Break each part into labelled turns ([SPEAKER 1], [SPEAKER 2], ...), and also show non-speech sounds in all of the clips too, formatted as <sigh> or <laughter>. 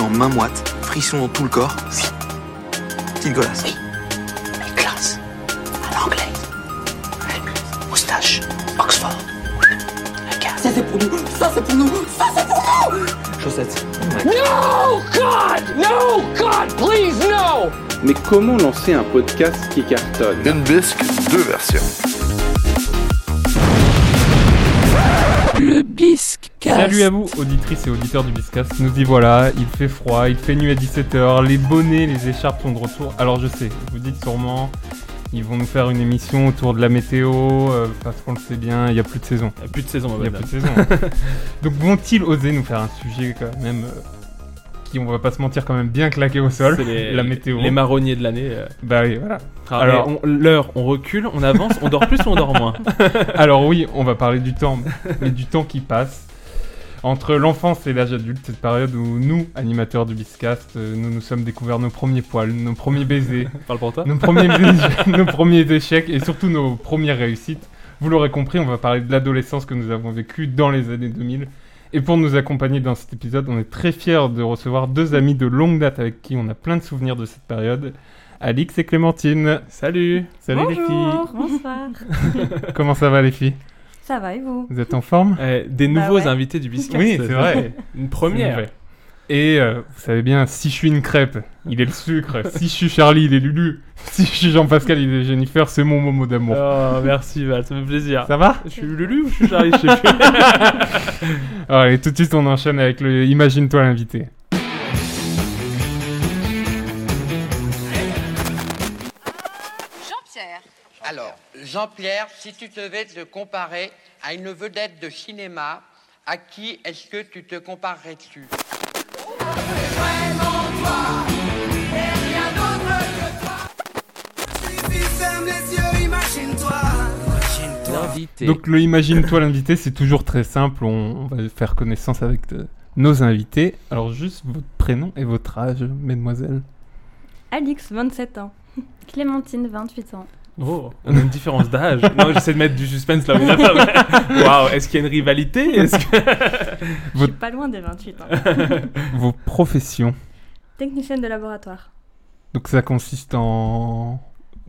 [SPEAKER 1] en main moite, frisson dans tout le corps.
[SPEAKER 2] Oui.
[SPEAKER 1] Petite golasse.
[SPEAKER 2] Oui. Mais classe. À l'anglais. Moustache. Oxford. Regarde.
[SPEAKER 3] Ça c'est pour nous, ça c'est pour nous, ça c'est pour nous
[SPEAKER 1] Chaussettes.
[SPEAKER 4] No, God! No, God, please, no!
[SPEAKER 5] Mais comment lancer un podcast qui cartonne
[SPEAKER 6] Limp Bizkit, deux versions.
[SPEAKER 3] Le bisque
[SPEAKER 7] Salut à vous, auditrices et auditeurs du Biscast. Nous y voilà, il fait froid, il fait nuit à 17h, les bonnets, les écharpes sont de retour. Alors je sais, vous dites sûrement, ils vont nous faire une émission autour de la météo, euh, parce qu'on le sait bien, il n'y a plus de saison.
[SPEAKER 8] Il y a Euh, plus de saison, ma
[SPEAKER 7] Il n'y a
[SPEAKER 8] bonne
[SPEAKER 7] plus de
[SPEAKER 8] dame.
[SPEAKER 7] saison.
[SPEAKER 8] bah,
[SPEAKER 7] <laughs> Donc vont-ils oser nous faire un sujet quand même euh, qui, on va pas se mentir, quand même bien claqué au sol,
[SPEAKER 8] C'est les-
[SPEAKER 7] la météo
[SPEAKER 8] Les marronniers de l'année. euh.
[SPEAKER 7] Bah oui, voilà.
[SPEAKER 8] Ah,
[SPEAKER 7] Alors-
[SPEAKER 8] mais on- l'heure, on recule, on avance, on dort plus ou on dort <laughs> moins
[SPEAKER 7] Alors oui, on va parler du temps, mais du temps qui passe. Entre l'enfance et l'âge adulte, cette période où nous, animateurs du Biscast, euh, nous nous sommes découverts nos premiers poils, nos premiers baisers,
[SPEAKER 8] Parle pour toi.
[SPEAKER 7] nos premiers, éche- <laughs> nos premiers échecs et surtout nos premières réussites. Vous l'aurez compris, on va parler de l'adolescence que nous avons vécue dans les années 2000. Et pour nous accompagner dans cet épisode, on est très fiers de recevoir deux amis de longue date avec qui on a plein de souvenirs de cette période. Alix et Clémentine. Salut Salut les
[SPEAKER 9] Bonjour, bonsoir.
[SPEAKER 7] filles Comment ça va les filles
[SPEAKER 9] Ça va et vous
[SPEAKER 7] Vous êtes en forme
[SPEAKER 8] Eh, des
[SPEAKER 9] Bah
[SPEAKER 8] nouveaux
[SPEAKER 9] ouais.
[SPEAKER 8] invités du Biscast.
[SPEAKER 7] Oui, c'est vrai.
[SPEAKER 8] <laughs> Une première.
[SPEAKER 7] Ouais. Et euh, vous savez bien, si je suis une crêpe, il est le sucre. si je suis Charlie, il est Lulu. Si je suis Jean-Pascal, il est Jennifer. C'est mon moment d'amour.
[SPEAKER 8] Oh, merci Val, ça me fait plaisir.
[SPEAKER 7] Ça va
[SPEAKER 8] Je suis Lulu ou je suis Charlie Je sais plus.
[SPEAKER 7] Allez, tout de suite, on enchaîne avec le Imagine-toi l'invité.
[SPEAKER 10] Jean-Pierre.
[SPEAKER 11] Alors, Jean-Pierre, si tu devais te comparer à une vedette de cinéma, à qui est-ce que tu te comparerais-tu
[SPEAKER 7] Donc, le Imagine-toi l'invité, c'est toujours très simple. On, on va faire connaissance avec euh, nos invités. Alors, juste votre prénom et votre âge, mesdemoiselles.
[SPEAKER 9] Alix, 27 ans. Clémentine, 28 ans.
[SPEAKER 8] <laughs> Oh, on a une différence d'âge. non, j'essaie de mettre du suspense là. mais la femme. <laughs> Waouh, est-ce qu'il y a une rivalité Est-ce que-
[SPEAKER 9] Je
[SPEAKER 7] Votre-
[SPEAKER 9] suis pas loin des 28
[SPEAKER 7] <laughs>
[SPEAKER 9] ans.
[SPEAKER 7] Vos professions.
[SPEAKER 9] Technicienne de laboratoire.
[SPEAKER 7] Donc, ça consiste en.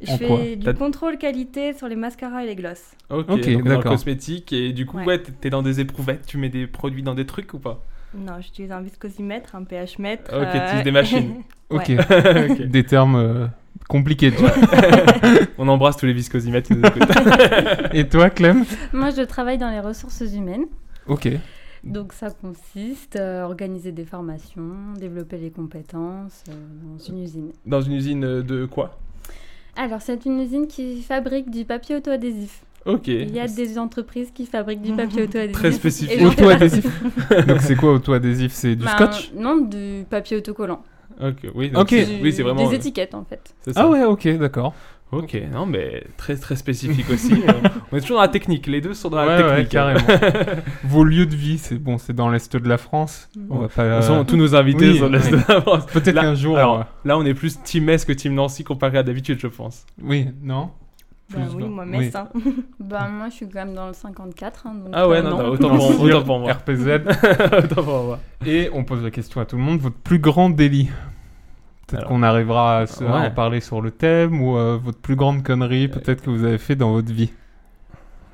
[SPEAKER 9] Je
[SPEAKER 7] En quoi
[SPEAKER 9] fais du
[SPEAKER 8] T'as-
[SPEAKER 9] contrôle qualité sur les mascaras et les glosses.
[SPEAKER 8] <laughs> Ok,
[SPEAKER 7] Ok,
[SPEAKER 8] donc dans le
[SPEAKER 7] d'accord.
[SPEAKER 8] cosmétique et du coup, ouais,
[SPEAKER 9] Ouais.
[SPEAKER 8] t'es- t'es dans des éprouvettes, tu mets des produits dans des trucs ou pas
[SPEAKER 9] Non, j'utilise un viscosimètre, un pH mètre. euh,
[SPEAKER 8] Ok,
[SPEAKER 9] <laughs>
[SPEAKER 8] t'utilises des machines. <laughs>
[SPEAKER 7] Ok.
[SPEAKER 9] Ouais.
[SPEAKER 8] Ok.
[SPEAKER 7] Des termes euh, compliqués. tu vois.
[SPEAKER 8] On embrasse tous les viscosimètres qui nous écoutent.
[SPEAKER 7] Et toi, Clem
[SPEAKER 12] Moi, je travaille dans les ressources humaines.
[SPEAKER 7] Ok.
[SPEAKER 12] Donc, ça consiste à organiser des formations, développer les compétences euh, dans une usine.
[SPEAKER 8] Dans une usine euh, de quoi
[SPEAKER 12] Alors, c'est une usine qui fabrique du papier auto-adhésif.
[SPEAKER 8] Ok.
[SPEAKER 12] Il y a des entreprises qui fabriquent du papier
[SPEAKER 8] <laughs>
[SPEAKER 12] auto-adhésif.
[SPEAKER 8] Très spécifique.
[SPEAKER 12] Et j'en fais
[SPEAKER 7] Auto-adhésif.
[SPEAKER 12] <laughs>
[SPEAKER 7] Donc c'est quoi auto-adhésif C'est du
[SPEAKER 12] partie. Ben,
[SPEAKER 7] scotch
[SPEAKER 12] Non, du papier autocollant.
[SPEAKER 8] Ok, oui,
[SPEAKER 7] Ok.
[SPEAKER 8] c'est-
[SPEAKER 12] Du-
[SPEAKER 8] oui, c'est vraiment.
[SPEAKER 12] Des
[SPEAKER 8] euh,
[SPEAKER 12] étiquettes, en fait.
[SPEAKER 8] c'est ça.
[SPEAKER 7] Ah ouais, ok, d'accord.
[SPEAKER 8] Ok, non, mais très très spécifique aussi.
[SPEAKER 7] <laughs>
[SPEAKER 8] Euh, On est toujours dans la technique, les deux sont dans la
[SPEAKER 7] Ouais, ouais,
[SPEAKER 8] technique. hein.
[SPEAKER 7] carrément. <laughs> Vos lieux de vie, c'est bon, c'est dans l'est de la France.
[SPEAKER 8] Mm.
[SPEAKER 7] On va pas.
[SPEAKER 8] De toute façon, tous nos invités
[SPEAKER 7] Euh, Oui,
[SPEAKER 8] sont de l'Est de
[SPEAKER 7] oui.
[SPEAKER 8] la France.
[SPEAKER 7] Peut-être
[SPEAKER 8] Là-
[SPEAKER 7] un jour.
[SPEAKER 8] alors,
[SPEAKER 7] euh,
[SPEAKER 8] là, on est plus Team S que Team Nancy comparé à d'habitude,
[SPEAKER 7] <laughs>
[SPEAKER 8] je pense.
[SPEAKER 7] Oui, non.
[SPEAKER 9] Bah
[SPEAKER 7] Plus
[SPEAKER 9] oui,
[SPEAKER 7] dans-
[SPEAKER 9] moi,
[SPEAKER 7] oui.
[SPEAKER 9] Metz. hein.
[SPEAKER 12] Ben, moi, je suis quand même dans le 54. hein, donc,
[SPEAKER 8] Ah ouais,
[SPEAKER 12] euh,
[SPEAKER 8] non,
[SPEAKER 12] non.
[SPEAKER 8] non, autant, pour, autant pour moi.
[SPEAKER 7] RPZ.
[SPEAKER 8] autant pour moi.
[SPEAKER 7] Et on pose la question à tout le monde. Votre plus grand délit. Peut-être
[SPEAKER 8] Alors.
[SPEAKER 7] qu'on arrivera à, se- à
[SPEAKER 8] Ouais.
[SPEAKER 7] en parler sur le thème ou euh, votre plus grande connerie, peut-être que vous avez fait dans votre
[SPEAKER 8] <laughs>
[SPEAKER 7] vie.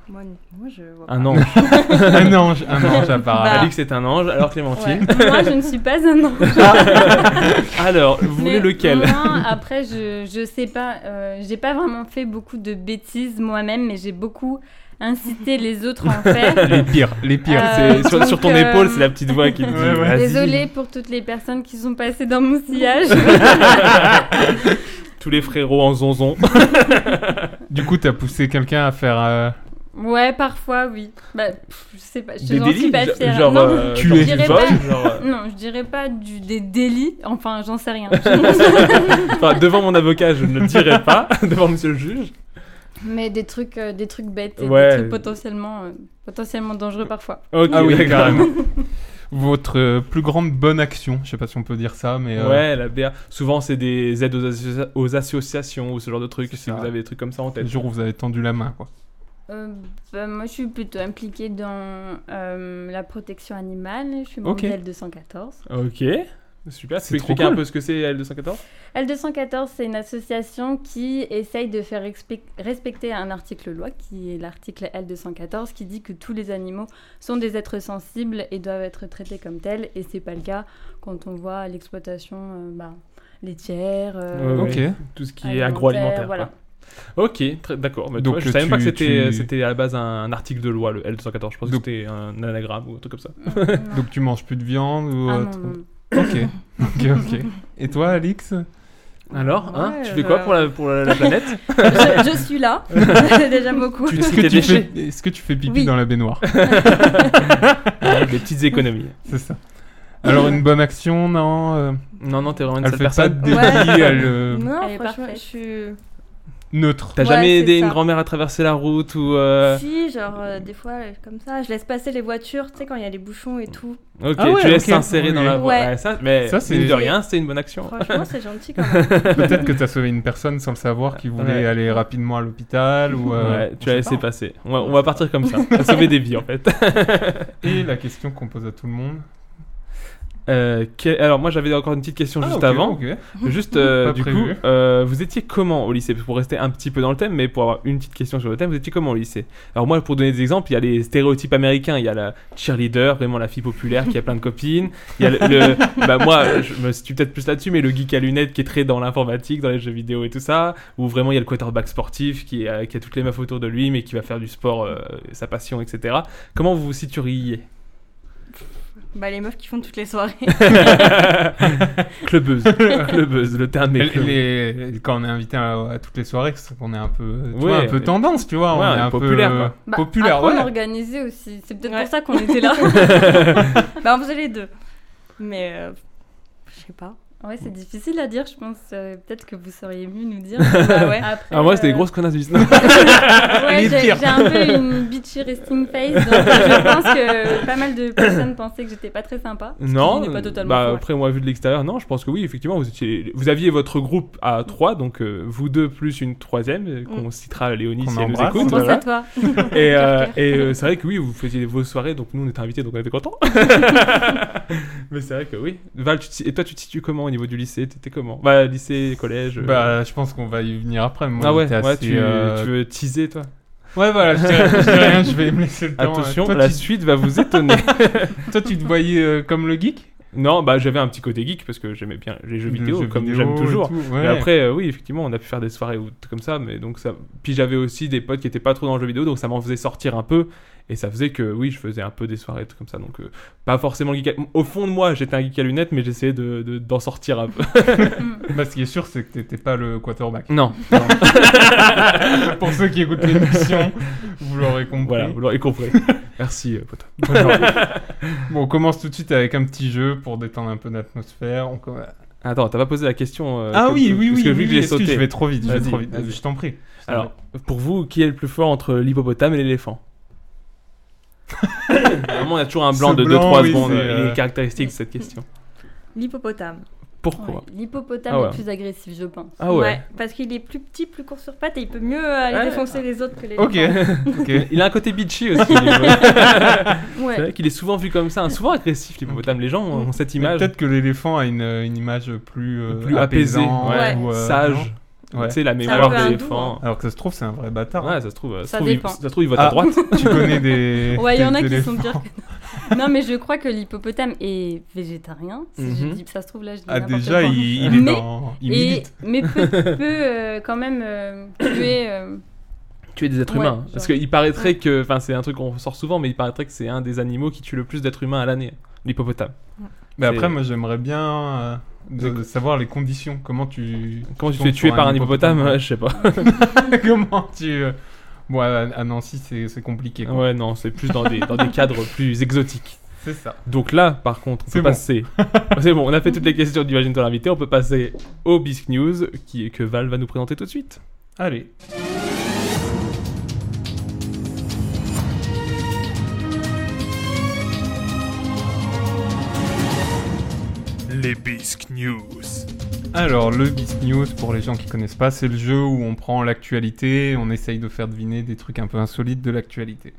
[SPEAKER 9] Moi, moi, je vois pas.
[SPEAKER 8] Un
[SPEAKER 9] <laughs>
[SPEAKER 8] ange.
[SPEAKER 7] un ange, un ange à part.
[SPEAKER 9] Bah.
[SPEAKER 8] Alix est un ange, alors
[SPEAKER 12] Ouais.
[SPEAKER 8] Clémentine.
[SPEAKER 12] moi, je ne suis pas
[SPEAKER 8] <laughs>
[SPEAKER 12] un ange.
[SPEAKER 8] Alors, vous voulez
[SPEAKER 12] Mais euh,
[SPEAKER 8] lequel <laughs>
[SPEAKER 12] moi, après, je, je sais pas. euh, j'ai pas vraiment fait beaucoup de bêtises moi-même, mais j'ai beaucoup incité les autres
[SPEAKER 8] <laughs>
[SPEAKER 12] à en faire.
[SPEAKER 7] Les pires, les pires.
[SPEAKER 12] Euh,
[SPEAKER 8] C'est- sur, sur ton
[SPEAKER 12] donc, euh,
[SPEAKER 8] épaule, c'est la petite
[SPEAKER 7] <laughs>
[SPEAKER 8] voix qui dit.
[SPEAKER 7] Ouais, ouais.
[SPEAKER 8] vas-y.
[SPEAKER 12] Désolée pour toutes les personnes qui sont passées dans mon
[SPEAKER 8] <laughs>
[SPEAKER 12] sillage.
[SPEAKER 8] Tous les frérots en zonzon. Euh.
[SPEAKER 7] Du coup, t'as poussé quelqu'un à faire. euh,
[SPEAKER 12] ouais, parfois, oui. Bah, pff, je sais pas. Je
[SPEAKER 8] Des
[SPEAKER 12] n'en suis
[SPEAKER 8] délits,
[SPEAKER 12] pas
[SPEAKER 8] ge-
[SPEAKER 12] fière.
[SPEAKER 8] genre
[SPEAKER 12] non,
[SPEAKER 8] euh,
[SPEAKER 7] Tu
[SPEAKER 8] genre
[SPEAKER 7] es.
[SPEAKER 8] du
[SPEAKER 12] J'irai
[SPEAKER 8] vol,
[SPEAKER 12] pas.
[SPEAKER 8] genre, euh,
[SPEAKER 12] non, je dirais pas du, des délits. Enfin, j'en
[SPEAKER 8] <laughs>
[SPEAKER 12] sais rien.
[SPEAKER 8] enfin, devant mon avocat, je ne le dirai <laughs> pas, devant monsieur le juge.
[SPEAKER 12] mais des trucs, euh, des trucs bêtes et
[SPEAKER 8] Ouais.
[SPEAKER 12] des trucs potentiellement, euh, potentiellement dangereux parfois.
[SPEAKER 8] Ok,
[SPEAKER 7] Ah oui,
[SPEAKER 8] d'accord.
[SPEAKER 7] carrément. Votre euh, plus grande bonne action, je sais pas si on peut dire ça, mais. euh,
[SPEAKER 8] Ouais, la BA. Souvent, c'est des aides aux, associa- aux associations ou ce genre de trucs,
[SPEAKER 7] C'est
[SPEAKER 8] si
[SPEAKER 7] ça.
[SPEAKER 8] vous avez des trucs comme ça en tête.
[SPEAKER 7] Le jour où vous avez tendu la main, quoi.
[SPEAKER 12] Euh, bah, moi, je suis plutôt impliquée dans euh, la protection animale. Je suis membre
[SPEAKER 7] Ok.
[SPEAKER 12] de L214.
[SPEAKER 8] Ok. Super, tu
[SPEAKER 7] C'est
[SPEAKER 8] peux
[SPEAKER 7] trop
[SPEAKER 8] expliquer un
[SPEAKER 7] cool.
[SPEAKER 8] peu ce que c'est L214
[SPEAKER 12] L214, c'est une association qui essaye de faire expec- respecter un article loi, qui est l'article L214, qui dit que tous les animaux sont des êtres sensibles et doivent être traités comme tels. Et c'est pas le cas quand on voit l'exploitation euh, bah, laitière. euh,
[SPEAKER 8] Ouais,
[SPEAKER 7] Ok.
[SPEAKER 8] ouais. Tout ce qui est
[SPEAKER 12] Alimentaire,
[SPEAKER 8] agroalimentaire.
[SPEAKER 12] voilà. <laughs>
[SPEAKER 8] quoi. Ok, très- d'accord. Mais tu
[SPEAKER 7] Donc,
[SPEAKER 8] vois, je savais
[SPEAKER 7] tu-
[SPEAKER 8] même pas que c'était
[SPEAKER 7] tu-
[SPEAKER 8] c'était à la base un article de loi, le L214. Je
[SPEAKER 7] Donc-
[SPEAKER 8] pensais que c'était un anagramme ou un truc comme ça.
[SPEAKER 12] non.
[SPEAKER 7] Donc tu manges plus de viande ou
[SPEAKER 12] Ah non,
[SPEAKER 7] autre
[SPEAKER 12] non, non.
[SPEAKER 7] Ok. Ok, ok. Et toi, Alix
[SPEAKER 8] Alors, hein,
[SPEAKER 9] Ouais,
[SPEAKER 8] tu fais
[SPEAKER 9] euh,
[SPEAKER 8] quoi pour la, pour <laughs> la, la planète
[SPEAKER 12] je, je
[SPEAKER 7] <laughs>
[SPEAKER 12] suis là,
[SPEAKER 9] <laughs>
[SPEAKER 12] déjà beaucoup.
[SPEAKER 8] Tu
[SPEAKER 7] Est-ce
[SPEAKER 8] tries
[SPEAKER 7] que,
[SPEAKER 8] tes
[SPEAKER 7] tu
[SPEAKER 8] déchets.
[SPEAKER 7] fais... Est-ce que tu fais pipi
[SPEAKER 12] Oui.
[SPEAKER 7] dans la
[SPEAKER 12] <laughs>
[SPEAKER 7] baignoire
[SPEAKER 8] Ah Des petites économies.
[SPEAKER 7] C'est ça. Alors, une bonne action, non euh,
[SPEAKER 8] Non, non, t'es vraiment une
[SPEAKER 7] Elle
[SPEAKER 8] sale
[SPEAKER 7] fait pas
[SPEAKER 8] personne.
[SPEAKER 7] de
[SPEAKER 9] Ouais.
[SPEAKER 7] défi, elle.
[SPEAKER 12] <laughs>
[SPEAKER 7] euh,
[SPEAKER 9] Non,
[SPEAKER 12] Elle est
[SPEAKER 9] franchement,
[SPEAKER 12] parfaite.
[SPEAKER 9] je suis.
[SPEAKER 7] Neutre.
[SPEAKER 8] T'as
[SPEAKER 9] Ouais,
[SPEAKER 8] jamais
[SPEAKER 9] c'est
[SPEAKER 8] aidé
[SPEAKER 9] ça.
[SPEAKER 8] une grand-mère à traverser la route ou. euh,
[SPEAKER 9] Si, genre, euh, des fois, euh, comme ça, je laisse passer les voitures, tu sais, quand il y a les bouchons et tout.
[SPEAKER 8] Ok,
[SPEAKER 7] Ah ouais,
[SPEAKER 8] tu laisses
[SPEAKER 7] ok.
[SPEAKER 8] s'insérer dans la
[SPEAKER 7] Ouais.
[SPEAKER 8] voie. ça, mais
[SPEAKER 7] Ça,
[SPEAKER 8] ça,
[SPEAKER 7] c'est-
[SPEAKER 8] c'est de rien, c'était une bonne
[SPEAKER 7] Oh.
[SPEAKER 8] action.
[SPEAKER 9] Franchement, c'est gentil
[SPEAKER 7] <laughs>
[SPEAKER 9] quand même.
[SPEAKER 7] Peut-être que t'as sauvé une personne sans le savoir qui voulait
[SPEAKER 8] Ouais.
[SPEAKER 7] aller rapidement à l'hôpital ou. euh,
[SPEAKER 8] ouais,
[SPEAKER 7] on
[SPEAKER 8] tu as
[SPEAKER 7] sait
[SPEAKER 8] laissé
[SPEAKER 7] pas.
[SPEAKER 8] passer. On va, on va partir <laughs> comme ça. T'as sauvé des vies en fait.
[SPEAKER 7] Et la question qu'on pose à tout le monde.
[SPEAKER 8] Euh, que- Alors, moi j'avais encore une petite question juste
[SPEAKER 7] Ah, ok,
[SPEAKER 8] avant.
[SPEAKER 7] ok. <laughs>
[SPEAKER 8] Juste, euh,
[SPEAKER 7] Pas
[SPEAKER 8] du
[SPEAKER 7] prévu.
[SPEAKER 8] coup, euh, vous étiez comment au lycée Parce que Pour rester un petit peu dans le thème, mais pour avoir une petite question sur le thème, vous étiez comment au lycée Alors moi, pour donner des exemples, il y a les stéréotypes américains. Il y a la cheerleader, vraiment la fille populaire qui a plein de copines. Il y a le, le-
[SPEAKER 7] <laughs>
[SPEAKER 8] bah moi, je me situe peut-être plus là-dessus, mais le geek à lunettes qui est très dans l'informatique, dans les jeux vidéo et tout ça. Ou vraiment, il y a le quarterback sportif qui, est- qui a toutes les meufs autour de lui, mais qui va faire du sport, euh, sa passion, etc. Comment vous
[SPEAKER 7] <laughs>
[SPEAKER 8] vous situeriez <laughs>
[SPEAKER 9] bah, les meufs qui font toutes les soirées.
[SPEAKER 8] Clubeuse, clubeuse, le terme est clubeuse.
[SPEAKER 7] Les- les- quand on est invité à, à toutes les soirées, c'est qu'on est un peu, tu
[SPEAKER 8] Ouais.
[SPEAKER 7] vois, un peu tendance, tu vois,
[SPEAKER 8] Ouais,
[SPEAKER 7] on est un
[SPEAKER 8] populaire,
[SPEAKER 7] peu euh,
[SPEAKER 8] quoi.
[SPEAKER 12] Bah,
[SPEAKER 7] populaire,
[SPEAKER 12] après, on
[SPEAKER 7] ouais.
[SPEAKER 12] organisait aussi. C'est peut-être
[SPEAKER 9] Ouais.
[SPEAKER 12] pour ça qu'on était là.
[SPEAKER 9] bah, on faisait les deux. Mais, euh, je sais pas.
[SPEAKER 12] ouais, c'est difficile à dire, je pense. euh, peut-être que vous sauriez mieux
[SPEAKER 8] <laughs>
[SPEAKER 12] nous dire.
[SPEAKER 9] Bah, ouais.
[SPEAKER 12] Après,
[SPEAKER 8] Ah, moi, c'était
[SPEAKER 12] euh,
[SPEAKER 8] des grosses connasses du
[SPEAKER 12] Ouais,
[SPEAKER 7] Les
[SPEAKER 12] j'ai
[SPEAKER 7] pires.
[SPEAKER 12] j'ai un peu une bitchy resting face, donc euh, je pense que pas mal de personnes pensaient que j'étais pas très sympa. ce qui
[SPEAKER 8] Non,
[SPEAKER 12] n'est pas totalement
[SPEAKER 8] bah,
[SPEAKER 12] faux, ouais.
[SPEAKER 8] après moi vu de l'extérieur, non, je pense que oui, effectivement, vous, étiez, vous aviez votre groupe à 3, donc euh, vous deux plus une troisième, euh, qu'on citera Léonie
[SPEAKER 7] Qu'on
[SPEAKER 8] si elle nous
[SPEAKER 7] embrasse.
[SPEAKER 8] écoute.
[SPEAKER 12] Pense à
[SPEAKER 8] voilà.
[SPEAKER 12] toi. <laughs>
[SPEAKER 8] Et, euh,
[SPEAKER 12] Cœur, cœur.
[SPEAKER 8] et, euh, c'est vrai que oui, vous faisiez vos soirées, donc nous on était invités, donc on était
[SPEAKER 12] <laughs>
[SPEAKER 8] contents. Mais c'est vrai que oui. Val, tu te si- et toi tu te situes comment au niveau du lycée T'étais comment Bah lycée, collège. euh,
[SPEAKER 7] Bah, je pense qu'on va y venir après. Moi,
[SPEAKER 8] ah ouais,
[SPEAKER 7] j'étais
[SPEAKER 8] ouais,
[SPEAKER 7] assez,
[SPEAKER 8] tu,
[SPEAKER 7] euh,
[SPEAKER 8] tu veux teaser toi
[SPEAKER 7] ouais, voilà, je dirais, je dirais rien, je vais me laisser le temps.
[SPEAKER 8] Attention,
[SPEAKER 7] toi,
[SPEAKER 8] la
[SPEAKER 7] tu,
[SPEAKER 8] suite va vous étonner.
[SPEAKER 7] <laughs> toi, tu te voyais euh, comme le geek
[SPEAKER 8] non, bah j'avais un petit côté geek parce que j'aimais bien les jeux
[SPEAKER 7] Le
[SPEAKER 8] vidéo
[SPEAKER 7] jeu
[SPEAKER 8] comme
[SPEAKER 7] vidéo
[SPEAKER 8] j'aime
[SPEAKER 7] et
[SPEAKER 8] toujours.
[SPEAKER 7] tout, ouais.
[SPEAKER 8] Mais après, euh, oui, effectivement, on a pu faire des soirées ou t- comme ça, mais donc ça. Puis j'avais aussi des potes qui étaient pas trop dans le jeu vidéo, donc ça m'en faisait sortir un peu, et ça faisait que oui, je faisais un peu des soirées tout comme ça, donc euh, pas forcément geek. à- Au fond de moi, j'étais un geek à lunettes, mais j'essayais de de- d'en sortir un peu. <laughs>
[SPEAKER 7] Bah, ce qui est sûr, c'est que t'étais pas le quarterback.
[SPEAKER 8] non.
[SPEAKER 7] <laughs> Pour ceux qui écoutent l'émission, vous l'aurez compris.
[SPEAKER 8] Voilà, vous
[SPEAKER 7] <laughs>
[SPEAKER 8] l'aurez compris. Merci, euh, pote.
[SPEAKER 7] Bon, on commence tout de suite avec un petit jeu pour détendre un peu l'atmosphère. On commence-
[SPEAKER 8] Attends, t'as pas posé la question. euh,
[SPEAKER 7] Ah
[SPEAKER 8] comme-
[SPEAKER 7] oui, oui,
[SPEAKER 8] parce
[SPEAKER 7] oui,
[SPEAKER 8] que
[SPEAKER 7] oui,
[SPEAKER 8] vu que
[SPEAKER 7] oui,
[SPEAKER 8] j'ai
[SPEAKER 7] excuse,
[SPEAKER 8] sauté.
[SPEAKER 7] je vais trop vite, je vais
[SPEAKER 8] Vas-y,
[SPEAKER 7] trop vite.
[SPEAKER 8] vas-y.
[SPEAKER 7] Je t'en prie.
[SPEAKER 8] Alors, pour vous, qui est le plus fort entre l'hippopotame et
[SPEAKER 7] <laughs>
[SPEAKER 8] l'éléphant Vraiment, il y a toujours un blanc
[SPEAKER 7] Ce
[SPEAKER 8] de
[SPEAKER 7] blanc,
[SPEAKER 8] 2-3
[SPEAKER 7] oui,
[SPEAKER 8] secondes.
[SPEAKER 7] c'est,
[SPEAKER 8] Il
[SPEAKER 7] euh,
[SPEAKER 8] est caractéristique de cette question.
[SPEAKER 9] L'hippopotame.
[SPEAKER 8] Pourquoi
[SPEAKER 12] Ouais, L'hippopotame
[SPEAKER 8] Ah ouais.
[SPEAKER 12] est plus agressif, je pense.
[SPEAKER 8] Ah ouais.
[SPEAKER 9] Parce qu'il est plus petit, plus court sur pattes et il peut mieux euh, aller
[SPEAKER 8] Ouais.
[SPEAKER 9] défoncer les autres que les
[SPEAKER 7] <laughs> Ok,
[SPEAKER 8] <laughs>
[SPEAKER 7] ok.
[SPEAKER 8] Il a un côté bitchy aussi. c'est
[SPEAKER 12] Ouais.
[SPEAKER 8] vrai qu'il est souvent vu comme ça, hein, souvent agressif, l'hippopotame. Les gens ont ont cette
[SPEAKER 7] Mais
[SPEAKER 8] image
[SPEAKER 7] Peut-être que l'éléphant a une, une image plus, euh,
[SPEAKER 8] plus apaisée,
[SPEAKER 7] apaisante
[SPEAKER 8] ouais,
[SPEAKER 7] ou, euh,
[SPEAKER 8] sage.
[SPEAKER 7] non Ouais.
[SPEAKER 8] Tu sais, la
[SPEAKER 9] un
[SPEAKER 8] mémoire
[SPEAKER 9] peu un
[SPEAKER 8] d'éléphant.
[SPEAKER 7] Alors que ça se trouve, c'est un vrai bâtard.
[SPEAKER 8] Ouais, ça se trouve, euh,
[SPEAKER 12] Ça
[SPEAKER 8] se trouve, il-
[SPEAKER 12] dépend.
[SPEAKER 8] ça se trouve, il vote
[SPEAKER 7] Ah.
[SPEAKER 8] à <laughs> droite.
[SPEAKER 7] Tu connais des.
[SPEAKER 12] <laughs> Ouais, il y en a
[SPEAKER 7] des
[SPEAKER 12] qui sont
[SPEAKER 7] éléphants
[SPEAKER 12] pires que Non, mais je crois que l'hippopotame est végétarien. Si je
[SPEAKER 8] Mhm.
[SPEAKER 12] dis- ça se trouve, là, je dis
[SPEAKER 7] Ah,
[SPEAKER 12] n'importe
[SPEAKER 7] déjà,
[SPEAKER 12] quoi.
[SPEAKER 7] il, il est
[SPEAKER 12] Mais-
[SPEAKER 7] dans. Il
[SPEAKER 12] Et,
[SPEAKER 7] milite.
[SPEAKER 8] <laughs>
[SPEAKER 12] mais peut, peut euh, quand même euh, tuer. euh,
[SPEAKER 8] Tuer des êtres
[SPEAKER 12] Ouais,
[SPEAKER 8] humains. hein.
[SPEAKER 12] genre.
[SPEAKER 8] Parce qu'il paraîtrait que, enfin, c'est un truc qu'on ressort souvent, mais il paraîtrait que c'est un des animaux qui tue le plus d'êtres humains à l'année, l'hippopotame.
[SPEAKER 7] Mais
[SPEAKER 8] C'est-
[SPEAKER 7] après, moi, j'aimerais bien euh, de- de savoir les conditions. Comment tu.
[SPEAKER 8] Comment tu te
[SPEAKER 7] tombes
[SPEAKER 8] fais tuer
[SPEAKER 7] sur
[SPEAKER 8] par un hippopotame Ouais, Je sais pas.
[SPEAKER 7] <laughs> Comment tu. euh, Bon, à, à Nancy, c'est c'est compliqué. quoi.
[SPEAKER 8] Ouais, non, c'est plus dans des, dans des <laughs> cadres plus exotiques.
[SPEAKER 7] C'est ça.
[SPEAKER 8] Donc là, par contre, on
[SPEAKER 7] C'est
[SPEAKER 8] peut
[SPEAKER 7] bon.
[SPEAKER 8] passer. c'est bon, on a fait toutes les questions d'Imagine ton invité. On peut passer au Bisque News qui, que Val va nous présenter tout de suite.
[SPEAKER 7] Allez.
[SPEAKER 8] Les Bisque News.
[SPEAKER 7] Alors, le Beast News, pour les gens qui connaissent pas, c'est le jeu où on prend l'actualité, on essaye de faire deviner des trucs un peu insolites de l'actualité.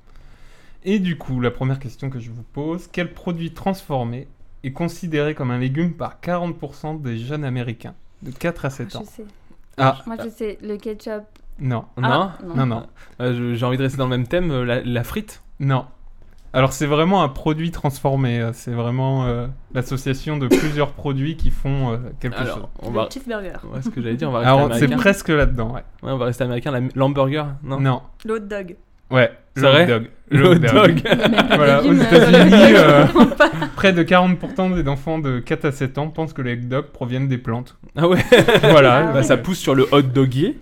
[SPEAKER 7] Et du coup, la première question que je vous pose, quel produit transformé est considéré comme un légume par 40% des jeunes américains de 4 à 7
[SPEAKER 12] Je
[SPEAKER 7] ans.
[SPEAKER 12] sais.
[SPEAKER 7] Ah.
[SPEAKER 12] Moi, je sais, le ketchup.
[SPEAKER 7] Non,
[SPEAKER 12] Ah, non.
[SPEAKER 7] non, non,
[SPEAKER 8] Euh, je- J'ai envie de rester dans le même thème, euh, la, la frite.
[SPEAKER 7] non. Alors c'est vraiment un produit transformé, euh, c'est vraiment euh, l'association de plusieurs produits qui font euh, quelque chose.
[SPEAKER 8] Alors, on
[SPEAKER 12] le
[SPEAKER 8] va.
[SPEAKER 12] cheeseburger.
[SPEAKER 8] Ouais, ce que j'allais dire, on va rester
[SPEAKER 7] Alors c'est
[SPEAKER 8] américain.
[SPEAKER 7] presque là-dedans, ouais.
[SPEAKER 8] Ouais, on va rester américain. la- L'hamburger, non,
[SPEAKER 7] Non.
[SPEAKER 9] L'hot dog.
[SPEAKER 7] Ouais,
[SPEAKER 8] C'est vrai
[SPEAKER 7] hot dog.
[SPEAKER 8] Le hot
[SPEAKER 7] hot
[SPEAKER 8] dog.
[SPEAKER 7] <laughs>
[SPEAKER 8] <laughs>
[SPEAKER 7] Voilà, aux
[SPEAKER 12] Légumes,
[SPEAKER 7] États-Unis,
[SPEAKER 12] euh,
[SPEAKER 7] euh, près de 40% des enfants de 4 à 7 ans pensent que les hot dogs proviennent des plantes.
[SPEAKER 8] ah ouais.
[SPEAKER 7] Voilà,
[SPEAKER 8] Bah, ça pousse sur le hot dogier.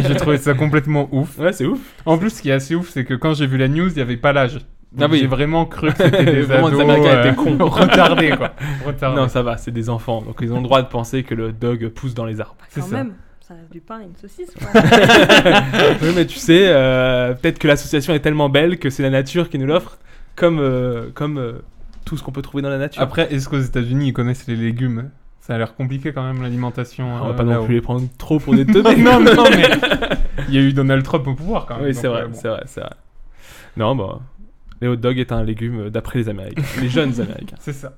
[SPEAKER 7] j'ai trouvé ça complètement ouf.
[SPEAKER 8] Ouais, c'est ouf.
[SPEAKER 7] En plus, ce qui est assez ouf, c'est que quand j'ai vu la news, il n'y avait pas l'âge. Donc
[SPEAKER 8] Ah oui.
[SPEAKER 7] J'ai vraiment cru que
[SPEAKER 8] <laughs>
[SPEAKER 7] c'était des
[SPEAKER 8] Vraiment,
[SPEAKER 7] ados, euh,
[SPEAKER 8] les Américains étaient cons.
[SPEAKER 7] <laughs> retardés, quoi. Retardés.
[SPEAKER 8] Non, ça va, c'est des enfants, donc ils ont le droit de penser que le hot dog pousse dans les arbres.
[SPEAKER 7] c'est
[SPEAKER 9] Quand
[SPEAKER 7] ça.
[SPEAKER 9] même, ça reste du pain et une saucisse.
[SPEAKER 7] <laughs>
[SPEAKER 9] quoi.
[SPEAKER 8] <laughs> oui, mais tu sais, euh, peut-être que l'association est tellement belle que c'est la nature qui nous l'offre, comme, euh, comme euh, tout ce qu'on peut trouver dans la nature.
[SPEAKER 7] Après, est-ce qu'aux États-Unis, ils connaissent les légumes Ça a l'air compliqué quand même, l'alimentation.
[SPEAKER 8] on va
[SPEAKER 7] euh,
[SPEAKER 8] Ah, pas non
[SPEAKER 7] là-haut.
[SPEAKER 8] plus les prendre trop pour des
[SPEAKER 7] <laughs>
[SPEAKER 8] teubés.
[SPEAKER 7] non, non, mais il y a eu Donald Trump au pouvoir quand même.
[SPEAKER 8] <laughs> Oui,
[SPEAKER 7] donc,
[SPEAKER 8] c'est vrai,
[SPEAKER 7] euh, bon.
[SPEAKER 8] c'est vrai, c'est vrai. Non, bah, les hot dogs est un légume euh, d'après les Américains, les
[SPEAKER 7] <laughs>
[SPEAKER 8] jeunes Américains.
[SPEAKER 7] C'est ça.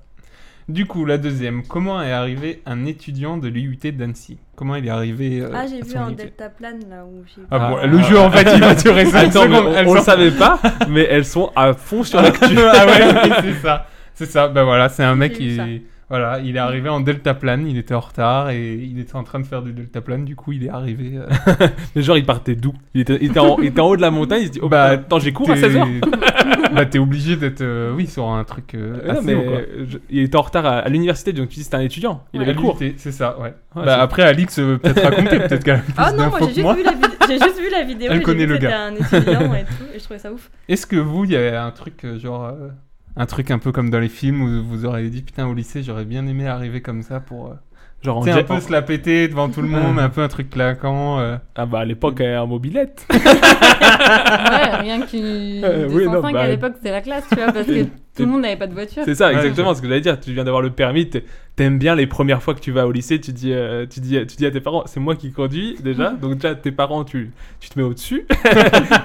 [SPEAKER 7] Du coup, la deuxième. Comment est arrivé un étudiant de l'IUT d'Annecy Comment il est arrivé euh,
[SPEAKER 9] Ah, j'ai
[SPEAKER 7] à
[SPEAKER 9] vu
[SPEAKER 7] son
[SPEAKER 9] un
[SPEAKER 7] IUT?
[SPEAKER 9] deltaplane là où j'ai.
[SPEAKER 7] Ah bon,
[SPEAKER 8] Ah.
[SPEAKER 7] le jeu en fait il va durer 5
[SPEAKER 8] Attends, mais
[SPEAKER 7] secondes.
[SPEAKER 8] on,
[SPEAKER 7] elles
[SPEAKER 8] on le
[SPEAKER 7] sont-
[SPEAKER 8] savait pas, mais elles sont à
[SPEAKER 7] <laughs>
[SPEAKER 8] fond sur la.
[SPEAKER 7] ah
[SPEAKER 8] <laughs>
[SPEAKER 7] ouais, oui, c'est ça. C'est ça. Ben voilà, c'est un mec
[SPEAKER 9] J'ai vu ça.
[SPEAKER 7] qui voilà, il est arrivé en deltaplane, il était en retard et il était en train de faire du deltaplane. Du coup, il est arrivé. euh,
[SPEAKER 8] <laughs> Mais Genre, il partait d'où il était, il était en, il était en haut de la montagne, il se dit Oh,
[SPEAKER 7] Bah,
[SPEAKER 8] bah, attends, j'ai cours à
[SPEAKER 7] t'es-
[SPEAKER 8] 16h
[SPEAKER 7] bah t'es obligé d'être euh, oui sur un truc. euh, assez haut, quoi.
[SPEAKER 8] mais je- il était en retard à, à l'université, donc tu dis c'était un étudiant. Il
[SPEAKER 7] Ouais,
[SPEAKER 8] avait cours.
[SPEAKER 7] l'IUT, C'est ça, ouais. bah
[SPEAKER 8] Ouais, c'est-
[SPEAKER 7] après, Alix veut peut-être raconter, peut-être qu'elle a plus
[SPEAKER 9] Ah non, moi j'ai
[SPEAKER 7] d'infos que
[SPEAKER 9] juste,
[SPEAKER 7] moi.
[SPEAKER 9] vu la vid- j'ai juste vu la vidéo.
[SPEAKER 7] Elle
[SPEAKER 9] j'ai
[SPEAKER 7] connaît
[SPEAKER 9] vu que
[SPEAKER 7] le gars.
[SPEAKER 9] C'était un
[SPEAKER 7] <laughs>
[SPEAKER 9] étudiant et tout, et je trouvais ça ouf.
[SPEAKER 7] Est-ce que vous, il y a un truc euh, genre. euh, un truc un peu comme dans les films où vous auriez dit putain au lycée j'aurais bien aimé arriver comme ça pour. euh,
[SPEAKER 8] Genre en
[SPEAKER 7] tu sais, un
[SPEAKER 8] jet-
[SPEAKER 7] peu se la péter devant tout le monde, un peu un truc claquant. euh.
[SPEAKER 8] Ah bah à l'époque, euh, en mobilette.
[SPEAKER 12] Ouais, rien qu'une
[SPEAKER 8] <laughs> Euh, oui, non,
[SPEAKER 12] 205
[SPEAKER 8] bah,
[SPEAKER 12] à l'époque, c'était la classe, tu vois,
[SPEAKER 8] <laughs>
[SPEAKER 12] parce que tout le monde n'avait pas de voiture.
[SPEAKER 8] C'est ça,
[SPEAKER 7] Ouais,
[SPEAKER 8] exactement ce que j'allais dire. Tu viens d'avoir le permis, t'es- t'aimes bien les premières fois que tu vas au lycée, tu dis, euh, tu dis, tu dis à tes parents, c'est moi qui conduis
[SPEAKER 7] <laughs>
[SPEAKER 8] déjà. Donc déjà, tes parents, tu, tu te mets au-dessus.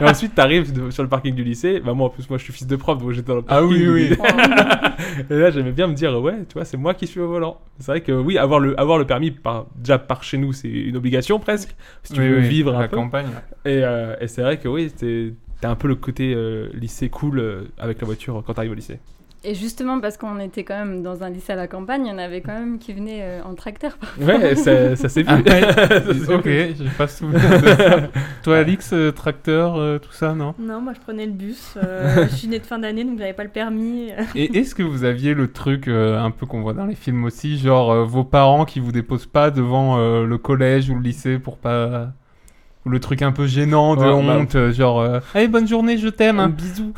[SPEAKER 8] et ensuite, t'arrives de- sur le parking du lycée. Bah moi, en plus, moi, je suis fils de prof, donc j'étais dans le parking.
[SPEAKER 7] Ah oui,
[SPEAKER 8] du
[SPEAKER 7] oui.
[SPEAKER 8] lycée. <laughs> et là, j'aimais bien me dire, ouais, tu vois, c'est moi qui suis au volant. C'est vrai que oui, avoir le, avoir le permis, par, déjà par chez nous, c'est une obligation presque. Si tu
[SPEAKER 7] Oui,
[SPEAKER 8] veux
[SPEAKER 7] oui,
[SPEAKER 8] vivre
[SPEAKER 7] à
[SPEAKER 8] un
[SPEAKER 7] la
[SPEAKER 8] peu. <laughs>
[SPEAKER 7] campagne.
[SPEAKER 8] Et, euh, et c'est vrai que oui, t'es- t'as un peu le côté euh, lycée cool euh, avec la voiture quand t'arrives au lycée.
[SPEAKER 12] Et justement, parce qu'on était quand même dans un lycée à la campagne, il y en avait quand même qui venaient euh, en tracteur.
[SPEAKER 7] <laughs>
[SPEAKER 8] Ouais, ça, ça s'est vu.
[SPEAKER 7] Ah ouais.
[SPEAKER 8] Ça s'est
[SPEAKER 7] ok,
[SPEAKER 8] vu.
[SPEAKER 7] j'ai pas souvenir de ça.
[SPEAKER 8] <laughs>
[SPEAKER 7] Toi, Alix, euh, tracteur, euh, tout ça, non
[SPEAKER 9] Non, moi je prenais le bus. euh, je suis née de fin d'année donc j'avais pas le permis.
[SPEAKER 7] Et est-ce que vous aviez le truc euh, un peu qu'on voit dans les films aussi, genre euh, vos parents qui vous déposent pas devant euh, le collège ou le lycée pour pas. Ou le truc un peu gênant de
[SPEAKER 8] Ouais, bah- euh,
[SPEAKER 7] honte, euh, genre. euh, Allez, bonne journée, je t'aime
[SPEAKER 8] Un
[SPEAKER 7] bisou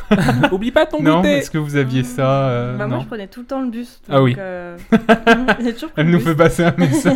[SPEAKER 8] Oublie pas ton
[SPEAKER 7] Non,
[SPEAKER 8] goûter.
[SPEAKER 7] est-ce que vous aviez ça euh,
[SPEAKER 9] bah, moi
[SPEAKER 7] non.
[SPEAKER 9] je prenais tout le temps le bus.
[SPEAKER 7] Ah oui.
[SPEAKER 9] donc, euh, <laughs> j'ai toujours pris
[SPEAKER 7] Elle
[SPEAKER 9] le
[SPEAKER 7] nous
[SPEAKER 9] bus.
[SPEAKER 7] fait passer un message.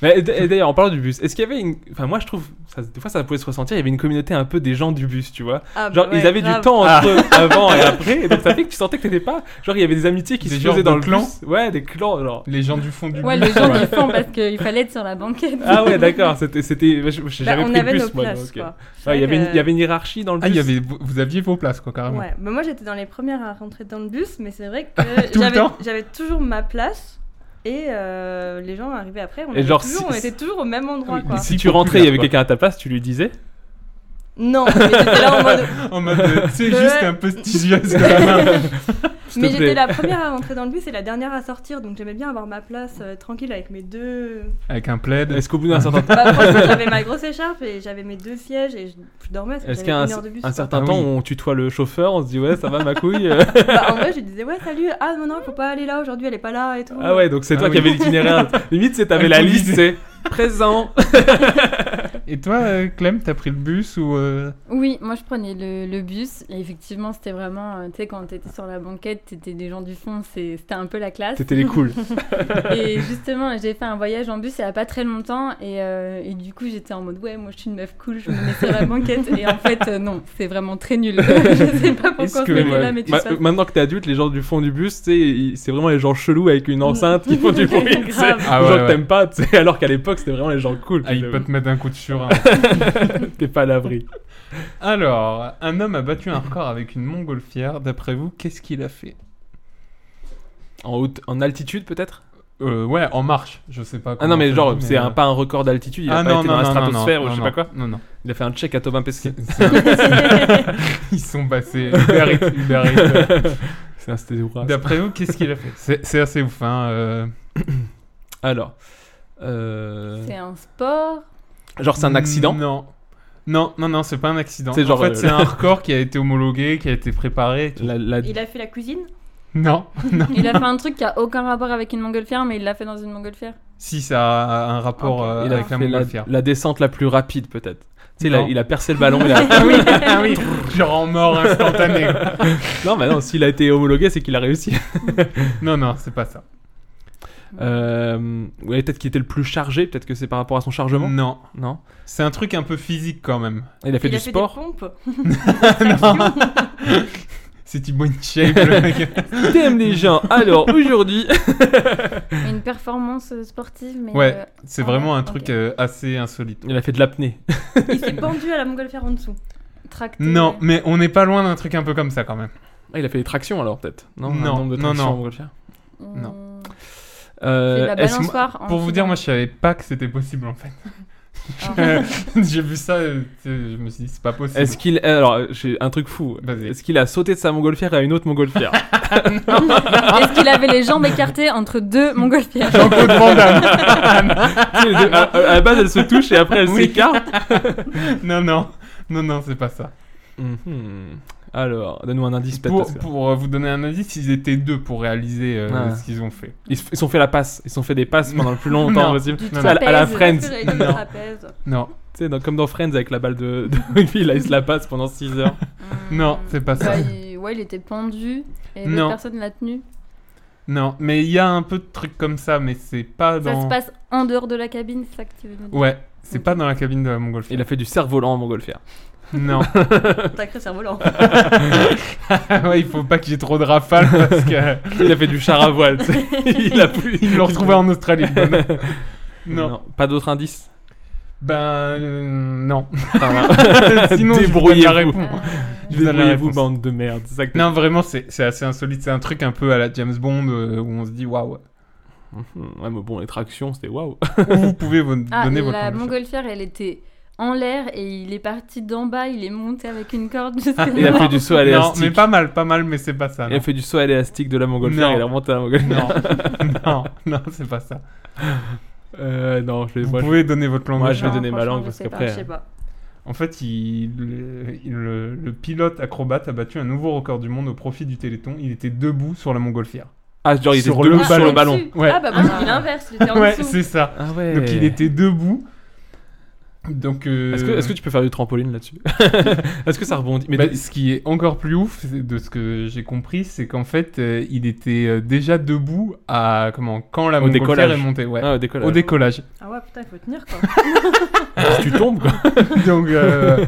[SPEAKER 8] Mais d- et d'ailleurs, en parlant du bus, est-ce qu'il y avait une. Enfin, moi je trouve, ça, des fois ça pouvait se ressentir, il y avait une communauté un peu des gens du bus, tu vois.
[SPEAKER 9] Ah, bah
[SPEAKER 8] Genre, ils
[SPEAKER 9] ouais,
[SPEAKER 8] avaient
[SPEAKER 9] grave.
[SPEAKER 8] du temps
[SPEAKER 7] Ah.
[SPEAKER 8] entre eux, avant et après, et donc ça fait que tu sentais que t'étais pas. Genre, il y avait des amitiés qui
[SPEAKER 7] Des
[SPEAKER 8] se
[SPEAKER 7] genres
[SPEAKER 8] faisaient dans
[SPEAKER 7] de
[SPEAKER 8] le
[SPEAKER 7] clans
[SPEAKER 8] bus. Ouais, des clans, genre.
[SPEAKER 7] les gens du fond du
[SPEAKER 12] Ouais,
[SPEAKER 7] bus.
[SPEAKER 12] les gens qui font parce qu'il fallait être sur la banquette.
[SPEAKER 8] Ah ouais, d'accord, c'était. c'était- ouais, je- J'ai
[SPEAKER 9] Bah,
[SPEAKER 8] jamais
[SPEAKER 9] on
[SPEAKER 8] pris
[SPEAKER 9] avait
[SPEAKER 8] le
[SPEAKER 9] nos
[SPEAKER 8] bus, moi.
[SPEAKER 9] places
[SPEAKER 8] donc, euh,
[SPEAKER 9] quoi. C'est
[SPEAKER 8] ouais, Il y
[SPEAKER 9] vrai
[SPEAKER 8] avait une-
[SPEAKER 9] que-
[SPEAKER 8] il y avait une hiérarchie dans le bus.
[SPEAKER 7] Ah, il y avait, vous, vous aviez vos places, quoi, carrément.
[SPEAKER 9] Ouais, bah moi j'étais dans les premières à rentrer dans le bus, mais c'est
[SPEAKER 8] <laughs>
[SPEAKER 9] vrai
[SPEAKER 7] Tout
[SPEAKER 9] que
[SPEAKER 7] le
[SPEAKER 9] j'avais-
[SPEAKER 7] temps
[SPEAKER 9] j'avais toujours ma place et euh, les gens arrivaient après. On,
[SPEAKER 8] Et
[SPEAKER 9] avait
[SPEAKER 8] genre,
[SPEAKER 9] toujours- on
[SPEAKER 8] si-
[SPEAKER 9] était toujours au même endroit
[SPEAKER 7] Oui,
[SPEAKER 9] quoi.
[SPEAKER 7] si-
[SPEAKER 8] Si tu rentrais, il y avait
[SPEAKER 7] Populaire,
[SPEAKER 8] quelqu'un à ta place, tu lui disais.
[SPEAKER 9] Non, mais j'étais
[SPEAKER 8] <laughs>
[SPEAKER 9] là en mode.
[SPEAKER 7] En mode, euh, tu sais,
[SPEAKER 9] Ouais.
[SPEAKER 7] juste un peu studieuse de la main.
[SPEAKER 8] S'il te
[SPEAKER 9] Mais
[SPEAKER 8] plaît.
[SPEAKER 9] j'étais la première à rentrer dans le bus et la dernière à sortir, donc j'aimais bien avoir ma place euh, tranquille avec mes deux.
[SPEAKER 7] Avec un plaid.
[SPEAKER 8] Est-ce qu'au bout d'un
[SPEAKER 9] <laughs>
[SPEAKER 8] certain temps.
[SPEAKER 9] Bah, franchement, j'avais ma grosse écharpe et j'avais mes deux sièges et je, je dormais. parce que
[SPEAKER 8] Est-ce
[SPEAKER 9] j'avais
[SPEAKER 8] qu'à un,
[SPEAKER 9] une heure de bus.
[SPEAKER 8] un certain
[SPEAKER 7] Ah
[SPEAKER 8] temps,
[SPEAKER 7] oui.
[SPEAKER 8] on tutoie le chauffeur, on se dit ouais, ça va
[SPEAKER 9] <laughs>
[SPEAKER 8] ma couille euh.
[SPEAKER 9] Bah, en vrai, je disais ouais, salut, ah non, non, faut pas aller là aujourd'hui, elle est pas là et tout.
[SPEAKER 8] Ah ouais, donc c'est
[SPEAKER 7] Ah
[SPEAKER 8] toi
[SPEAKER 7] oui.
[SPEAKER 8] qui
[SPEAKER 7] <laughs>
[SPEAKER 8] avais l'itinéraire. Limite, c'est t'avais la
[SPEAKER 7] Improvisé.
[SPEAKER 8] liste,
[SPEAKER 7] <laughs>
[SPEAKER 8] c'est présent.
[SPEAKER 7] Et toi, euh, Clem, t'as pris le bus ou. euh,
[SPEAKER 12] Oui, moi je prenais le, le bus et effectivement c'était vraiment, euh, tu sais, quand t'étais sur la banquette, t'étais des gens du fond, c'est- c'était un peu la classe.
[SPEAKER 8] C'était les cools.
[SPEAKER 7] <laughs>
[SPEAKER 12] Et justement, j'ai fait un voyage en bus il y a pas très longtemps et, euh, et du coup j'étais en mode ouais, moi je suis une meuf cool, je me mets
[SPEAKER 7] <laughs>
[SPEAKER 12] sur la banquette et en fait euh, non, c'est vraiment très nul. je sais pas
[SPEAKER 7] Est-ce
[SPEAKER 12] pourquoi on
[SPEAKER 7] que-
[SPEAKER 12] se
[SPEAKER 7] Mais
[SPEAKER 12] mettait là, mais tu
[SPEAKER 7] <laughs>
[SPEAKER 8] Ma-
[SPEAKER 12] sais.
[SPEAKER 8] maintenant que t'es adulte, les gens du fond du bus, tu sais, ils- c'est vraiment les gens chelous avec une enceinte qui font
[SPEAKER 7] <laughs>
[SPEAKER 8] du bruit. tu sais.
[SPEAKER 12] Grave.
[SPEAKER 7] Ah
[SPEAKER 8] les
[SPEAKER 7] ouais,
[SPEAKER 8] gens que
[SPEAKER 7] ouais.
[SPEAKER 8] t'aimes pas, tu sais, alors qu'à l'époque, c'était vraiment les gens cool.
[SPEAKER 7] Ah, il peut te mettre un coup de surin.
[SPEAKER 8] T'es pas à l'abri.
[SPEAKER 7] Alors, un homme a battu un record avec une montgolfière. D'après vous, qu'est-ce qu'il a fait
[SPEAKER 8] En, haute, en altitude peut-être
[SPEAKER 7] Euh, ouais, en marche, je sais pas.
[SPEAKER 8] Ah
[SPEAKER 7] comment
[SPEAKER 8] non, mais
[SPEAKER 7] ça
[SPEAKER 8] genre,
[SPEAKER 7] dit,
[SPEAKER 8] c'est un,
[SPEAKER 7] euh,
[SPEAKER 8] pas un record d'altitude, il a
[SPEAKER 7] ah
[SPEAKER 8] pas
[SPEAKER 7] non,
[SPEAKER 8] été
[SPEAKER 7] non,
[SPEAKER 8] dans la
[SPEAKER 7] non, non,
[SPEAKER 8] stratosphère
[SPEAKER 7] non,
[SPEAKER 8] ou je sais
[SPEAKER 7] non,
[SPEAKER 8] pas quoi.
[SPEAKER 7] Non, non.
[SPEAKER 8] Il a fait un check à Tobin Pesquet.
[SPEAKER 7] Ils sont passés. Uber Eats, Uber
[SPEAKER 8] <laughs>
[SPEAKER 7] Eats.
[SPEAKER 8] c'est un c'était
[SPEAKER 7] D'après vous, qu'est-ce qu'il a fait C'est c'est assez ouf, hein. euh,
[SPEAKER 8] Alors. euh,
[SPEAKER 12] C'est un sport.
[SPEAKER 8] Genre, c'est un accident
[SPEAKER 7] Non. Non, non, non, c'est pas un accident.
[SPEAKER 8] C'est genre,
[SPEAKER 7] en fait,
[SPEAKER 8] euh,
[SPEAKER 7] c'est
[SPEAKER 8] <laughs>
[SPEAKER 7] un record qui a été homologué, qui a été préparé. et tout.
[SPEAKER 8] La- la-
[SPEAKER 9] Il a fait la cuisine
[SPEAKER 7] Non, non.
[SPEAKER 12] Il a fait un truc qui a aucun rapport avec une montgolfière, mais il l'a fait dans une montgolfière.
[SPEAKER 7] Si, ça a un rapport
[SPEAKER 12] Ok.
[SPEAKER 7] euh,
[SPEAKER 8] Ah, Il a
[SPEAKER 7] avec la
[SPEAKER 8] fait la,
[SPEAKER 7] montgolfière.
[SPEAKER 8] la descente la plus rapide, peut-être. Tu sais, il a,
[SPEAKER 7] Non.
[SPEAKER 8] il a percé le ballon.
[SPEAKER 7] <laughs>
[SPEAKER 8] il a-
[SPEAKER 7] <laughs> Ah oui, ah oui, genre en mort instantanée. <laughs>
[SPEAKER 8] non, mais non, s'il a été homologué, c'est qu'il a réussi.
[SPEAKER 7] non, non, c'est pas ça.
[SPEAKER 8] Euh, ouais, peut-être qu'il était le plus chargé, peut-être que c'est par rapport à son chargement.
[SPEAKER 7] Non,
[SPEAKER 8] Non.
[SPEAKER 7] c'est un truc un peu physique quand
[SPEAKER 12] <laughs>
[SPEAKER 7] même.
[SPEAKER 8] Il a fait
[SPEAKER 9] Il
[SPEAKER 8] du
[SPEAKER 9] a fait
[SPEAKER 8] sport.
[SPEAKER 9] des pompes
[SPEAKER 12] Ah,
[SPEAKER 7] <laughs> C'est une bonne shape, le mec.
[SPEAKER 8] <laughs> T'aimes les gens.
[SPEAKER 7] <laughs>
[SPEAKER 8] Alors aujourd'hui,
[SPEAKER 12] Une performance euh, sportive, mais.
[SPEAKER 7] Ouais,
[SPEAKER 12] euh,
[SPEAKER 7] c'est
[SPEAKER 12] Ah,
[SPEAKER 7] vraiment un
[SPEAKER 12] ok.
[SPEAKER 7] truc euh, assez insolite.
[SPEAKER 8] il a fait de l'apnée.
[SPEAKER 9] Il
[SPEAKER 7] <laughs>
[SPEAKER 9] s'est pendu à la montgolfière en dessous.
[SPEAKER 12] tractée.
[SPEAKER 7] Non, mais on n'est pas loin d'un truc un peu comme ça quand même.
[SPEAKER 8] Ah, il a fait des tractions alors peut-être. Non, un
[SPEAKER 7] Non,
[SPEAKER 8] nombre de
[SPEAKER 7] non,
[SPEAKER 8] tractions,
[SPEAKER 7] non.
[SPEAKER 8] on va le faire.
[SPEAKER 12] Hum,
[SPEAKER 7] non.
[SPEAKER 8] Euh,
[SPEAKER 12] c'est de la
[SPEAKER 7] est-ce que moi-
[SPEAKER 12] balançoire. en
[SPEAKER 7] Pour vous
[SPEAKER 12] dessous
[SPEAKER 7] dire,
[SPEAKER 12] d'un-
[SPEAKER 7] moi je savais pas que c'était possible en fait.
[SPEAKER 12] Ah.
[SPEAKER 7] Euh, <laughs> J'ai vu ça, euh, tu sais, je me suis dit c'est pas possible.
[SPEAKER 8] Est-ce qu'il alors euh, j'ai un truc fou.
[SPEAKER 7] Vas-y.
[SPEAKER 8] Est-ce qu'il a sauté de sa montgolfière à une autre
[SPEAKER 7] <laughs>
[SPEAKER 8] montgolfière
[SPEAKER 12] Est-ce qu'il avait les jambes écartées entre
[SPEAKER 7] <laughs>
[SPEAKER 12] deux montgolfières
[SPEAKER 7] Jean-Claude Van Damme.
[SPEAKER 8] Tu sais, les deux- à, à la base, elles se touchent et après elles s'écartent.
[SPEAKER 7] Non, non, non, non, c'est pas ça.
[SPEAKER 8] Mhm. Alors, donne-nous un indice peut-être. parce
[SPEAKER 7] Pour,
[SPEAKER 8] que-
[SPEAKER 7] pour, euh, vous donner un indice, ils étaient deux pour réaliser euh,
[SPEAKER 8] Ah.
[SPEAKER 7] ce qu'ils ont fait.
[SPEAKER 8] Ils se ils se sont fait la passe. Ils se sont fait des passes pendant le plus longtemps
[SPEAKER 7] Non.
[SPEAKER 8] possible.
[SPEAKER 7] Du
[SPEAKER 8] Tu sais, à, la- à la
[SPEAKER 12] trapèze.
[SPEAKER 8] Friends.
[SPEAKER 9] Est-ce que j'allais dire
[SPEAKER 7] Non.
[SPEAKER 9] le trapèze
[SPEAKER 7] Non,
[SPEAKER 8] Tu sais, dans- comme dans Friends avec la balle de, de rugby, là, il se la passe pendant 6 heures.
[SPEAKER 12] Hum,
[SPEAKER 7] non, c'est pas ça.
[SPEAKER 12] bah, il- ouais, il était pendu et
[SPEAKER 7] Non.
[SPEAKER 12] l'autre personne l'a tenu.
[SPEAKER 7] Non, mais il y a un peu de trucs comme ça, mais c'est pas
[SPEAKER 12] Ça
[SPEAKER 7] dans.
[SPEAKER 12] se passe en dehors de la cabine, c'est ça que tu veux nous dire
[SPEAKER 7] Ouais, c'est pas dans la cabine de la montgolfière.
[SPEAKER 8] Il a fait du cerf-volant en montgolfière.
[SPEAKER 7] Non. <laughs>
[SPEAKER 9] Sacré cerf-volant.
[SPEAKER 7] ouais, il faut pas qu'il y ait trop de rafales parce
[SPEAKER 8] <laughs>
[SPEAKER 7] que
[SPEAKER 8] Il a fait du char à voile. tu sais. il a plus.
[SPEAKER 7] ils l'ont retrouvé en
[SPEAKER 8] <laughs>
[SPEAKER 7] Australie. le bonhomme. Non.
[SPEAKER 8] Pas d'autres indices
[SPEAKER 7] Ben euh, non. <laughs> Sinon, je vous donne
[SPEAKER 8] Sinon,
[SPEAKER 7] la
[SPEAKER 8] débrouillez-vous.
[SPEAKER 7] réponse. Je vous donne la
[SPEAKER 8] Débrouillez-vous,
[SPEAKER 7] réponse.
[SPEAKER 8] bande de merde. C'est ça que
[SPEAKER 7] Non, vraiment, c'est c'est assez insolite. C'est un truc un peu à la James Bond euh, où on se dit waouh.
[SPEAKER 8] Mhm. Ouais, mais bon, les tractions, c'était waouh.
[SPEAKER 7] Où vous pouvez vous
[SPEAKER 12] Ah,
[SPEAKER 7] donner votre nom
[SPEAKER 12] la
[SPEAKER 7] de chat.
[SPEAKER 12] montgolfière, elle était en l'air et il est parti d'en bas, il est monté avec une corde
[SPEAKER 7] Ah,
[SPEAKER 12] jusqu'à
[SPEAKER 8] Il a
[SPEAKER 12] là.
[SPEAKER 8] fait du saut à
[SPEAKER 7] Non,
[SPEAKER 8] l'élastique.
[SPEAKER 7] mais pas mal, pas mal, mais c'est pas ça.
[SPEAKER 8] Il a
[SPEAKER 7] Non,
[SPEAKER 8] fait du saut à l'élastique de la montgolfière.
[SPEAKER 7] Non.
[SPEAKER 8] Il est remonté à la montgolfière.
[SPEAKER 7] <laughs>
[SPEAKER 8] <laughs>
[SPEAKER 7] non, non, non, c'est pas ça.
[SPEAKER 8] Euh, non, je vais.
[SPEAKER 7] Vous
[SPEAKER 8] moi, je-
[SPEAKER 7] pouvez donner votre langue.
[SPEAKER 8] moi,
[SPEAKER 7] de
[SPEAKER 8] je vais
[SPEAKER 7] chat.
[SPEAKER 12] Non,
[SPEAKER 8] donner ma
[SPEAKER 12] franchement,
[SPEAKER 8] langue
[SPEAKER 12] je
[SPEAKER 8] parce
[SPEAKER 12] sais pas,
[SPEAKER 8] qu'après.
[SPEAKER 9] Ah, Je sais pas.
[SPEAKER 7] En fait, il, le- il- le, le pilote acrobate a battu un nouveau record du monde au profit du Téléthon. Il était debout sur la montgolfière.
[SPEAKER 8] Ah, genre, il était
[SPEAKER 7] Sur
[SPEAKER 8] debout
[SPEAKER 7] le
[SPEAKER 8] sur
[SPEAKER 7] ballon.
[SPEAKER 8] le ballon.
[SPEAKER 9] Dessus.
[SPEAKER 7] Ouais.
[SPEAKER 9] Ah bah moi j'ai dit l'inverse, j'étais en
[SPEAKER 7] ouais,
[SPEAKER 9] dessous.
[SPEAKER 7] c'est ça.
[SPEAKER 8] Ah ouais.
[SPEAKER 7] Donc il était debout. Donc euh,
[SPEAKER 8] Est-ce que, est-ce que tu peux faire du trampoline là-dessus <laughs> Est-ce que ça rebondit Mais
[SPEAKER 7] bah, ce qui est encore plus ouf c'est- de ce que j'ai compris, c'est qu'en fait, euh, il était euh, déjà debout à comment quand la
[SPEAKER 8] Au
[SPEAKER 7] montgolfière
[SPEAKER 8] décollage.
[SPEAKER 7] est montée, ouais,
[SPEAKER 8] Ah, au décollage. Ah,
[SPEAKER 7] au décollage. <laughs>
[SPEAKER 9] Ah ouais putain il faut tenir quoi.
[SPEAKER 8] tu tombes quoi.
[SPEAKER 7] Donc
[SPEAKER 8] <laughs>
[SPEAKER 7] euh,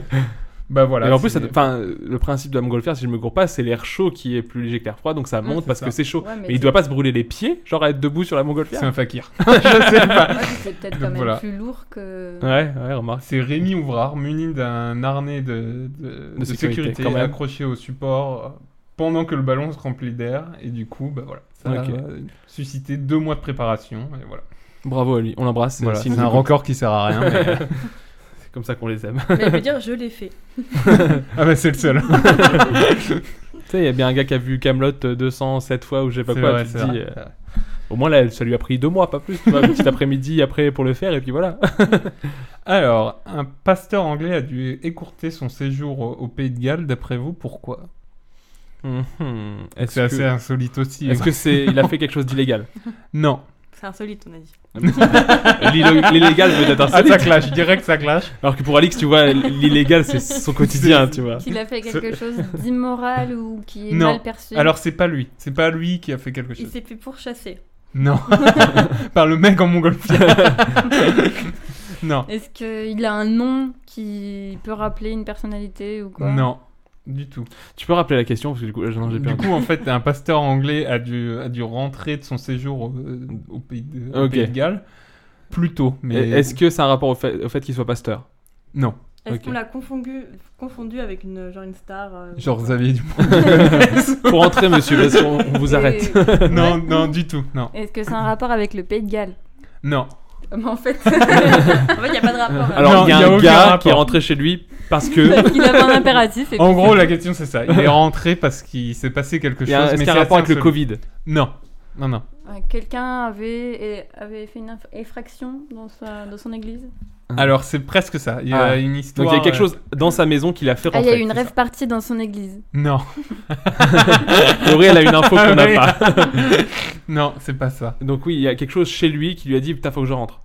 [SPEAKER 7] bah voilà.
[SPEAKER 8] Et en plus,
[SPEAKER 7] c'est-
[SPEAKER 8] ça- enfin, le principe de la montgolfière, si je me gourre pas, c'est l'air chaud qui est plus léger que l'air froid, donc ça monte
[SPEAKER 7] c'est
[SPEAKER 8] parce
[SPEAKER 7] ça.
[SPEAKER 8] que c'est chaud.
[SPEAKER 12] Ouais, mais
[SPEAKER 8] mais il
[SPEAKER 12] c'est-
[SPEAKER 8] doit pas se brûler les pieds, genre à être debout sur la
[SPEAKER 7] c'est
[SPEAKER 8] montgolfière.
[SPEAKER 7] un fakir. Je sais pas.
[SPEAKER 12] Ouais, c'était
[SPEAKER 7] <laughs>
[SPEAKER 12] peut-être quand
[SPEAKER 7] Donc
[SPEAKER 12] même
[SPEAKER 7] voilà.
[SPEAKER 12] plus lourd que.
[SPEAKER 8] Ouais, ouais, remarque.
[SPEAKER 7] C'est Rémi Ouvrard, muni d'un harnais de, de- de
[SPEAKER 8] sécurité,
[SPEAKER 7] sécurité,
[SPEAKER 8] quand même.
[SPEAKER 7] accroché au support euh, pendant que le ballon se remplit d'air. Et du coup, bah voilà, ça
[SPEAKER 8] Ok.
[SPEAKER 7] a suscité deux mois de préparation. Et voilà.
[SPEAKER 8] Bravo à lui, on l'embrasse.
[SPEAKER 7] Voilà,
[SPEAKER 8] s'il
[SPEAKER 7] c'est
[SPEAKER 8] nous
[SPEAKER 7] un
[SPEAKER 8] écoute.
[SPEAKER 7] record qui sert à rien. mais- <laughs>
[SPEAKER 8] <laughs> C'est comme ça qu'on les aime.
[SPEAKER 9] Mais je veux dire je l'ai fait.
[SPEAKER 7] ah bah c'est le seul.
[SPEAKER 8] tu sais, il y a bien un gars qui a vu Camelot 207 fois ou je sais pas
[SPEAKER 7] C'est
[SPEAKER 8] quoi.
[SPEAKER 7] vrai,
[SPEAKER 8] tu te
[SPEAKER 7] c'est
[SPEAKER 8] dis,
[SPEAKER 7] vrai.
[SPEAKER 8] euh, au moins là, ça lui a pris deux mois, pas plus. Tu vois, un petit après-midi après pour le faire et puis voilà. <laughs>
[SPEAKER 7] Alors, un pasteur anglais a dû écourter son séjour au, au Pays de Galles, d'après vous, pourquoi
[SPEAKER 8] Mhm. Est-ce
[SPEAKER 7] C'est
[SPEAKER 8] que-
[SPEAKER 7] assez insolite aussi. hein.
[SPEAKER 8] Est-ce que c'est, il a fait quelque chose d'illégal <laughs>
[SPEAKER 7] Non.
[SPEAKER 9] C'est insolite on a dit.
[SPEAKER 8] L'illo- L'illégal
[SPEAKER 7] <laughs>
[SPEAKER 8] veut être
[SPEAKER 7] Ah, ça
[SPEAKER 8] insolite.
[SPEAKER 7] clash, je dirais que ça
[SPEAKER 8] <laughs>
[SPEAKER 7] clash.
[SPEAKER 8] Alors que pour Alix, tu vois, l'illégal, c'est son quotidien, tu vois.
[SPEAKER 12] Qu'il a fait quelque chose d'immoral ou qui est
[SPEAKER 7] Non.
[SPEAKER 12] mal perçu.
[SPEAKER 7] Alors, c'est pas lui. C'est pas lui qui a fait quelque
[SPEAKER 9] Il
[SPEAKER 7] chose.
[SPEAKER 9] s'est fait pourchasser.
[SPEAKER 8] <laughs>
[SPEAKER 7] Non. Par le mec en montgolfière. non.
[SPEAKER 12] Est-ce qu'il a un nom qui peut rappeler une personnalité ou quoi
[SPEAKER 7] Non. Du tout.
[SPEAKER 8] Tu peux rappeler la question parce que du coup, euh, non, j'ai
[SPEAKER 7] Du
[SPEAKER 8] perdu.
[SPEAKER 7] coup, en fait, un pasteur anglais a dû, a dû rentrer de son séjour euh, au, Pays de, au
[SPEAKER 8] Ok.
[SPEAKER 7] Pays de Galles plus tôt. Mais
[SPEAKER 8] Est-ce que c'est un rapport au fait, au fait qu'il soit pasteur
[SPEAKER 7] Non.
[SPEAKER 9] Est-ce
[SPEAKER 8] Ok.
[SPEAKER 9] qu'on l'a confondu, confondu avec une, genre une star euh,
[SPEAKER 7] Genre Xavier
[SPEAKER 8] <laughs>
[SPEAKER 7] Dupont.
[SPEAKER 8] Pour entrer, monsieur, parce qu'on on vous
[SPEAKER 12] Et-
[SPEAKER 8] arrête.
[SPEAKER 7] non, non, du tout, non.
[SPEAKER 12] <laughs> Est-ce que c'est un rapport avec le Pays de Galles
[SPEAKER 7] Non. <laughs>
[SPEAKER 12] Mais en fait, en fait,
[SPEAKER 9] En fait, il n'y a pas de rapport. hein.
[SPEAKER 7] Non,
[SPEAKER 8] Alors, il y a
[SPEAKER 7] y a
[SPEAKER 8] un
[SPEAKER 7] aucun
[SPEAKER 8] gars
[SPEAKER 7] rapport.
[SPEAKER 8] qui est rentré chez lui parce
[SPEAKER 12] <laughs>
[SPEAKER 8] que.
[SPEAKER 12] il avait un impératif. Et
[SPEAKER 7] En gros, la question c'est ça. Il est rentré parce qu'il s'est passé quelque
[SPEAKER 8] Il
[SPEAKER 7] chose.
[SPEAKER 8] y a un, est-ce
[SPEAKER 7] mais
[SPEAKER 8] qu'il y a un
[SPEAKER 7] c'est
[SPEAKER 8] rapport avec le
[SPEAKER 7] seul-
[SPEAKER 8] Covid
[SPEAKER 7] Non, non, non.
[SPEAKER 12] Ouais, Quelqu'un avait, et- avait fait une inf- effraction dans, sa- dans son église.
[SPEAKER 7] Alors c'est presque ça. Il y a
[SPEAKER 8] Ah.
[SPEAKER 7] une histoire.
[SPEAKER 8] Donc, il y a quelque
[SPEAKER 7] euh,
[SPEAKER 8] chose dans sa maison qu'il a fait
[SPEAKER 12] Ah,
[SPEAKER 8] rentrer.
[SPEAKER 12] il y a eu une
[SPEAKER 8] c'est ça.
[SPEAKER 12] rêve partie dans son église.
[SPEAKER 7] Non.
[SPEAKER 8] Laurie, elle a une info qu'on n'a
[SPEAKER 7] oui.
[SPEAKER 8] pas.
[SPEAKER 7] Non, c'est pas ça.
[SPEAKER 8] Donc, oui, il y a quelque chose chez lui qui lui a dit Putain, faut que je rentre.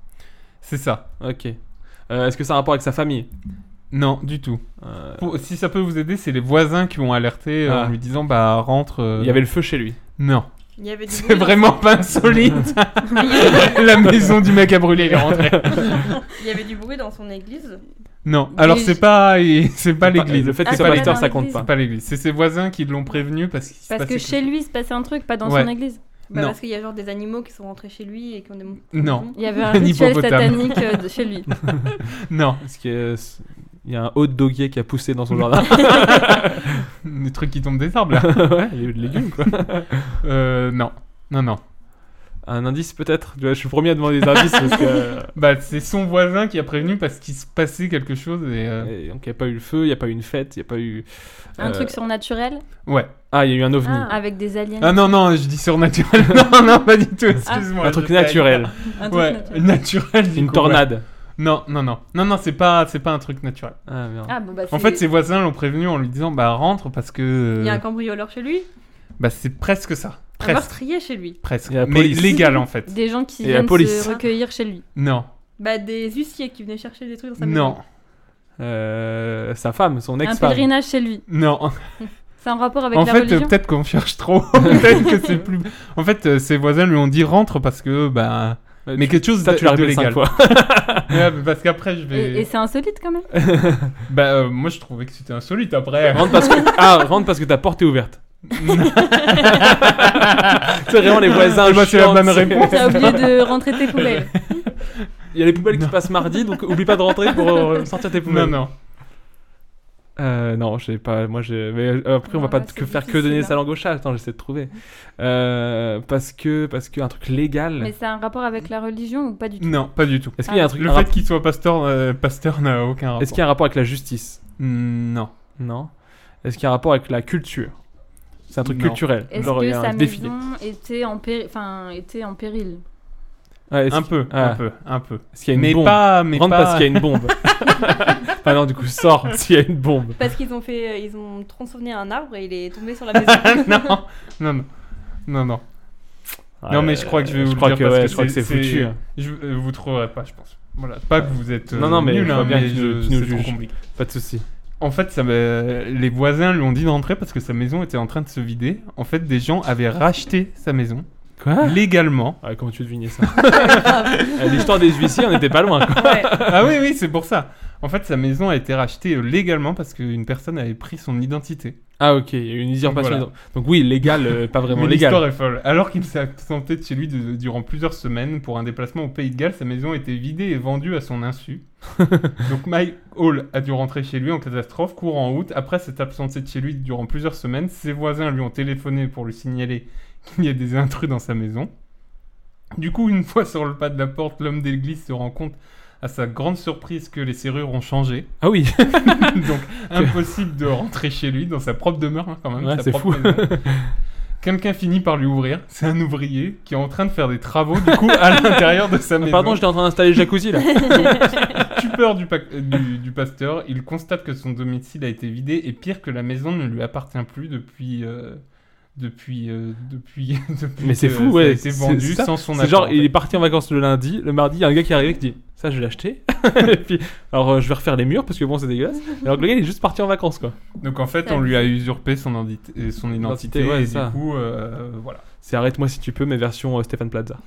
[SPEAKER 7] C'est ça.
[SPEAKER 8] Ok. Euh, Est-ce que ça a un rapport avec sa famille
[SPEAKER 7] Non, du tout.
[SPEAKER 8] Euh,
[SPEAKER 7] Pour- si ça peut vous aider, c'est les voisins qui ont alerté euh,
[SPEAKER 8] Ah.
[SPEAKER 7] en lui disant bah rentre. euh,
[SPEAKER 8] Il y avait le feu chez lui.
[SPEAKER 7] Non.
[SPEAKER 9] Il y avait du
[SPEAKER 7] C'est
[SPEAKER 9] bruit dans-
[SPEAKER 7] vraiment pas
[SPEAKER 12] <laughs>
[SPEAKER 7] insolite. la maison du mec a brûlé, il est rentré.
[SPEAKER 9] Il y avait du bruit dans son église.
[SPEAKER 7] Non. Alors
[SPEAKER 12] Mais-
[SPEAKER 7] c'est pas c'est pas l'église.
[SPEAKER 8] Le fait
[SPEAKER 12] Ah,
[SPEAKER 8] que
[SPEAKER 12] c'est
[SPEAKER 8] soit
[SPEAKER 12] pas
[SPEAKER 8] pasteur,
[SPEAKER 12] dans
[SPEAKER 8] ça compte
[SPEAKER 12] l'église.
[SPEAKER 8] pas.
[SPEAKER 7] C'est pas l'église. C'est ses voisins qui l'ont prévenu parce qu'il se
[SPEAKER 12] Parce
[SPEAKER 7] passait
[SPEAKER 12] que
[SPEAKER 7] quelque
[SPEAKER 12] chez
[SPEAKER 7] chose.
[SPEAKER 12] lui, il se passait un truc, pas dans son
[SPEAKER 7] Ouais.
[SPEAKER 12] église.
[SPEAKER 9] Bah,
[SPEAKER 7] Non.
[SPEAKER 9] Parce qu'il y a genre des animaux qui sont rentrés chez lui et qui ont des. mou-
[SPEAKER 7] Non.
[SPEAKER 12] Il y
[SPEAKER 8] <laughs>
[SPEAKER 12] avait un
[SPEAKER 7] Un
[SPEAKER 12] rituel
[SPEAKER 7] hippopotame.
[SPEAKER 12] satanique euh, de- chez lui.
[SPEAKER 7] Non.
[SPEAKER 8] Parce que. euh, c'est- Il y a un haut de doguier qui a poussé dans son jardin.
[SPEAKER 7] Les trucs qui tombent des arbres
[SPEAKER 8] <laughs>
[SPEAKER 7] là.
[SPEAKER 8] ouais, il y a eu de légumes <laughs> quoi.
[SPEAKER 7] Euh, non. Non, non.
[SPEAKER 8] Un indice peut-être Je suis le premier à demander des indices parce que. euh,
[SPEAKER 7] Bah, c'est son voisin qui a prévenu parce qu'il se passait quelque chose et. euh,
[SPEAKER 8] et donc il n'y a pas eu le feu, il n'y a pas eu une fête, il n'y a pas eu.
[SPEAKER 12] Un
[SPEAKER 8] euh,
[SPEAKER 12] truc surnaturel
[SPEAKER 7] Ouais.
[SPEAKER 8] Ah, il y a eu un ovni.
[SPEAKER 12] avec des aliens.
[SPEAKER 7] Ah non, non, je dis surnaturel. <laughs> non, non, pas du tout, excuse-moi.
[SPEAKER 8] un truc
[SPEAKER 7] je sais.
[SPEAKER 8] naturel.
[SPEAKER 12] Ah. Un truc
[SPEAKER 7] ah. Ouais,
[SPEAKER 12] naturel.
[SPEAKER 7] naturel. du
[SPEAKER 8] Une
[SPEAKER 7] coup, ouais.
[SPEAKER 8] tornade.
[SPEAKER 7] Non, non, non. Non, non, c'est pas, c'est pas un truc naturel.
[SPEAKER 8] Ah, merde.
[SPEAKER 12] Ah, bon, bah,
[SPEAKER 7] En
[SPEAKER 12] c'est-
[SPEAKER 7] fait, ses voisins l'ont prévenu en lui disant Bah, rentre parce que.
[SPEAKER 9] Il y a un cambrioleur chez lui.
[SPEAKER 7] Bah, c'est presque ça.
[SPEAKER 9] Un
[SPEAKER 7] Presque.
[SPEAKER 9] meurtrier chez lui.
[SPEAKER 7] Presque.
[SPEAKER 8] Il y a la
[SPEAKER 7] Mais
[SPEAKER 8] police.
[SPEAKER 7] légal en fait.
[SPEAKER 12] <laughs> des gens qui
[SPEAKER 8] Et la
[SPEAKER 12] viennent
[SPEAKER 8] police.
[SPEAKER 12] se recueillir chez lui.
[SPEAKER 7] Non.
[SPEAKER 9] Bah des huissiers qui venaient chercher des trucs dans sa maison.
[SPEAKER 7] Non.
[SPEAKER 8] Euh, sa femme, son
[SPEAKER 12] Un
[SPEAKER 8] ex-femme.
[SPEAKER 12] pèlerinage chez lui.
[SPEAKER 7] Non.
[SPEAKER 12] C'est un rapport avec
[SPEAKER 7] en
[SPEAKER 12] la
[SPEAKER 7] fait, euh,
[SPEAKER 12] religion
[SPEAKER 7] peut-être qu'on cherche trop. <laughs> peut-être que c'est plus. En fait, euh, ses voisins lui ont dit rentre parce que, bah.
[SPEAKER 8] Euh,
[SPEAKER 7] Mais
[SPEAKER 8] tu-
[SPEAKER 7] quelque chose
[SPEAKER 8] ça,
[SPEAKER 7] de,
[SPEAKER 8] tu
[SPEAKER 7] de
[SPEAKER 8] l'as répété cinq
[SPEAKER 7] légal.
[SPEAKER 8] fois.
[SPEAKER 7] <laughs> Ouais, mais parce qu'après, je vais.
[SPEAKER 12] Et, et c'est insolite
[SPEAKER 8] <laughs>
[SPEAKER 12] quand même.
[SPEAKER 7] Bah, euh, moi je trouvais que c'était insolite après.
[SPEAKER 8] rentre parce que ah, rentre parce que ta porte
[SPEAKER 7] <laughs>
[SPEAKER 8] est ouverte. c'est vraiment les voisins.
[SPEAKER 7] Eh ben, c'est la
[SPEAKER 8] chiants,
[SPEAKER 7] bonne
[SPEAKER 8] tu sais.
[SPEAKER 7] réponse.
[SPEAKER 12] T'as oublié de rentrer
[SPEAKER 8] <laughs>
[SPEAKER 12] tes poubelles.
[SPEAKER 8] Il y a les poubelles
[SPEAKER 7] Non.
[SPEAKER 8] qui passent mardi, donc oublie pas de rentrer pour euh, sortir tes
[SPEAKER 7] <laughs> non,
[SPEAKER 8] poubelles.
[SPEAKER 7] non.
[SPEAKER 8] Euh, non, je sais pas. Moi, je. Mais euh, après, on va
[SPEAKER 12] Non,
[SPEAKER 8] pas
[SPEAKER 12] là,
[SPEAKER 8] que
[SPEAKER 12] c'est
[SPEAKER 8] faire que
[SPEAKER 12] difficile,
[SPEAKER 8] donner
[SPEAKER 12] hein.
[SPEAKER 8] sa langue au chat. Attends, j'essaie de trouver. Euh, parce que, parce que un truc légal.
[SPEAKER 12] Mais c'est un rapport avec la religion ou pas du tout
[SPEAKER 8] Mm.
[SPEAKER 7] Non, pas du tout.
[SPEAKER 8] Est-ce qu'il y a un truc
[SPEAKER 7] Le
[SPEAKER 8] un
[SPEAKER 7] fait
[SPEAKER 8] rap-
[SPEAKER 7] qu'il soit pasteur, euh, pasteur n'a aucun rapport.
[SPEAKER 8] Est-ce qu'il y a un rapport avec la justice
[SPEAKER 7] Mm, Non.
[SPEAKER 8] Non. Est-ce qu'il y a un rapport avec la culture C'est un truc
[SPEAKER 7] Non.
[SPEAKER 8] culturel.
[SPEAKER 12] Est-ce
[SPEAKER 8] Genre, il
[SPEAKER 12] que
[SPEAKER 8] y a
[SPEAKER 12] sa
[SPEAKER 8] un défilé.
[SPEAKER 12] maison était en, péri- enfin, était en péril
[SPEAKER 8] Ouais, est-ce
[SPEAKER 7] Un
[SPEAKER 8] qu'il-
[SPEAKER 7] peu,
[SPEAKER 8] Ah.
[SPEAKER 7] un peu, un peu.
[SPEAKER 8] Est-ce qu'il y a une
[SPEAKER 7] mais
[SPEAKER 8] bombe
[SPEAKER 7] pas, mais
[SPEAKER 8] Rentre
[SPEAKER 7] pas.
[SPEAKER 8] parce qu'il y a une bombe. ah non, du coup, sors s'il y a une bombe.
[SPEAKER 9] Parce qu'ils ont fait, euh, ils ont tronçonné un arbre et il est tombé sur la
[SPEAKER 7] <laughs>
[SPEAKER 9] maison.
[SPEAKER 7] <laughs> non, non, non, non, non. non, mais je crois que je vais vous
[SPEAKER 8] crois
[SPEAKER 7] le
[SPEAKER 8] que,
[SPEAKER 7] dire parce
[SPEAKER 8] ouais,
[SPEAKER 7] que
[SPEAKER 8] Euh, je crois que c'est foutu. hein.
[SPEAKER 7] Je, euh, vous trouverez pas, je pense. Voilà. Pas que vous êtes. euh,
[SPEAKER 8] Non, non, mais
[SPEAKER 7] nuls,
[SPEAKER 8] je vois
[SPEAKER 7] hein,
[SPEAKER 8] bien
[SPEAKER 7] mais
[SPEAKER 8] que tu nous-
[SPEAKER 7] je-
[SPEAKER 8] tu nous
[SPEAKER 7] c'est trop
[SPEAKER 8] juges.
[SPEAKER 7] compliqué.
[SPEAKER 8] Pas de souci.
[SPEAKER 7] En fait, ça m'a- les voisins lui ont dit de rentrer parce que sa maison était en train de se vider. En fait, des gens avaient racheté sa maison
[SPEAKER 8] Quoi
[SPEAKER 7] légalement.
[SPEAKER 8] ah, Comment tu devinais ça <laughs> Euh, L'histoire des huissiers, on était pas loin. quoi.
[SPEAKER 9] Ouais.
[SPEAKER 7] Ah oui, oui, c'est pour ça. En fait, sa maison a été rachetée euh, légalement parce qu'une personne avait pris son identité.
[SPEAKER 8] Ah, ok, il y a eu une usurpation.
[SPEAKER 7] Voilà.
[SPEAKER 8] Donc- Donc, oui, légal, euh, pas vraiment
[SPEAKER 7] Mais
[SPEAKER 8] légal.
[SPEAKER 7] l'histoire est folle. Alors qu'il s'est absenté de chez lui de- durant plusieurs semaines pour un déplacement au Pays de Galles, sa maison a été vidée et vendue à son
[SPEAKER 8] <laughs>
[SPEAKER 7] insu. Donc Mike Hall a dû rentrer chez lui en catastrophe, court en août. Après s'être absenté de chez lui durant plusieurs semaines, ses voisins lui ont téléphoné pour lui signaler qu'il y a des intrus dans sa maison. Du coup, une fois sur le pas de la porte, l'homme d'église se rend compte à sa grande surprise que les serrures ont changé.
[SPEAKER 8] Ah
[SPEAKER 7] <laughs>
[SPEAKER 8] oui,
[SPEAKER 7] Donc impossible de rentrer chez lui dans sa propre demeure hein, quand même.
[SPEAKER 8] Ouais,
[SPEAKER 7] sa
[SPEAKER 8] c'est
[SPEAKER 7] propre
[SPEAKER 8] fou. <laughs>
[SPEAKER 7] maison. Quelqu'un finit par lui ouvrir. C'est un ouvrier qui est en train de faire des travaux du coup à
[SPEAKER 8] <laughs>
[SPEAKER 7] l'intérieur de sa maison.
[SPEAKER 8] Ah, pardon, j'étais en train d'installer le jacuzzi là.
[SPEAKER 7] <laughs> Stupeur du, pac- euh, du, du pasteur, il constate que son domicile a été vidé et pire que la maison ne lui appartient plus depuis. euh, depuis, euh, depuis, <laughs> depuis
[SPEAKER 8] Mais c'est
[SPEAKER 7] que
[SPEAKER 8] fou,
[SPEAKER 7] ça a
[SPEAKER 8] ouais,
[SPEAKER 7] été
[SPEAKER 8] c'est-
[SPEAKER 7] vendu
[SPEAKER 8] c'est ça.
[SPEAKER 7] sans son
[SPEAKER 8] C'est
[SPEAKER 7] accord.
[SPEAKER 8] genre,
[SPEAKER 7] en
[SPEAKER 8] il
[SPEAKER 7] fait.
[SPEAKER 8] est parti en vacances le lundi, le mardi, il y a un gars qui est arrivé qui dit Ça, je vais l'acheter. <laughs> Et puis, alors, euh, je vais refaire les murs parce que bon, c'est dégueulasse. Alors que le gars, il est juste parti en vacances, quoi.
[SPEAKER 7] Donc en fait, on lui a usurpé son, identi- euh, son
[SPEAKER 8] Identité,
[SPEAKER 7] identité,
[SPEAKER 8] ouais,
[SPEAKER 7] et
[SPEAKER 8] c'est ça.
[SPEAKER 7] du coup, euh, voilà.
[SPEAKER 8] C'est Arrête-moi si tu peux, mais version euh, Stéphane Plaza.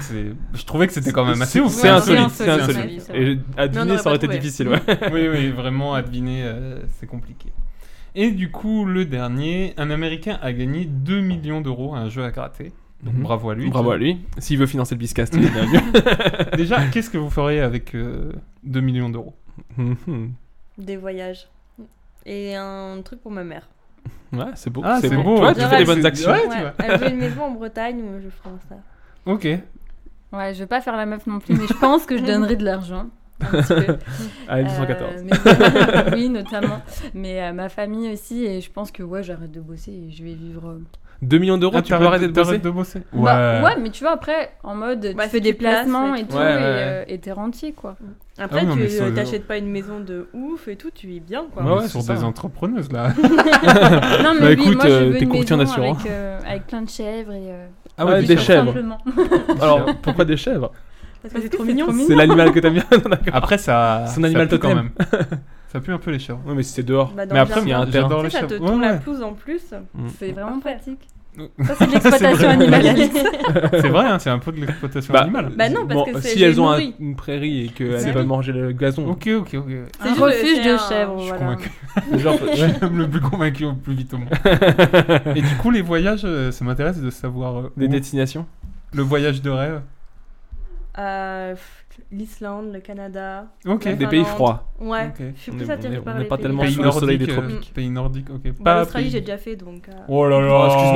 [SPEAKER 7] C'est- Je trouvais que c'était quand même assez
[SPEAKER 8] C'est-
[SPEAKER 7] ouf. hein.
[SPEAKER 8] C'est
[SPEAKER 9] Ouais,
[SPEAKER 8] insolite,
[SPEAKER 9] c'est
[SPEAKER 8] c'est
[SPEAKER 9] insolite,
[SPEAKER 8] insolite.
[SPEAKER 9] c'est
[SPEAKER 8] Et à
[SPEAKER 9] on
[SPEAKER 8] dîner,
[SPEAKER 9] n'aurait
[SPEAKER 8] ça aurait
[SPEAKER 9] pas
[SPEAKER 8] été
[SPEAKER 9] trouvé.
[SPEAKER 8] difficile, ouais.
[SPEAKER 7] <laughs> oui, oui, vraiment, à deviner, euh, c'est compliqué. Et du coup, le dernier, un Américain a gagné 2 millions d'euros à un jeu à gratter. Donc
[SPEAKER 8] Mhm.
[SPEAKER 7] bravo à lui. <laughs>
[SPEAKER 8] Bravo à lui. S'il veut financer le biscast, il est bienvenu.
[SPEAKER 7] Déjà, qu'est-ce que vous feriez avec euh, 2 millions d'euros. <laughs>
[SPEAKER 8] Mhm.
[SPEAKER 9] Des voyages. Et un truc pour ma mère.
[SPEAKER 8] <laughs> Ouais, c'est beau.
[SPEAKER 7] Ah, c'est beau,
[SPEAKER 8] Tu
[SPEAKER 7] on
[SPEAKER 8] vois, tu
[SPEAKER 9] dirait
[SPEAKER 8] fais les
[SPEAKER 9] que
[SPEAKER 8] bonnes
[SPEAKER 7] c'est-
[SPEAKER 8] actions.
[SPEAKER 7] Ouais, tu vois.
[SPEAKER 9] Elle veut une maison en Bretagne, moi, je ferai ça.
[SPEAKER 7] Ok.
[SPEAKER 12] Ouais, je veux pas faire la meuf non plus, mais je
[SPEAKER 8] <laughs>
[SPEAKER 12] pense que je donnerai de l'argent. un petit peu.
[SPEAKER 8] Allez, 214.
[SPEAKER 12] Euh, mais- oui, notamment. Mais à ma famille aussi, et je pense que ouais, j'arrête de bosser et je vais vivre. euh,
[SPEAKER 8] 2 millions d'euros,
[SPEAKER 7] Ah,
[SPEAKER 8] tu peux arrêter de bosser
[SPEAKER 7] t'arrêtes bosser
[SPEAKER 8] Ouais.
[SPEAKER 12] Bah, ouais, mais tu vois, après, en mode,
[SPEAKER 9] Bah, si
[SPEAKER 12] tu fais
[SPEAKER 9] tu
[SPEAKER 12] des
[SPEAKER 9] te places,
[SPEAKER 12] placements
[SPEAKER 9] ouais,
[SPEAKER 12] et
[SPEAKER 9] tu-
[SPEAKER 12] tout,
[SPEAKER 8] Ouais, ouais,
[SPEAKER 12] et,
[SPEAKER 8] ouais.
[SPEAKER 12] euh, et t'es
[SPEAKER 9] <laughs>
[SPEAKER 12] rentier, quoi.
[SPEAKER 9] Après,
[SPEAKER 7] Ah oui, non, mais
[SPEAKER 9] tu
[SPEAKER 7] sur
[SPEAKER 9] euh,
[SPEAKER 7] le-
[SPEAKER 9] t'achètes pas une maison de ouf et tout, tu vis bien quoi.
[SPEAKER 8] Ouais,
[SPEAKER 7] On est
[SPEAKER 8] ouais,
[SPEAKER 7] sur
[SPEAKER 8] c'est ça. hein. Ah
[SPEAKER 7] des entrepreneuses là.
[SPEAKER 12] non, mais
[SPEAKER 8] Bah,
[SPEAKER 12] oui,
[SPEAKER 8] écoute,
[SPEAKER 12] moi, je
[SPEAKER 8] euh,
[SPEAKER 12] veux
[SPEAKER 8] t'es
[SPEAKER 12] une
[SPEAKER 8] courtier en
[SPEAKER 12] maison
[SPEAKER 8] assurance.
[SPEAKER 12] avec, euh, avec plein de chèvres et... euh,
[SPEAKER 8] Ah
[SPEAKER 12] vivre
[SPEAKER 8] ouais, des
[SPEAKER 12] tout
[SPEAKER 8] chèvres.
[SPEAKER 12] simplement.
[SPEAKER 8] <laughs> Alors, pourquoi des chèvres
[SPEAKER 9] Parce que <laughs> c'est trop mignon.
[SPEAKER 8] C'est l'animal que t'aimes bien. <laughs> Non, d'accord.
[SPEAKER 7] Après, ça.
[SPEAKER 8] Son animal
[SPEAKER 7] ça pue quand même.
[SPEAKER 8] totem.
[SPEAKER 7] ça pue un peu les chèvres.
[SPEAKER 8] Ouais, mais si c'est dehors.
[SPEAKER 9] Bah, dans
[SPEAKER 7] Mais
[SPEAKER 9] le
[SPEAKER 7] après,
[SPEAKER 9] jardin,
[SPEAKER 8] il y a un terrain.
[SPEAKER 7] j'adore
[SPEAKER 9] tu
[SPEAKER 7] les
[SPEAKER 9] sais, ça
[SPEAKER 7] chèvres.
[SPEAKER 9] te
[SPEAKER 7] Ouais,
[SPEAKER 9] tombe la
[SPEAKER 7] ouais.
[SPEAKER 9] pelouse en plus.
[SPEAKER 12] C'est
[SPEAKER 9] <laughs>
[SPEAKER 12] vraiment pratique.
[SPEAKER 9] Ça, c'est de l'exploitation
[SPEAKER 7] vraiment-
[SPEAKER 9] animale.
[SPEAKER 7] C'est vrai, hein, c'est un peu de l'exploitation
[SPEAKER 8] Bah,
[SPEAKER 7] animale.
[SPEAKER 9] Bah non, parce
[SPEAKER 8] bon,
[SPEAKER 9] que c'est-
[SPEAKER 8] si
[SPEAKER 9] j'ai
[SPEAKER 8] elles ont un-
[SPEAKER 9] nourri.
[SPEAKER 8] une prairie et qu'elles
[SPEAKER 9] C'est
[SPEAKER 8] peuvent
[SPEAKER 9] vrai.
[SPEAKER 8] manger le gazon,
[SPEAKER 9] <laughs>
[SPEAKER 7] Ok, ok, ok. ouais.
[SPEAKER 9] C'est
[SPEAKER 12] Un
[SPEAKER 9] juste le-
[SPEAKER 12] refuge
[SPEAKER 9] c'est
[SPEAKER 12] de
[SPEAKER 9] un-
[SPEAKER 12] chèvres,
[SPEAKER 7] Je suis
[SPEAKER 12] voilà.
[SPEAKER 7] convaincu.
[SPEAKER 8] les gens peuvent-
[SPEAKER 7] Je suis même le plus convaincu au plus vite au monde. Et du coup, les voyages, euh, ça m'intéresse de savoir euh,
[SPEAKER 8] <laughs> des
[SPEAKER 7] où-
[SPEAKER 8] destinations.
[SPEAKER 7] le voyage de rêve.
[SPEAKER 9] Euh, pff, L'Islande, le Canada.
[SPEAKER 7] Ok.
[SPEAKER 9] La
[SPEAKER 8] Des pays
[SPEAKER 9] Finlande.
[SPEAKER 8] froids.
[SPEAKER 9] Ouais,
[SPEAKER 7] Ok.
[SPEAKER 9] je suis
[SPEAKER 8] On
[SPEAKER 9] plus
[SPEAKER 8] est-
[SPEAKER 9] attirée
[SPEAKER 8] on est-
[SPEAKER 9] par
[SPEAKER 8] on
[SPEAKER 9] les
[SPEAKER 8] est pas
[SPEAKER 9] pays
[SPEAKER 8] tellement
[SPEAKER 9] nordiques.
[SPEAKER 8] sur le soleil des
[SPEAKER 7] nordiques, euh,
[SPEAKER 8] tropiques.
[SPEAKER 7] Pays nordique, ok.
[SPEAKER 9] Bah,
[SPEAKER 7] Pas
[SPEAKER 9] L'Australie,
[SPEAKER 7] pays-
[SPEAKER 9] j'ai déjà fait donc. euh,
[SPEAKER 7] Oh là là,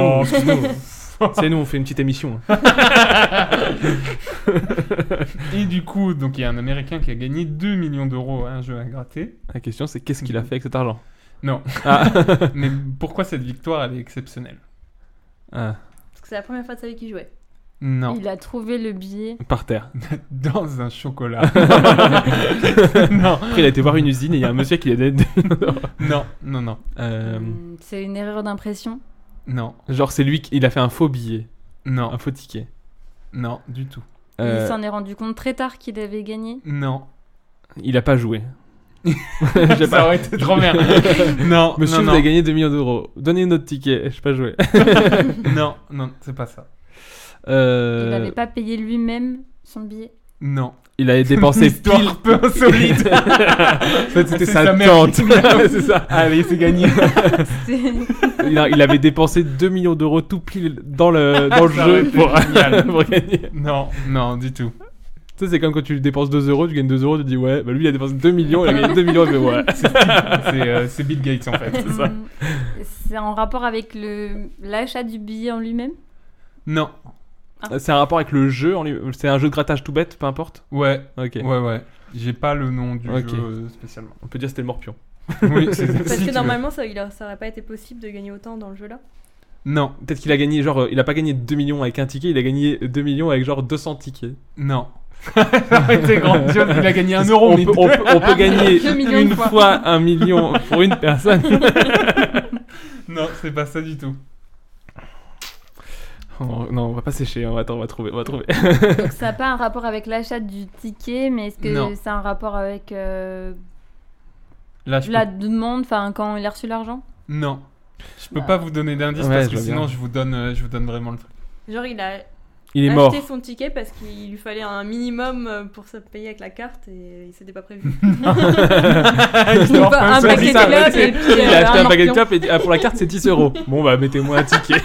[SPEAKER 8] Oh,
[SPEAKER 7] excuse-nous.
[SPEAKER 8] <laughs> C'est nous, on fait une petite émission.
[SPEAKER 7] <laughs> Et du coup, donc il y a un Américain qui a gagné 2 millions d'euros à un jeu à
[SPEAKER 8] <laughs>
[SPEAKER 7] gratter.
[SPEAKER 8] La question, c'est qu'est-ce qu'il a fait avec cet argent
[SPEAKER 7] Non.
[SPEAKER 8] <laughs> Ah.
[SPEAKER 7] Mais pourquoi cette victoire, elle est exceptionnelle
[SPEAKER 8] Ah,
[SPEAKER 9] Parce que c'est la première fois de sa vie qu'il
[SPEAKER 7] <laughs>
[SPEAKER 9] jouait.
[SPEAKER 7] Non.
[SPEAKER 12] Il a trouvé le billet.
[SPEAKER 8] Par terre.
[SPEAKER 7] Dans un
[SPEAKER 8] <laughs>
[SPEAKER 7] chocolat.
[SPEAKER 8] non. Après, il a été voir une usine et il y a un monsieur qui lui a donné.
[SPEAKER 7] non, non, non.
[SPEAKER 8] Euh,
[SPEAKER 12] Hum, C'est une erreur d'impression.
[SPEAKER 7] Non,
[SPEAKER 8] Genre, c'est lui qui il a fait un faux billet,
[SPEAKER 7] non,
[SPEAKER 8] un faux ticket.
[SPEAKER 7] non, du tout.
[SPEAKER 8] Euh,
[SPEAKER 12] Il s'en est rendu compte très tard qu'il avait gagné.
[SPEAKER 7] Non.
[SPEAKER 8] il a
[SPEAKER 7] <laughs>
[SPEAKER 8] pas joué. J'ai
[SPEAKER 7] Ça
[SPEAKER 8] pas.
[SPEAKER 7] aurait été trop bien.
[SPEAKER 8] <laughs>
[SPEAKER 7] non,
[SPEAKER 8] Monsieur, vous
[SPEAKER 7] non,
[SPEAKER 8] avez
[SPEAKER 7] non,
[SPEAKER 8] gagné 2 millions d'euros. Donnez notre ticket. Je sais
[SPEAKER 7] <laughs>
[SPEAKER 8] pas jouer.
[SPEAKER 7] non, non, c'est pas ça.
[SPEAKER 8] Euh,
[SPEAKER 12] Il n'avait pas payé lui-même son <laughs> billet.
[SPEAKER 7] Non.
[SPEAKER 8] il a dépensé
[SPEAKER 7] Histoire
[SPEAKER 8] pile.
[SPEAKER 7] un peu insolite.
[SPEAKER 8] En fait, c'était
[SPEAKER 7] C'est
[SPEAKER 8] sa
[SPEAKER 7] sa mère
[SPEAKER 8] tante.
[SPEAKER 7] qui
[SPEAKER 8] <laughs>
[SPEAKER 7] vient.
[SPEAKER 8] Ouais, c'est ça.
[SPEAKER 7] Allez, c'est
[SPEAKER 8] <laughs>
[SPEAKER 7] gagné.
[SPEAKER 12] C'est-
[SPEAKER 8] <laughs> Il, a- il avait dépensé 2 millions d'euros tout pile dans le, dans le
[SPEAKER 7] Ça
[SPEAKER 8] jeu
[SPEAKER 7] aurait été
[SPEAKER 8] pour,
[SPEAKER 7] génial.
[SPEAKER 8] <laughs> pour gagner.
[SPEAKER 7] non, non, du tout.
[SPEAKER 8] Tu sais, c'est comme quand tu dépenses 2 euros, tu gagnes 2 euros, tu dis ouais, bah lui il a dépensé 2 millions, il a gagné 2 millions, il fait ouais.
[SPEAKER 7] <laughs> C'est euh, c'est Bill Gates en fait.
[SPEAKER 12] Hum, C'est en rapport avec le l'achat du billet en lui-même
[SPEAKER 7] Non.
[SPEAKER 8] C'est un rapport avec le jeu, en lui- c'est un jeu de grattage tout bête, peu importe.
[SPEAKER 7] Ouais,
[SPEAKER 8] Ok.
[SPEAKER 7] ouais, ouais. J'ai pas le nom du
[SPEAKER 8] Ok.
[SPEAKER 7] jeu euh, spécialement.
[SPEAKER 8] On peut dire c'était le morpion.
[SPEAKER 7] Oui, c'est
[SPEAKER 9] Parce
[SPEAKER 7] si
[SPEAKER 9] que
[SPEAKER 7] tu
[SPEAKER 9] normalement, ça, il a- ça aurait pas été possible de gagner autant dans le jeu là.
[SPEAKER 7] veux. Non,
[SPEAKER 8] Peut-être qu'il a gagné, genre, euh, il a pas gagné 2 millions avec un ticket, il a gagné 2 millions avec genre 200 tickets.
[SPEAKER 7] non. <laughs> C'était grandiose, il a gagné un euro.
[SPEAKER 8] on,
[SPEAKER 7] mais
[SPEAKER 8] peut, on peut- on peut gagner
[SPEAKER 12] Deux millions
[SPEAKER 8] une
[SPEAKER 12] de fois.
[SPEAKER 8] fois 1 million pour une personne. <laughs>
[SPEAKER 7] Non, c'est pas ça du tout.
[SPEAKER 8] Oh, non, on va pas sécher, on va, attends, on va trouver, on va trouver.
[SPEAKER 12] Donc ça n'a pas un rapport avec l'achat du ticket, mais est-ce
[SPEAKER 7] Non.
[SPEAKER 12] que c'est un rapport avec euh,
[SPEAKER 7] Là, je
[SPEAKER 12] la demande, enfin quand il a reçu l'argent
[SPEAKER 7] peux- Non. Je peux
[SPEAKER 12] Bah.
[SPEAKER 7] pas vous donner d'indice
[SPEAKER 8] Ouais,
[SPEAKER 7] parce
[SPEAKER 8] je
[SPEAKER 7] que
[SPEAKER 8] vois
[SPEAKER 7] sinon
[SPEAKER 8] bien.
[SPEAKER 7] je vous donne euh, je vous donne vraiment le truc.
[SPEAKER 9] Genre, il a
[SPEAKER 8] Il est
[SPEAKER 9] acheté
[SPEAKER 8] mort.
[SPEAKER 9] son ticket parce qu'il lui fallait un minimum euh, pour se payer avec la carte et il s'était pas
[SPEAKER 8] <laughs>
[SPEAKER 9] prévu.
[SPEAKER 12] Il
[SPEAKER 7] Non,
[SPEAKER 12] va un
[SPEAKER 7] ça,
[SPEAKER 12] paquet
[SPEAKER 8] c'est
[SPEAKER 12] de
[SPEAKER 8] ça,
[SPEAKER 12] clopes
[SPEAKER 8] c'est-
[SPEAKER 12] et puis
[SPEAKER 8] Il
[SPEAKER 12] euh,
[SPEAKER 8] a acheté un paquet de
[SPEAKER 12] morpion.
[SPEAKER 8] clopes et dit, ah, pour la carte c'est 10 euros. Bon bah mettez-moi un ticket.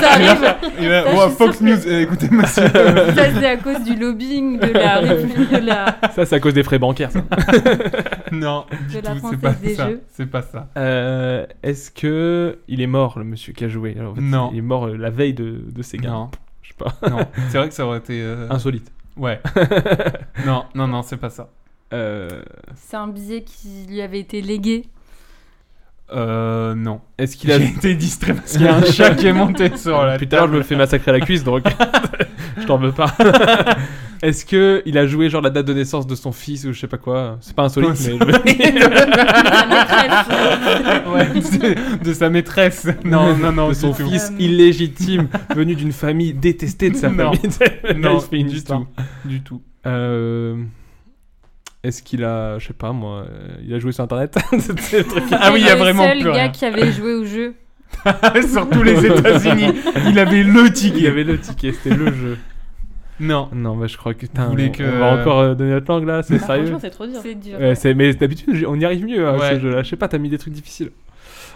[SPEAKER 12] Ça arrive,
[SPEAKER 7] Il a-
[SPEAKER 12] Ah, Ça, je
[SPEAKER 7] Ouah,
[SPEAKER 12] suis
[SPEAKER 7] Fox
[SPEAKER 12] sûre
[SPEAKER 7] News,
[SPEAKER 12] que-
[SPEAKER 7] eh, écoutez monsieur.
[SPEAKER 12] <laughs> ça c'est à cause du lobbying de la de la
[SPEAKER 8] Ça c'est à cause des frais bancaires. ça.
[SPEAKER 7] non, du
[SPEAKER 12] De la
[SPEAKER 7] tout, c'est
[SPEAKER 12] Française
[SPEAKER 7] pas
[SPEAKER 12] des
[SPEAKER 7] ça.
[SPEAKER 12] Jeux.
[SPEAKER 7] C'est pas ça.
[SPEAKER 8] Euh, Est-ce que il est mort le monsieur qui a joué Alors, en fait,
[SPEAKER 7] Non.
[SPEAKER 8] Il est mort euh, la veille de, de ses gains.
[SPEAKER 7] Non,
[SPEAKER 8] Je sais pas.
[SPEAKER 7] non. C'est vrai que ça aurait été
[SPEAKER 8] <laughs>
[SPEAKER 7] euh,
[SPEAKER 8] Insolite.
[SPEAKER 7] ouais. non, non non, c'est pas ça.
[SPEAKER 8] Euh,
[SPEAKER 12] C'est un billet qui lui avait été légué.
[SPEAKER 7] Euh non.
[SPEAKER 8] Est-ce qu'il
[SPEAKER 7] J'ai
[SPEAKER 8] a <laughs>
[SPEAKER 7] été distrait parce qu'il y a un chat qui est monté sur la
[SPEAKER 8] Plus tard, je me fais massacrer la cuisse, donc <laughs> je t'en veux pas. <laughs> Est-ce que il a joué genre la date de naissance de son fils ou je sais pas quoi C'est pas insolite, <laughs> mais je-
[SPEAKER 7] Ah Ouais, de, de sa maîtresse. Non, non, non,
[SPEAKER 8] de
[SPEAKER 7] du
[SPEAKER 8] son
[SPEAKER 7] tout.
[SPEAKER 8] fils
[SPEAKER 9] Euh, <laughs>
[SPEAKER 8] illégitime venu d'une famille détestée de sa
[SPEAKER 7] Non.
[SPEAKER 8] famille. <laughs>
[SPEAKER 7] Non,
[SPEAKER 8] Il se fait une
[SPEAKER 7] du
[SPEAKER 8] histoire.
[SPEAKER 7] tout. Du tout.
[SPEAKER 8] Euh, Est-ce qu'il a, je sais pas moi, euh, il a joué sur internet <laughs> C'est le truc.
[SPEAKER 7] Ah oui, il y a vraiment
[SPEAKER 12] Le seul
[SPEAKER 7] plus
[SPEAKER 12] gars
[SPEAKER 7] rien.
[SPEAKER 12] qui avait joué au jeu.
[SPEAKER 7] <laughs> sur tous les États-Unis, il avait le ticket.
[SPEAKER 8] <laughs> Il avait le ticket, c'était le jeu.
[SPEAKER 7] Non,
[SPEAKER 8] Non, mais je crois que. Putain,
[SPEAKER 7] Vous voulez
[SPEAKER 8] on,
[SPEAKER 7] que-
[SPEAKER 8] on va encore euh, donner notre langue là, c'est
[SPEAKER 9] Ah,
[SPEAKER 8] sérieux
[SPEAKER 9] Franchement, c'est trop dur.
[SPEAKER 12] C'est dur.
[SPEAKER 8] Euh, c'est- mais d'habitude, j- on y arrive mieux hein, avec
[SPEAKER 7] Ouais.
[SPEAKER 8] ce jeu-là. Je sais pas, t'as mis des trucs difficiles.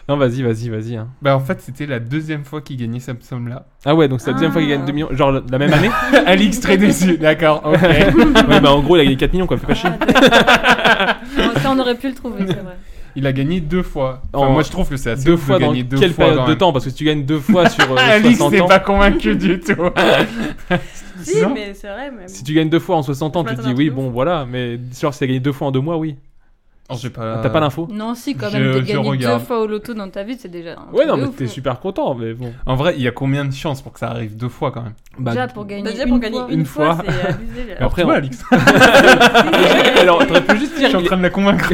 [SPEAKER 8] Non, vas-y, vas-y, vas-y. hein.
[SPEAKER 7] Bah en fait c'était la deuxième fois qu'il gagnait cette somme
[SPEAKER 8] <laughs>
[SPEAKER 7] là.
[SPEAKER 8] Ah ouais, donc c'est la deuxième fois qu'il gagne
[SPEAKER 12] Ah.
[SPEAKER 8] 2 millions. Genre la- la même année
[SPEAKER 7] Alix très déçu, <laughs> d'accord, ok.
[SPEAKER 8] <laughs> Ouais, bah en gros, il a gagné 4 millions, quoi. Fais pas chier.
[SPEAKER 12] Ah, d'accord. Non, ça, on aurait pu le trouver, c'est vrai.
[SPEAKER 7] Il a gagné deux fois. Enfin,
[SPEAKER 8] En-
[SPEAKER 7] moi je trouve que c'est assez
[SPEAKER 8] Deux
[SPEAKER 7] ouf
[SPEAKER 8] fois
[SPEAKER 7] de
[SPEAKER 8] dans
[SPEAKER 7] gagner deux
[SPEAKER 8] quelle
[SPEAKER 7] fois
[SPEAKER 8] période
[SPEAKER 7] dans
[SPEAKER 8] de
[SPEAKER 7] un- Ah,
[SPEAKER 8] temps Parce que si tu gagnes deux fois sur
[SPEAKER 7] <laughs>
[SPEAKER 8] euh,
[SPEAKER 7] Alix
[SPEAKER 8] 60
[SPEAKER 7] n'est
[SPEAKER 8] ans.
[SPEAKER 7] pas convaincu du
[SPEAKER 8] <laughs>
[SPEAKER 7] tout.
[SPEAKER 9] Si,
[SPEAKER 7] Non.
[SPEAKER 9] mais c'est vrai, même.
[SPEAKER 8] Si tu gagnes deux fois en 60 ans,
[SPEAKER 9] Je
[SPEAKER 8] tu te dis
[SPEAKER 9] m'attends à un
[SPEAKER 8] oui,
[SPEAKER 9] truc
[SPEAKER 8] bon voilà, mais genre si t'as gagné deux fois en deux mois, oui.
[SPEAKER 7] Oh, j'ai pas...
[SPEAKER 8] Ah, T'as pas l'info
[SPEAKER 12] Non, si, quand
[SPEAKER 7] Je-
[SPEAKER 12] même, de
[SPEAKER 7] je
[SPEAKER 12] gagner
[SPEAKER 7] regarde.
[SPEAKER 12] deux fois au loto dans ta vie, c'est déjà. un
[SPEAKER 8] Ouais,
[SPEAKER 12] truc
[SPEAKER 8] non,
[SPEAKER 12] de
[SPEAKER 8] mais
[SPEAKER 12] ouf,
[SPEAKER 8] t'es super content, mais bon.
[SPEAKER 7] En vrai, il y a combien de chances pour que ça arrive deux fois quand même
[SPEAKER 8] Bah,
[SPEAKER 12] déjà pour gagner,
[SPEAKER 9] Bah, déjà,
[SPEAKER 12] une,
[SPEAKER 9] pour gagner
[SPEAKER 12] fois,
[SPEAKER 9] une
[SPEAKER 8] une
[SPEAKER 9] fois,
[SPEAKER 8] fois.
[SPEAKER 9] c'est abusé. là.
[SPEAKER 8] Mais après,
[SPEAKER 7] Ouais,
[SPEAKER 8] on-
[SPEAKER 7] Alix,
[SPEAKER 8] alors, t'aurais pu juste
[SPEAKER 7] je suis
[SPEAKER 8] dire
[SPEAKER 7] en train de la
[SPEAKER 12] <laughs>
[SPEAKER 7] convaincre.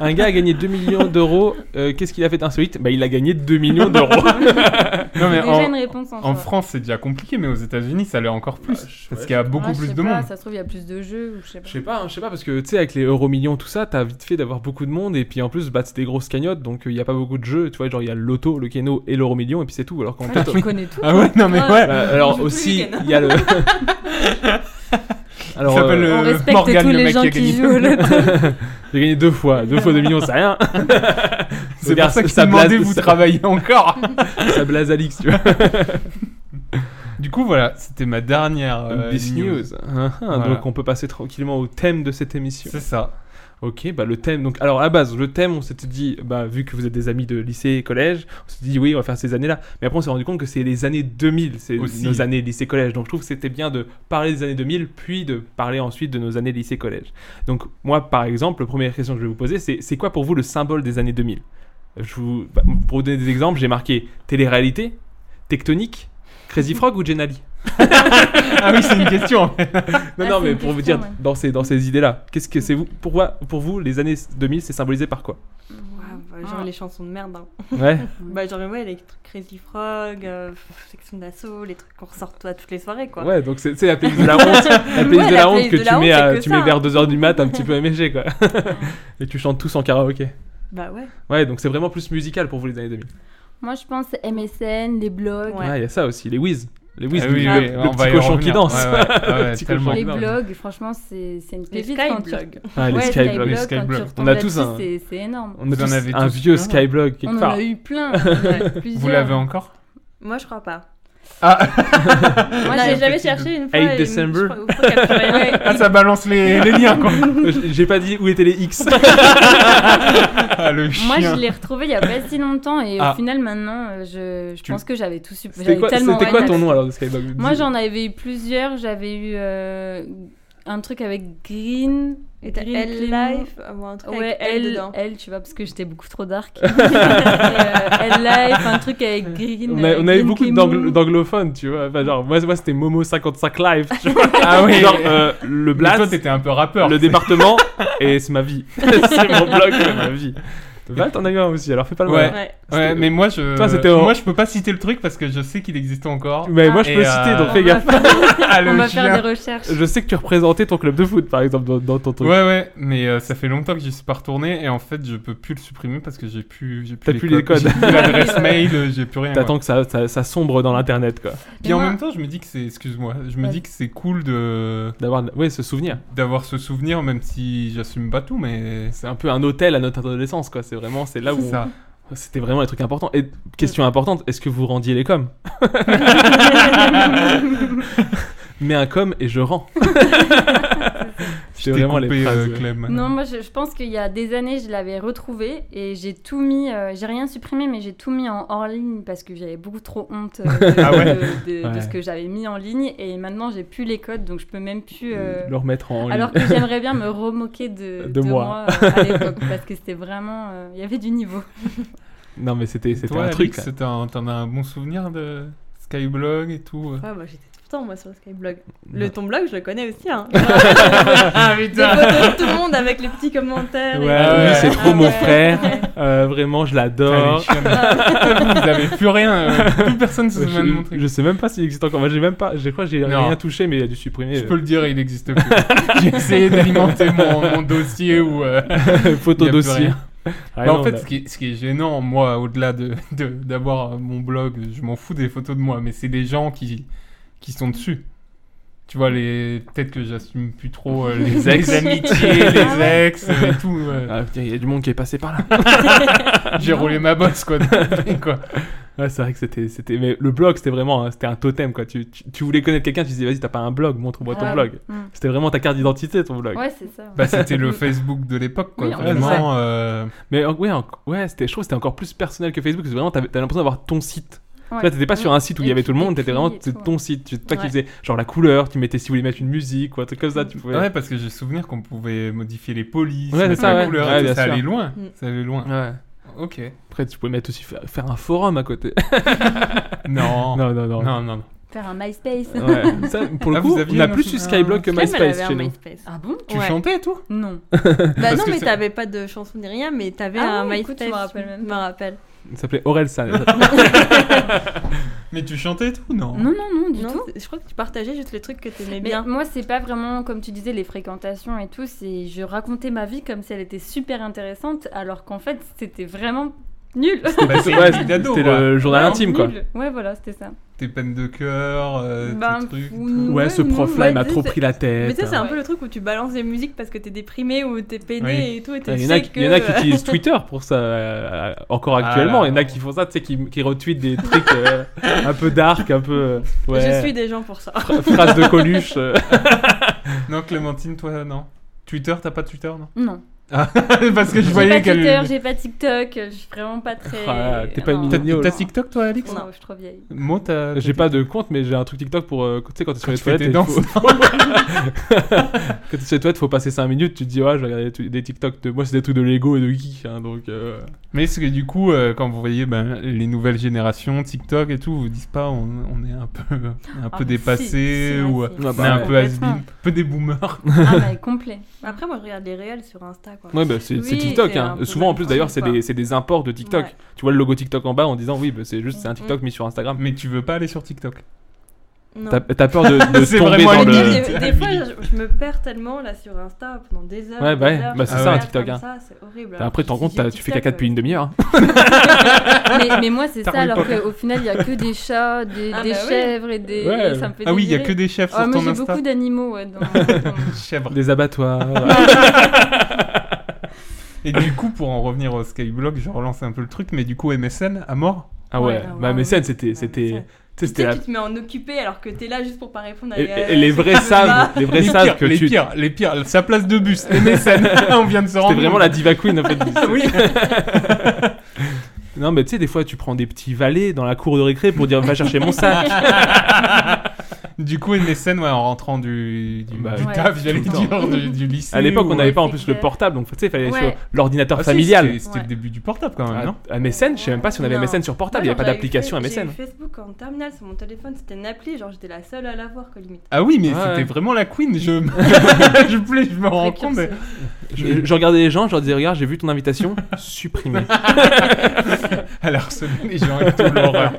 [SPEAKER 8] un gars a gagné 2 millions d'euros, euh, qu'est-ce qu'il a fait d'insolite Bah, il a gagné 2 millions d'euros.
[SPEAKER 7] non mais
[SPEAKER 12] déjà
[SPEAKER 7] en,
[SPEAKER 12] une réponse en,
[SPEAKER 7] en
[SPEAKER 12] soi.
[SPEAKER 7] France c'est déjà compliqué, mais aux États-Unis ça l'est encore plus. parce qu'il y a beaucoup
[SPEAKER 12] Ah, je
[SPEAKER 7] plus
[SPEAKER 12] sais
[SPEAKER 7] de <laughs>
[SPEAKER 12] pas,
[SPEAKER 7] monde.
[SPEAKER 12] Ça se trouve, il y a plus de jeux ou je sais pas.
[SPEAKER 8] Je sais pas, hein, je sais pas, parce que tu sais, avec les euro millions, tout ça, t'as vite fait d'avoir beaucoup de monde, et puis en plus, bah, c'est des grosses cagnottes, donc il y a pas beaucoup de jeux, tu vois, genre il y a le loto, le keno et l'euro million, et puis c'est tout, alors qu'en
[SPEAKER 12] Ah,
[SPEAKER 8] fait,
[SPEAKER 12] tu <laughs>
[SPEAKER 8] euh,
[SPEAKER 12] connais tout.
[SPEAKER 7] Ah ouais, non mais
[SPEAKER 12] Ah,
[SPEAKER 7] ouais.
[SPEAKER 8] bah, alors
[SPEAKER 9] joue tous les
[SPEAKER 8] aussi,
[SPEAKER 9] week-ends.
[SPEAKER 8] il y a le. <laughs> alors,
[SPEAKER 7] Il s'appelle,
[SPEAKER 8] euh,
[SPEAKER 7] euh,
[SPEAKER 12] On respecte
[SPEAKER 7] Morgane,
[SPEAKER 12] tous
[SPEAKER 7] le
[SPEAKER 12] les
[SPEAKER 7] mec
[SPEAKER 12] gens
[SPEAKER 7] qui a
[SPEAKER 12] qui
[SPEAKER 7] gagné. <laughs>
[SPEAKER 12] jouent au loto.
[SPEAKER 8] j'ai gagné deux fois, deux fois 2 millions, c'est rien.
[SPEAKER 7] c'est
[SPEAKER 8] Regarde,
[SPEAKER 7] pour ça que je
[SPEAKER 8] ça
[SPEAKER 7] t'ai demandé,
[SPEAKER 8] blase-
[SPEAKER 7] vous
[SPEAKER 8] ça-
[SPEAKER 7] travaillez encore <laughs>
[SPEAKER 8] ça blase Alix, tu vois.
[SPEAKER 7] Du coup, voilà, c'était ma dernière euh,
[SPEAKER 8] This
[SPEAKER 7] news.
[SPEAKER 8] news. Hein, hein,
[SPEAKER 7] Voilà.
[SPEAKER 8] Donc on peut passer tranquillement au thème de cette émission.
[SPEAKER 7] C'est ça.
[SPEAKER 8] Ok, bah le thème. Donc alors à la base, le thème, on s'était dit, bah vu que vous êtes des amis de lycée et collège, on s'est dit oui, on va faire ces années-là. Mais après, on s'est rendu compte que c'est les années 2000, c'est
[SPEAKER 7] Aussi.
[SPEAKER 8] nos années lycée-collège. Donc je trouve que c'était bien de parler des années 2000, puis de parler ensuite de nos années lycée-collège. Donc moi, par exemple, la première question que je vais vous poser, c'est c'est quoi pour vous le symbole des années 2000 je vous, bah, Pour vous donner des exemples, j'ai marqué télé-réalité, tectonique, Crazy Frog ou Genali
[SPEAKER 7] Ah oui, c'est une question.
[SPEAKER 8] Non,
[SPEAKER 12] Ah,
[SPEAKER 8] non,
[SPEAKER 12] c'est
[SPEAKER 8] mais
[SPEAKER 12] une
[SPEAKER 8] pour vous
[SPEAKER 12] question,
[SPEAKER 8] dire,
[SPEAKER 12] ouais.
[SPEAKER 8] dans ces, dans ces idées-là, qu'est-ce que c'est vous Pourquoi, pour vous, les années 2000, c'est symbolisé par quoi
[SPEAKER 9] Ouais, bah, genre
[SPEAKER 12] Ah.
[SPEAKER 9] les chansons de merde. hein.
[SPEAKER 8] Ouais.
[SPEAKER 9] Bah, genre, ouais, les trucs Crazy Frog, euh, pff, Section d'Assaut, les trucs qu'on ressort toi toutes les soirées, quoi.
[SPEAKER 8] ouais, donc c'est c'est la playlist de la honte, la playlist
[SPEAKER 9] Ouais,
[SPEAKER 8] de
[SPEAKER 9] la
[SPEAKER 8] la honte
[SPEAKER 9] playlist
[SPEAKER 8] que
[SPEAKER 9] de
[SPEAKER 8] tu
[SPEAKER 9] la
[SPEAKER 8] mets,
[SPEAKER 9] honte,
[SPEAKER 8] à-
[SPEAKER 9] c'est que
[SPEAKER 8] tu
[SPEAKER 9] ça.
[SPEAKER 8] mets vers 2h du mat, un petit peu MSG, quoi. Et tu chantes tous en karaoké.
[SPEAKER 9] Bah, ouais.
[SPEAKER 8] Ouais, donc c'est vraiment plus musical pour vous, les années 2000.
[SPEAKER 12] Moi, je pense MSN, les blogs.
[SPEAKER 9] Ouais.
[SPEAKER 8] Ah, il y a ça aussi, les whiz. Les whiz,
[SPEAKER 7] Ah
[SPEAKER 8] du-
[SPEAKER 7] oui,
[SPEAKER 8] le,
[SPEAKER 7] oui,
[SPEAKER 8] le
[SPEAKER 7] on va
[SPEAKER 8] petit
[SPEAKER 7] y
[SPEAKER 8] cochon qui
[SPEAKER 7] revenir.
[SPEAKER 8] danse.
[SPEAKER 7] Ouais, ouais,
[SPEAKER 8] <laughs>
[SPEAKER 7] ouais,
[SPEAKER 8] Le petit
[SPEAKER 7] tellement.
[SPEAKER 8] cochon
[SPEAKER 12] Les
[SPEAKER 8] qui danse.
[SPEAKER 12] blogs, franchement, c'est c'est une
[SPEAKER 9] Les
[SPEAKER 12] pépite. quand tu-
[SPEAKER 9] Skyblog.
[SPEAKER 8] Ah, les
[SPEAKER 12] Ouais,
[SPEAKER 8] skyblogs.
[SPEAKER 12] Skyblog,
[SPEAKER 7] Les
[SPEAKER 12] quand
[SPEAKER 7] Skyblog.
[SPEAKER 12] tu
[SPEAKER 8] On
[SPEAKER 12] retombes
[SPEAKER 8] a tous
[SPEAKER 12] là-dessus,
[SPEAKER 8] un-
[SPEAKER 12] c'est- C'est énorme.
[SPEAKER 8] On a
[SPEAKER 7] Vous en
[SPEAKER 8] tous
[SPEAKER 7] avez
[SPEAKER 8] un
[SPEAKER 7] tous
[SPEAKER 8] vieux
[SPEAKER 7] plein, non
[SPEAKER 8] skyblog quelque
[SPEAKER 12] On en
[SPEAKER 8] part.
[SPEAKER 12] a
[SPEAKER 7] <laughs>
[SPEAKER 12] eu plein. <laughs> plusieurs.
[SPEAKER 7] Vous l'avez encore
[SPEAKER 9] Moi, je crois pas.
[SPEAKER 12] Moi,
[SPEAKER 9] <laughs> Moi, j'ai
[SPEAKER 12] j'ai
[SPEAKER 9] jamais cherché une fois.
[SPEAKER 8] 8
[SPEAKER 9] et-
[SPEAKER 8] Ah. December.
[SPEAKER 9] je crois- ou fois <laughs> qu'elle travaillait.
[SPEAKER 7] Ah, ça balance les,
[SPEAKER 12] <laughs>
[SPEAKER 7] les liens
[SPEAKER 8] <laughs>
[SPEAKER 7] quoi.
[SPEAKER 8] Euh, J'ai pas dit où étaient les X.
[SPEAKER 7] Ah, le chien.
[SPEAKER 12] Moi, je l'ai retrouvé il y a pas si longtemps et
[SPEAKER 7] Ah.
[SPEAKER 12] au final, maintenant, euh, je, je
[SPEAKER 7] Tu-
[SPEAKER 12] pense que j'avais tout super.
[SPEAKER 8] C'était quoi, c'était quoi ton nom alors de skyblog
[SPEAKER 12] Moi, j'en avais eu plusieurs. J'avais eu euh, un truc avec Green.
[SPEAKER 9] Et t'as
[SPEAKER 12] Green
[SPEAKER 9] L
[SPEAKER 12] Clément.
[SPEAKER 9] Life, euh, ou un truc
[SPEAKER 12] Ouais,
[SPEAKER 9] avec L,
[SPEAKER 12] elle,
[SPEAKER 9] dedans.
[SPEAKER 12] elle, tu vois, parce que j'étais beaucoup
[SPEAKER 9] <laughs>
[SPEAKER 12] trop dark. Et, euh, elle life, un truc avec Green.
[SPEAKER 8] On, a,
[SPEAKER 12] euh,
[SPEAKER 8] on avait
[SPEAKER 12] Green
[SPEAKER 8] beaucoup
[SPEAKER 12] Clément.
[SPEAKER 8] d'anglo- d'anglophones, tu vois. Enfin, genre, moi, moi, c'était Momo55 Live. tu vois.
[SPEAKER 7] Ah oui.
[SPEAKER 8] Genre, euh, le
[SPEAKER 7] Mais toi,
[SPEAKER 8] blast,
[SPEAKER 7] t'étais un peu rappeur.
[SPEAKER 8] le département, <laughs> et c'est ma vie. <laughs> c'est mon blog, c'est ma vie. Val, t'en as eu un aussi, alors fais pas le
[SPEAKER 7] Ouais.
[SPEAKER 8] malin.
[SPEAKER 9] Ouais.
[SPEAKER 7] Ouais, mais moi, je.
[SPEAKER 8] Toi, c'était en-
[SPEAKER 7] moi, je peux pas citer le truc parce que je sais qu'il existe encore.
[SPEAKER 8] Mais moi, je
[SPEAKER 7] Et,
[SPEAKER 8] peux
[SPEAKER 7] euh,
[SPEAKER 8] citer, donc
[SPEAKER 12] On
[SPEAKER 8] fais
[SPEAKER 12] va,
[SPEAKER 8] gaffe.
[SPEAKER 12] faire,
[SPEAKER 8] <laughs>
[SPEAKER 7] Ah,
[SPEAKER 12] on
[SPEAKER 7] le
[SPEAKER 12] va
[SPEAKER 7] chien.
[SPEAKER 12] faire des recherches.
[SPEAKER 8] Je sais que tu représentais ton club de foot, par exemple, dans, dans ton truc.
[SPEAKER 7] Ouais, ouais, mais euh, ça fait longtemps que j'y suis pas retourné et en fait, je peux plus le supprimer parce que j'ai plus, j'ai
[SPEAKER 8] T'as
[SPEAKER 7] plus,
[SPEAKER 8] plus les
[SPEAKER 7] codes.
[SPEAKER 8] codes.
[SPEAKER 7] J'ai plus l'adresse mail, euh, j'ai plus rien. quoi.
[SPEAKER 8] T'attends que ça, ça, ça sombre dans l'internet, quoi.
[SPEAKER 7] Puis en
[SPEAKER 12] Moi-
[SPEAKER 7] même temps, je me dis que c'est, excuse-moi, je me
[SPEAKER 12] Vas-y.
[SPEAKER 7] dis que c'est cool de
[SPEAKER 8] D'avoir, ouais, ce souvenir.
[SPEAKER 7] d'avoir ce souvenir, même si j'assume pas tout, mais
[SPEAKER 8] C'est un peu un hôtel à notre adolescence, quoi. C'est vraiment, c'est là où.
[SPEAKER 7] c'est ça.
[SPEAKER 8] on- C'était vraiment les trucs importants. Et question importante, est-ce que vous rendiez les
[SPEAKER 12] <laughs>
[SPEAKER 8] coms Mets un com et je
[SPEAKER 12] <laughs>
[SPEAKER 8] rends.
[SPEAKER 7] T'es
[SPEAKER 8] C'est vraiment
[SPEAKER 7] coupé,
[SPEAKER 8] les phrases.
[SPEAKER 7] euh, Clem.
[SPEAKER 12] Non, moi je, je pense qu'il y a des années, je l'avais retrouvé et j'ai tout mis, euh, j'ai rien supprimé, mais j'ai tout mis en hors ligne parce que j'avais beaucoup trop honte euh,
[SPEAKER 8] <laughs>
[SPEAKER 12] de,
[SPEAKER 7] Ah ouais
[SPEAKER 12] de- de- de
[SPEAKER 8] Ouais.
[SPEAKER 12] ce que j'avais mis en ligne et maintenant j'ai plus les codes donc je peux même plus. euh,
[SPEAKER 8] le remettre en ligne.
[SPEAKER 12] Alors que j'aimerais bien me remoquer de,
[SPEAKER 8] <laughs> De moi.
[SPEAKER 12] euh, à l'époque parce que c'était vraiment. euh, Il y avait du niveau.
[SPEAKER 8] Non, mais c'était
[SPEAKER 7] Et
[SPEAKER 8] c'était
[SPEAKER 7] toi,
[SPEAKER 8] un truc.
[SPEAKER 7] Alix,
[SPEAKER 8] ça.
[SPEAKER 7] t'as un- t'en as un bon souvenir de Skyblog et tout. euh.
[SPEAKER 9] Ouais, moi j'étais tout le temps moi sur le Skyblog. Le
[SPEAKER 8] Non.
[SPEAKER 9] ton blog, je le connais aussi. Hein. ah putain! Des photos de tout le monde avec les petits commentaires.
[SPEAKER 8] Ouais,
[SPEAKER 7] Ah ouais.
[SPEAKER 8] lui, c'est trop
[SPEAKER 9] Ah <laughs>
[SPEAKER 8] mon
[SPEAKER 9] ouais.
[SPEAKER 8] frère. Euh, vraiment, je
[SPEAKER 7] Putain, les
[SPEAKER 8] l'adore.
[SPEAKER 7] chiens,
[SPEAKER 12] <laughs>
[SPEAKER 7] mais- Vous avez plus rien, euh, plus personne se souvient de mon
[SPEAKER 8] Je,
[SPEAKER 7] truc.
[SPEAKER 8] je sais même pas s'il existe encore. Moi, j'ai même pas. Je crois que j'ai
[SPEAKER 7] Non.
[SPEAKER 8] rien touché, mais il a dû supprimer.
[SPEAKER 7] Je peux le dire, il existe plus. <laughs> J'ai essayé d'alimenter mon, mon dossier ou. euh,
[SPEAKER 8] le <laughs> photo
[SPEAKER 7] y a plus
[SPEAKER 8] dossier.
[SPEAKER 7] rien.
[SPEAKER 8] Ah,
[SPEAKER 7] Bah,
[SPEAKER 8] non,
[SPEAKER 7] en fait,
[SPEAKER 8] là.
[SPEAKER 7] ce qui, est, ce qui est gênant, moi, au-delà de de- d'avoir mon blog, je m'en fous des photos de moi, mais c'est des gens qui, qui sont dessus. Tu Tu vois, les... peut-être que j'assume plus trop euh, les
[SPEAKER 8] Les
[SPEAKER 7] ex,
[SPEAKER 8] ex.
[SPEAKER 7] amitiés,
[SPEAKER 12] Ah
[SPEAKER 7] les
[SPEAKER 12] ouais.
[SPEAKER 7] ex euh, et tout. ouais.
[SPEAKER 8] Ah, putain, il y a du monde qui est passé par là. Ah.
[SPEAKER 7] J'ai roulé ma bosse, quoi. depuis, quoi.
[SPEAKER 8] <laughs> Ouais, c'est vrai que c'était, c'était. Mais le blog, c'était vraiment, hein, c'était un totem, quoi. Tu, tu, tu voulais connaître quelqu'un, tu disais, vas-y, t'as pas un blog, montre-moi ton
[SPEAKER 12] Ah,
[SPEAKER 8] blog.
[SPEAKER 12] mm.
[SPEAKER 8] C'était vraiment ta carte d'identité, ton blog.
[SPEAKER 12] Ouais, c'est ça.
[SPEAKER 7] Bah, c'était le Facebook de l'époque, quoi.
[SPEAKER 12] Oui, en fait,
[SPEAKER 7] vraiment. euh,
[SPEAKER 8] Mais euh, ouais, en- ouais, c'était, je trouve que c'était encore plus personnel que Facebook, parce que vraiment, t'avais, t'as l'impression d'avoir ton site.
[SPEAKER 12] Ouais.
[SPEAKER 8] Là, t'étais pas sur un site où il y
[SPEAKER 12] Et
[SPEAKER 8] avait
[SPEAKER 12] tu
[SPEAKER 8] tout le monde,
[SPEAKER 12] t'écris
[SPEAKER 8] t'étais vraiment
[SPEAKER 12] et tout,
[SPEAKER 8] t- ton site. Tu, toi qui
[SPEAKER 12] Ouais.
[SPEAKER 8] faisais genre la couleur, tu mettais si vous voulez mettre une musique ou un truc comme ça, tu pouvais.
[SPEAKER 7] Ouais. parce que j'ai souvenir qu'on pouvait modifier les polices,
[SPEAKER 8] Ouais, c'est
[SPEAKER 7] mettre
[SPEAKER 8] ça,
[SPEAKER 7] la
[SPEAKER 8] ouais.
[SPEAKER 7] couleur, et
[SPEAKER 8] Ouais,
[SPEAKER 7] tout,
[SPEAKER 8] bien
[SPEAKER 7] ça
[SPEAKER 8] sûr.
[SPEAKER 7] allait loin.
[SPEAKER 9] Mm.
[SPEAKER 7] Ça allait loin.
[SPEAKER 8] Ouais.
[SPEAKER 7] Ok.
[SPEAKER 8] Après, tu pouvais mettre aussi faire, faire un forum à côté.
[SPEAKER 7] Non.
[SPEAKER 8] <laughs> non, non, non.
[SPEAKER 7] non, non. non.
[SPEAKER 12] Faire un MySpace.
[SPEAKER 8] Ouais. Ça, pour le
[SPEAKER 7] Ah,
[SPEAKER 8] coup,
[SPEAKER 7] vous
[SPEAKER 8] on
[SPEAKER 7] aviez
[SPEAKER 8] a
[SPEAKER 7] un-
[SPEAKER 8] plus eu Skyblog que
[SPEAKER 9] Clem, elle avait
[SPEAKER 8] MySpace
[SPEAKER 9] un
[SPEAKER 8] chez nous.
[SPEAKER 9] MySpace.
[SPEAKER 12] Ah bon
[SPEAKER 7] Tu
[SPEAKER 9] Ouais.
[SPEAKER 7] chantais et tout
[SPEAKER 12] Non.
[SPEAKER 9] Bah non,
[SPEAKER 7] que
[SPEAKER 9] mais
[SPEAKER 7] c'est-
[SPEAKER 9] t'avais pas de chanson ni rien, mais t'avais
[SPEAKER 12] Ah
[SPEAKER 9] un
[SPEAKER 12] ouais, écoute,
[SPEAKER 9] MySpace.
[SPEAKER 12] je me rappelle même
[SPEAKER 9] Je me rappelle.
[SPEAKER 8] Il s'appelait Orelsan.
[SPEAKER 7] Mais tu chantais et tout Non.
[SPEAKER 12] Non, non, non, du
[SPEAKER 9] Non,
[SPEAKER 12] tout.
[SPEAKER 9] c'est- je crois que tu partageais juste les trucs que t'aimais
[SPEAKER 12] Mais
[SPEAKER 9] bien.
[SPEAKER 12] moi, c'est pas vraiment, comme tu disais, les fréquentations et tout. C'est, je racontais ma vie comme si elle était super intéressante, alors qu'en fait, c'était vraiment nul.
[SPEAKER 7] Bah, c'est
[SPEAKER 8] Ouais,
[SPEAKER 7] une vie d'ado,
[SPEAKER 8] c'était
[SPEAKER 7] quoi.
[SPEAKER 8] le journal intime, quoi.
[SPEAKER 12] Nul. Ouais, voilà, c'était ça.
[SPEAKER 7] Tes peines de cœur, euh,
[SPEAKER 12] Ben,
[SPEAKER 7] tes trucs.
[SPEAKER 12] fou,
[SPEAKER 7] tout.
[SPEAKER 12] non.
[SPEAKER 8] Ouais, ce
[SPEAKER 12] Ouais,
[SPEAKER 8] prof-là,
[SPEAKER 9] ouais,
[SPEAKER 8] il m'a
[SPEAKER 9] tu
[SPEAKER 8] trop
[SPEAKER 9] sais,
[SPEAKER 8] pris la
[SPEAKER 9] Mais
[SPEAKER 8] tête.
[SPEAKER 9] tu sais, c'est un
[SPEAKER 12] Ouais.
[SPEAKER 9] peu le truc où tu balances des musiques parce que t'es déprimé ou t'es peiné
[SPEAKER 7] Oui.
[SPEAKER 9] et tout, et tu
[SPEAKER 8] Il y en a
[SPEAKER 9] sais
[SPEAKER 8] qui-
[SPEAKER 9] que...
[SPEAKER 8] il y en
[SPEAKER 9] <laughs>
[SPEAKER 8] a qui utilisent Twitter pour ça, euh, encore
[SPEAKER 7] Ah
[SPEAKER 8] actuellement.
[SPEAKER 7] là.
[SPEAKER 8] Il y en a qui font ça, tu sais, qui, qui retweetent des trucs euh, un peu dark, un peu. euh,
[SPEAKER 9] Je
[SPEAKER 8] ouais,
[SPEAKER 9] suis des gens pour ça.
[SPEAKER 8] phra- phrase
[SPEAKER 9] <laughs>
[SPEAKER 8] de Coluche. euh.
[SPEAKER 7] Non, Clémentine, toi, non. Twitter, t'as pas Twitter, non Ah,
[SPEAKER 12] Non.
[SPEAKER 7] <laughs> Parce que je
[SPEAKER 12] J'ai pas
[SPEAKER 7] voyais
[SPEAKER 12] Twitter,
[SPEAKER 7] qu'elle.
[SPEAKER 12] j'ai pas TikTok, je suis vraiment pas très.
[SPEAKER 8] Ah, t'es pas
[SPEAKER 12] Non.
[SPEAKER 8] une
[SPEAKER 7] T'as-
[SPEAKER 8] Mignol.
[SPEAKER 7] T'as TikTok, toi, Alix
[SPEAKER 12] Non, je suis trop vieille.
[SPEAKER 7] Moi, t'as. t'as
[SPEAKER 8] J'ai pas de compte, mais j'ai un truc TikTok pour. euh, tu sais, quand t'es sur les
[SPEAKER 7] tu fais tes
[SPEAKER 8] toilettes. il
[SPEAKER 7] danses.
[SPEAKER 8] faut- Quand t'es sur les toilettes, faut passer 5 minutes, tu te dis, ouais, je vais regarder des tu- des TikTok de. Moi, c'est des trucs de Lego et de geek, hein, donc. euh,
[SPEAKER 7] <laughs> Mais c'est que du coup, euh, quand vous voyez ben, les nouvelles générations, TikTok et tout, vous vous dites pas on, on est un peu, un
[SPEAKER 12] Ah,
[SPEAKER 7] peu
[SPEAKER 12] si,
[SPEAKER 7] dépassé
[SPEAKER 12] si,
[SPEAKER 7] ou
[SPEAKER 12] si,
[SPEAKER 7] euh,
[SPEAKER 8] Ah
[SPEAKER 12] si.
[SPEAKER 7] on est
[SPEAKER 8] bah,
[SPEAKER 7] un
[SPEAKER 8] ouais.
[SPEAKER 7] peu has
[SPEAKER 12] complètement.
[SPEAKER 7] un peu des boomers.
[SPEAKER 12] Ah, mais complet.
[SPEAKER 9] Après, moi, je regarde les réels sur Insta, quoi.
[SPEAKER 8] Ouais, bah, c'est
[SPEAKER 9] Oui,
[SPEAKER 8] c'est TikTok.
[SPEAKER 9] c'est
[SPEAKER 8] hein.
[SPEAKER 9] un peu
[SPEAKER 8] Souvent, en plus, d'ailleurs, c'est
[SPEAKER 9] magnifique,
[SPEAKER 8] des, c'est des imports de TikTok.
[SPEAKER 9] Ouais.
[SPEAKER 8] Tu vois le logo TikTok en bas en disant, oui, bah, c'est juste c'est un
[SPEAKER 9] Mhm.
[SPEAKER 8] TikTok mis sur Instagram.
[SPEAKER 7] Mais tu veux pas aller sur TikTok
[SPEAKER 9] Non.
[SPEAKER 8] T'as t'as peur de, de
[SPEAKER 7] C'est
[SPEAKER 8] tomber
[SPEAKER 7] vraiment
[SPEAKER 8] dans
[SPEAKER 9] Mais
[SPEAKER 7] une
[SPEAKER 8] le.
[SPEAKER 9] des,
[SPEAKER 7] idée.
[SPEAKER 9] des fois, je, je me perds tellement là sur Insta pendant des heures.
[SPEAKER 8] Ouais, bah
[SPEAKER 9] des
[SPEAKER 8] ouais,
[SPEAKER 9] heures,
[SPEAKER 8] bah,
[SPEAKER 9] je
[SPEAKER 8] c'est
[SPEAKER 9] me
[SPEAKER 7] ça, un
[SPEAKER 9] regarde
[SPEAKER 8] TikTok,
[SPEAKER 9] comme
[SPEAKER 8] hein.
[SPEAKER 9] ça, C'est horrible.
[SPEAKER 8] Bah, Après,
[SPEAKER 9] Je
[SPEAKER 8] t'en
[SPEAKER 9] dis,
[SPEAKER 8] compte,
[SPEAKER 9] j'ai
[SPEAKER 8] t'as- tu fais
[SPEAKER 9] TikTok,
[SPEAKER 8] caca depuis une demi-heure. hein.
[SPEAKER 12] mais, mais moi, c'est ça,
[SPEAKER 7] T'as
[SPEAKER 12] alors
[SPEAKER 7] remis
[SPEAKER 12] qu'au final, il y a que des chats, des,
[SPEAKER 9] Ah
[SPEAKER 12] des
[SPEAKER 9] bah oui.
[SPEAKER 12] chèvres et des.
[SPEAKER 8] Ouais.
[SPEAKER 12] et ça me fait
[SPEAKER 7] Ah oui, il y a
[SPEAKER 12] délirer.
[SPEAKER 7] que des chefs
[SPEAKER 12] Ah,
[SPEAKER 7] sur
[SPEAKER 12] moi,
[SPEAKER 7] ton
[SPEAKER 12] j'ai
[SPEAKER 7] Insta.
[SPEAKER 12] beaucoup d'animaux
[SPEAKER 7] <laughs>
[SPEAKER 12] ouais, dans, dans-
[SPEAKER 7] Chèvres.
[SPEAKER 8] Des abattoirs.
[SPEAKER 7] Et du coup, pour en revenir au Skyblog, je relance un peu le truc, mais du coup, MSN à mort.
[SPEAKER 8] ah ouais,
[SPEAKER 9] Ouais, ah ouais,
[SPEAKER 8] bah,
[SPEAKER 9] ouais.
[SPEAKER 8] mécène, c'était.
[SPEAKER 9] Ouais,
[SPEAKER 8] c'était-
[SPEAKER 9] mécène.
[SPEAKER 8] Tu
[SPEAKER 9] euh,
[SPEAKER 8] sais,
[SPEAKER 9] Tu sais,
[SPEAKER 8] c'était la.
[SPEAKER 9] tu te mets en occupé alors que t'es là juste pour pas répondre à
[SPEAKER 8] Et,
[SPEAKER 9] à-
[SPEAKER 8] et- et les vrais savent, les vrais
[SPEAKER 7] les
[SPEAKER 8] savent
[SPEAKER 7] pires,
[SPEAKER 8] que
[SPEAKER 7] les
[SPEAKER 8] tu.
[SPEAKER 7] pires, les pires. Sa place de bus,
[SPEAKER 8] <laughs>
[SPEAKER 7] MSN. <laughs> on vient de se rendre.
[SPEAKER 8] C'était vraiment la diva queen en fait.
[SPEAKER 7] Oui.
[SPEAKER 8] <laughs> Non mais tu sais des fois tu prends des petits valets dans la cour de récré pour dire va chercher mon sac.
[SPEAKER 7] Du coup, MSN, ouais, en rentrant du, du,
[SPEAKER 8] Bah,
[SPEAKER 7] du
[SPEAKER 12] ouais.
[SPEAKER 7] taf, j'allais
[SPEAKER 8] Tout le
[SPEAKER 7] dire, du, du lycée.
[SPEAKER 8] à l'époque on
[SPEAKER 7] ou- euh,
[SPEAKER 8] n'avait pas en
[SPEAKER 12] c'est
[SPEAKER 8] plus le
[SPEAKER 12] clair.
[SPEAKER 8] portable donc tu sais il fallait aller
[SPEAKER 12] Ouais.
[SPEAKER 8] sur l'ordinateur
[SPEAKER 7] Ah, si,
[SPEAKER 8] familial. Ah,
[SPEAKER 7] c'était- C'était le
[SPEAKER 12] Ouais.
[SPEAKER 7] début du portable quand même,
[SPEAKER 8] À,
[SPEAKER 7] non
[SPEAKER 8] à MSN je sais même pas si on avait
[SPEAKER 9] Non.
[SPEAKER 8] MSN sur portable, il
[SPEAKER 9] Moi,
[SPEAKER 8] n'y avait pas
[SPEAKER 9] genre, j'avais
[SPEAKER 8] d'application
[SPEAKER 9] fait-
[SPEAKER 8] MSN.
[SPEAKER 9] J'ai eu Facebook en terminale sur mon téléphone, c'était une appli, genre j'étais la seule à l'avoir, quoi, limite.
[SPEAKER 7] Ah oui, mais
[SPEAKER 8] Ouais.
[SPEAKER 7] c'était vraiment la queen.
[SPEAKER 8] <laughs>
[SPEAKER 7] Je, <laughs> je, plais, je me rends compte.
[SPEAKER 12] Précurseur.
[SPEAKER 8] Je, je regardais les gens, je leur disais regarde j'ai vu ton invitation <laughs> supprimée.
[SPEAKER 7] Elle a harcelé les gens et tout,
[SPEAKER 8] <laughs>
[SPEAKER 7] l'horreur.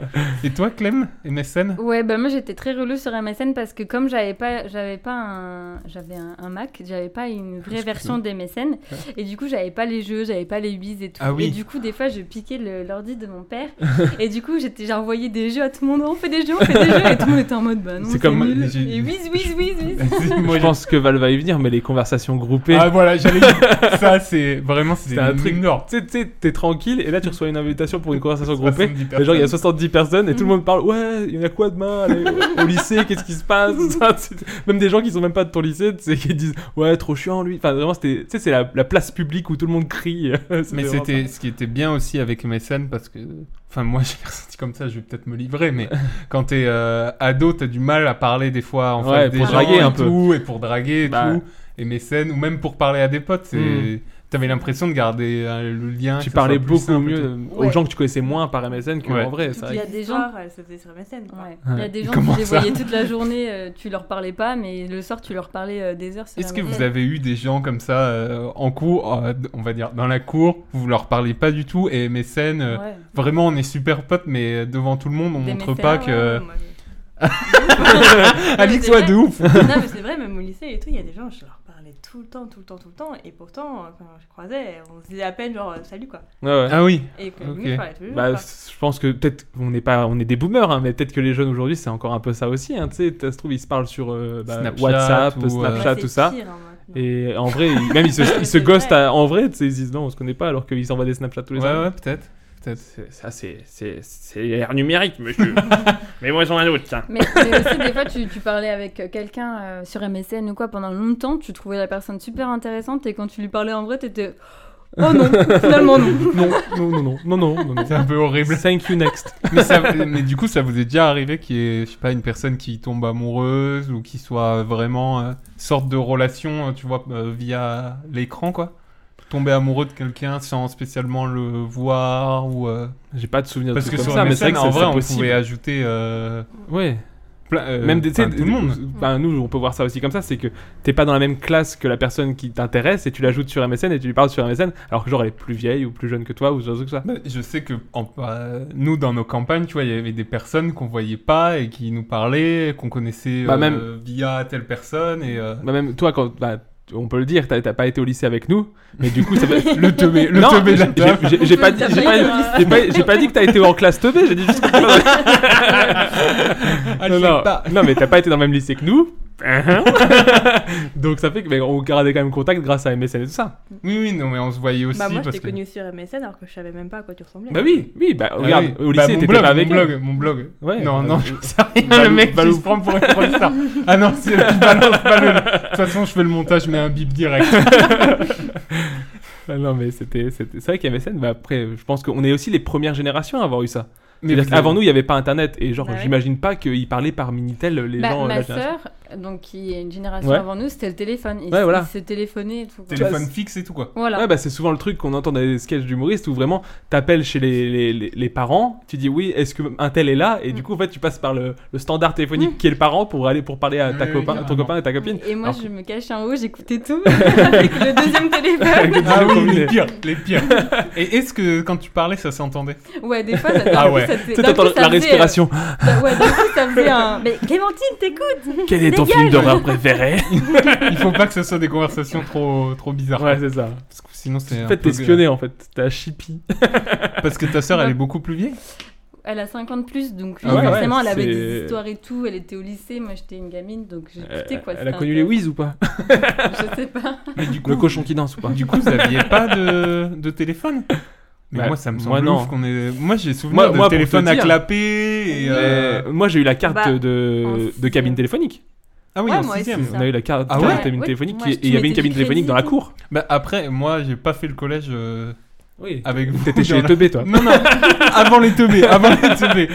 [SPEAKER 7] Et toi, Clem, MSN
[SPEAKER 12] Ouais, bah moi j'étais très relou sur MSN parce que comme j'avais pas, j'avais pas un, j'avais un, un Mac, j'avais pas une vraie version d'MSN et du coup j'avais pas les jeux, j'avais pas les bises et tout.
[SPEAKER 7] Ah oui.
[SPEAKER 12] Et du coup des fois je piquais le- l'ordi de
[SPEAKER 7] <laughs>
[SPEAKER 12] mon père et du coup j'étais j'ai envoyé des jeux à tout le monde, on fait des jeux, on fait des jeux et tout le monde était en mode bah non.
[SPEAKER 7] C'est comme-
[SPEAKER 12] nul.
[SPEAKER 7] mais j'ai-
[SPEAKER 12] Et whiz whiz whiz whiz.
[SPEAKER 7] Moi,
[SPEAKER 8] je pense que Val va y venir <laughs> mais les conversations groupées.
[SPEAKER 7] Ah voilà, j'allais
[SPEAKER 8] <laughs>
[SPEAKER 7] dire. Ça, c'est vraiment
[SPEAKER 8] C'était
[SPEAKER 7] c'était
[SPEAKER 8] un truc.
[SPEAKER 7] énorme.
[SPEAKER 8] Tu sais- tu sais, t'es tranquille et là tu reçois une invitation pour une conversation groupée.
[SPEAKER 7] 70
[SPEAKER 8] Et Genre, il y a
[SPEAKER 7] personnes.
[SPEAKER 8] 70 personnes et
[SPEAKER 12] Mm.
[SPEAKER 8] tout le monde parle. Ouais, il y en a quoi demain Allez, au- Au lycée, qu'est-ce qui se passe Ça, c'est- Même des gens qui sont même pas de ton lycée, tu sais, qui disent Ouais, trop chiant lui. Enfin, vraiment, c'était. Tu sais, c'est la, la place publique où tout le monde crie. <laughs>
[SPEAKER 7] Mais c'était ce qui était bien aussi avec MSN parce que, enfin moi <laughs> j'ai ressenti comme ça, je vais peut-être me livrer,
[SPEAKER 8] <laughs>
[SPEAKER 7] mais quand t'es euh, ado, t'as du mal à parler des fois en
[SPEAKER 8] Ouais,
[SPEAKER 7] face des
[SPEAKER 8] pour
[SPEAKER 7] gens
[SPEAKER 8] draguer
[SPEAKER 7] et
[SPEAKER 8] un peu.
[SPEAKER 7] tout, et pour draguer et
[SPEAKER 8] Bah.
[SPEAKER 7] tout, et MSN ou même pour parler à des potes, c'est-
[SPEAKER 8] Mm.
[SPEAKER 7] t'avais l'impression de garder euh, le lien.
[SPEAKER 8] Tu
[SPEAKER 7] que ça
[SPEAKER 8] parlais
[SPEAKER 7] soit plus
[SPEAKER 8] beaucoup
[SPEAKER 7] simple et
[SPEAKER 8] mieux
[SPEAKER 7] tout.
[SPEAKER 8] euh, aux
[SPEAKER 12] Ouais.
[SPEAKER 8] gens que tu connaissais moins par MSN qu'en
[SPEAKER 7] Ouais.
[SPEAKER 8] vrai. c'est
[SPEAKER 9] Toutes
[SPEAKER 8] vrai
[SPEAKER 9] les
[SPEAKER 12] Il y a des gens-
[SPEAKER 9] histoires, elles se faisaient sur MSN, quoi.
[SPEAKER 12] Ouais. Il y a des gens
[SPEAKER 7] Comment
[SPEAKER 12] qui les
[SPEAKER 7] ça
[SPEAKER 12] voyaient toute la journée, euh, tu leur parlais pas, mais le soir tu leur parlais euh, des heures. sur
[SPEAKER 7] Est-ce que
[SPEAKER 12] MSN.
[SPEAKER 7] vous avez eu des gens comme ça euh, en cours, euh, on va dire dans la cour, vous leur parlez pas du tout et MSN, euh,
[SPEAKER 12] Ouais.
[SPEAKER 7] vraiment on est super potes, mais devant tout le monde on
[SPEAKER 12] Des
[SPEAKER 7] montre
[SPEAKER 12] MSN,
[SPEAKER 7] pas
[SPEAKER 12] ouais,
[SPEAKER 7] que.
[SPEAKER 9] Ah Ouais, moi, je-
[SPEAKER 7] Alix, <laughs>
[SPEAKER 9] c'est
[SPEAKER 7] ouais,
[SPEAKER 9] vrai.
[SPEAKER 7] de ouf
[SPEAKER 9] non, mais c'est vrai, même au lycée et tout, il y a des gens, je leur parlais parlait tout le temps, tout le temps, tout le temps. Et pourtant, euh, quand je croisais, on se disait à peine genre euh, salut quoi.
[SPEAKER 8] Ouais, ouais.
[SPEAKER 7] Ah oui
[SPEAKER 9] Et que
[SPEAKER 7] Ok.
[SPEAKER 9] nous, je parlais toujours.
[SPEAKER 8] Bah,
[SPEAKER 9] quoi.
[SPEAKER 8] c- je pense que peut-être on est pas, on est des boomers, hein, mais peut-être que les jeunes aujourd'hui c'est encore un peu ça aussi. Hein, tu sais, ça se trouve ils se parlent sur euh, bah,
[SPEAKER 7] Snapchat
[SPEAKER 8] WhatsApp,
[SPEAKER 7] ou, euh,
[SPEAKER 9] Ouais,
[SPEAKER 8] Snapchat,
[SPEAKER 9] c'est
[SPEAKER 8] tout ça.
[SPEAKER 9] pire, hein, maintenant.
[SPEAKER 8] Et en vrai, ils- même ils se, ils
[SPEAKER 9] <laughs>
[SPEAKER 8] se
[SPEAKER 9] C'est
[SPEAKER 8] ghostent
[SPEAKER 9] vrai.
[SPEAKER 8] à- en vrai, tu sais, ils se disent non, on se connaît pas, alors qu'ils envoient des Snapchats tous les
[SPEAKER 7] Ouais,
[SPEAKER 8] ans.
[SPEAKER 7] ouais, peut-être. Peut-être.
[SPEAKER 8] C'est- Ça, c'est c'est- c'est l'ère numérique, <laughs> monsieur. mais moi, j'en ai un autre, tiens.
[SPEAKER 12] Mais, mais aussi, des fois, tu, tu parlais avec euh, quelqu'un euh, sur MSN ou quoi pendant longtemps, tu trouvais la personne super intéressante et quand tu lui parlais en vrai, t'étais.
[SPEAKER 8] <laughs>
[SPEAKER 12] Oh non, finalement non.
[SPEAKER 8] Non, non, non, non, non, non, non, non.
[SPEAKER 7] C'est un peu horrible.
[SPEAKER 8] Thank you next.
[SPEAKER 7] <laughs> mais, ça- mais du coup, ça vous est déjà arrivé qu'il y ait, je sais pas, une personne qui tombe amoureuse ou qui soit vraiment euh, sorte de relation, euh, tu vois, euh, via l'écran, quoi Tomber amoureux de quelqu'un sans spécialement le voir ou... euh,
[SPEAKER 8] J'ai pas de souvenir de
[SPEAKER 7] Parce
[SPEAKER 8] trucs
[SPEAKER 7] que
[SPEAKER 8] comme
[SPEAKER 7] sur
[SPEAKER 8] ça, mais c'est vrai
[SPEAKER 7] MSN,
[SPEAKER 8] que
[SPEAKER 7] en
[SPEAKER 8] c'est-
[SPEAKER 7] vrai,
[SPEAKER 8] c'est
[SPEAKER 7] on
[SPEAKER 8] possible.
[SPEAKER 7] pouvait ajouter... euh,
[SPEAKER 8] Ouais.
[SPEAKER 7] plein- euh,
[SPEAKER 8] même des, tu sais,
[SPEAKER 7] enfin, tout le monde.
[SPEAKER 8] enfin, nous, on peut voir ça aussi comme ça, c'est que t'es pas dans la même classe que la personne qui t'intéresse et tu l'ajoutes sur MSN et tu lui parles sur MSN, alors que genre elle est plus vieille ou plus jeune que toi ou ce genre de truc que ça.
[SPEAKER 7] Bah, je sais que en- euh, nous, dans nos campagnes, tu vois, il y avait des personnes qu'on voyait pas et qui nous parlaient, qu'on connaissait
[SPEAKER 8] Bah,
[SPEAKER 7] euh,
[SPEAKER 8] même-
[SPEAKER 7] via telle personne. Et,
[SPEAKER 8] <laughs>
[SPEAKER 7] euh,
[SPEAKER 8] Bah, même toi, quand bah, on peut le dire, t'as t'as pas été au lycée avec nous, mais du coup, ça fait-
[SPEAKER 7] le teubé, le
[SPEAKER 8] Non,
[SPEAKER 7] teubé de la
[SPEAKER 8] j'ai-
[SPEAKER 7] table.
[SPEAKER 8] j'ai- j'ai- j'ai pas dit, j'ai pas, j'ai pas- j'ai pas dit que t'as été en classe teubé, j'ai dit juste
[SPEAKER 7] <laughs>
[SPEAKER 8] que tu vas-
[SPEAKER 7] <laughs> Ah, je
[SPEAKER 8] non,
[SPEAKER 7] sais
[SPEAKER 8] non.
[SPEAKER 7] pas.
[SPEAKER 8] Non, mais t'as pas été dans le même lycée que nous. <laughs> Donc ça fait que mais on gardait quand même contact grâce à MSN et tout ça.
[SPEAKER 7] Oui, oui, non, mais on se voyait aussi.
[SPEAKER 9] Bah, moi, je
[SPEAKER 7] parce
[SPEAKER 9] t'ai
[SPEAKER 7] que...
[SPEAKER 9] connu sur MSN alors que je savais même pas à quoi tu ressemblais.
[SPEAKER 8] Bah oui, oui, bah
[SPEAKER 7] Ah
[SPEAKER 8] regarde,
[SPEAKER 7] oui.
[SPEAKER 8] au
[SPEAKER 7] Bah,
[SPEAKER 8] lycée
[SPEAKER 7] mon
[SPEAKER 8] t'étais
[SPEAKER 7] blog,
[SPEAKER 8] pas avec
[SPEAKER 7] mon
[SPEAKER 8] elle.
[SPEAKER 7] blog, mon blog.
[SPEAKER 8] Ouais,
[SPEAKER 7] non,
[SPEAKER 8] euh,
[SPEAKER 7] non, je sais rien, le
[SPEAKER 8] Balou-
[SPEAKER 7] mec qui
[SPEAKER 8] Balou.
[SPEAKER 7] se prend pour une rockstar. ah non, c'est
[SPEAKER 8] <laughs>
[SPEAKER 7] je balance Balou. De toute façon, je fais le montage, je mets un bip direct.
[SPEAKER 8] Ah non, mais c'était, c'était- c'est vrai qu'MSN, bah après, je pense qu'on est aussi les premières générations à avoir eu ça.
[SPEAKER 7] Mais
[SPEAKER 8] C'est-à-dire
[SPEAKER 7] vous
[SPEAKER 8] qu'avant
[SPEAKER 7] avez-
[SPEAKER 8] nous, il n'y avait pas Internet. Et genre,
[SPEAKER 9] Bah ouais.
[SPEAKER 8] j'imagine pas qu'ils parlaient par Minitel, les
[SPEAKER 12] Ma-
[SPEAKER 8] gens. euh,
[SPEAKER 12] Bah, ma
[SPEAKER 8] la génération.
[SPEAKER 12] sœur, donc qui est une génération
[SPEAKER 8] Ouais.
[SPEAKER 12] avant nous, c'était le téléphone. Ils,
[SPEAKER 8] Ouais, voilà.
[SPEAKER 12] ils se téléphonaient et tout. quoi.
[SPEAKER 7] téléphone fixe et tout,
[SPEAKER 8] <laughs>
[SPEAKER 7] quoi.
[SPEAKER 12] Voilà.
[SPEAKER 8] Ouais, bah c'est souvent le truc qu'on entend dans les sketchs d'humoristes où vraiment t'appelles chez les, les, les- les parents, tu dis oui, est-ce que un tel est là Et du
[SPEAKER 12] Mm.
[SPEAKER 8] coup, en fait, tu passes par le, le standard téléphonique qui est le parent pour aller pour parler à ta
[SPEAKER 7] Oui,
[SPEAKER 8] copain,
[SPEAKER 7] oui,
[SPEAKER 8] ton
[SPEAKER 7] carrément.
[SPEAKER 8] copain et ta copine.
[SPEAKER 12] Et moi,
[SPEAKER 8] Alors-
[SPEAKER 12] je me cachais en haut,
[SPEAKER 8] <laughs>
[SPEAKER 12] j'écoutais tout avec le deuxième téléphone.
[SPEAKER 7] Ah oui,
[SPEAKER 8] combiné.
[SPEAKER 7] les pires, les pires. Et est-ce que quand tu parlais, ça s'entendait
[SPEAKER 12] Ouais, des fois, ça, d'un
[SPEAKER 7] Ah
[SPEAKER 12] coup,
[SPEAKER 7] ouais.
[SPEAKER 12] ça faisait-
[SPEAKER 8] Tu sais,
[SPEAKER 12] d'un coup,
[SPEAKER 8] t'entends
[SPEAKER 12] ça
[SPEAKER 8] la
[SPEAKER 12] faisait, euh,
[SPEAKER 8] respiration.
[SPEAKER 12] ça- ouais, d'un coup, ça faisait un. Mais Clémentine, t'écoutes
[SPEAKER 8] <laughs> Quel est ton film
[SPEAKER 12] euh,
[SPEAKER 8] d'horreur
[SPEAKER 12] <laughs>
[SPEAKER 8] préféré
[SPEAKER 7] Il faut pas que ce soit des conversations trop, trop bizarres.
[SPEAKER 8] Ouais, c'est ça.
[SPEAKER 7] Parce que sinon, c'est.
[SPEAKER 8] En
[SPEAKER 7] un
[SPEAKER 8] fait,
[SPEAKER 7] peu-
[SPEAKER 8] t'es espionné en fait. T'as chippy.
[SPEAKER 7] Parce que ta sœur,
[SPEAKER 8] <laughs>
[SPEAKER 7] elle est beaucoup plus vieille.
[SPEAKER 12] Elle a 50 plus, donc
[SPEAKER 8] Ah ouais,
[SPEAKER 12] forcément,
[SPEAKER 8] ouais,
[SPEAKER 12] elle avait
[SPEAKER 8] c'est- Euh,
[SPEAKER 12] des histoires et tout. Elle était au lycée, moi j'étais une gamine, donc j'écoutais quoi.
[SPEAKER 8] Elle a
[SPEAKER 12] c'était
[SPEAKER 8] connu les Wiz
[SPEAKER 12] intéressant.
[SPEAKER 8] ou pas
[SPEAKER 12] <laughs> Je sais pas.
[SPEAKER 7] Mais du coup,
[SPEAKER 8] Le cochon qui danse ou pas
[SPEAKER 7] Du coup, vous aviez pas de, de téléphone mais
[SPEAKER 8] Bah,
[SPEAKER 7] moi, ça me
[SPEAKER 8] moi,
[SPEAKER 7] semble
[SPEAKER 8] non.
[SPEAKER 7] ouf qu'on est. Moi, j'ai souvenir
[SPEAKER 8] Moi-
[SPEAKER 7] de
[SPEAKER 8] moi, pour
[SPEAKER 7] téléphone
[SPEAKER 8] te
[SPEAKER 7] à
[SPEAKER 8] dire-
[SPEAKER 7] clapper et. euh,
[SPEAKER 8] Euh, Moi, j'ai eu la carte
[SPEAKER 9] Bah, en
[SPEAKER 8] de, de
[SPEAKER 9] sixième.
[SPEAKER 8] cabine téléphonique.
[SPEAKER 7] Ah oui,
[SPEAKER 12] Ouais,
[SPEAKER 7] en
[SPEAKER 12] moi aussi,
[SPEAKER 7] sixième.
[SPEAKER 12] c'est
[SPEAKER 8] On a eu la carte
[SPEAKER 7] Ah
[SPEAKER 8] de
[SPEAKER 7] ouais
[SPEAKER 8] cabine
[SPEAKER 12] Ouais,
[SPEAKER 8] téléphonique
[SPEAKER 12] moi,
[SPEAKER 8] et
[SPEAKER 12] je-
[SPEAKER 8] et
[SPEAKER 12] tu
[SPEAKER 8] il y avait une
[SPEAKER 12] mettais du
[SPEAKER 8] cabine téléphonique dans la
[SPEAKER 12] crédit et
[SPEAKER 8] cour.
[SPEAKER 7] Bah, après, moi, j'ai pas fait le collège euh,
[SPEAKER 8] Oui.
[SPEAKER 7] avec vous.
[SPEAKER 8] T'étais chez
[SPEAKER 7] Ah, dans
[SPEAKER 8] les teubés, toi.
[SPEAKER 7] la- <laughs> Non, non, avant les teubés, avant les teubés.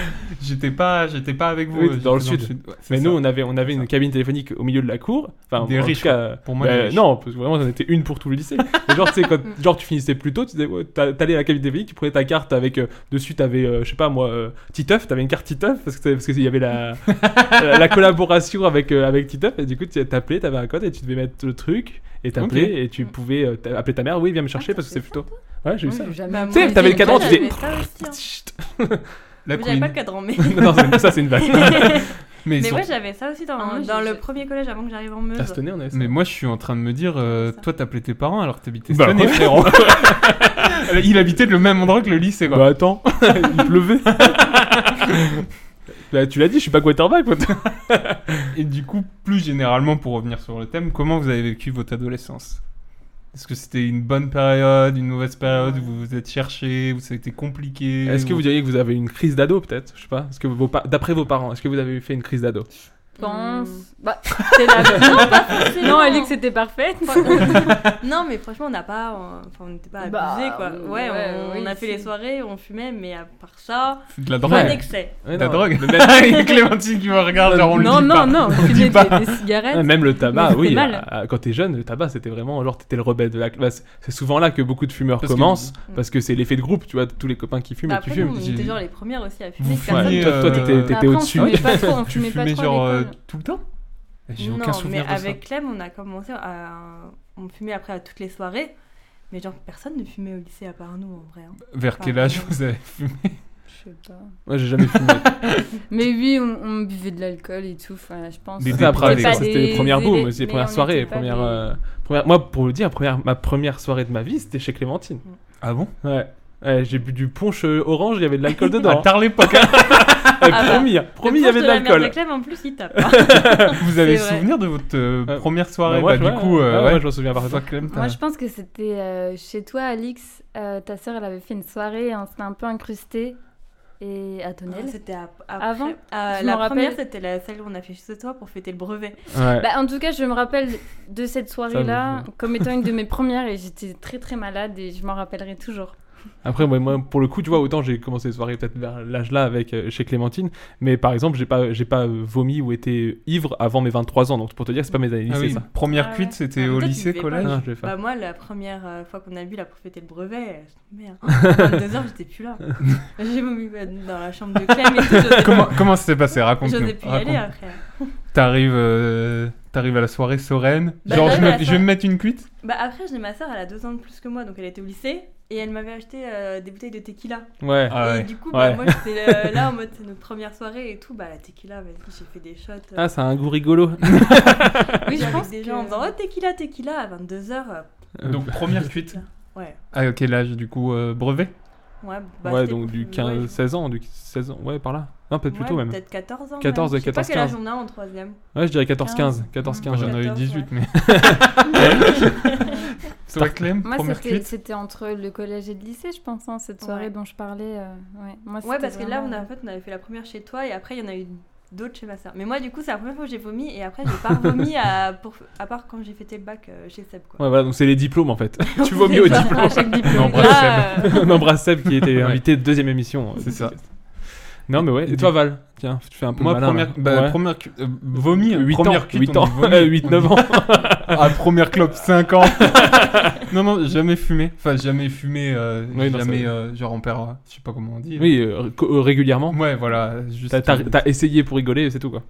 [SPEAKER 7] J'étais pas, j'étais pas avec vous.
[SPEAKER 8] Oui,
[SPEAKER 7] euh,
[SPEAKER 8] dans le
[SPEAKER 7] j'étais
[SPEAKER 8] sud.
[SPEAKER 7] Ouais, c'est
[SPEAKER 8] Mais
[SPEAKER 7] ça.
[SPEAKER 8] nous, on avait, on avait
[SPEAKER 7] C'est
[SPEAKER 8] une
[SPEAKER 7] ça.
[SPEAKER 8] cabine téléphonique au milieu de la cour. Enfin,
[SPEAKER 7] Des
[SPEAKER 8] en tout
[SPEAKER 7] riches,
[SPEAKER 8] cas,
[SPEAKER 7] Pour moi,
[SPEAKER 8] bah,
[SPEAKER 7] des riches.
[SPEAKER 8] non, parce que vraiment, j'en étais une pour tout le
[SPEAKER 7] <laughs>
[SPEAKER 8] lycée. Mais genre, tu sais, quand genre, tu finissais plus tôt, tu disais, ouais, t'a- t'allais à la cabine téléphonique, tu prenais ta carte avec. euh, dessus, t'avais, euh, je sais pas moi, euh, Titeuf, t'avais une carte Titeuf, parce que parce qu'il y
[SPEAKER 7] <laughs>
[SPEAKER 8] avait la, la, la collaboration avec, euh, avec Titeuf, et du coup, tu t'appelais, t'avais un code, et tu devais mettre le truc, et t'appelais,
[SPEAKER 7] Ok.
[SPEAKER 8] et tu pouvais euh, t'a- appeler ta mère, oui, viens me chercher, parce que c'est plus tôt. Ouais, j'ai eu
[SPEAKER 12] Moi,
[SPEAKER 8] ça.
[SPEAKER 12] j'ai jamais-
[SPEAKER 9] Bah,
[SPEAKER 12] moi,
[SPEAKER 8] Tu sais,
[SPEAKER 12] j'ai-
[SPEAKER 8] t'avais le
[SPEAKER 12] moi,
[SPEAKER 8] cadran, tu
[SPEAKER 12] j'avais
[SPEAKER 8] disais-
[SPEAKER 12] ça aussi,
[SPEAKER 8] <laughs>
[SPEAKER 12] hein.
[SPEAKER 8] Chut.
[SPEAKER 7] La
[SPEAKER 9] J'avais pas
[SPEAKER 7] queen.
[SPEAKER 9] le cadran,
[SPEAKER 8] <laughs>
[SPEAKER 9] mais. <laughs>
[SPEAKER 8] non, c'est- ça, c'est une vague.
[SPEAKER 7] Mais
[SPEAKER 9] Mais
[SPEAKER 7] sur-
[SPEAKER 9] ouais, j'avais ça aussi dans,
[SPEAKER 12] Ah, moi,
[SPEAKER 9] dans
[SPEAKER 12] j'ai-
[SPEAKER 9] le
[SPEAKER 12] j'ai-
[SPEAKER 9] premier collège avant que j'arrive en Meuse.
[SPEAKER 8] À Stoney, on avait ça.
[SPEAKER 7] Mais moi, je suis en train de me dire, euh,
[SPEAKER 9] Ça.
[SPEAKER 7] toi, t'appelais tes parents alors que t'habitais
[SPEAKER 8] Bah
[SPEAKER 7] Stanley,
[SPEAKER 8] ouais.
[SPEAKER 7] frérot. Il habitait le même endroit que le lycée, quoi.
[SPEAKER 8] Bah attends, <laughs> il pleuvait. Bah, tu l'as dit, je suis pas quarterback. moi.
[SPEAKER 7] Et du coup, plus généralement, pour revenir sur le thème, comment vous avez vécu votre adolescence Est-ce que c'était une bonne période, une mauvaise période où vous vous êtes cherché, où ça a été compliqué
[SPEAKER 8] Est-ce que
[SPEAKER 7] ou-
[SPEAKER 8] vous diriez que vous avez une crise d'ado peut-être Je sais pas. Est-ce que vos pa- d'après vos parents, est-ce que vous avez fait une crise d'ado
[SPEAKER 12] Je pense. Bah,
[SPEAKER 9] C'est
[SPEAKER 8] <laughs>
[SPEAKER 9] la- non, pas forcément.
[SPEAKER 12] non, elle dit que c'était parfaite.
[SPEAKER 9] Non, mais franchement, on n'a pas. on- Enfin, on n'était pas abusés,
[SPEAKER 12] Bah,
[SPEAKER 9] quoi.
[SPEAKER 12] euh,
[SPEAKER 9] Ouais, on,
[SPEAKER 12] ouais,
[SPEAKER 9] on a
[SPEAKER 12] oui,
[SPEAKER 9] fait
[SPEAKER 12] si.
[SPEAKER 9] les soirées, on fumait, mais à part ça,
[SPEAKER 7] De la drogue
[SPEAKER 9] pas
[SPEAKER 8] Ouais.
[SPEAKER 9] d'excès.
[SPEAKER 8] Ouais,
[SPEAKER 7] De la
[SPEAKER 8] non.
[SPEAKER 7] drogue <laughs>
[SPEAKER 8] Le <laughs> même-
[SPEAKER 7] Et Clémentine qui me regarde, genre on le
[SPEAKER 12] non,
[SPEAKER 7] dit
[SPEAKER 12] non,
[SPEAKER 7] pas.
[SPEAKER 12] non,
[SPEAKER 7] le
[SPEAKER 12] fumer
[SPEAKER 7] dit
[SPEAKER 12] des,
[SPEAKER 7] pas.
[SPEAKER 12] des cigarettes.
[SPEAKER 8] Ouais, Ah, même le tabac,
[SPEAKER 12] C'était
[SPEAKER 8] oui.
[SPEAKER 12] mal.
[SPEAKER 8] à- à- quand t'es jeune, le tabac c'était vraiment genre t'étais le rebelle de la classe. C'est souvent là que beaucoup de fumeurs
[SPEAKER 7] Parce que-
[SPEAKER 8] commencent
[SPEAKER 12] Mm.
[SPEAKER 8] parce que c'est l'effet de groupe, tu vois, tous les copains qui fument
[SPEAKER 9] Bah,
[SPEAKER 8] et tu
[SPEAKER 9] après, nous,
[SPEAKER 8] fumes.
[SPEAKER 9] on
[SPEAKER 7] j'ai-
[SPEAKER 9] était genre les premières aussi à fumer.
[SPEAKER 7] Vous
[SPEAKER 8] Enfin,
[SPEAKER 7] fumiez,
[SPEAKER 9] personne-
[SPEAKER 8] toi, toi,
[SPEAKER 7] euh,
[SPEAKER 8] t'étais-
[SPEAKER 12] Après,
[SPEAKER 8] t'étais au-dessus.
[SPEAKER 12] On fumait pas trop, on
[SPEAKER 7] Tu
[SPEAKER 12] fumait pas
[SPEAKER 7] fumais
[SPEAKER 12] trop. à
[SPEAKER 7] genre euh,
[SPEAKER 12] l'école.
[SPEAKER 7] tout le temps Eh, J'ai
[SPEAKER 9] non,
[SPEAKER 7] aucun souvenir
[SPEAKER 9] mais
[SPEAKER 7] de
[SPEAKER 9] avec Clem, on a commencé à. On fumait après à toutes les soirées. Mais genre, personne ne fumait au lycée à part nous, en vrai. hein.
[SPEAKER 7] ça. Vers quel
[SPEAKER 9] Pardon.
[SPEAKER 7] âge vous avez fumé
[SPEAKER 12] Je sais pas.
[SPEAKER 8] Moi, j'ai jamais fumé.
[SPEAKER 12] Mais oui, on, on buvait de l'alcool et tout. Enfin, je pense.
[SPEAKER 7] Des
[SPEAKER 12] on
[SPEAKER 8] C'était après,
[SPEAKER 12] était
[SPEAKER 7] dépravés,
[SPEAKER 12] pas
[SPEAKER 7] quoi.
[SPEAKER 8] c'était les
[SPEAKER 12] des
[SPEAKER 8] premières
[SPEAKER 12] zélés,
[SPEAKER 8] booms, c'est les
[SPEAKER 12] mais
[SPEAKER 8] premières
[SPEAKER 12] on
[SPEAKER 8] soirées, les
[SPEAKER 12] était pas
[SPEAKER 8] premières,
[SPEAKER 12] des-
[SPEAKER 8] euh, premières- Moi, pour le dire, première, ma première soirée de ma vie, c'était chez Clémentine.
[SPEAKER 7] Ah bon
[SPEAKER 8] Ouais. Ouais, j'ai bu du punch euh, orange, il y avait de
[SPEAKER 9] <laughs>
[SPEAKER 8] l'alcool
[SPEAKER 7] À
[SPEAKER 8] dedans.
[SPEAKER 7] tard l'époque.
[SPEAKER 9] Ah
[SPEAKER 8] Eh,
[SPEAKER 12] bah.
[SPEAKER 8] promis, hein, promis, il y avait de l'alcool.
[SPEAKER 9] La mère de Clem, en plus, il tape. hein.
[SPEAKER 7] Vous avez
[SPEAKER 9] C'est vrai.
[SPEAKER 7] souvenir de votre euh,
[SPEAKER 8] Euh,
[SPEAKER 7] première soirée
[SPEAKER 8] Bah, moi,
[SPEAKER 7] Bah,
[SPEAKER 8] je-
[SPEAKER 7] du
[SPEAKER 8] ouais,
[SPEAKER 7] coup, euh,
[SPEAKER 8] ouais,
[SPEAKER 7] ouais.
[SPEAKER 8] moi, je me souviens parfaitement.
[SPEAKER 7] Toi, Clem, t'as-
[SPEAKER 12] Moi, je pense que c'était euh, chez toi, Alix. Euh, ta sœur, elle avait fait une soirée et on s'était un peu incrusté et à Tonnelle.
[SPEAKER 9] Ah, C'était ap- après.
[SPEAKER 12] Avant
[SPEAKER 9] Euh,
[SPEAKER 12] Je
[SPEAKER 9] La
[SPEAKER 12] m'en rappelle.
[SPEAKER 9] première, c'était la- celle où on a fait chez toi pour fêter le brevet.
[SPEAKER 8] Ouais.
[SPEAKER 12] Bah, en tout cas, je me rappelle de cette soirée-là
[SPEAKER 8] Ça,
[SPEAKER 12] comme étant une de mes premières et j'étais très très malade et je m'en rappellerai toujours.
[SPEAKER 8] Après, moi, moi, pour le coup, tu vois, autant j'ai commencé les soirées peut-être vers l'âge-là avec euh, chez Clémentine, mais par exemple, j'ai pas, j'ai pas euh, vomi ou été ivre avant mes 23 ans. Donc pour te dire, c'est pas mes années
[SPEAKER 7] Ah
[SPEAKER 8] lycée,
[SPEAKER 7] oui,
[SPEAKER 8] ça.
[SPEAKER 7] première
[SPEAKER 9] Ah ouais.
[SPEAKER 7] cuite, c'était
[SPEAKER 9] Ah,
[SPEAKER 7] au
[SPEAKER 9] peut-être
[SPEAKER 7] lycée,
[SPEAKER 9] qu'il buvait pas,
[SPEAKER 7] collège.
[SPEAKER 8] Ah, je vais faire.
[SPEAKER 9] Bah, moi, la première euh, fois qu'on a bu, là, pour fêter le brevet, euh, je me suis dit, merde.
[SPEAKER 8] <laughs>
[SPEAKER 9] À 22h, j'étais plus là. J'ai vomi euh, dans la chambre de Clem et tout. j'osais-
[SPEAKER 7] Comment, comment ça s'est passé
[SPEAKER 9] <laughs>
[SPEAKER 7] Raconte-nous.
[SPEAKER 9] J'osais plus y aller
[SPEAKER 7] Raconte.
[SPEAKER 9] après.
[SPEAKER 7] T'arrives, euh, t'arrives à la soirée sereine.
[SPEAKER 9] Bah,
[SPEAKER 7] Genre, je,
[SPEAKER 9] j'arrive à
[SPEAKER 7] me-
[SPEAKER 9] la
[SPEAKER 7] je vais
[SPEAKER 9] soirée.
[SPEAKER 7] me mettre une cuite.
[SPEAKER 9] Bah après, j'ai ma soeur, elle a deux ans de plus que moi, donc elle était au lycée. Et elle m'avait acheté euh, des bouteilles de tequila.
[SPEAKER 8] Ouais.
[SPEAKER 9] et
[SPEAKER 7] Ah ouais.
[SPEAKER 9] du coup, bah,
[SPEAKER 8] Ouais.
[SPEAKER 9] moi, j'étais euh, là en mode, c'est notre première soirée et tout. Bah la tequila, vas-y, j'ai fait des shots. euh,
[SPEAKER 8] Ah, ça a un goût rigolo.
[SPEAKER 9] Bah,
[SPEAKER 12] Oui, je
[SPEAKER 8] Ah,
[SPEAKER 9] avec
[SPEAKER 12] pense
[SPEAKER 9] des
[SPEAKER 12] que-
[SPEAKER 9] gens en disant, oh tequila, tequila, à 22h.
[SPEAKER 7] Donc, première cuite.
[SPEAKER 9] Ouais.
[SPEAKER 7] Euh, <laughs> Ah, ok, l'âge, du coup, euh, brevet.
[SPEAKER 9] Ouais, bah,
[SPEAKER 8] ouais,
[SPEAKER 9] c'était
[SPEAKER 8] donc du
[SPEAKER 9] plus-
[SPEAKER 8] 15,
[SPEAKER 9] ouais,
[SPEAKER 8] 16 ans, du 16 ans, ouais, par là. Non, peut-être plus
[SPEAKER 9] ouais,
[SPEAKER 8] tôt même.
[SPEAKER 9] Peut-être 14 ans.
[SPEAKER 8] 14,
[SPEAKER 9] même. Je sais
[SPEAKER 8] 14,
[SPEAKER 9] pas quel âge on a en troisième.
[SPEAKER 8] Ouais, je dirais 14-15.
[SPEAKER 7] 15,
[SPEAKER 8] 14-15.
[SPEAKER 7] j'en avais
[SPEAKER 9] 14,
[SPEAKER 7] 18,
[SPEAKER 9] <laughs>
[SPEAKER 7] mais. <laughs> Toi, Clem,
[SPEAKER 12] Moi,
[SPEAKER 7] première
[SPEAKER 12] c'était-
[SPEAKER 7] cuite.
[SPEAKER 12] c'était entre le collège et le lycée, je pense, hein, cette soirée
[SPEAKER 9] Ouais.
[SPEAKER 12] dont je parlais. euh, ouais. Moi,
[SPEAKER 9] Ouais,
[SPEAKER 12] c'était
[SPEAKER 9] parce que là, on, a,
[SPEAKER 12] vraiment-
[SPEAKER 9] <laughs> en fait, on avait fait la première chez toi et après, il y en a eu d'autres chez ma soeur. Mais moi, du coup, c'est la première fois que j'ai vomi et après, j'ai
[SPEAKER 8] <laughs>
[SPEAKER 9] pas vomi à, pour- à part quand j'ai fêté le bac euh, chez Seb. Quoi.
[SPEAKER 8] Ouais, voilà, donc c'est les diplômes
[SPEAKER 9] <laughs>
[SPEAKER 8] en fait. tu vomis au
[SPEAKER 9] Déjà,
[SPEAKER 8] diplôme.
[SPEAKER 9] à chaque diplôme.
[SPEAKER 7] On embrasse
[SPEAKER 9] Là,
[SPEAKER 8] <laughs>
[SPEAKER 9] euh,
[SPEAKER 8] On embrasse Seb qui était
[SPEAKER 7] Ouais.
[SPEAKER 8] invité de deuxième émission. euh,
[SPEAKER 7] C'est ça.
[SPEAKER 8] Non, mais ouais. Et toi, Val Tiens, tu fais un peu
[SPEAKER 7] Moi,
[SPEAKER 8] malin,
[SPEAKER 7] première,
[SPEAKER 8] là.
[SPEAKER 7] bah,
[SPEAKER 8] Ouais.
[SPEAKER 7] première cu- euh, vomi,
[SPEAKER 8] 8 ans,
[SPEAKER 7] première cuite,
[SPEAKER 8] 8
[SPEAKER 7] on
[SPEAKER 8] ans,
[SPEAKER 7] dit
[SPEAKER 8] <laughs>
[SPEAKER 7] vomi. On
[SPEAKER 8] 8, 9
[SPEAKER 7] dit-
[SPEAKER 8] ans.
[SPEAKER 7] <laughs> Ah, première clope, 5
[SPEAKER 8] <laughs>
[SPEAKER 7] ans. non, non, jamais fumé. Enfin, jamais fumé, euh,
[SPEAKER 8] Oui, non,
[SPEAKER 7] jamais,
[SPEAKER 8] ça-
[SPEAKER 7] euh, genre, on perd, euh, je sais pas comment on dit.
[SPEAKER 8] Oui, euh, co- euh, régulièrement.
[SPEAKER 7] Ouais, voilà, juste.
[SPEAKER 8] T'as- T'as t'as essayé pour rigoler, c'est tout quoi.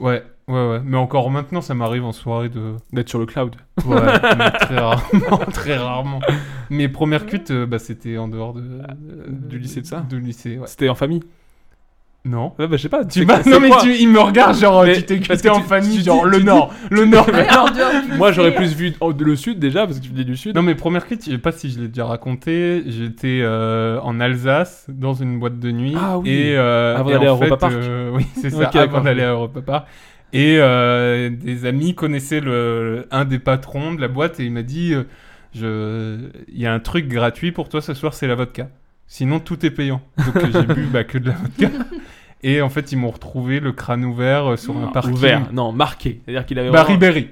[SPEAKER 7] Ouais, ouais, ouais. Mais encore maintenant, ça m'arrive en soirée de.
[SPEAKER 8] D'être sur le cloud.
[SPEAKER 7] Ouais, mais très rarement, <laughs> très rarement. Mes premières cuites, euh, bah, c'était en dehors de,
[SPEAKER 8] du lycée Euh, de ça
[SPEAKER 7] Du lycée, ouais.
[SPEAKER 8] C'était en famille.
[SPEAKER 7] Non.
[SPEAKER 8] Ouais, bah, je sais pas.
[SPEAKER 7] Tu
[SPEAKER 8] c'est-
[SPEAKER 7] vas-
[SPEAKER 8] c'est
[SPEAKER 7] non, mais
[SPEAKER 8] quoi <laughs>
[SPEAKER 7] tu, il me regarde, genre,
[SPEAKER 8] Mais-
[SPEAKER 7] tu t'es
[SPEAKER 8] parce
[SPEAKER 7] quitté
[SPEAKER 8] que
[SPEAKER 7] en
[SPEAKER 8] tu-
[SPEAKER 7] famille,
[SPEAKER 8] tu
[SPEAKER 7] genre,
[SPEAKER 8] dis-
[SPEAKER 7] le
[SPEAKER 8] tu
[SPEAKER 7] Nord, le Nord.
[SPEAKER 9] euh, en dehors du
[SPEAKER 8] Moi, j'aurais
[SPEAKER 9] lycée,
[SPEAKER 8] plus vu en- le sud déjà, parce que tu venais du sud.
[SPEAKER 7] Non, mes premières cuites, je sais pas si je l'ai déjà raconté. J'étais euh, en Alsace, dans une boîte de nuit.
[SPEAKER 8] Ah oui.
[SPEAKER 7] Et, euh,
[SPEAKER 8] Avant
[SPEAKER 7] et
[SPEAKER 8] d'aller
[SPEAKER 7] en
[SPEAKER 8] à Europa
[SPEAKER 7] fait,
[SPEAKER 8] Park.
[SPEAKER 7] euh, oui,
[SPEAKER 8] <laughs>
[SPEAKER 7] c'est ça,
[SPEAKER 8] Ok,
[SPEAKER 7] avant
[SPEAKER 8] d'accord.
[SPEAKER 7] d'aller à Europa Park. Et euh, des amis connaissaient le, un des patrons de la boîte et il m'a dit euh, je- il y a un truc gratuit pour toi ce soir, c'est la vodka. Sinon, tout est payant. Donc,
[SPEAKER 8] <laughs>
[SPEAKER 7] euh, j'ai bu bah, que de la vodka. Et en fait, ils m'ont retrouvé le crâne ouvert euh, sur un parking.
[SPEAKER 8] Ah, Ouvert, non, marqué. C'est-à-dire qu'il avait.
[SPEAKER 7] Bah,
[SPEAKER 8] vraiment-
[SPEAKER 7] Ribéry.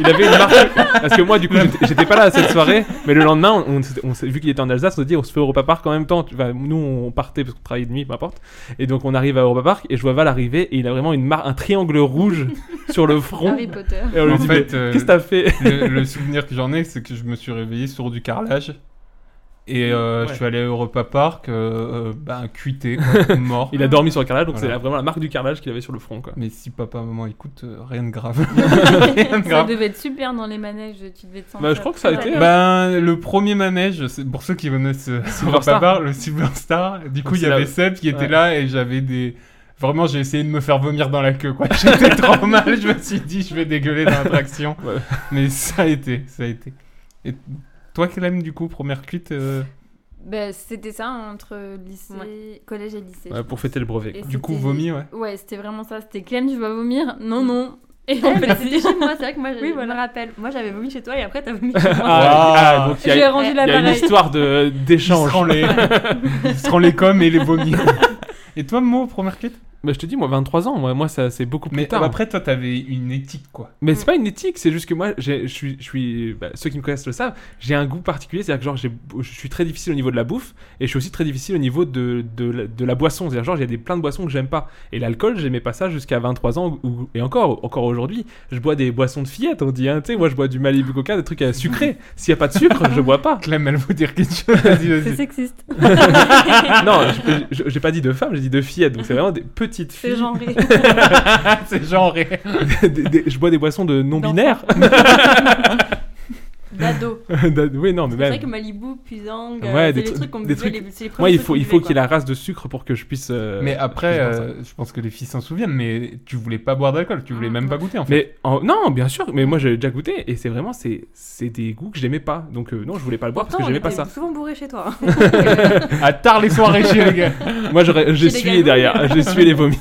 [SPEAKER 8] Il avait une marque. Parce que moi, du coup, j'étais- j'étais pas là à cette soirée, mais le lendemain, on, on s'est- on s'est- vu qu'il était en Alsace, on s'est dit, on se fait Europa Park en même temps. Tu vois, nous, on partait parce qu'on travaillait de nuit, peu importe. Et donc, on arrive à Europa Park et je vois Val arriver et il a vraiment une mar- un triangle rouge sur le front.
[SPEAKER 12] Harry Potter.
[SPEAKER 8] Et on lui
[SPEAKER 7] <laughs> En
[SPEAKER 8] dit,
[SPEAKER 7] fait,
[SPEAKER 8] mais
[SPEAKER 7] euh,
[SPEAKER 8] qu'est-ce que t'as fait
[SPEAKER 7] le, le souvenir que j'en ai, c'est que je me suis réveillé sur du carrelage. Et euh, je
[SPEAKER 8] Ouais.
[SPEAKER 7] suis allé à Europa Park, euh, euh, ben, cuité,
[SPEAKER 8] <laughs>
[SPEAKER 7] quoi, mort.
[SPEAKER 8] Il a dormi sur le carrelage, donc
[SPEAKER 7] Voilà.
[SPEAKER 8] c'est vraiment la marque du carrelage qu'il avait sur le front, quoi.
[SPEAKER 7] Mais si papa, maman écoute, euh, rien de
[SPEAKER 8] <laughs>
[SPEAKER 7] grave. rien de
[SPEAKER 12] Ça
[SPEAKER 7] grave.
[SPEAKER 12] devait être super dans les manèges, tu devais te sentir.
[SPEAKER 8] Bah, je crois que ça a
[SPEAKER 12] très
[SPEAKER 8] été,
[SPEAKER 12] à l'aise.
[SPEAKER 7] Ben, le premier manège, c'est pour ceux qui connaissent euh, sur Europa
[SPEAKER 8] Superstar.
[SPEAKER 7] Park, le Superstar, du coup, il y
[SPEAKER 8] C'est là
[SPEAKER 7] avait
[SPEAKER 8] où-
[SPEAKER 7] Seb qui était
[SPEAKER 8] ouais.
[SPEAKER 7] là et j'avais des. Vraiment, j'ai essayé de me faire vomir dans la queue, quoi. <laughs> J'étais trop mal, je me suis dit, je vais dégueuler dans l'attraction.
[SPEAKER 8] Ouais.
[SPEAKER 7] Mais ça a été, ça a été. Et toi, Clem, du coup, première cuite euh,
[SPEAKER 12] Bah, c'était ça hein, entre lycée, collège et lycée.
[SPEAKER 8] Ouais, pour fêter le brevet.
[SPEAKER 12] Et
[SPEAKER 8] quoi.
[SPEAKER 7] Du coup,
[SPEAKER 12] c'était-
[SPEAKER 7] vomi, ouais.
[SPEAKER 12] Ouais, c'était vraiment ça. C'était Clem, tu vas vomir Non, non. Et
[SPEAKER 9] Ouais,
[SPEAKER 12] en
[SPEAKER 9] bah,
[SPEAKER 12] fait,
[SPEAKER 9] c'était chez moi, c'est vrai que moi, je
[SPEAKER 12] Oui, voilà.
[SPEAKER 9] me rappelle. Moi, j'avais vomi chez toi et après, t'as vomi
[SPEAKER 8] <laughs>
[SPEAKER 9] chez moi.
[SPEAKER 8] Ah, ah, donc il y
[SPEAKER 12] j'ai
[SPEAKER 8] a,
[SPEAKER 12] rangé
[SPEAKER 9] il y
[SPEAKER 8] il y a une
[SPEAKER 12] l'appareil.
[SPEAKER 8] histoire de-
[SPEAKER 7] Il
[SPEAKER 8] d'échange.
[SPEAKER 7] se rend les,
[SPEAKER 12] <laughs>
[SPEAKER 7] il se rend les coms et les vomis. <laughs> et toi, Mo, première cuite
[SPEAKER 8] Bah, je te dis, moi, 23 ans, moi, moi ça c'est beaucoup plus
[SPEAKER 7] Mais bah,
[SPEAKER 8] tard.
[SPEAKER 7] après, toi, t'avais une éthique, quoi.
[SPEAKER 8] Mais
[SPEAKER 9] Mm.
[SPEAKER 8] c'est pas une éthique, c'est juste que moi, j'ai- je suis, je suis, bah, ceux qui me connaissent le savent, j'ai un goût particulier, c'est-à-dire que genre, j'ai- je suis très difficile au niveau de la bouffe, et je suis aussi très difficile au niveau de, de, la- de la boisson, c'est-à-dire genre, il y a des, plein de boissons que j'aime pas, et l'alcool, j'aimais pas ça jusqu'à 23 ans, ou- et encore, encore aujourd'hui, je bois des boissons de fillettes, on dit, hein, tu sais, moi je bois du Malibu Coca, des trucs
[SPEAKER 9] <laughs>
[SPEAKER 8] euh, sucrés, s'il y a pas de sucre, je bois pas.
[SPEAKER 7] Clem, elle veut dire quelque chose. Vas-y,
[SPEAKER 12] c'est
[SPEAKER 7] vas-y.
[SPEAKER 12] sexiste.
[SPEAKER 8] Non, je- je- j'ai pas dit de femmes, j'ai dit de
[SPEAKER 9] <laughs>
[SPEAKER 8] fillettes, donc c'est vraiment des petites
[SPEAKER 12] C'est
[SPEAKER 8] filles. <laughs>
[SPEAKER 12] genré.
[SPEAKER 7] C'est genré.
[SPEAKER 8] Des- des- je bois des boissons <laughs> de non-binaires.
[SPEAKER 9] d'ado.
[SPEAKER 8] oui, non, mais
[SPEAKER 9] C'est vrai
[SPEAKER 8] même.
[SPEAKER 9] que Malibu, Puisang, euh,
[SPEAKER 8] Ouais,
[SPEAKER 9] c'est
[SPEAKER 8] des
[SPEAKER 9] les
[SPEAKER 8] trucs-
[SPEAKER 9] trucs qu'on
[SPEAKER 8] des
[SPEAKER 9] buvait,
[SPEAKER 8] trucs-
[SPEAKER 9] les- c'est les premiers
[SPEAKER 8] Moi, il
[SPEAKER 9] trucs
[SPEAKER 8] faut,
[SPEAKER 9] qu'on
[SPEAKER 8] il faut
[SPEAKER 9] buvait,
[SPEAKER 8] qu'il y ait
[SPEAKER 9] quoi.
[SPEAKER 8] la race de sucre pour que je puisse. euh,
[SPEAKER 7] Mais après,
[SPEAKER 8] je puisse boire ça.
[SPEAKER 7] euh, je pense que les filles s'en souviennent, mais tu voulais pas boire d'alcool, tu voulais
[SPEAKER 12] Ah.
[SPEAKER 9] Mm,
[SPEAKER 7] même
[SPEAKER 9] mm.
[SPEAKER 7] pas goûter en fait.
[SPEAKER 8] Mais en- non, bien sûr, mais moi j'ai déjà goûté et c'est vraiment c'est c'est des goûts que j'aimais pas. Donc euh, non, je voulais pas le boire parce
[SPEAKER 9] Pourtant,
[SPEAKER 8] que
[SPEAKER 9] on
[SPEAKER 8] j'aimais pas
[SPEAKER 9] était <laughs>
[SPEAKER 8] ça.
[SPEAKER 9] souvent bourré chez toi.
[SPEAKER 7] À tard les soirées chez les gars.
[SPEAKER 8] Moi j'aurais- j'ai
[SPEAKER 9] Chez les
[SPEAKER 8] sué
[SPEAKER 9] gars,
[SPEAKER 8] derrière,
[SPEAKER 9] <laughs>
[SPEAKER 8] j'ai sué les vomis.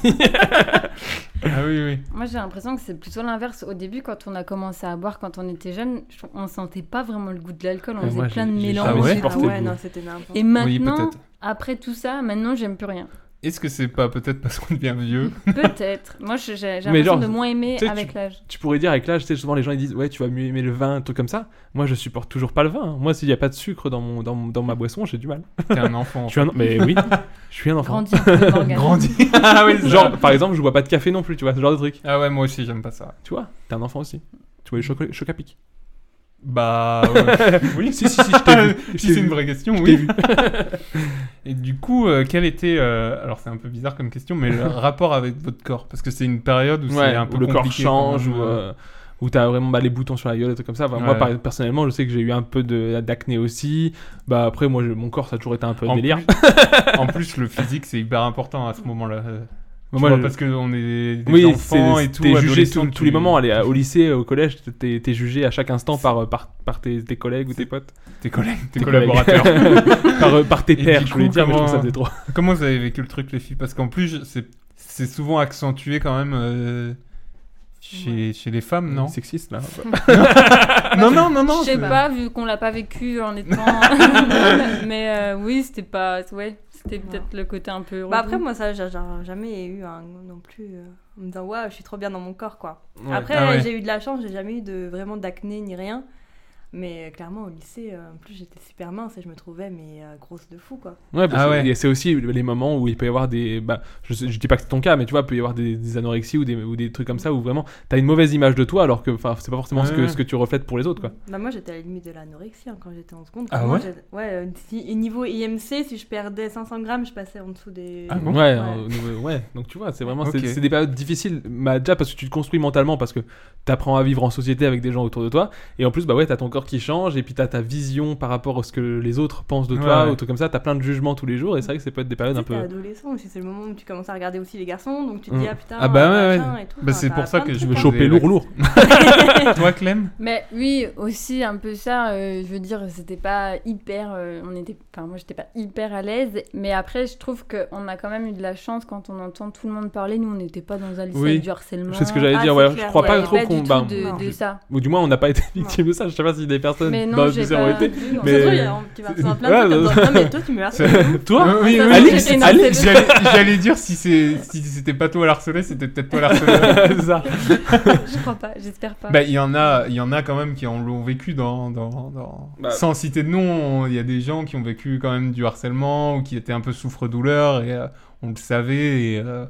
[SPEAKER 7] Ah oui, oui.
[SPEAKER 12] Moi, j'ai l'impression que c'est plutôt l'inverse. Au début, quand on a commencé à boire, quand on était jeune, je- on sentait pas vraiment le goût de l'alcool. On
[SPEAKER 8] Et
[SPEAKER 12] faisait
[SPEAKER 8] moi,
[SPEAKER 12] plein
[SPEAKER 8] j'ai-
[SPEAKER 12] de
[SPEAKER 8] j'ai
[SPEAKER 12] mélanges.
[SPEAKER 7] Ah ouais
[SPEAKER 12] etc.
[SPEAKER 9] ah
[SPEAKER 8] Portez-vous.
[SPEAKER 9] ouais, non, c'était n'importe
[SPEAKER 12] Et
[SPEAKER 7] Oui,
[SPEAKER 12] maintenant,
[SPEAKER 7] peut-être.
[SPEAKER 12] après tout ça, maintenant, j'aime plus rien.
[SPEAKER 7] Est-ce que c'est pas peut-être parce qu'on devient vieux
[SPEAKER 12] Peut-être. Moi, je- j'ai j'ai
[SPEAKER 8] Mais
[SPEAKER 12] l'impression
[SPEAKER 8] genre,
[SPEAKER 12] de moins aimer
[SPEAKER 8] tu sais,
[SPEAKER 12] avec l'âge.
[SPEAKER 8] Tu pourrais dire avec l'âge, tu sais, souvent les gens ils disent ouais, tu vas mieux aimer le vin, un truc comme ça. Moi je supporte toujours pas le vin. hein. Moi s'il y a pas de sucre dans mon dans, mon- dans ma boisson, j'ai du mal.
[SPEAKER 7] T'es un enfant.
[SPEAKER 8] Je suis un mais
[SPEAKER 9] <laughs>
[SPEAKER 8] oui, je suis un enfant.
[SPEAKER 12] Grandir,
[SPEAKER 8] <laughs>
[SPEAKER 12] Morgane.
[SPEAKER 7] Grandi. <laughs> ah oui, c'est
[SPEAKER 8] Genre
[SPEAKER 7] ça.
[SPEAKER 8] par exemple, je bois pas de café non plus, tu vois, ce genre de truc.
[SPEAKER 7] Ah ouais, moi aussi j'aime pas ça.
[SPEAKER 8] Tu vois, t'es un enfant aussi. Tu vois les chocolats, choc à pic.
[SPEAKER 7] Bah ouais. <laughs> oui.
[SPEAKER 8] Si <laughs> si si, je t'ai vu.
[SPEAKER 7] <laughs>
[SPEAKER 8] Je
[SPEAKER 7] Si
[SPEAKER 8] t'ai
[SPEAKER 7] c'est une
[SPEAKER 8] vu.
[SPEAKER 7] vraie question,
[SPEAKER 8] t'ai <laughs>
[SPEAKER 7] oui. Et du coup, euh, quel était, euh, alors c'est un peu bizarre comme question, mais
[SPEAKER 8] <laughs>
[SPEAKER 7] le rapport avec votre corps Parce que c'est une période où
[SPEAKER 8] Ouais,
[SPEAKER 7] c'est un
[SPEAKER 8] où
[SPEAKER 7] peu
[SPEAKER 8] le corps
[SPEAKER 7] compliqué quand
[SPEAKER 8] change
[SPEAKER 7] même.
[SPEAKER 8] ou euh, où t'as vraiment bah, les boutons sur la gueule et trucs comme ça. Enfin, Moi,
[SPEAKER 7] Ouais.
[SPEAKER 8] par- personnellement, je sais que j'ai eu un peu de- d'acné aussi. Bah après, moi, je- mon corps, ça a toujours été un peu
[SPEAKER 7] En
[SPEAKER 8] délire. <laughs>
[SPEAKER 7] plus- en plus, le physique, c'est hyper important à ce moment-là. Euh, tu
[SPEAKER 8] Moi,
[SPEAKER 7] vois,
[SPEAKER 8] je-
[SPEAKER 7] parce qu'on est des
[SPEAKER 8] oui,
[SPEAKER 7] enfants
[SPEAKER 8] c'est-
[SPEAKER 7] et tout.
[SPEAKER 8] t'es jugé
[SPEAKER 7] adolescents,
[SPEAKER 8] tout-
[SPEAKER 7] tu-
[SPEAKER 8] tous les moments. Allez, à- au lycée, au collège, t'es t'es jugé à chaque instant par, euh, par, par tes, tes collègues ou
[SPEAKER 7] <laughs>
[SPEAKER 8] tes potes.
[SPEAKER 7] Tes collègues, tes
[SPEAKER 8] Tes collègues.
[SPEAKER 7] collaborateurs.
[SPEAKER 8] <laughs>
[SPEAKER 7] <laughs>
[SPEAKER 8] par, euh, par tes
[SPEAKER 7] du
[SPEAKER 8] pères, je
[SPEAKER 7] coup,
[SPEAKER 8] voulais dire, mais je trouve que ça
[SPEAKER 7] comment-
[SPEAKER 8] faisait trop.
[SPEAKER 7] Comment vous avez vécu le truc, les filles Parce qu'en plus, je- c'est c'est souvent accentué quand même euh, chez, chez les
[SPEAKER 8] Euh,
[SPEAKER 7] femmes, non
[SPEAKER 8] Sexiste, là.
[SPEAKER 7] Non, non, non, non.
[SPEAKER 12] Je sais
[SPEAKER 7] c'est-
[SPEAKER 12] pas, vu qu'on l'a pas vécu
[SPEAKER 8] <laughs>
[SPEAKER 12] en étant. <laughs> Mais euh, oui, c'était pas. Ouais, c'était peut-être le côté un peu.
[SPEAKER 9] Bah
[SPEAKER 12] relou.
[SPEAKER 9] après, moi, ça, j'ai j'ai jamais eu un non plus. euh, en me disant, waouh, je suis trop bien dans mon corps, quoi. Après,
[SPEAKER 7] Ah ouais.
[SPEAKER 9] j'ai eu de la chance, j'ai jamais eu de, vraiment d'acné ni rien. Mais euh, clairement, au lycée, euh, en plus, j'étais super mince et je me trouvais mais euh, grosse de fou, quoi.
[SPEAKER 8] Ouais, parce
[SPEAKER 7] Ah
[SPEAKER 8] que
[SPEAKER 7] ouais.
[SPEAKER 8] y a- c'est aussi les moments où il peut y avoir des. Bah, je, sais- je dis pas que c'est ton cas, mais tu vois, il peut y avoir des, des anorexies ou des, ou des trucs comme ça où vraiment t'as une mauvaise image de toi alors que enfin, c'est pas forcément ce,
[SPEAKER 7] Ouais,
[SPEAKER 8] que,
[SPEAKER 7] ouais.
[SPEAKER 8] ce que tu reflètes pour les autres, quoi.
[SPEAKER 9] Bah, moi, j'étais à la limite de l'anorexie hein, quand j'étais en seconde.
[SPEAKER 7] Ah
[SPEAKER 9] Vraiment,
[SPEAKER 7] ouais
[SPEAKER 9] j'ai- Ouais, euh, si- niveau IMC, si je perdais 500 grammes, je passais en dessous des.
[SPEAKER 7] Ah bon
[SPEAKER 8] ouais,
[SPEAKER 9] Ouais.
[SPEAKER 8] euh, niveau- ouais. donc tu vois, c'est vraiment.
[SPEAKER 7] Ok.
[SPEAKER 8] c'est- C'est des périodes difficiles, bah, déjà parce que tu te construis mentalement, parce que t'apprends à vivre en société avec des gens autour de toi, et en plus, bah ouais, t'as ton corps qui change, et puis t'as ta vision par rapport à ce que les autres pensent de toi,
[SPEAKER 7] Ouais.
[SPEAKER 8] ou trucs comme ça, t'as plein de jugements tous les jours, et c'est vrai que ça peut être des périodes un
[SPEAKER 9] Tu sais,
[SPEAKER 8] peu.
[SPEAKER 9] T'es adolescent aussi, c'est le moment où tu commences à regarder aussi les garçons, donc tu te
[SPEAKER 8] Mm.
[SPEAKER 9] dis ah putain,
[SPEAKER 7] Ah bah ouais,
[SPEAKER 9] machin
[SPEAKER 7] ouais.
[SPEAKER 9] et tout.
[SPEAKER 7] Bah,
[SPEAKER 9] Enfin,
[SPEAKER 7] c'est
[SPEAKER 9] t'as
[SPEAKER 7] pour ça
[SPEAKER 9] plein
[SPEAKER 7] que
[SPEAKER 9] de
[SPEAKER 7] je
[SPEAKER 9] trucs,
[SPEAKER 7] me
[SPEAKER 9] hein.
[SPEAKER 8] Choper lourd, lourd.
[SPEAKER 7] Toi, Clem
[SPEAKER 12] Mais oui, aussi un peu ça. euh, je veux dire, c'était pas hyper. euh, on était, enfin moi, j'étais pas hyper à l'aise. Mais après, je trouve qu'on a quand même eu de la chance quand on entend tout le monde parler. Nous, on n'était pas dans un lycée
[SPEAKER 8] Oui.
[SPEAKER 12] avec du harcèlement.
[SPEAKER 8] C'est ce que j'allais
[SPEAKER 9] Ah,
[SPEAKER 8] dire,
[SPEAKER 9] c'est
[SPEAKER 8] ouais. Je
[SPEAKER 9] clair,
[SPEAKER 8] crois
[SPEAKER 9] ouais,
[SPEAKER 8] pas
[SPEAKER 9] y a
[SPEAKER 8] trop
[SPEAKER 12] pas
[SPEAKER 8] qu'on.
[SPEAKER 12] du
[SPEAKER 8] bah,
[SPEAKER 12] tout de,
[SPEAKER 9] non.
[SPEAKER 12] de ça.
[SPEAKER 8] Ou du moins, on n'a pas été victime de ça. Je sais pas si des personnes
[SPEAKER 12] Mais
[SPEAKER 8] dans
[SPEAKER 12] non,
[SPEAKER 8] le
[SPEAKER 12] j'ai
[SPEAKER 8] lycée
[SPEAKER 12] pas.
[SPEAKER 8] ont été.
[SPEAKER 12] vu, non.
[SPEAKER 9] Ça se trouve,
[SPEAKER 8] Mais-
[SPEAKER 9] on-
[SPEAKER 7] <laughs>
[SPEAKER 9] tu vas recevoir plein de
[SPEAKER 8] Ouais,
[SPEAKER 9] trucs
[SPEAKER 8] bah-
[SPEAKER 9] en disant, non mais toi tu me harcèles.
[SPEAKER 8] <laughs> Toi
[SPEAKER 7] Oui, oui,
[SPEAKER 12] Ah, Ça,
[SPEAKER 7] oui.
[SPEAKER 12] c'est
[SPEAKER 8] Alix,
[SPEAKER 12] j'étais
[SPEAKER 8] Alix,
[SPEAKER 12] harcelée.
[SPEAKER 7] J'allais j'allais dire si c'est- si c'était pas toi à l'harceler, c'était peut-être toi l'harceleur.
[SPEAKER 12] <laughs>
[SPEAKER 8] C'est ça.
[SPEAKER 12] hein,
[SPEAKER 8] <laughs>
[SPEAKER 12] Je crois pas. J'espère pas.
[SPEAKER 7] Bah, il y en a, il y en a quand même qui en l'ont vécu dans, dans, dans-
[SPEAKER 8] Bah.
[SPEAKER 7] sans citer de nom. on- Il y a des gens qui ont vécu quand même du harcèlement ou qui étaient un peu souffre-douleur et euh, on le savait. Et, euh,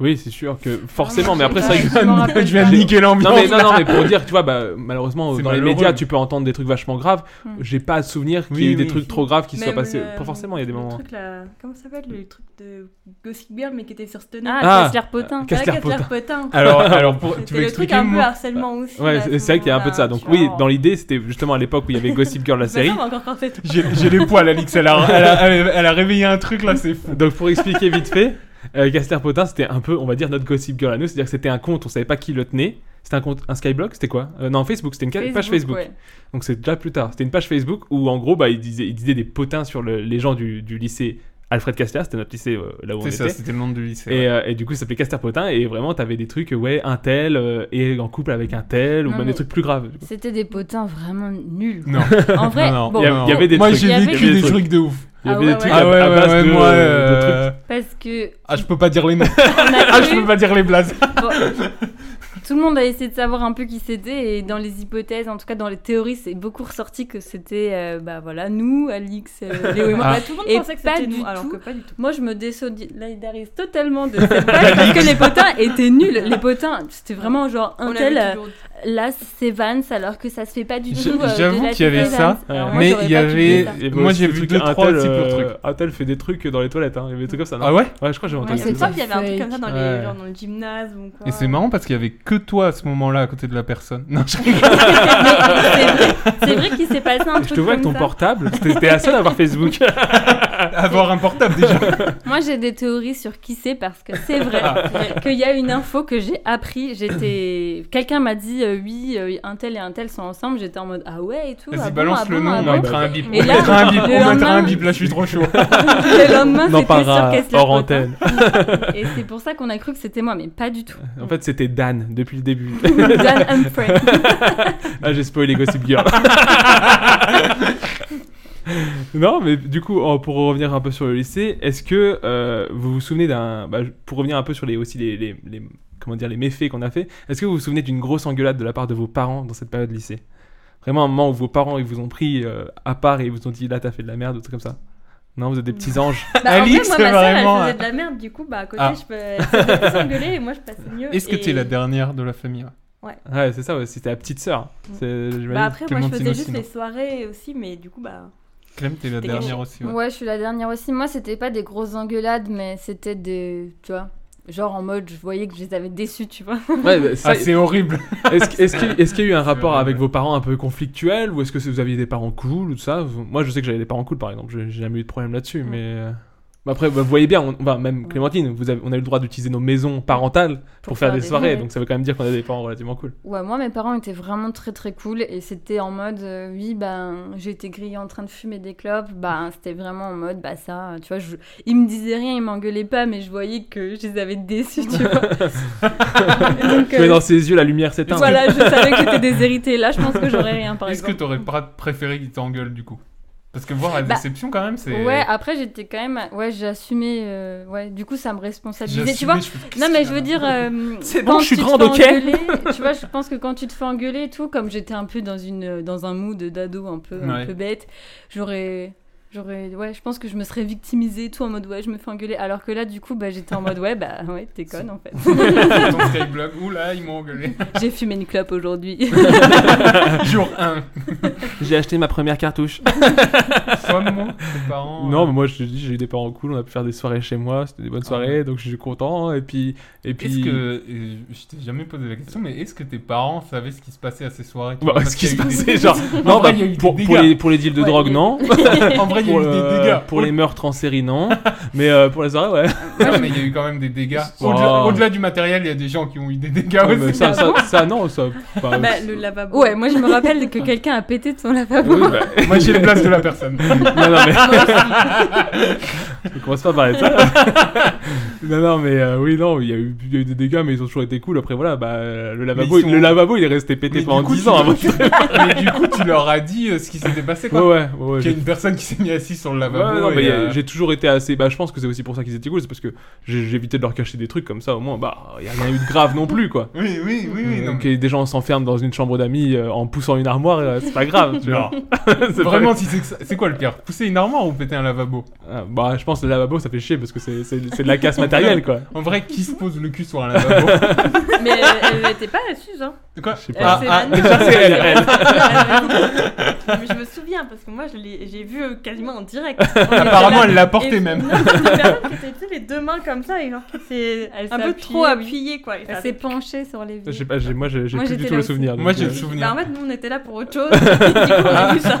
[SPEAKER 8] Oui, c'est sûr que forcément,
[SPEAKER 12] je
[SPEAKER 8] mais
[SPEAKER 12] sais
[SPEAKER 8] après,
[SPEAKER 12] pas,
[SPEAKER 8] ça.
[SPEAKER 12] je m'en rappelle
[SPEAKER 7] je viens
[SPEAKER 12] pas.
[SPEAKER 7] de niquer l'ambiance.
[SPEAKER 8] Non mais, non, non, mais pour dire, tu vois, bah, malheureusement,
[SPEAKER 7] C'est
[SPEAKER 8] dans les
[SPEAKER 7] malheureux.
[SPEAKER 8] médias, tu peux entendre des trucs vachement graves.
[SPEAKER 12] Hmm.
[SPEAKER 8] J'ai pas à souvenir qu'il y
[SPEAKER 7] Oui,
[SPEAKER 8] ait eu des
[SPEAKER 7] oui.
[SPEAKER 8] trucs trop graves qui se soient
[SPEAKER 9] Même
[SPEAKER 8] passés.
[SPEAKER 9] le-
[SPEAKER 8] Pas forcément,
[SPEAKER 12] euh,
[SPEAKER 8] il y a des
[SPEAKER 9] Le
[SPEAKER 8] moments.
[SPEAKER 9] truc là, comment ça s'appelle le truc de Gossip Girl mais qui était sur Stunner
[SPEAKER 12] Ah,
[SPEAKER 8] Ah.
[SPEAKER 12] Kessler Potin.
[SPEAKER 8] Kessler
[SPEAKER 9] Avec
[SPEAKER 8] Potin.
[SPEAKER 9] Claire Potin.
[SPEAKER 7] <laughs>
[SPEAKER 12] <laughs>
[SPEAKER 7] Alors, alors pour, tu
[SPEAKER 9] C'était
[SPEAKER 7] veux
[SPEAKER 9] le truc
[SPEAKER 7] expliquer
[SPEAKER 9] un peu
[SPEAKER 7] moi
[SPEAKER 9] harcèlement aussi.
[SPEAKER 8] Bah, Ouais,
[SPEAKER 9] là,
[SPEAKER 8] c'est
[SPEAKER 9] à
[SPEAKER 8] c'est
[SPEAKER 9] ce
[SPEAKER 8] vrai qu'il y a un peu de ça.
[SPEAKER 9] moment-là, tu
[SPEAKER 8] Donc oui,
[SPEAKER 9] vois.
[SPEAKER 8] dans l'idée, c'était justement à l'époque où il y avait Gossip Girl la
[SPEAKER 9] Bah,
[SPEAKER 8] série.
[SPEAKER 9] ça, on va encore penser tout.
[SPEAKER 7] J'ai j'ai les poils, Alix. Elle
[SPEAKER 12] <laughs>
[SPEAKER 7] a, elle, a, elle a- elle a réveillé un truc là, c'est fou.
[SPEAKER 8] Donc pour expliquer vite fait, euh, Gaster Potin, c'était un peu, on va dire, notre Gossip Girl à nous. C'est-à-dire que c'était un compte, on savait pas qui le tenait. C'était un compte, un Skyblock, c'était quoi Euh, Non, Facebook, c'était une ca- page Facebook.
[SPEAKER 12] ouais.
[SPEAKER 8] Donc c'est déjà plus tard. C'était une page Facebook où en gros, bah, il, disait, il disait des potins sur le- les gens du, du lycée Alfred Kastler, c'était notre lycée euh, là où on
[SPEAKER 7] C'est
[SPEAKER 8] était.
[SPEAKER 7] ça, c'était le nom du lycée.
[SPEAKER 8] Et, euh, et du coup, ça s'appelait Caster Potin, et vraiment, t'avais des trucs, euh, ouais, un tel, euh, et en couple avec un tel, ou
[SPEAKER 12] Non,
[SPEAKER 8] même
[SPEAKER 12] mais-
[SPEAKER 8] des trucs plus graves. du coup.
[SPEAKER 12] C'était des potins vraiment nuls.
[SPEAKER 7] Non.
[SPEAKER 12] En vrai,
[SPEAKER 7] Non, non,
[SPEAKER 12] bon,
[SPEAKER 8] il y, a- il y avait des
[SPEAKER 7] Moi,
[SPEAKER 8] trucs.
[SPEAKER 12] il y
[SPEAKER 7] j'ai
[SPEAKER 12] avait
[SPEAKER 7] vécu
[SPEAKER 8] des
[SPEAKER 7] des
[SPEAKER 8] trucs.
[SPEAKER 7] trucs de ouf.
[SPEAKER 8] Il y
[SPEAKER 12] Ah
[SPEAKER 8] avait
[SPEAKER 12] ouais,
[SPEAKER 8] des trucs
[SPEAKER 12] ouais.
[SPEAKER 8] à,
[SPEAKER 7] Ah ouais,
[SPEAKER 8] à
[SPEAKER 7] ouais,
[SPEAKER 8] base
[SPEAKER 7] ouais,
[SPEAKER 8] de,
[SPEAKER 7] moi.
[SPEAKER 8] de trucs.
[SPEAKER 7] euh,
[SPEAKER 12] parce que
[SPEAKER 7] Ah, je peux pas dire les noms.
[SPEAKER 12] on a
[SPEAKER 7] Ah, je
[SPEAKER 12] cru-
[SPEAKER 7] peux pas dire les blazes.
[SPEAKER 12] Bon, tout le monde a essayé de savoir un peu qui c'était et dans les hypothèses, en tout cas dans les théories, c'est beaucoup ressorti que c'était euh, bah voilà nous, Alix, euh, Léo et moi.
[SPEAKER 7] Ah.
[SPEAKER 9] bah, Tout le monde
[SPEAKER 12] Et
[SPEAKER 9] pensait que
[SPEAKER 12] pas
[SPEAKER 9] c'était
[SPEAKER 12] du
[SPEAKER 9] nous, alors
[SPEAKER 12] tout.
[SPEAKER 9] que pas du tout.
[SPEAKER 12] Moi, je me désolidarise totalement de cette page parce que les potins étaient nuls. Les potins, c'était vraiment genre un
[SPEAKER 9] On
[SPEAKER 12] tel.
[SPEAKER 9] avait
[SPEAKER 12] euh,
[SPEAKER 9] toujours-
[SPEAKER 12] là, c'est Vans, alors que ça se fait pas du tout.
[SPEAKER 7] J'-
[SPEAKER 12] euh, de
[SPEAKER 7] j'avoue
[SPEAKER 12] la
[SPEAKER 7] qu'il y avait
[SPEAKER 12] télé
[SPEAKER 7] ça,
[SPEAKER 12] Vans. Alors moi,
[SPEAKER 7] mais
[SPEAKER 12] j'aurais
[SPEAKER 7] il y
[SPEAKER 12] pas
[SPEAKER 7] avait-
[SPEAKER 12] publié ça.
[SPEAKER 7] Et moi, j'ai vu deux, trois euh, types de trucs.
[SPEAKER 8] Intel euh, fait des trucs dans les toilettes, hein. il y avait des trucs comme ça. non
[SPEAKER 7] Ah ouais
[SPEAKER 8] Ouais, je crois que j'ai
[SPEAKER 12] Ouais,
[SPEAKER 9] Il
[SPEAKER 8] entendu
[SPEAKER 12] c'est
[SPEAKER 9] me
[SPEAKER 8] tout ça.
[SPEAKER 9] semble qu'il y avait un truc comme ça dans,
[SPEAKER 7] Ouais.
[SPEAKER 9] les, genre dans le gymnase ou quoi.
[SPEAKER 7] Et c'est marrant parce qu'il y avait que toi à ce moment-là à côté de la personne. Non, je rigole.
[SPEAKER 12] c'est vrai, c'est vrai qu'il s'est passé un truc
[SPEAKER 8] Je te vois avec
[SPEAKER 12] comme
[SPEAKER 8] ton
[SPEAKER 12] ça.
[SPEAKER 8] portable, c'était c'était la seule à avoir
[SPEAKER 12] <laughs>
[SPEAKER 8] Facebook.
[SPEAKER 7] Avoir un portable déjà.
[SPEAKER 12] Ah, Moi, j'ai des théories sur qui c'est parce que c'est vrai
[SPEAKER 7] Ah.
[SPEAKER 12] qu'il y a une info que j'ai appris. J'étais, quelqu'un m'a dit euh, oui, euh, un tel et un tel sont ensemble. J'étais en mode ah ouais et tout.
[SPEAKER 7] Vas-y,
[SPEAKER 12] ah bon,
[SPEAKER 7] balance
[SPEAKER 12] ah
[SPEAKER 7] le
[SPEAKER 12] bon,
[SPEAKER 7] nom,
[SPEAKER 12] ah
[SPEAKER 7] on
[SPEAKER 12] <laughs> bon.
[SPEAKER 7] mettra un bip. On
[SPEAKER 12] Et là,
[SPEAKER 7] mettra un bip,
[SPEAKER 12] le
[SPEAKER 7] on mettra un
[SPEAKER 12] lendemain- Bah,
[SPEAKER 7] bip, là je suis trop chaud.
[SPEAKER 12] Le lendemain,
[SPEAKER 8] On en
[SPEAKER 12] c'était sur
[SPEAKER 8] parlera
[SPEAKER 12] Kessler
[SPEAKER 8] hors
[SPEAKER 12] Potin.
[SPEAKER 8] antenne.
[SPEAKER 12] Et c'est pour ça qu'on a cru que c'était moi, mais pas
[SPEAKER 8] <laughs>
[SPEAKER 12] du tout.
[SPEAKER 8] En fait, c'était Dan depuis le
[SPEAKER 12] <laughs>
[SPEAKER 8] début.
[SPEAKER 12] Dan Humphrey.
[SPEAKER 8] Ah, j'ai spoilé Gossip <laughs> Girl. non, mais du coup, en- pour revenir un peu sur le lycée, est-ce que euh, vous vous souvenez d'un. bah, je- pour revenir un peu sur les, aussi les, les- les- comment dire, les méfaits qu'on a fait, est-ce que vous vous souvenez d'une grosse engueulade de la part de vos parents dans cette période lycée Vraiment un moment où vos parents ils vous ont pris euh, à part et ils vous ont dit là t'as fait de la merde, ou trucs comme ça Non, vous êtes des petits anges.
[SPEAKER 9] Bah, en
[SPEAKER 7] Alix,
[SPEAKER 9] fait, moi, ma soeur, elle
[SPEAKER 7] vraiment,
[SPEAKER 8] euh.
[SPEAKER 9] faisait
[SPEAKER 7] hein.
[SPEAKER 9] de la merde, du coup, bah, à côté,
[SPEAKER 7] Ah.
[SPEAKER 9] je peux elle faisait plus engueuler et moi, je passais mieux.
[SPEAKER 7] Est-ce que
[SPEAKER 9] et-
[SPEAKER 7] t'es la dernière de la famille ouais
[SPEAKER 8] Ouais, c'est ça, ouais, c'était la petite sœur. C'est- j'imagine.
[SPEAKER 9] Bah, après,
[SPEAKER 7] Tout
[SPEAKER 9] moi,
[SPEAKER 7] le
[SPEAKER 9] je
[SPEAKER 7] monde
[SPEAKER 9] faisais
[SPEAKER 7] s'inocile,
[SPEAKER 9] juste
[SPEAKER 7] non
[SPEAKER 9] <laughs> les soirées aussi, mais du coup, bah.
[SPEAKER 7] Clem, t'es la
[SPEAKER 9] T'es
[SPEAKER 7] dernière
[SPEAKER 9] gâchée.
[SPEAKER 7] aussi. ouais.
[SPEAKER 12] Ouais, je suis la dernière aussi. Moi, c'était pas des grosses engueulades, mais c'était des. Tu vois Genre en mode, je voyais que je les avais déçus, tu vois.
[SPEAKER 8] Ouais, bah, ça,
[SPEAKER 7] Ah, c'est horrible.
[SPEAKER 8] Est-ce que- est-ce qu'il est-ce qu'il y a eu un rapport
[SPEAKER 7] vrai,
[SPEAKER 8] avec
[SPEAKER 7] ouais.
[SPEAKER 8] vos parents un peu conflictuel ou est-ce que c'est- vous aviez des parents cool ou tout ça Vous- Moi je sais que j'avais des parents cool par exemple, j'ai j'ai jamais eu de problème là-dessus, mais. euh, bah, après, bah, vous voyez bien, on, bah, même Clémentine, vous avez- on a eu le droit d'utiliser nos maisons parentales pour, faire, des, soirées, donc ça veut quand même dire qu'on a des parents relativement cool.
[SPEAKER 12] Ouais, moi, mes parents étaient vraiment très très cool et c'était en mode, euh, oui, ben, j'étais grillée en train de fumer des clopes, ben, c'était vraiment en mode, bah ça, tu vois, je... ils me disaient rien, ils m'engueulaient pas, mais je voyais que je les avais déçus, tu vois. donc,
[SPEAKER 8] Tu mets
[SPEAKER 12] euh,
[SPEAKER 8] dans ses yeux la lumière s'éteint.
[SPEAKER 12] voilà, je savais que j'étais déshéritée. Là, je pense que j'aurais rien, par
[SPEAKER 7] Est-ce que
[SPEAKER 12] exemple.
[SPEAKER 7] t'aurais pas préféré qu'il t'engueule du coup Parce que voir la
[SPEAKER 12] Bah,
[SPEAKER 7] déception quand même, c'est.
[SPEAKER 12] Ouais, après, j'étais quand même. Ouais, j'assumais. euh, Ouais, du coup, ça me responsabilisait, tu
[SPEAKER 7] J'assumais,
[SPEAKER 12] vois.
[SPEAKER 7] je fais,
[SPEAKER 12] Non,
[SPEAKER 7] qu'est-ce
[SPEAKER 12] mais
[SPEAKER 7] qu'il
[SPEAKER 12] je
[SPEAKER 7] a là
[SPEAKER 12] veux dire. euh,
[SPEAKER 8] <laughs> C'est bon,
[SPEAKER 12] quand
[SPEAKER 8] je suis
[SPEAKER 12] tu te
[SPEAKER 8] grande,
[SPEAKER 12] fais
[SPEAKER 8] ok
[SPEAKER 12] engueuler,
[SPEAKER 8] <laughs>
[SPEAKER 12] Tu vois, je pense que quand tu te fais engueuler et tout, comme j'étais un peu dans, une, dans un mood d'ado un peu,
[SPEAKER 7] Ouais.
[SPEAKER 12] un peu bête, j'aurais. J'aurais, ouais, je pense que je me serais victimisée et tout en mode ouais, je me fais engueuler. Alors que là, du coup, bah, j'étais en mode ouais, bah ouais, t'es conne en fait. <laughs>
[SPEAKER 7] Ton skyblock, oula, ils m'ont engueulé. <laughs>
[SPEAKER 12] J'ai fumé une clope aujourd'hui. <laughs>
[SPEAKER 7] Jour 1.
[SPEAKER 8] J'ai acheté ma première cartouche.
[SPEAKER 7] Somme, moi, tes parents.
[SPEAKER 8] <laughs> Non,
[SPEAKER 7] euh,
[SPEAKER 8] mais moi je te dis, j'ai eu des parents cool, on a pu faire des soirées chez moi, c'était des bonnes soirées, donc je suis content. Et puis. Et
[SPEAKER 7] Est-ce
[SPEAKER 8] puis...
[SPEAKER 7] Ah que. et Je t'ai jamais posé la question, mais est-ce que tes parents savaient ce qui se passait à ces soirées tu
[SPEAKER 8] <laughs> Bah,
[SPEAKER 7] vois, parce
[SPEAKER 8] ce qui se
[SPEAKER 7] qu'il y a eu des-
[SPEAKER 8] passait,
[SPEAKER 7] <laughs>
[SPEAKER 8] genre.
[SPEAKER 7] En
[SPEAKER 8] Non,
[SPEAKER 7] vrai, il
[SPEAKER 8] bah,
[SPEAKER 7] y a eu des
[SPEAKER 8] pour, pour
[SPEAKER 7] dégâts.
[SPEAKER 8] les, pour les deals de
[SPEAKER 12] Ouais,
[SPEAKER 8] drogue,
[SPEAKER 12] il y a-
[SPEAKER 8] non.
[SPEAKER 7] <laughs> En vrai, il y a
[SPEAKER 8] pour,
[SPEAKER 7] eu des
[SPEAKER 8] euh,
[SPEAKER 7] dégâts.
[SPEAKER 8] pour les meurtres en série, non.
[SPEAKER 7] <laughs>
[SPEAKER 8] mais euh, pour les soirées, ouais.
[SPEAKER 7] Non, mais il y a eu quand même des dégâts. Au-delà
[SPEAKER 8] Oh.
[SPEAKER 7] au-delà du matériel, il y a des gens qui ont eu des dégâts
[SPEAKER 8] Ouais, mais
[SPEAKER 7] aussi. <laughs>
[SPEAKER 8] ça, ça, ça, non, ça.
[SPEAKER 12] Ah,
[SPEAKER 8] bah,
[SPEAKER 9] Bah, le lavabo.
[SPEAKER 12] ouais, moi je me rappelle que quelqu'un a pété de
[SPEAKER 7] <laughs>
[SPEAKER 12] son lavabo.
[SPEAKER 8] oui, bah,
[SPEAKER 7] Moi, j'ai les places de la
[SPEAKER 8] <laughs>
[SPEAKER 7] personne.
[SPEAKER 8] non, non, mais. <laughs> On commence pas par les ça. <laughs> non, non, mais euh, oui, non, il y, a eu- il y a eu des dégâts, mais ils ont toujours été cool. Après, voilà, bah, euh, le, lavabo,
[SPEAKER 7] ils sont-
[SPEAKER 8] le lavabo, il est resté pété
[SPEAKER 7] Mais
[SPEAKER 8] pendant
[SPEAKER 7] du coup,
[SPEAKER 8] 10
[SPEAKER 7] tu-
[SPEAKER 8] ans hein,
[SPEAKER 7] <laughs>
[SPEAKER 8] avant.
[SPEAKER 7] mais du coup, tu leur as dit euh, ce qui s'était passé,
[SPEAKER 8] Ouais,
[SPEAKER 7] quoi.
[SPEAKER 8] ouais, ouais, ouais.
[SPEAKER 7] Qu'il y a une personne qui s'est mise assise sur le
[SPEAKER 8] Ouais,
[SPEAKER 7] lavabo.
[SPEAKER 8] non,
[SPEAKER 7] et,
[SPEAKER 8] mais y a-
[SPEAKER 7] euh,
[SPEAKER 8] j'ai toujours été assez. Bah, je pense que c'est aussi pour ça qu'ils étaient cool, c'est parce que j'ai- j'évitais de leur cacher des trucs comme ça. Au moins, bah, il y a rien eu de grave non plus, quoi.
[SPEAKER 7] Oui, oui, oui, oui. non,
[SPEAKER 8] Donc,
[SPEAKER 7] mais
[SPEAKER 8] Euh, des gens s'enferment dans une chambre d'amis euh, en poussant une armoire, euh, c'est pas grave, tu vois. <laughs> C'est pas-
[SPEAKER 7] Vraiment, si c'est que ça- c'est quoi le pire Pousser une armoire ou péter un lavabo
[SPEAKER 8] Ah, bah, je pense que le lavabo, ça fait chier parce que c'est c'est- c'est de la casse matérielle,
[SPEAKER 12] <laughs>
[SPEAKER 8] quoi.
[SPEAKER 7] En vrai, qui se pose le cul sur un lavabo
[SPEAKER 8] <laughs>
[SPEAKER 9] Mais elle- elle n'était pas assise, hein.
[SPEAKER 7] De Quoi
[SPEAKER 8] Je sais
[SPEAKER 9] Elle
[SPEAKER 8] pas.
[SPEAKER 9] s'est
[SPEAKER 7] ah,
[SPEAKER 9] vannée.
[SPEAKER 8] déjà, c'est elle, elle.
[SPEAKER 9] Non, <laughs> mais Je me souviens parce que moi je l'ai- j'ai vu euh, quasiment en
[SPEAKER 8] <laughs>
[SPEAKER 9] direct.
[SPEAKER 7] Apparemment, elle l'a porté
[SPEAKER 9] Et-
[SPEAKER 7] même.
[SPEAKER 9] Non, c'est une personne qui était tu sais, les deux mains comme ça et genre qui s'est
[SPEAKER 12] Elle
[SPEAKER 9] un
[SPEAKER 12] s'est
[SPEAKER 9] peu
[SPEAKER 12] appuyée,
[SPEAKER 9] trop
[SPEAKER 12] oui.
[SPEAKER 9] appuyée quoi. Et ça
[SPEAKER 12] Elle
[SPEAKER 9] a
[SPEAKER 12] s'est
[SPEAKER 9] fait-
[SPEAKER 12] penchée sur les
[SPEAKER 8] Je sais
[SPEAKER 12] vies.
[SPEAKER 8] pas, j'ai- moi j'ai j'ai
[SPEAKER 12] Moi,
[SPEAKER 8] plus du
[SPEAKER 12] j'étais
[SPEAKER 8] tout
[SPEAKER 12] là
[SPEAKER 8] le
[SPEAKER 12] aussi.
[SPEAKER 8] souvenir. donc,
[SPEAKER 7] Moi, j'ai
[SPEAKER 8] euh,
[SPEAKER 7] le
[SPEAKER 9] Bah,
[SPEAKER 7] souvenir.
[SPEAKER 9] en fait, nous on était là pour autre
[SPEAKER 8] <laughs>
[SPEAKER 9] chose. Du coup, on a vu ça.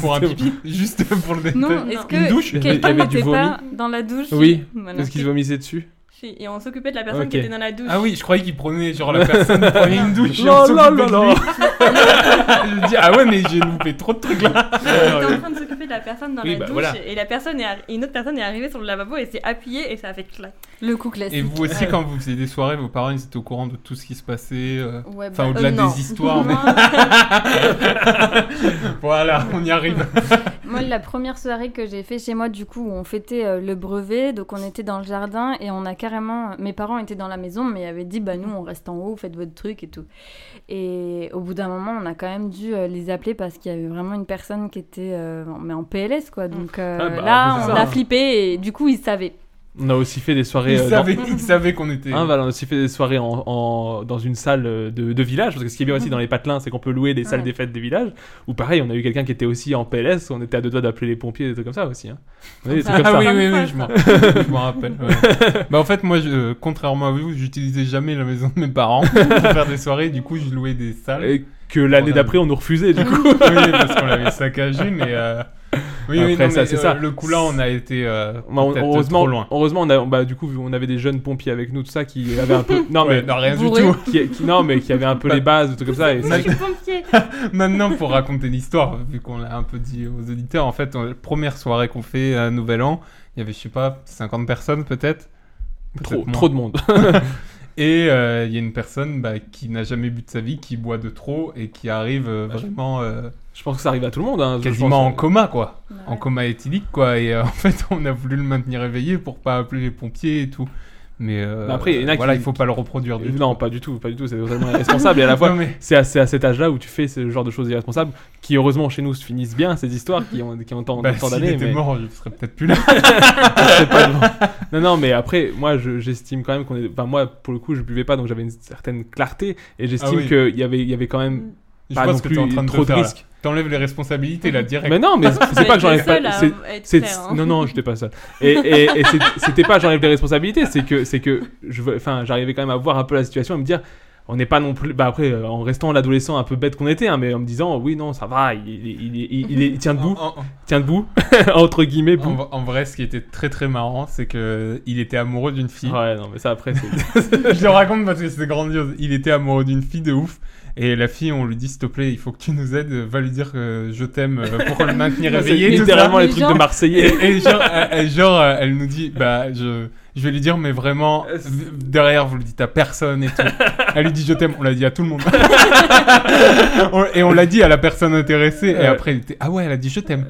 [SPEAKER 7] Pour un
[SPEAKER 8] c'est- <laughs>
[SPEAKER 7] pipi, juste pour le
[SPEAKER 12] Non,
[SPEAKER 7] détail.
[SPEAKER 12] est-ce
[SPEAKER 7] Une douche
[SPEAKER 12] que
[SPEAKER 8] Il y avait- il y
[SPEAKER 12] quelqu'un
[SPEAKER 8] avait du
[SPEAKER 12] n'était pas
[SPEAKER 8] vomi
[SPEAKER 12] dans la douche
[SPEAKER 8] Oui,
[SPEAKER 12] Voilà.
[SPEAKER 8] Est-ce qu'ils se vomissaient dessus
[SPEAKER 9] Si, Et on s'occupait de la personne
[SPEAKER 8] Ok.
[SPEAKER 9] qui était dans la douche.
[SPEAKER 7] Ah oui, je croyais qu'il prenait, genre la
[SPEAKER 8] <laughs>
[SPEAKER 7] personne prenait une douche.
[SPEAKER 8] Non,
[SPEAKER 7] elle
[SPEAKER 8] non,
[SPEAKER 7] s'occupait
[SPEAKER 8] non, non.
[SPEAKER 7] de lui. Je dis, <laughs> ah ouais, mais j'ai loupé trop de trucs
[SPEAKER 8] Ah,
[SPEAKER 7] là.
[SPEAKER 9] On était en train de s'occuper de la personne dans
[SPEAKER 7] Oui,
[SPEAKER 9] la
[SPEAKER 7] bah,
[SPEAKER 9] douche
[SPEAKER 7] voilà.
[SPEAKER 9] et la personne est arri- et une autre personne est arrivée sur le lavabo et s'est appuyée et ça a fait clac.
[SPEAKER 12] Le coup
[SPEAKER 7] Et
[SPEAKER 12] classique.
[SPEAKER 7] vous aussi, quand vous faisiez des soirées, vos parents ils étaient au courant de tout ce qui se passait. euh,
[SPEAKER 12] Ouais,
[SPEAKER 7] Enfin,
[SPEAKER 12] bah,
[SPEAKER 7] au-delà
[SPEAKER 12] euh, non.
[SPEAKER 7] des
[SPEAKER 12] <laughs>
[SPEAKER 7] histoires, mais voilà, on y arrive.
[SPEAKER 12] Moi, la première soirée que j'ai fait chez moi, du coup, où on fêtait euh, le brevet, donc on était dans le jardin et on a carrément. Mes parents étaient dans la maison, mais ils avaient dit bah nous, on reste en haut, faites votre truc et tout. Et au bout d'un moment, on a quand même dû euh, les appeler parce qu'il y avait vraiment une personne qui était euh, en- mais en PLS quoi. Donc euh,
[SPEAKER 8] Ah bah,
[SPEAKER 12] là,
[SPEAKER 8] c'est
[SPEAKER 12] on
[SPEAKER 8] ça. <laughs>
[SPEAKER 12] a flippé et du coup, ils savaient.
[SPEAKER 8] On a aussi fait des soirées.
[SPEAKER 7] il,
[SPEAKER 8] euh, dans-
[SPEAKER 7] savait, il savait qu'on était.
[SPEAKER 8] Hein, Val, on a aussi fait des soirées en, en- dans une salle euh, de, de village, parce que ce qui est bien aussi dans les patelins, c'est qu'on peut louer des salles
[SPEAKER 12] Mm. Ouais.
[SPEAKER 8] des fêtes des villages, ou pareil, on a eu quelqu'un qui était aussi en PLS, on était à deux doigts d'appeler les pompiers, des trucs comme ça aussi. hein. On a eu des trucs
[SPEAKER 7] ah
[SPEAKER 8] comme
[SPEAKER 7] oui,
[SPEAKER 8] ça.
[SPEAKER 7] oui,
[SPEAKER 9] Comme
[SPEAKER 7] oui,
[SPEAKER 9] ça,
[SPEAKER 7] je m'en je m'en rappelle. ouais.
[SPEAKER 8] <laughs>
[SPEAKER 7] bah, en fait, moi, je- euh, contrairement à vous, j'utilisais jamais la maison de mes parents pour faire des soirées. Du coup, je louais des salles.
[SPEAKER 8] Et que
[SPEAKER 7] On
[SPEAKER 8] l'année
[SPEAKER 7] a-
[SPEAKER 8] d'après, on nous refusait,
[SPEAKER 12] Ah
[SPEAKER 8] du coup.
[SPEAKER 7] oui, parce qu'on l'avait saccagé, mais. euh, Oui, oui,
[SPEAKER 8] Après,
[SPEAKER 7] non,
[SPEAKER 8] ça,
[SPEAKER 7] mais,
[SPEAKER 8] c'est
[SPEAKER 7] euh,
[SPEAKER 8] ça.
[SPEAKER 7] Le coup là, on a été euh,
[SPEAKER 8] Bah, on-
[SPEAKER 7] peut-être
[SPEAKER 8] heureusement,
[SPEAKER 7] trop loin.
[SPEAKER 8] heureusement, on a, bah, du coup, vu- on avait des jeunes pompiers avec nous, tout ça, qui avaient
[SPEAKER 7] <laughs>
[SPEAKER 8] un peu. Non, mais.
[SPEAKER 7] Ouais, non, rien du
[SPEAKER 12] Bourré.
[SPEAKER 7] tout.
[SPEAKER 8] qui- qui- non, mais qui avaient un peu les bases, des trucs comme ça. Et
[SPEAKER 7] Mal-
[SPEAKER 8] c'est-
[SPEAKER 9] Je suis pompier.
[SPEAKER 7] Maintenant, pour raconter l'histoire, vu qu'on l'a un peu dit aux auditeurs, en fait, on- la première soirée qu'on fait à Nouvel An, il y avait, je sais pas, 50 personnes peut-être.
[SPEAKER 8] trop,
[SPEAKER 7] Peut-être moins.
[SPEAKER 8] trop de monde. <laughs>
[SPEAKER 7] Et euh, il y a une personne bah, qui n'a jamais bu de sa vie, qui boit de trop et qui arrive euh, vraiment euh,
[SPEAKER 8] Bah, Je pense que ça arrive à tout le monde. hein. Je
[SPEAKER 7] quasiment en
[SPEAKER 8] pense-
[SPEAKER 7] coma, quoi.
[SPEAKER 12] Ouais.
[SPEAKER 7] En coma éthylique, quoi. Et euh, <laughs> en fait, on a voulu le maintenir éveillé pour pas appeler les pompiers et tout. Mais euh,
[SPEAKER 8] Mais après, il y en a qui-
[SPEAKER 7] voilà, il faut pas le reproduire. du tout.
[SPEAKER 8] Euh, Non, pas du tout, pas du tout. C'est totalement irresponsable. Et à la fois,
[SPEAKER 7] Non, mais-
[SPEAKER 8] C'est à, c'est à cet âge-là où tu fais ce genre de choses irresponsables qui, heureusement, chez nous, se finissent bien, ces histoires qui ont, qui ont tant,
[SPEAKER 7] bah,
[SPEAKER 8] tant
[SPEAKER 7] s'il
[SPEAKER 8] d'années.
[SPEAKER 7] était
[SPEAKER 8] mais-
[SPEAKER 7] mort, je serais peut-être plus là.
[SPEAKER 8] <laughs> c'est pas devant. Non, non, mais après, moi, je- j'estime quand même qu'on est. Enfin, moi, pour le coup, je buvais pas, donc j'avais une certaine clarté. Et
[SPEAKER 7] Ah
[SPEAKER 8] j'estime
[SPEAKER 7] oui.
[SPEAKER 8] qu'il y avait, il y avait quand même.
[SPEAKER 7] Je
[SPEAKER 8] Pas
[SPEAKER 7] vois
[SPEAKER 8] non
[SPEAKER 7] ce que
[SPEAKER 8] plus
[SPEAKER 7] t'es en train de
[SPEAKER 8] trop de
[SPEAKER 7] faire, là.
[SPEAKER 8] risques.
[SPEAKER 7] T'enlèves les responsabilités, là, direct.
[SPEAKER 8] Mais non, mais c'est- c'est pas que j'en ai pas. c'est- c'est-
[SPEAKER 9] C'est
[SPEAKER 12] hein.
[SPEAKER 8] Non, non, j'étais pas seul. Et, et, et c'est- c'était pas j'enlève les responsabilités, c'est que, c'est que je veux- enfin, j'arrivais quand même à voir un peu la situation et me dire, on n'est pas non plus. Bah après, euh, en restant l'adolescent un peu bête qu'on était, hein, mais en me disant, oui, non, ça va, il, il, il, il- il- il tient
[SPEAKER 7] En,
[SPEAKER 8] debout,
[SPEAKER 7] en-
[SPEAKER 8] tient debout, <laughs> entre guillemets,
[SPEAKER 7] en-
[SPEAKER 8] bout.
[SPEAKER 7] en- en vrai, ce qui était très très marrant, c'est que il était amoureux d'une fille.
[SPEAKER 8] Ouais, non, mais ça après,
[SPEAKER 7] <laughs>
[SPEAKER 8] c'est.
[SPEAKER 7] Je le raconte parce que c'était grandiose. Il était amoureux d'une fille de ouf. Et la fille, on lui dit s'il te plaît, il faut que tu nous aides, va lui dire que je t'aime euh, pour le
[SPEAKER 8] <laughs>
[SPEAKER 7] maintenir
[SPEAKER 8] C'est
[SPEAKER 7] éveillé. tout ça.
[SPEAKER 8] littéralement les
[SPEAKER 12] Les
[SPEAKER 8] trucs
[SPEAKER 12] gens-
[SPEAKER 8] de Marseillais.
[SPEAKER 7] Et genre, euh, euh, genre, euh, elle nous dit bah je, je vais lui dire mais vraiment
[SPEAKER 8] Euh, c'est-
[SPEAKER 7] v- derrière vous le dites à personne
[SPEAKER 8] <laughs>
[SPEAKER 7] et tout. Elle lui dit je t'aime, on l'a dit à tout le monde. On- et on l'a dit à la personne intéressée. Et
[SPEAKER 8] Ouais.
[SPEAKER 7] après il était ah ouais elle a dit je t'aime.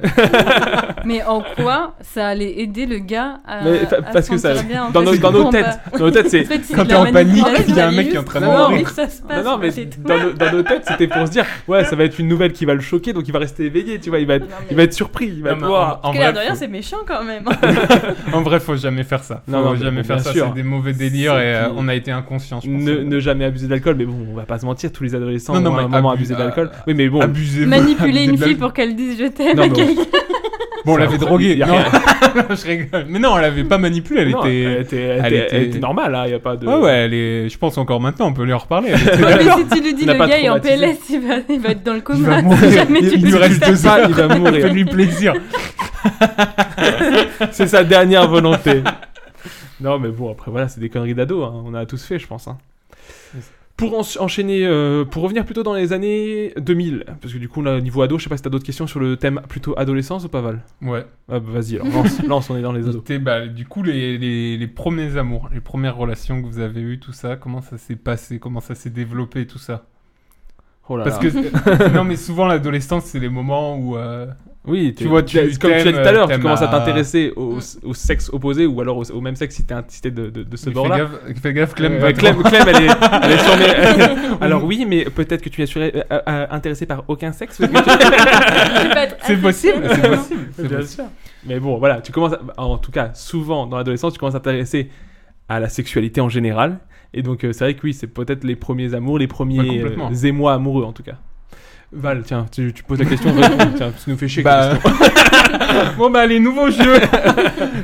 [SPEAKER 12] Mais en quoi ça allait aider le gars à,
[SPEAKER 8] Mais, fa-
[SPEAKER 12] à
[SPEAKER 8] parce
[SPEAKER 12] se
[SPEAKER 8] que ça-
[SPEAKER 12] sentir bien en
[SPEAKER 8] dans
[SPEAKER 12] fait, bah.
[SPEAKER 8] nos-
[SPEAKER 12] je
[SPEAKER 8] dans nos
[SPEAKER 12] comprends
[SPEAKER 8] têtes.
[SPEAKER 12] pas.
[SPEAKER 8] Dans nos têtes, c'est-
[SPEAKER 12] En fait, c'est
[SPEAKER 7] quand
[SPEAKER 12] de
[SPEAKER 7] t'es
[SPEAKER 12] la
[SPEAKER 7] en panique,
[SPEAKER 12] manipulation,
[SPEAKER 7] il y a un
[SPEAKER 12] il
[SPEAKER 7] mec qui est
[SPEAKER 12] juste <laughs>
[SPEAKER 7] en train de
[SPEAKER 12] envie
[SPEAKER 7] mourir.
[SPEAKER 12] que ça se passe,
[SPEAKER 8] Non, non, mais
[SPEAKER 12] c'est tout.
[SPEAKER 8] dans, nos- dans nos têtes, c'était pour se
[SPEAKER 12] <laughs>
[SPEAKER 8] dire, ouais, ça va être une nouvelle qui va le choquer, donc il va rester éveillé, tu vois, il va être,
[SPEAKER 12] Non, mais-
[SPEAKER 8] il va être surpris, il va
[SPEAKER 7] Non,
[SPEAKER 8] être,
[SPEAKER 7] mais en-
[SPEAKER 8] Ouah.
[SPEAKER 7] en
[SPEAKER 9] Parce que l'air
[SPEAKER 7] vrai,
[SPEAKER 9] de rien,
[SPEAKER 7] faut-
[SPEAKER 9] c'est méchant quand même. hein.
[SPEAKER 7] En vrai, faut jamais faire ça. Faut
[SPEAKER 8] Non, non, mais
[SPEAKER 7] jamais
[SPEAKER 8] bien
[SPEAKER 7] faire ça.
[SPEAKER 8] sûr.
[SPEAKER 7] C'est des mauvais délires
[SPEAKER 8] C'est
[SPEAKER 7] et euh,
[SPEAKER 8] qui-
[SPEAKER 7] on a été inconscients. Je pense.
[SPEAKER 8] ne, ne jamais abuser d'alcool, mais bon, on va pas se mentir, tous les adolescents
[SPEAKER 7] Non, non,
[SPEAKER 8] ont à
[SPEAKER 7] mais
[SPEAKER 8] un moment
[SPEAKER 7] abus-
[SPEAKER 8] abusé
[SPEAKER 7] euh,
[SPEAKER 8] d'alcool. Oui, mais bon,
[SPEAKER 7] Abuser. <laughs>
[SPEAKER 12] Manipuler
[SPEAKER 7] abuser
[SPEAKER 12] une
[SPEAKER 7] de la-
[SPEAKER 12] fille pour qu'elle dise je t'aime
[SPEAKER 8] Non,
[SPEAKER 12] à
[SPEAKER 8] mais-
[SPEAKER 12] quelqu'un.
[SPEAKER 7] <laughs> Bon, on
[SPEAKER 8] Ça,
[SPEAKER 7] l'avait droguée.
[SPEAKER 8] y a
[SPEAKER 7] Non,
[SPEAKER 8] rien.
[SPEAKER 7] <laughs> non, je rigole. Mais non, on l'avait pas manipulée. Elle
[SPEAKER 8] non,
[SPEAKER 7] était.
[SPEAKER 8] elle était, elle
[SPEAKER 7] elle
[SPEAKER 8] était-
[SPEAKER 7] était-
[SPEAKER 8] elle était normale, hein, y a pas de.
[SPEAKER 7] Ouais, ouais, elle est. Je pense encore maintenant, on peut lui en
[SPEAKER 8] <laughs>
[SPEAKER 7] reparler. Elle était-
[SPEAKER 12] Mais si tu lui dis
[SPEAKER 8] On n'a
[SPEAKER 12] le
[SPEAKER 8] pas
[SPEAKER 12] gars est en
[SPEAKER 8] traumatisé.
[SPEAKER 12] PLS, <laughs> il va, il va être dans le
[SPEAKER 7] Il
[SPEAKER 12] <laughs> coma.
[SPEAKER 7] va
[SPEAKER 12] si
[SPEAKER 7] mourir.
[SPEAKER 12] <laughs> jamais tu
[SPEAKER 7] Il
[SPEAKER 12] dis
[SPEAKER 7] lui reste
[SPEAKER 12] ça.
[SPEAKER 7] deux heures.
[SPEAKER 8] il va
[SPEAKER 12] <laughs>
[SPEAKER 8] mourir.
[SPEAKER 7] Fais-lui plaisir.
[SPEAKER 8] C'est sa dernière volonté. <laughs> non, mais bon, après, voilà, c'est des conneries d'ado. hein. On a tous fait, je pense. hein. Pour en- enchaîner, euh, pour revenir plutôt dans les années 2000, parce que du coup, là, niveau ado, je sais pas si t'as d'autres questions sur le thème plutôt adolescence ou pas, Val
[SPEAKER 7] Ouais.
[SPEAKER 8] Ah, bah, Vas-y, alors, lance, <laughs> lance, on est dans les ados.
[SPEAKER 7] C'était bah, du coup les, les, les premiers amours, les premières relations que vous avez eues, tout ça. Comment ça s'est passé Comment ça s'est développé, tout ça
[SPEAKER 8] Oh là
[SPEAKER 7] Parce
[SPEAKER 8] là. <laughs>
[SPEAKER 7] que non, mais souvent l'adolescence, c'est les moments où. euh,
[SPEAKER 8] Oui,
[SPEAKER 7] Tu
[SPEAKER 8] t'es-
[SPEAKER 7] vois, tu-
[SPEAKER 8] t'es- comme tu as dit tout à
[SPEAKER 7] t'aimes,
[SPEAKER 8] l'heure, tu
[SPEAKER 7] t'aimes
[SPEAKER 8] commences à
[SPEAKER 7] à- Mm.
[SPEAKER 8] t'intéresser au, au sexe opposé ou alors au, au même sexe si t'es un- si t'es de, de, de ce
[SPEAKER 7] Fais
[SPEAKER 8] bord-là.
[SPEAKER 7] gaffe, fais gaffe, Clem.
[SPEAKER 8] Euh,
[SPEAKER 7] va te-
[SPEAKER 8] Clem, Clem, elle est, elle est sur
[SPEAKER 7] <laughs>
[SPEAKER 8] mes- <laughs> Alors oui, mais peut-être que tu es assuré, euh, euh, euh, intéressé par aucun sexe. parce que tu-
[SPEAKER 12] Il va être
[SPEAKER 7] C'est possible,
[SPEAKER 12] asexuel.
[SPEAKER 7] c'est possible. c'est
[SPEAKER 8] Bien
[SPEAKER 7] possible.
[SPEAKER 8] sûr. Mais bon, voilà, tu commences, à- en tout cas, souvent dans l'adolescence, tu commences à t'intéresser à la sexualité en général. Et donc, euh, c'est vrai que oui, c'est peut-être les premiers amours, les
[SPEAKER 7] Ouais,
[SPEAKER 8] premiers
[SPEAKER 7] complètement.
[SPEAKER 8] euh, émois amoureux, en tout cas. Val, tiens, tu, tu poses la question. <laughs> réponds. tiens, ça nous fait chier.
[SPEAKER 7] Bah, <laughs> bon bah les nouveaux
[SPEAKER 8] <laughs>
[SPEAKER 7] jeux.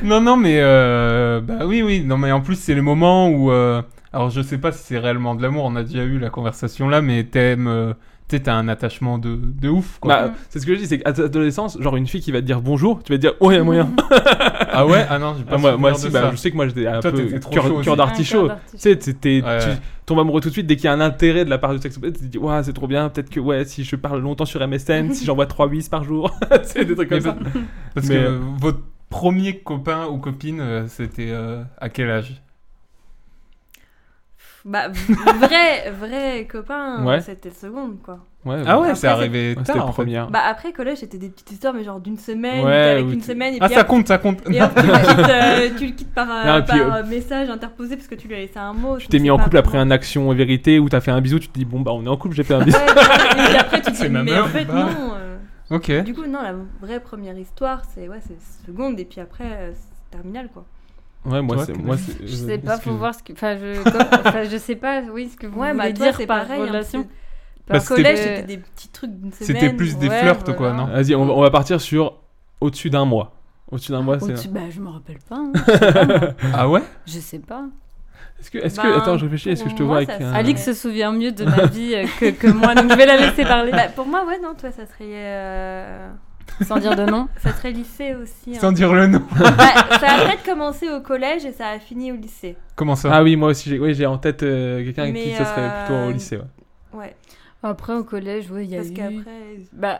[SPEAKER 7] non non mais euh, bah oui oui non mais en plus c'est les moments où euh, alors je sais pas si c'est réellement de l'amour on a déjà eu la conversation là mais t'aimes euh, tu sais, t'as un attachement de, de ouf quoi.
[SPEAKER 8] Bah, c'est ce que je dis, c'est qu'à ta- adolescence, genre une fille qui va te dire bonjour, tu vas te dire oh, il y a moyen.
[SPEAKER 7] <laughs> ah ouais ah non j'ai pas
[SPEAKER 8] Ah, moi, moi
[SPEAKER 7] souvenir
[SPEAKER 8] aussi,
[SPEAKER 7] de
[SPEAKER 8] bah,
[SPEAKER 7] ça.
[SPEAKER 8] je sais que moi j'étais un
[SPEAKER 7] Toi,
[SPEAKER 8] peu
[SPEAKER 7] t'étais trop
[SPEAKER 8] cœur-
[SPEAKER 7] chaud aussi.
[SPEAKER 8] cœur
[SPEAKER 12] Un
[SPEAKER 8] d'artichaut.
[SPEAKER 12] cœur
[SPEAKER 8] Tu
[SPEAKER 12] d'artichaut.
[SPEAKER 8] sais, t'étais-
[SPEAKER 7] Ouais,
[SPEAKER 8] tu
[SPEAKER 7] ouais.
[SPEAKER 8] tombes amoureux tout de suite dès qu'il y a un intérêt de la part du sexe opposé, tu te dis, ouais, c'est trop bien, peut-être que ouais, si je parle longtemps sur MSN, si j'envoie 3 whis par jour, <laughs> c'est des trucs comme
[SPEAKER 7] Mais
[SPEAKER 8] ça.
[SPEAKER 7] parce
[SPEAKER 8] mais-
[SPEAKER 7] que euh, votre premier copain ou copine euh, c'était euh, à quel âge
[SPEAKER 9] Bah, vrai, vrai copain,
[SPEAKER 8] Ouais.
[SPEAKER 9] c'était le seconde, quoi.
[SPEAKER 7] Ah ouais
[SPEAKER 9] Après,
[SPEAKER 7] c'est arrivé
[SPEAKER 8] C'était
[SPEAKER 7] tard en fait.
[SPEAKER 8] première.
[SPEAKER 9] Bah, après, collège, c'était des petites histoires, mais genre d'une semaine,
[SPEAKER 8] Ouais,
[SPEAKER 9] t'es avec
[SPEAKER 8] ou
[SPEAKER 9] une
[SPEAKER 8] tu-
[SPEAKER 9] semaine, et
[SPEAKER 7] Ah
[SPEAKER 9] puis
[SPEAKER 7] ça
[SPEAKER 9] hop,
[SPEAKER 7] compte ça compte.
[SPEAKER 9] et hop, tu, le quittes, euh, tu le quittes par, euh,
[SPEAKER 8] Non, et puis,
[SPEAKER 9] par,
[SPEAKER 8] euh,
[SPEAKER 9] euh, message interposé parce que tu lui as laissé un mot.
[SPEAKER 8] tu t'es mis en couple après un action et vérité où t'as fait un bisou, tu te dis, bon, bah, on est en couple, j'ai fait un
[SPEAKER 9] Ouais,
[SPEAKER 8] bisou.
[SPEAKER 9] et puis après, tu te
[SPEAKER 7] C'est
[SPEAKER 9] dis,
[SPEAKER 7] ma
[SPEAKER 9] mais
[SPEAKER 7] meuf
[SPEAKER 9] en fait,
[SPEAKER 7] ou pas
[SPEAKER 9] non. euh,
[SPEAKER 7] OK.
[SPEAKER 9] Du coup, non, la vraie première histoire, c'est ouais, c'est seconde, et puis après, euh, c'est terminale, quoi.
[SPEAKER 8] Ouais, moi,
[SPEAKER 7] Toi,
[SPEAKER 8] c'est.
[SPEAKER 7] t'es
[SPEAKER 8] moi,
[SPEAKER 7] d'accord
[SPEAKER 8] c'est-
[SPEAKER 12] Je sais pas, faut
[SPEAKER 7] excuse.
[SPEAKER 12] voir ce que. Enfin, je, comme- enfin, je sais pas, oui, ce que vous
[SPEAKER 9] Ouais, bah
[SPEAKER 12] voulez
[SPEAKER 9] toi,
[SPEAKER 12] dire
[SPEAKER 9] c'est
[SPEAKER 12] par
[SPEAKER 9] pareil, hein,
[SPEAKER 12] relation.
[SPEAKER 9] Au
[SPEAKER 12] Par
[SPEAKER 7] Bah,
[SPEAKER 12] collège,
[SPEAKER 9] collège, c'était des petits trucs d'une semaine.
[SPEAKER 7] C'était plus des
[SPEAKER 12] ouais,
[SPEAKER 7] flirts, quoi,
[SPEAKER 12] voilà.
[SPEAKER 7] non
[SPEAKER 8] Vas-y, on, va- on va partir sur au-dessus d'un mois. Au-dessus d'un mois, c'est.
[SPEAKER 12] Au-dessus- bah, je me rappelle pas. hein, je sais pas, moi.
[SPEAKER 7] Ah ouais
[SPEAKER 12] <laughs> Je sais pas.
[SPEAKER 8] Est-ce que, est-ce
[SPEAKER 9] Ben,
[SPEAKER 8] que, attends, je réfléchis. Est-ce que je te
[SPEAKER 9] pour
[SPEAKER 8] vois
[SPEAKER 9] moi,
[SPEAKER 8] avec
[SPEAKER 9] ça
[SPEAKER 8] un...
[SPEAKER 9] serait-
[SPEAKER 12] Alix se souvient mieux de ma vie euh, que, que moi, donc je vais la laisser parler.
[SPEAKER 9] Bah, pour moi, ouais, non, toi, ça serait. euh,
[SPEAKER 12] sans dire de nom.
[SPEAKER 9] Ça serait lycée aussi. hein.
[SPEAKER 7] Sans dire le nom.
[SPEAKER 9] Bah, ça a peut-être commencé au collège et ça a fini au lycée.
[SPEAKER 7] Comment ça
[SPEAKER 8] Ah oui, moi aussi, j'ai, oui, j'ai en tête euh, quelqu'un avec
[SPEAKER 9] Mais,
[SPEAKER 8] qui ça serait
[SPEAKER 9] euh,
[SPEAKER 8] plutôt au lycée. Ouais.
[SPEAKER 9] Ouais,
[SPEAKER 12] Après, au collège, oui, il y a
[SPEAKER 9] parce
[SPEAKER 12] eu.
[SPEAKER 9] qu'après.
[SPEAKER 12] Bah,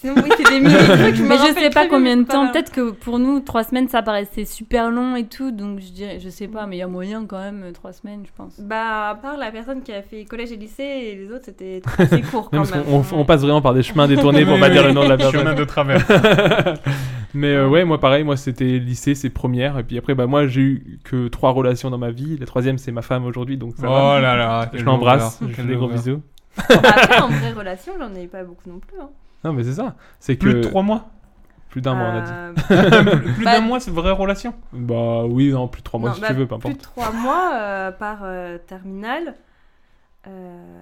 [SPEAKER 9] Sinon, oui, c'est des
[SPEAKER 8] <laughs>
[SPEAKER 9] milliers de trucs.
[SPEAKER 12] <laughs> mais je
[SPEAKER 9] rappelle
[SPEAKER 12] sais
[SPEAKER 9] très
[SPEAKER 12] pas
[SPEAKER 9] bien,
[SPEAKER 12] combien de
[SPEAKER 9] c'est pas
[SPEAKER 12] temps.
[SPEAKER 9] grave.
[SPEAKER 12] Peut-être que pour nous, trois semaines, ça paraissait super long et tout. Donc, je dirais, je sais pas, mais il y a moyen quand même, euh, trois semaines, je pense.
[SPEAKER 9] Bah, à part la personne qui a fait collège et lycée, et les autres, c'était assez court
[SPEAKER 8] <laughs> Non,
[SPEAKER 9] quand
[SPEAKER 8] parce
[SPEAKER 9] même. hein.
[SPEAKER 8] qu'on on- on passe vraiment par des chemins détournés pour
[SPEAKER 7] Oui,
[SPEAKER 8] pas
[SPEAKER 7] oui,
[SPEAKER 8] dire
[SPEAKER 7] oui.
[SPEAKER 8] le nom de la
[SPEAKER 7] Chemin
[SPEAKER 8] personne.
[SPEAKER 7] de travers.
[SPEAKER 8] Mais euh, ouais, moi pareil, moi c'était lycée, c'est première. Et puis après, bah, moi j'ai eu que trois relations dans ma vie. La troisième, c'est ma femme aujourd'hui, donc
[SPEAKER 7] Oh
[SPEAKER 8] ça va.
[SPEAKER 7] là là.
[SPEAKER 8] Je
[SPEAKER 7] quel
[SPEAKER 8] l'embrasse,
[SPEAKER 7] lover,
[SPEAKER 8] je fais
[SPEAKER 7] quel
[SPEAKER 8] des gros
[SPEAKER 7] lover.
[SPEAKER 8] bisous.
[SPEAKER 9] Bah, Après, en vraie relation, j'en ai pas beaucoup non plus. hein.
[SPEAKER 8] Non, mais c'est ça. C'est que
[SPEAKER 7] Plus de trois <laughs> mois
[SPEAKER 8] plus d'un mois, on a dit.
[SPEAKER 9] Euh,
[SPEAKER 7] Plus plus
[SPEAKER 9] Bah-
[SPEAKER 7] d'un mois, c'est vraie relation
[SPEAKER 8] Bah oui, non, plus de trois mois
[SPEAKER 9] non,
[SPEAKER 8] si
[SPEAKER 9] bah,
[SPEAKER 8] tu veux, peu
[SPEAKER 9] Plus
[SPEAKER 8] importe.
[SPEAKER 9] de trois mois euh, par euh, terminale. Euh,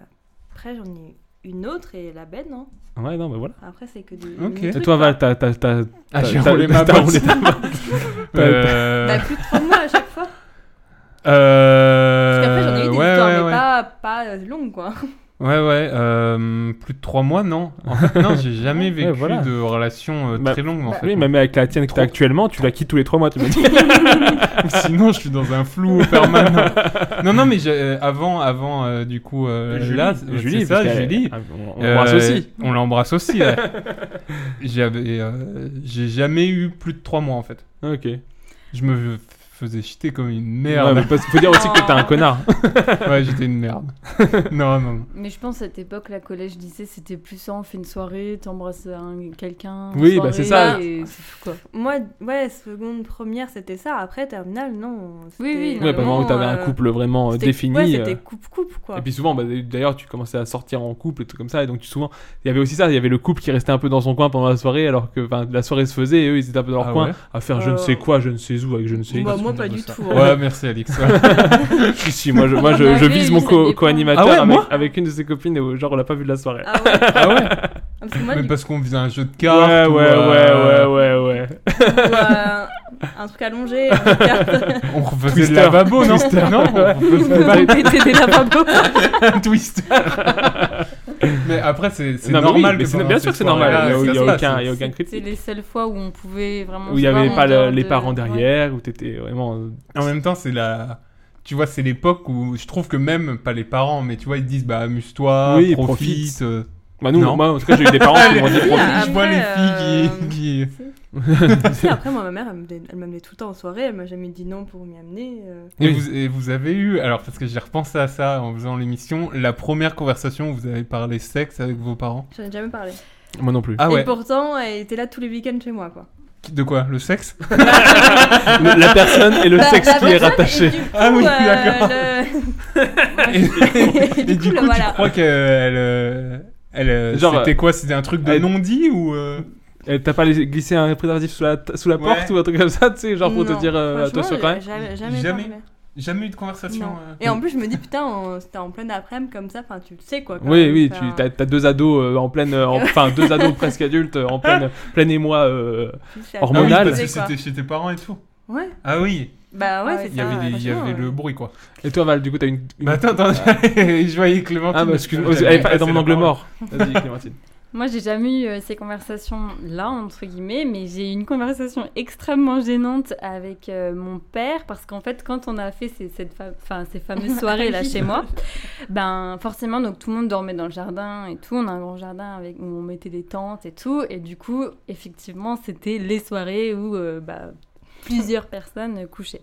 [SPEAKER 9] après, j'en ai eu une autre et la bête, non
[SPEAKER 8] Ouais, non, bah voilà.
[SPEAKER 9] Après, c'est que des.
[SPEAKER 7] Ok.
[SPEAKER 9] mini
[SPEAKER 7] Et
[SPEAKER 8] Et
[SPEAKER 9] trucs,
[SPEAKER 8] toi,
[SPEAKER 9] quoi.
[SPEAKER 8] Val, t'as. t'as- t'as-
[SPEAKER 7] Ah,
[SPEAKER 8] t'as-
[SPEAKER 7] j'ai
[SPEAKER 8] t'as-
[SPEAKER 7] roulé ma
[SPEAKER 8] t'as
[SPEAKER 7] botte.
[SPEAKER 8] roulé ta <laughs> botte.
[SPEAKER 7] Euh...
[SPEAKER 9] Bah, plus de trois mois à chaque fois.
[SPEAKER 7] euh,
[SPEAKER 9] Parce qu'après, j'en ai eu des
[SPEAKER 7] ouais,
[SPEAKER 9] histoires,
[SPEAKER 7] ouais,
[SPEAKER 9] mais
[SPEAKER 7] ouais.
[SPEAKER 9] pas, pas euh, longues, quoi. <laughs>
[SPEAKER 7] Ouais, ouais, euh, plus de trois mois, non. En fait, non, j'ai
[SPEAKER 9] <laughs>
[SPEAKER 7] jamais vécu
[SPEAKER 8] Ouais, voilà.
[SPEAKER 7] de relation euh,
[SPEAKER 8] Bah,
[SPEAKER 7] très longue, en fait.
[SPEAKER 8] Oui, même <laughs> avec la tienne que
[SPEAKER 7] Trop.
[SPEAKER 8] t'as actuellement, tu la quittes tous les trois mois, tu m'as dit.
[SPEAKER 7] <laughs> Sinon, je suis dans un flou permanent. non, non, mais j'ai- euh, avant, avant, euh, du coup, euh, là, c'est
[SPEAKER 8] Julie,
[SPEAKER 7] ça,
[SPEAKER 8] parce qu'elle-
[SPEAKER 7] Julie.
[SPEAKER 8] ah, On on
[SPEAKER 7] Euh,
[SPEAKER 8] l'embrasse aussi.
[SPEAKER 7] On l'embrasse aussi,
[SPEAKER 8] <laughs>
[SPEAKER 7] ouais. J'avais, euh, j'ai jamais eu plus de trois mois, en fait.
[SPEAKER 8] Ok.
[SPEAKER 7] Je me faisais chiter comme une
[SPEAKER 8] Ouais, mais
[SPEAKER 7] merde.
[SPEAKER 8] parce- faut dire aussi que t'es un
[SPEAKER 9] <laughs>
[SPEAKER 8] connard.
[SPEAKER 7] ouais, j'étais une
[SPEAKER 8] <laughs>
[SPEAKER 7] merde. non, non, non.
[SPEAKER 12] Mais je pense à cette époque, la collège, lycée, c'était plus ça. On fait une soirée, t'embrasses un- quelqu'un.
[SPEAKER 8] Oui,
[SPEAKER 12] soirée,
[SPEAKER 8] bah, c'est ça.
[SPEAKER 12] et c'est tout,
[SPEAKER 8] <laughs>
[SPEAKER 12] quoi.
[SPEAKER 9] Moi, ouais, seconde, première, c'était ça. Après, terminale, non.
[SPEAKER 12] Oui, oui,
[SPEAKER 9] c'était
[SPEAKER 8] Ouais, bah, moment où t'avais un
[SPEAKER 9] euh,
[SPEAKER 8] couple vraiment euh,
[SPEAKER 9] c'était-
[SPEAKER 8] défini.
[SPEAKER 9] Ouais,
[SPEAKER 8] euh,
[SPEAKER 9] c'était coupe-coupe, quoi.
[SPEAKER 8] Et puis souvent, bah, d'ailleurs, tu commençais à sortir en couple et tout comme ça. Et donc, tu, souvent, il y avait aussi ça. Il y avait le couple qui restait un peu dans son coin pendant la soirée, alors que enfin, la soirée se faisait et eux, ils étaient un peu dans leur
[SPEAKER 7] Ah
[SPEAKER 8] coin
[SPEAKER 7] ouais
[SPEAKER 8] à faire je ne
[SPEAKER 9] Euh,
[SPEAKER 8] sais quoi, je ne sais où, avec je ne sais.
[SPEAKER 9] Bah,
[SPEAKER 8] qui.
[SPEAKER 9] moi, pas du tout. hein.
[SPEAKER 7] Ouais, merci, Alix. Ouais.
[SPEAKER 8] <laughs> si, si, moi, je, moi,
[SPEAKER 12] On
[SPEAKER 8] je,
[SPEAKER 12] a
[SPEAKER 8] je
[SPEAKER 12] vu,
[SPEAKER 8] vise mon
[SPEAKER 12] mais ça
[SPEAKER 8] co-
[SPEAKER 12] dépend.
[SPEAKER 8] co-animateur
[SPEAKER 7] Ah ouais,
[SPEAKER 8] avec,
[SPEAKER 7] moi
[SPEAKER 8] avec une de ses copines et euh, genre, on l'a pas vu de la soirée.
[SPEAKER 9] Ah
[SPEAKER 8] <laughs>
[SPEAKER 9] ouais
[SPEAKER 7] ah ouais
[SPEAKER 9] Parce que moi,
[SPEAKER 7] Mais
[SPEAKER 9] du
[SPEAKER 7] parce qu'on faisait un jeu de
[SPEAKER 8] Ouais,
[SPEAKER 7] cartes.
[SPEAKER 8] ouais,
[SPEAKER 7] ou,
[SPEAKER 8] ouais,
[SPEAKER 7] euh,
[SPEAKER 8] ouais, ouais, ouais.
[SPEAKER 9] coup, euh, un truc allongé, un truc carte.
[SPEAKER 7] On refaisait
[SPEAKER 8] Twister.
[SPEAKER 7] le lavabo, non Non,
[SPEAKER 8] <laughs>
[SPEAKER 7] on refaisait
[SPEAKER 8] bah,
[SPEAKER 7] pas
[SPEAKER 12] T'étais des lavabos.
[SPEAKER 7] un Twister. mais après, c'est c'est
[SPEAKER 8] Non, mais oui,
[SPEAKER 7] normal.
[SPEAKER 8] mais
[SPEAKER 7] que
[SPEAKER 8] c'est-
[SPEAKER 7] pendant
[SPEAKER 8] bien
[SPEAKER 7] ces
[SPEAKER 8] sûr que c'est
[SPEAKER 7] soirées-là,
[SPEAKER 8] normal, il y a-
[SPEAKER 7] ça
[SPEAKER 8] il y
[SPEAKER 7] se
[SPEAKER 8] a
[SPEAKER 7] passe.
[SPEAKER 8] aucun- il y a aucun
[SPEAKER 12] C'est
[SPEAKER 8] critique.
[SPEAKER 12] les seules fois où on pouvait vraiment.
[SPEAKER 8] Où il n'y
[SPEAKER 12] se
[SPEAKER 8] avait
[SPEAKER 12] voir
[SPEAKER 8] pas
[SPEAKER 12] en
[SPEAKER 8] le-
[SPEAKER 12] dehors
[SPEAKER 8] les
[SPEAKER 12] de-
[SPEAKER 8] parents
[SPEAKER 12] Ouais.
[SPEAKER 8] derrière, où t'étais vraiment. euh,
[SPEAKER 7] En même temps, c'est la. Tu vois, c'est l'époque où je trouve que même, pas les parents, mais tu vois, ils disent bah amuse-toi,
[SPEAKER 8] Oui,
[SPEAKER 7] profite. euh.
[SPEAKER 8] Bah, nous,
[SPEAKER 7] Non.
[SPEAKER 8] moi, en tout cas, j'ai eu des parents qui m'ont dit.
[SPEAKER 9] Oui,
[SPEAKER 8] profite.
[SPEAKER 9] Ah, après,
[SPEAKER 7] je vois les filles
[SPEAKER 9] euh,
[SPEAKER 7] qui. qui-
[SPEAKER 9] Si, <laughs> après, moi, ma mère, elle m'amenait- elle m'amenait tout le temps en soirée. Elle m'a jamais dit non pour m'y amener. euh.
[SPEAKER 7] Et,
[SPEAKER 8] Oui.
[SPEAKER 7] vous, et vous avez eu, alors parce que j'ai repensé à ça en faisant l'émission, la première conversation où vous avez parlé sexe avec vos parents.
[SPEAKER 9] J'en ai jamais parlé.
[SPEAKER 8] Moi non plus.
[SPEAKER 7] Ah ouais,
[SPEAKER 9] Et pourtant, elle était là tous les week-ends chez moi, quoi.
[SPEAKER 7] de quoi Le sexe
[SPEAKER 8] Le- <laughs> la personne et le
[SPEAKER 9] Bah,
[SPEAKER 8] sexe
[SPEAKER 9] la
[SPEAKER 8] qui est
[SPEAKER 9] personne,
[SPEAKER 8] rattaché.
[SPEAKER 9] et du coup,
[SPEAKER 7] Ah oui,
[SPEAKER 9] euh,
[SPEAKER 7] d'accord.
[SPEAKER 9] le-
[SPEAKER 7] Et, et
[SPEAKER 9] Du
[SPEAKER 7] du,
[SPEAKER 9] coup,
[SPEAKER 7] coup,
[SPEAKER 9] le
[SPEAKER 7] tu
[SPEAKER 9] voilà.
[SPEAKER 7] crois qu'elle. euh, Elle, euh,
[SPEAKER 8] Genre,
[SPEAKER 7] c'était quoi C'était un truc de
[SPEAKER 8] elle-
[SPEAKER 7] non-dit ou euh,
[SPEAKER 8] Euh, T'as pas laissé- glissé un préservatif sous la, ta- sous la
[SPEAKER 7] Ouais.
[SPEAKER 8] porte ou un truc comme ça, tu sais, <laughs> genre pour te
[SPEAKER 9] Non,
[SPEAKER 8] dire euh,
[SPEAKER 9] franchement,
[SPEAKER 8] attention quand même.
[SPEAKER 9] Jamais, jamais,
[SPEAKER 7] Jamais.
[SPEAKER 9] parlé.
[SPEAKER 7] jamais eu de conversation
[SPEAKER 9] Non.
[SPEAKER 7] euh,
[SPEAKER 9] Et en plus, je me dis, putain, on- c'était en pleine après-midi comme ça, enfin, tu le sais quoi. quand
[SPEAKER 8] Oui,
[SPEAKER 9] même,
[SPEAKER 8] oui,
[SPEAKER 9] enfin,
[SPEAKER 8] tu t'as t'as deux ados euh, en pleine, euh, en- enfin deux ados presque adultes euh, en pleine, pleine émoi. euh,
[SPEAKER 9] tu sais à
[SPEAKER 7] Ah oui,
[SPEAKER 8] hormonal.
[SPEAKER 9] quoi
[SPEAKER 7] parce
[SPEAKER 9] tu
[SPEAKER 7] que
[SPEAKER 9] sais, quoi.
[SPEAKER 7] c'était chez tes parents et tout.
[SPEAKER 9] Ouais,
[SPEAKER 7] Ah oui,
[SPEAKER 9] bah ouais,
[SPEAKER 12] Ah
[SPEAKER 9] c'est
[SPEAKER 12] oui.
[SPEAKER 7] il y
[SPEAKER 9] ça.
[SPEAKER 7] avait, des- il y
[SPEAKER 9] franchement,
[SPEAKER 7] avait le
[SPEAKER 9] euh.
[SPEAKER 7] bruit quoi.
[SPEAKER 8] Et toi Val, du coup t'as une. une-
[SPEAKER 7] Mais attends, attends, <laughs> je voyais Clémentine.
[SPEAKER 8] ah bah excuse-moi,
[SPEAKER 7] J'avais
[SPEAKER 8] elle est pas- elle est dans
[SPEAKER 7] passé
[SPEAKER 8] mon
[SPEAKER 7] la <laughs>
[SPEAKER 8] angle
[SPEAKER 7] parole.
[SPEAKER 8] mort. Vas-y Clémentine.
[SPEAKER 12] Moi, j'ai jamais eu euh, ces conversations-là, entre guillemets, mais j'ai eu une conversation extrêmement gênante avec euh, mon père, parce qu'en fait, quand on a fait ces, cette fa- enfin, ces fameuses soirées-là chez moi, ben, forcément, donc tout le monde dormait dans le jardin et tout. On a un grand jardin avec, où on mettait des tentes et tout. Et du coup, effectivement, c'était les soirées où euh, bah, plusieurs personnes couchaient.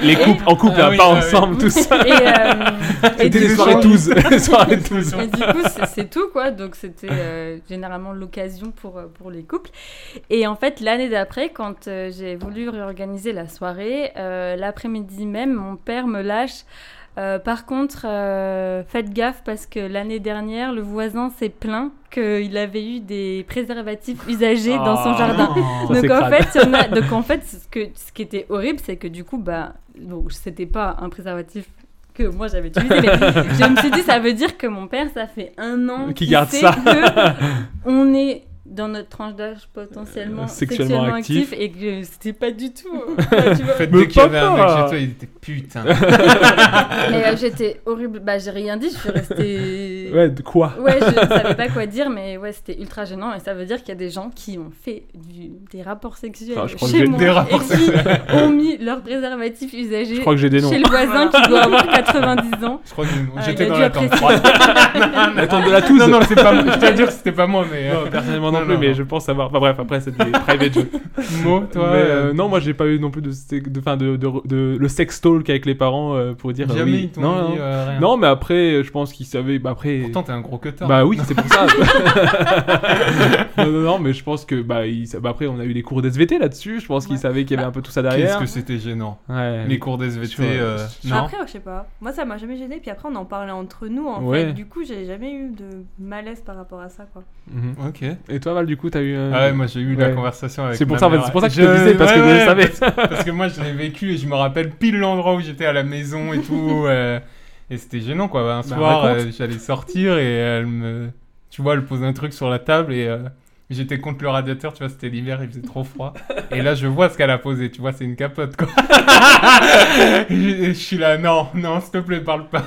[SPEAKER 8] Les, les couples, en couple,
[SPEAKER 7] Ah
[SPEAKER 8] hein,
[SPEAKER 7] oui,
[SPEAKER 8] pas
[SPEAKER 7] ah oui.
[SPEAKER 8] ensemble,
[SPEAKER 7] <laughs>
[SPEAKER 8] tout ça.
[SPEAKER 12] Et, euh, et
[SPEAKER 8] C'était
[SPEAKER 12] du
[SPEAKER 8] les
[SPEAKER 12] coup-
[SPEAKER 8] soirées tous. euh, les soirées tous.
[SPEAKER 12] Et du coup, c'est- c'est tout, quoi. Donc, c'était euh, généralement l'occasion pour, euh, pour les couples. Et en fait, l'année d'après, quand euh, j'ai voulu réorganiser la soirée, euh, l'après-midi même, mon père me lâche. Euh, par contre, euh, faites gaffe parce que l'année dernière, le voisin s'est plaint qu'il avait eu des préservatifs usagés dans son
[SPEAKER 8] Ah,
[SPEAKER 12] jardin.
[SPEAKER 8] non, ça,
[SPEAKER 12] Donc
[SPEAKER 8] c'est
[SPEAKER 12] en,
[SPEAKER 8] crade.
[SPEAKER 12] fait, il y en
[SPEAKER 8] <laughs>
[SPEAKER 12] a- donc en fait, ce, que, ce qui était horrible, c'est que du coup, bah, donc c'était pas un préservatif que moi j'avais utilisé, mais je me suis dit, ça veut dire que mon père, ça fait un an
[SPEAKER 8] Qui
[SPEAKER 12] qu'il
[SPEAKER 8] garde
[SPEAKER 12] sait
[SPEAKER 8] ça. <laughs>
[SPEAKER 12] que on est dans notre tranche d'âge potentiellement
[SPEAKER 8] Euh,
[SPEAKER 12] sexuellement,
[SPEAKER 8] sexuellement
[SPEAKER 12] actif.
[SPEAKER 8] actif.
[SPEAKER 12] et que c'était pas du tout.
[SPEAKER 8] <laughs>
[SPEAKER 12] enfin, tu vois.
[SPEAKER 7] En fait,
[SPEAKER 8] Mais
[SPEAKER 7] dès qu'il y avait
[SPEAKER 8] papa
[SPEAKER 7] un mec chez toi, il était
[SPEAKER 8] <laughs>
[SPEAKER 7] putain.
[SPEAKER 12] Mais euh, j'étais horrible, bah j'ai rien dit, je suis restée.
[SPEAKER 8] Ouais, de quoi
[SPEAKER 12] Ouais, je savais pas quoi dire, mais ouais, c'était ultra gênant. Et ça veut dire qu'il y a des gens qui ont fait du- des rapports sexuels
[SPEAKER 8] Ah, je crois que
[SPEAKER 12] chez
[SPEAKER 8] j'ai-
[SPEAKER 12] moi
[SPEAKER 7] des rapports
[SPEAKER 12] et qui ont mis leur préservatif usagé
[SPEAKER 8] Je crois que j'ai des noms.
[SPEAKER 12] chez le voisin qui doit avoir 90 ans.
[SPEAKER 7] Je crois que
[SPEAKER 12] Ah, il
[SPEAKER 7] j'étais
[SPEAKER 12] a
[SPEAKER 7] dans
[SPEAKER 12] dû
[SPEAKER 7] l'attente.
[SPEAKER 12] apprécier.
[SPEAKER 8] Attends, de la touze
[SPEAKER 7] Non, non, c'est pas moi. Je tiens à dire que c'était pas moi, mais. euh,
[SPEAKER 8] Non, personnellement non,
[SPEAKER 7] Non,
[SPEAKER 8] plus,
[SPEAKER 7] non,
[SPEAKER 8] mais
[SPEAKER 7] non.
[SPEAKER 8] je pense savoir. Enfin bref, après, c'est des private jokes.
[SPEAKER 7] Mo, toi.
[SPEAKER 8] Mais,
[SPEAKER 7] euh,
[SPEAKER 8] euh, non, moi j'ai pas eu non plus de, sex- de, enfin, de, de, de- le sex talk avec les parents euh, pour dire. euh,
[SPEAKER 7] Jamais
[SPEAKER 8] oui.
[SPEAKER 7] ils t'ont
[SPEAKER 8] non,
[SPEAKER 7] dit
[SPEAKER 8] non.
[SPEAKER 7] euh, rien.
[SPEAKER 8] Non, mais après, euh, je pense qu'ils savaient. Bah, après.
[SPEAKER 7] Pourtant, t'es un gros cutter.
[SPEAKER 8] bah oui, c'est pour
[SPEAKER 7] <laughs>
[SPEAKER 8] ça. non, non, non, mais je pense que. Bah, ils sa- bah, après, on a eu des cours d'SVT là-dessus. Je pense qu'ils savaient qu'il y avait un peu tout ça
[SPEAKER 7] Qu'est-ce
[SPEAKER 8] derrière.
[SPEAKER 7] que c'était gênant.
[SPEAKER 8] Ouais.
[SPEAKER 7] Les cours d'SVT.
[SPEAKER 8] Sur, euh,
[SPEAKER 7] euh,
[SPEAKER 8] sur-
[SPEAKER 7] Non.
[SPEAKER 9] Bah, Après, je sais pas. Moi, ça m'a jamais gêné. Puis après, on en parlait entre nous. En
[SPEAKER 8] Ouais.
[SPEAKER 9] fait. Du coup, j'ai jamais eu de malaise par rapport à ça. Quoi.
[SPEAKER 8] Mhm.
[SPEAKER 7] Ok.
[SPEAKER 8] Et toi, Val, du coup, t'as eu. euh,
[SPEAKER 7] Ah ouais, moi j'ai eu la
[SPEAKER 8] ouais.
[SPEAKER 7] conversation avec.
[SPEAKER 8] C'est pour
[SPEAKER 7] ma
[SPEAKER 8] ça, en fait,
[SPEAKER 7] mère.
[SPEAKER 8] c'est pour ça que je te disais, parce que je le savais.
[SPEAKER 7] Parce, parce que moi je l'ai vécu et je me rappelle pile l'endroit où j'étais à la maison et
[SPEAKER 8] <laughs>
[SPEAKER 7] tout. euh, et c'était gênant quoi. Un
[SPEAKER 8] Bah,
[SPEAKER 7] soir,
[SPEAKER 8] raconte.
[SPEAKER 7] euh, j'allais sortir et elle me. Tu vois, elle pose un truc sur la table et. euh, J'étais contre le radiateur, tu vois, c'était l'hiver, il faisait trop froid. Et là, je vois ce qu'elle a posé, tu vois, c'est une capote,
[SPEAKER 8] <laughs>
[SPEAKER 7] quoi. je, je suis là, non, non, s'il te plaît, parle pas.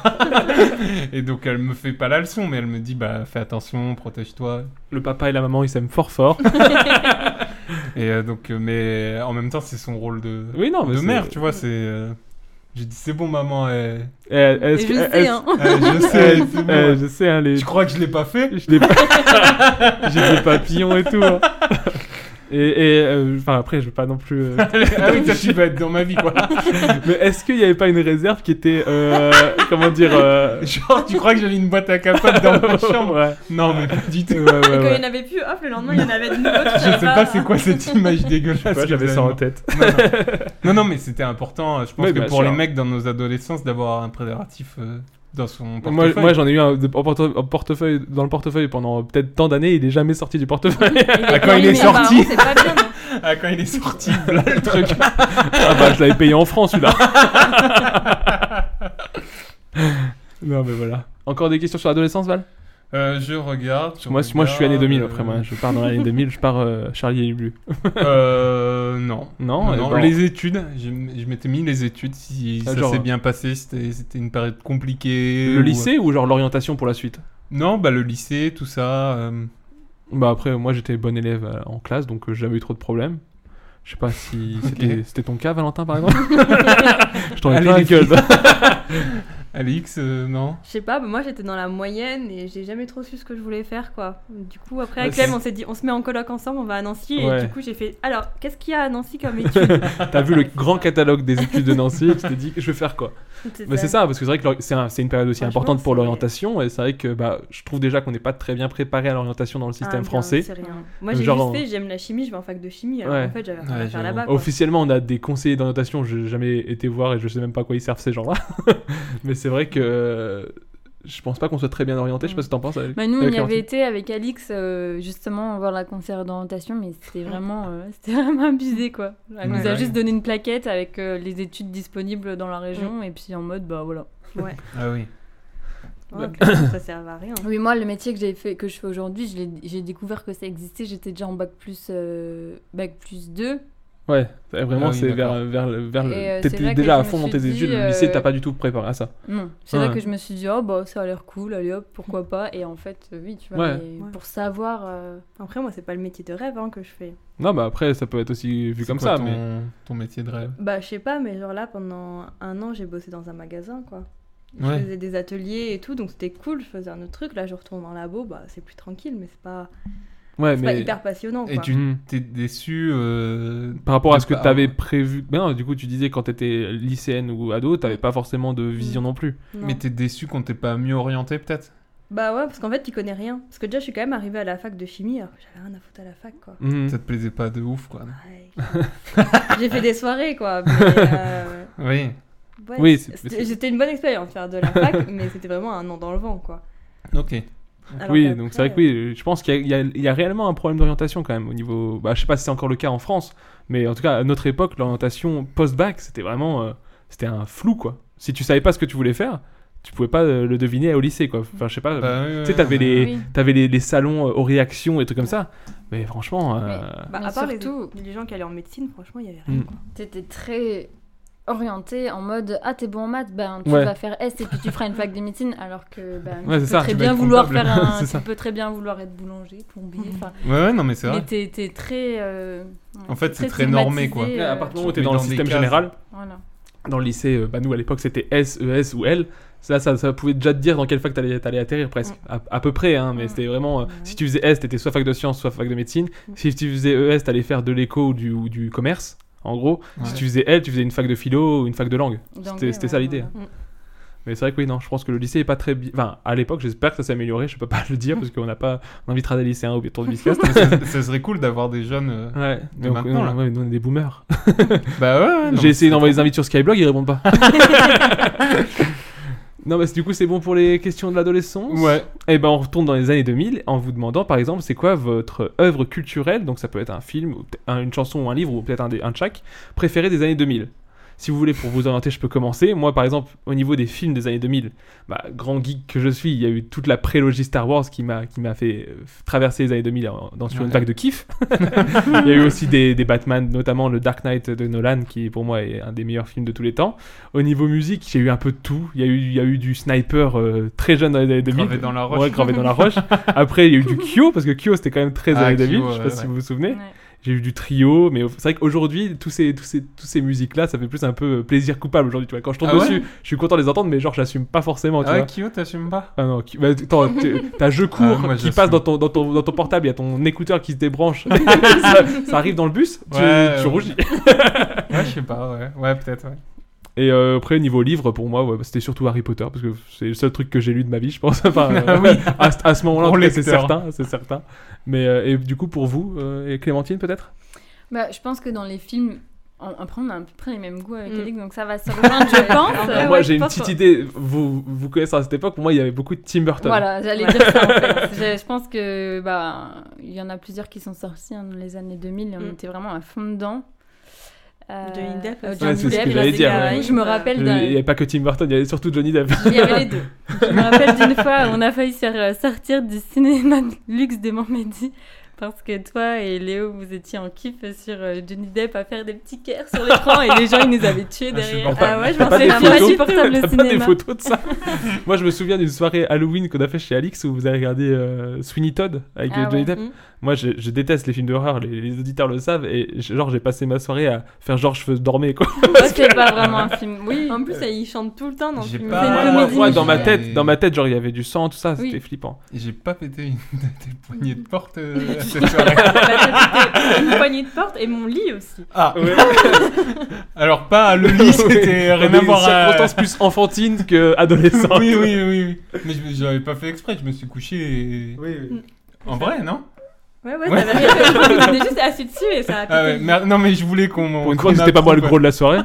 [SPEAKER 7] Et donc, elle me fait pas la leçon, mais elle me dit, bah, fais attention, protège-toi.
[SPEAKER 8] Le papa et la maman, ils s'aiment fort fort.
[SPEAKER 7] <laughs> Et euh, donc, euh, mais en même temps, c'est son rôle de,
[SPEAKER 8] oui, non, mais.
[SPEAKER 7] de
[SPEAKER 8] c'est-
[SPEAKER 7] mère, tu vois. C'est, euh, j'ai dit c'est bon maman,
[SPEAKER 8] <laughs>
[SPEAKER 7] eh.
[SPEAKER 8] Eh, est-ce
[SPEAKER 12] Et
[SPEAKER 8] que-
[SPEAKER 12] je sais,
[SPEAKER 8] est-ce-
[SPEAKER 12] hein.
[SPEAKER 7] Eh, je sais,
[SPEAKER 8] <laughs> Eh,
[SPEAKER 7] c'est bon.
[SPEAKER 8] eh, je sais, hein, les.
[SPEAKER 7] Tu crois que je l'ai pas
[SPEAKER 8] <laughs>
[SPEAKER 7] fait
[SPEAKER 8] Je l'ai pas- <laughs> J'ai des papillons et tout. hein. Et, et, euh, enfin après, je veux pas non plus. euh,
[SPEAKER 7] Ah oui, ça tu vas être dans ma vie
[SPEAKER 8] <laughs>
[SPEAKER 7] quoi.
[SPEAKER 8] Mais est-ce qu'il n'y avait pas une réserve qui était euh, comment dire euh,
[SPEAKER 7] Genre, tu crois que j'avais une boîte à capote dans ma chambre
[SPEAKER 8] <laughs> ouais.
[SPEAKER 7] Non, mais pas du tout.
[SPEAKER 8] Ouais, ouais,
[SPEAKER 9] Et quand
[SPEAKER 8] ouais.
[SPEAKER 9] il n'y en avait plus, hop, le lendemain, il y en avait de nouveau. tu
[SPEAKER 7] Je
[SPEAKER 9] savais Ah,
[SPEAKER 7] sais pas c'est quoi cette image dégueulasse.
[SPEAKER 8] Je sais pas,
[SPEAKER 7] que
[SPEAKER 8] J'avais
[SPEAKER 7] vous
[SPEAKER 8] ça
[SPEAKER 7] avez.
[SPEAKER 8] en tête. <laughs>
[SPEAKER 7] Non, non, mais c'était important. euh, Je pense
[SPEAKER 8] Oui,
[SPEAKER 7] que
[SPEAKER 8] bien
[SPEAKER 7] pour
[SPEAKER 8] sûr.
[SPEAKER 7] les mecs dans nos adolescences, d'avoir un préservatif euh, dans son portefeuille.
[SPEAKER 8] Moi, moi j'en ai eu un de- en porte- en portefeuille dans le portefeuille pendant peut-être tant d'années, il est jamais sorti du <laughs> portefeuille.
[SPEAKER 7] Ah, quand il est
[SPEAKER 9] Mais apparemment,
[SPEAKER 7] sorti.
[SPEAKER 9] C'est pas bien. non.
[SPEAKER 7] Ah, quand il est sorti, là, le truc.
[SPEAKER 8] ah bah je l'avais payé en francs
[SPEAKER 7] <laughs>
[SPEAKER 8] celui-là. non mais voilà. Encore des questions sur l'adolescence Val
[SPEAKER 7] Euh, je regarde. je
[SPEAKER 8] Moi, moi je suis année
[SPEAKER 7] regarde,
[SPEAKER 8] 2000
[SPEAKER 7] euh,
[SPEAKER 8] après moi, je pars dans l'année 2000, je pars euh, Charlie et les Blus.
[SPEAKER 7] Euh, non.
[SPEAKER 8] Non,
[SPEAKER 7] Non,
[SPEAKER 8] eh
[SPEAKER 7] non,
[SPEAKER 8] ben-
[SPEAKER 7] les études, je, m- je m'étais mis les études, si
[SPEAKER 8] Ah,
[SPEAKER 7] ça
[SPEAKER 8] genre,
[SPEAKER 7] s'est bien passé, c'était c'était une période compliquée.
[SPEAKER 8] Le
[SPEAKER 7] ou-
[SPEAKER 8] lycée ou genre l'orientation pour la suite
[SPEAKER 7] Non, bah le lycée, tout ça. euh,
[SPEAKER 8] Bah après, moi j'étais bon élève euh, en classe, donc euh, j'ai jamais eu trop de problèmes. Je sais pas
[SPEAKER 7] <laughs>
[SPEAKER 8] si c'était- c'était ton cas, Valentin, par exemple. je t'en ai
[SPEAKER 7] Allez,
[SPEAKER 8] plein la
[SPEAKER 7] les
[SPEAKER 8] gueule.
[SPEAKER 7] Alix, euh, non.
[SPEAKER 9] Je sais pas, bah, moi j'étais dans la moyenne et j'ai jamais trop su ce que je voulais faire quoi. Du coup, après,
[SPEAKER 8] Ouais,
[SPEAKER 9] avec
[SPEAKER 8] c'est-
[SPEAKER 9] Clem, on s'est dit on se met en coloc ensemble, on va à Nancy.
[SPEAKER 8] Ouais.
[SPEAKER 9] Et du coup, j'ai fait alors, qu'est-ce qu'il y a à Nancy comme
[SPEAKER 8] <laughs>
[SPEAKER 9] étude
[SPEAKER 8] <laughs> T'as vu le grand catalogue des études de Nancy, tu t'es dit, je vais faire quoi Mais Bah, c'est ça, parce que c'est vrai que l'or- c'est un- c'est une période aussi
[SPEAKER 9] Franchement,
[SPEAKER 8] importante pour
[SPEAKER 9] c'est-
[SPEAKER 8] l'orientation, et c'est vrai que bah, je trouve déjà qu'on n'est pas très bien préparé à l'orientation dans le
[SPEAKER 9] Ah,
[SPEAKER 8] système
[SPEAKER 9] bien,
[SPEAKER 8] français.
[SPEAKER 9] c'est rien. Moi
[SPEAKER 8] Euh,
[SPEAKER 9] j'ai
[SPEAKER 8] genre,
[SPEAKER 9] juste fait, j'aime la chimie, je vais en fac de chimie. Alors
[SPEAKER 8] Ouais.
[SPEAKER 9] en fait, j'avais rien
[SPEAKER 7] Ouais,
[SPEAKER 9] à faire
[SPEAKER 7] j'avoue.
[SPEAKER 12] Ah,
[SPEAKER 9] là-bas. quoi.
[SPEAKER 8] Officiellement, on a des conseillers d'orientation, j'ai jamais été voir et je sais même pas à quoi ils servent ces gens-là. <laughs> Mais c'est vrai que euh, je pense pas qu'on soit très bien orienté, je sais pas ce que t'en penses. Avec,
[SPEAKER 12] Bah, nous, on
[SPEAKER 8] avec
[SPEAKER 12] y avait
[SPEAKER 8] Clémentine.
[SPEAKER 12] été avec Alix, euh, justement, voir la concert d'orientation, mais c'était vraiment, euh, c'était vraiment abusé, quoi. Elle nous
[SPEAKER 7] Ouais.
[SPEAKER 12] a juste donné une plaquette avec euh, les études disponibles dans la
[SPEAKER 8] Mm.
[SPEAKER 12] région, et puis en mode, bah voilà.
[SPEAKER 9] Ouais.
[SPEAKER 7] Ah oui.
[SPEAKER 9] Ouais, puis ça sert à rien.
[SPEAKER 12] Oui, moi, le métier que, j'ai fait, que je fais aujourd'hui, je l'ai- j'ai découvert que ça existait. J'étais déjà en bac plus, euh, bac plus 2.
[SPEAKER 8] Ouais, c'est vraiment,
[SPEAKER 7] Ah oui,
[SPEAKER 8] c'est vers,
[SPEAKER 7] d'accord.
[SPEAKER 8] vers, le- vers le.
[SPEAKER 12] Et, euh, c'est
[SPEAKER 8] T'étais
[SPEAKER 12] vrai que
[SPEAKER 8] déjà
[SPEAKER 12] je
[SPEAKER 8] à
[SPEAKER 12] me
[SPEAKER 8] fond dans
[SPEAKER 12] suis
[SPEAKER 8] tes
[SPEAKER 12] dit,
[SPEAKER 8] études, le lycée,
[SPEAKER 12] euh,
[SPEAKER 8] t'as pas du tout préparé à ça.
[SPEAKER 12] Non, c'est
[SPEAKER 8] Hmm. Ouais.
[SPEAKER 12] là que je me suis dit, oh bah ça a l'air cool, allez hop, pourquoi pas. Et en fait, euh, oui, tu vois,
[SPEAKER 8] Ouais.
[SPEAKER 12] mais
[SPEAKER 9] Ouais.
[SPEAKER 12] pour savoir. euh,
[SPEAKER 9] Après, moi, c'est pas le métier de rêve hein, que je fais.
[SPEAKER 8] Non, bah après, ça peut être aussi vu
[SPEAKER 7] C'est
[SPEAKER 8] comme
[SPEAKER 7] quoi
[SPEAKER 8] ça,
[SPEAKER 7] ton,
[SPEAKER 8] mais.
[SPEAKER 7] ton métier de rêve.
[SPEAKER 9] Bah, je sais pas, mais genre là, pendant un an, j'ai bossé dans un magasin, quoi. Je
[SPEAKER 7] Ouais.
[SPEAKER 9] faisais des ateliers et tout, donc c'était cool, je faisais un autre truc. Là, je retourne en labo, bah, c'est plus tranquille, mais c'est pas,
[SPEAKER 8] Ouais,
[SPEAKER 9] c'est pas
[SPEAKER 8] mais.
[SPEAKER 9] hyper passionnant,
[SPEAKER 7] Et
[SPEAKER 9] quoi.
[SPEAKER 7] tu
[SPEAKER 8] Hmm.
[SPEAKER 7] t'es déçu euh,
[SPEAKER 8] Par rapport à
[SPEAKER 7] de
[SPEAKER 8] ce que
[SPEAKER 7] pas-
[SPEAKER 8] t'avais prévu. Ben non, du coup, tu disais quand t'étais lycéenne ou ado, t'avais pas forcément de
[SPEAKER 12] Hmm.
[SPEAKER 8] vision non plus.
[SPEAKER 9] Non.
[SPEAKER 7] Mais t'es déçu qu'on t'ait pas mieux orienté, peut-être
[SPEAKER 9] Bah ouais, parce qu'en fait, tu connais rien. Parce que déjà, je suis quand même arrivée à la fac de chimie, alors que j'avais rien à foutre à la fac, quoi.
[SPEAKER 8] Mhm.
[SPEAKER 7] Ça te plaisait pas de ouf, quoi.
[SPEAKER 9] <laughs> Ouais, grave. j'ai fait des soirées, quoi. mais, euh,
[SPEAKER 7] Oui.
[SPEAKER 9] Ouais,
[SPEAKER 8] Oui, c'est-
[SPEAKER 9] c'est- c'était c'était une bonne expérience faire de la
[SPEAKER 8] <laughs>
[SPEAKER 9] fac, mais c'était vraiment un nom dans le vent, quoi.
[SPEAKER 7] Ok.
[SPEAKER 9] Alors
[SPEAKER 8] Oui,
[SPEAKER 9] qu'après,
[SPEAKER 8] donc c'est vrai que oui, je pense qu'il y, a- il y a- il y a réellement un problème d'orientation quand même au niveau. Bah, je sais pas si c'est encore le cas en France, mais en tout cas à notre époque, l'orientation post-bac, c'était vraiment, euh, c'était un flou quoi. Si tu savais pas ce que tu voulais faire, tu pouvais pas euh, le deviner au lycée quoi. Enfin, je sais pas.
[SPEAKER 7] Bah, ouais,
[SPEAKER 8] tu sais,
[SPEAKER 7] ouais, ouais.
[SPEAKER 8] t'avais les,
[SPEAKER 12] Oui.
[SPEAKER 8] t'avais les, les salons euh, aux réactions et trucs comme ça, mais franchement, euh,
[SPEAKER 9] Bah,
[SPEAKER 12] Mais
[SPEAKER 9] à part les-
[SPEAKER 12] surtout-
[SPEAKER 9] les, gens qui allaient en médecine, franchement, il y avait rien.
[SPEAKER 8] Mm.
[SPEAKER 9] quoi.
[SPEAKER 12] T'étais très orienté en mode ah t'es bon en maths ben tu
[SPEAKER 8] Ouais.
[SPEAKER 12] vas faire S et puis tu feras une fac de médecine alors que ben,
[SPEAKER 8] Ouais,
[SPEAKER 12] tu
[SPEAKER 8] c'est
[SPEAKER 12] peux
[SPEAKER 8] ça,
[SPEAKER 12] très
[SPEAKER 7] tu vas
[SPEAKER 12] bien
[SPEAKER 7] être
[SPEAKER 12] vouloir
[SPEAKER 7] comptable.
[SPEAKER 12] faire un,
[SPEAKER 8] <laughs> C'est
[SPEAKER 12] tu
[SPEAKER 8] ça.
[SPEAKER 12] peux très bien vouloir être boulanger plombier enfin
[SPEAKER 7] Ouais, ouais, non, mais c'est
[SPEAKER 12] <laughs> mais
[SPEAKER 7] vrai.
[SPEAKER 12] t'es t'es très euh, ouais,
[SPEAKER 7] En fait, c'est très
[SPEAKER 12] stigmatisé,
[SPEAKER 7] normé, quoi.
[SPEAKER 12] euh,
[SPEAKER 8] à partir du moment où
[SPEAKER 7] tu
[SPEAKER 8] t'es
[SPEAKER 7] mets
[SPEAKER 8] dans le
[SPEAKER 7] dans des
[SPEAKER 8] système
[SPEAKER 7] cases.
[SPEAKER 8] général,
[SPEAKER 12] voilà.
[SPEAKER 8] dans le lycée, euh, bah nous à l'époque c'était S, ES ou L. Ça, ça, ça pouvait déjà te dire dans quelle fac t'allais allais atterrir presque, à, à peu près, hein, mais
[SPEAKER 12] Mm.
[SPEAKER 8] c'était vraiment. euh,
[SPEAKER 12] Ouais.
[SPEAKER 8] Si tu faisais S, t'étais soit fac de sciences, soit fac de médecine. Si tu faisais ES, t'allais faire de l'éco ou du, ou du commerce, en gros. Si
[SPEAKER 7] Ouais.
[SPEAKER 8] tu faisais L, tu faisais une fac de philo ou une fac de langue.
[SPEAKER 12] D'anglais,
[SPEAKER 8] c'était
[SPEAKER 12] ouais,
[SPEAKER 8] ça l'idée.
[SPEAKER 12] voilà.
[SPEAKER 8] Mais c'est vrai que oui, non, je pense que le lycée est pas très bien. Enfin, à l'époque, j'espère que ça s'est amélioré, je peux pas <laughs> le dire parce qu'on n'a pas. On invitera des lycéens au tour de biscast.
[SPEAKER 7] Ça- ça serait cool d'avoir des jeunes.
[SPEAKER 8] <laughs>
[SPEAKER 7] euh,
[SPEAKER 8] Ouais,
[SPEAKER 7] De
[SPEAKER 8] donc,
[SPEAKER 7] maintenant,
[SPEAKER 8] euh,
[SPEAKER 7] là.
[SPEAKER 8] ouais, nous, on est des boomers.
[SPEAKER 7] Bah ouais, ouais, non,
[SPEAKER 8] J'ai essayé d'envoyer des invites sur Skyblog, ils répondent
[SPEAKER 7] <laughs>
[SPEAKER 8] pas. non, mais du coup, c'est bon pour les questions de l'adolescence.
[SPEAKER 7] Ouais.
[SPEAKER 8] Et ben, on retourne dans les années 2000 en vous demandant, par exemple, c'est quoi votre œuvre culturelle, donc ça peut être un film, ou peut- un- une chanson ou un livre, ou peut-être un, des- un de chaque, préféré des années 2000. Si vous voulez, pour vous orienter, je peux commencer. Moi, par exemple, au niveau des films des années 2000, bah, grand geek que je suis, il y a eu toute la prélogie Star Wars qui m'a qui m'a fait euh, traverser les années 2000 en- dans, sur une
[SPEAKER 7] Ouais.
[SPEAKER 8] vague de kiff. il y a eu aussi des, des Batman, notamment le Dark Knight de Nolan, qui pour moi est un des meilleurs films de tous les temps. Au niveau musique, j'ai eu un peu de tout. Il y a eu, il y a eu du sniper euh, très jeune dans les années 2000.
[SPEAKER 7] Gravé dans la roche.
[SPEAKER 8] Ouais, gravé dans
[SPEAKER 7] <laughs>
[SPEAKER 8] la roche. Après, il y a eu du Kyo, parce que Kyo, c'était quand même très
[SPEAKER 7] Ah,
[SPEAKER 8] années
[SPEAKER 7] Kyo,
[SPEAKER 8] 2000, je sais
[SPEAKER 7] ouais,
[SPEAKER 8] pas si
[SPEAKER 7] ouais.
[SPEAKER 8] vous vous souvenez.
[SPEAKER 12] Ouais.
[SPEAKER 8] J'ai eu du trio, mais c'est vrai qu'aujourd'hui, tous ces, tous ces, tous ces musiques-là, ça fait plus un peu euh, plaisir coupable aujourd'hui. Tu vois, quand je tombe
[SPEAKER 7] Ah ouais
[SPEAKER 8] dessus, je suis content de les entendre, mais genre, j'assume pas forcément. Tu
[SPEAKER 7] Ah,
[SPEAKER 8] vois.
[SPEAKER 7] Kyo, t'assumes pas
[SPEAKER 8] Ah non, qui- bah, attends, t'es- t'as jeu court
[SPEAKER 7] Ah, moi,
[SPEAKER 8] qui
[SPEAKER 7] j'assume.
[SPEAKER 8] passe dans ton, dans, ton, dans ton portable, il y a ton écouteur qui
[SPEAKER 7] <laughs>
[SPEAKER 8] se débranche, ça, ça arrive dans le bus, tu,
[SPEAKER 7] Ouais,
[SPEAKER 8] tu
[SPEAKER 7] ouais.
[SPEAKER 8] rougis.
[SPEAKER 7] Ouais, je sais pas, ouais. Ouais, peut-être, ouais.
[SPEAKER 8] Et euh, après, niveau livre, pour moi, ouais, bah, c'était surtout Harry Potter, parce que c'est le seul truc que j'ai lu de ma vie, je pense. <laughs> Enfin, euh,
[SPEAKER 7] Ah oui.
[SPEAKER 8] à, ce- à ce moment-là, en
[SPEAKER 7] Bon
[SPEAKER 8] tout cas, c'est
[SPEAKER 7] lecteur.
[SPEAKER 8] certain, c'est certain. Mais euh, et du coup, pour vous, euh, et Clémentine peut-être
[SPEAKER 12] Bah, je pense que dans les films on, après on a à peu près les mêmes goûts avec
[SPEAKER 9] Mm.
[SPEAKER 12] Alix donc ça va se rejoindre
[SPEAKER 9] <laughs>
[SPEAKER 12] je pense
[SPEAKER 9] Ouais,
[SPEAKER 8] Ah, Moi,
[SPEAKER 9] Euh, ouais,
[SPEAKER 8] j'ai
[SPEAKER 9] je
[SPEAKER 8] une
[SPEAKER 9] pense
[SPEAKER 8] petite
[SPEAKER 9] qu'on-
[SPEAKER 8] idée. Vous vous connaissez à cette époque. Pour moi, il y avait beaucoup de Tim Burton.
[SPEAKER 12] Voilà, j'allais dire
[SPEAKER 9] <laughs>
[SPEAKER 12] ça. en fait. je, je pense que bah il y en a plusieurs qui sont sortis hein, dans les années 2000 et on
[SPEAKER 9] Mm.
[SPEAKER 12] était vraiment à fond dedans. Euh,
[SPEAKER 9] Johnny Depp,
[SPEAKER 12] euh,
[SPEAKER 9] aussi.
[SPEAKER 12] Johnny
[SPEAKER 8] Ouais, c'est ce
[SPEAKER 12] Depp,
[SPEAKER 8] que j'allais
[SPEAKER 12] Las
[SPEAKER 8] dire,
[SPEAKER 12] Vegas.
[SPEAKER 9] ouais.
[SPEAKER 12] Je me
[SPEAKER 8] Il
[SPEAKER 12] rappelle
[SPEAKER 8] n'y
[SPEAKER 12] d'un.
[SPEAKER 8] avait pas que Tim Burton. Il y avait surtout Johnny Depp.
[SPEAKER 12] Il y avait les deux. Je me rappelle d'une fois, on a failli se faire euh, sortir du cinéma de luxe de Montmédy parce que toi et Léo, vous étiez en kiff sur euh, Johnny Depp à faire des petits cœurs sur l'écran et les gens, ils nous avaient tués
[SPEAKER 7] Ah, je
[SPEAKER 12] derrière.
[SPEAKER 7] supporte pas.
[SPEAKER 12] ouais, je
[SPEAKER 8] T'as
[SPEAKER 12] m'en
[SPEAKER 8] pas des
[SPEAKER 12] souviens,
[SPEAKER 8] photos
[SPEAKER 12] insupportable
[SPEAKER 8] T'as
[SPEAKER 12] le
[SPEAKER 8] pas des
[SPEAKER 12] cinéma.
[SPEAKER 8] photos de ça Moi, je me souviens d'une soirée Halloween qu'on a fait chez Alix où vous avez regardé euh, Sweeney Todd avec
[SPEAKER 12] Ah
[SPEAKER 8] euh, Johnny
[SPEAKER 12] ouais.
[SPEAKER 8] Depp.
[SPEAKER 9] Mm.
[SPEAKER 8] Moi, je, je déteste les films d'horreur. Les, les auditeurs le savent. Et j- genre, j'ai passé ma soirée à faire genre je dormais quoi.
[SPEAKER 12] Moi, c'était pas vraiment un film. Oui.
[SPEAKER 9] En plus, ils chantent tout le temps dans le
[SPEAKER 7] J'ai
[SPEAKER 9] film.
[SPEAKER 7] pas-
[SPEAKER 9] C'est une
[SPEAKER 7] Moi,
[SPEAKER 8] Moi,
[SPEAKER 9] comédie.
[SPEAKER 8] moi,
[SPEAKER 7] musicale.
[SPEAKER 8] dans ma tête, dans ma tête, genre il y avait du sang, tout ça. C'était
[SPEAKER 12] Oui.
[SPEAKER 8] flippant.
[SPEAKER 7] J'ai pas pété une des poignées de porte euh,
[SPEAKER 9] <laughs>
[SPEAKER 7] à cette soirée.
[SPEAKER 9] une poignée de porte et mon lit aussi.
[SPEAKER 7] <laughs> Ah. Alors pas le
[SPEAKER 8] <laughs>
[SPEAKER 7] lit, c'était rien à voir.
[SPEAKER 8] Une
[SPEAKER 7] à- <laughs>
[SPEAKER 8] circonstance plus enfantine que adolescente.
[SPEAKER 7] Oui, oui, oui, oui. Mais je, je l'avais pas fait exprès. Je me suis couché. Et... En vrai, non
[SPEAKER 9] Ouais, ouais,
[SPEAKER 7] Ouais.
[SPEAKER 9] ça va bien. On est juste assis dessus et ça a
[SPEAKER 7] Ah ouais,
[SPEAKER 9] pété.
[SPEAKER 7] merde, non mais je voulais qu'on.
[SPEAKER 8] Pour une
[SPEAKER 7] qu'on
[SPEAKER 8] fois, c'était pas moi le
[SPEAKER 7] approuve.
[SPEAKER 8] gros de
[SPEAKER 7] <laughs>
[SPEAKER 8] la soirée.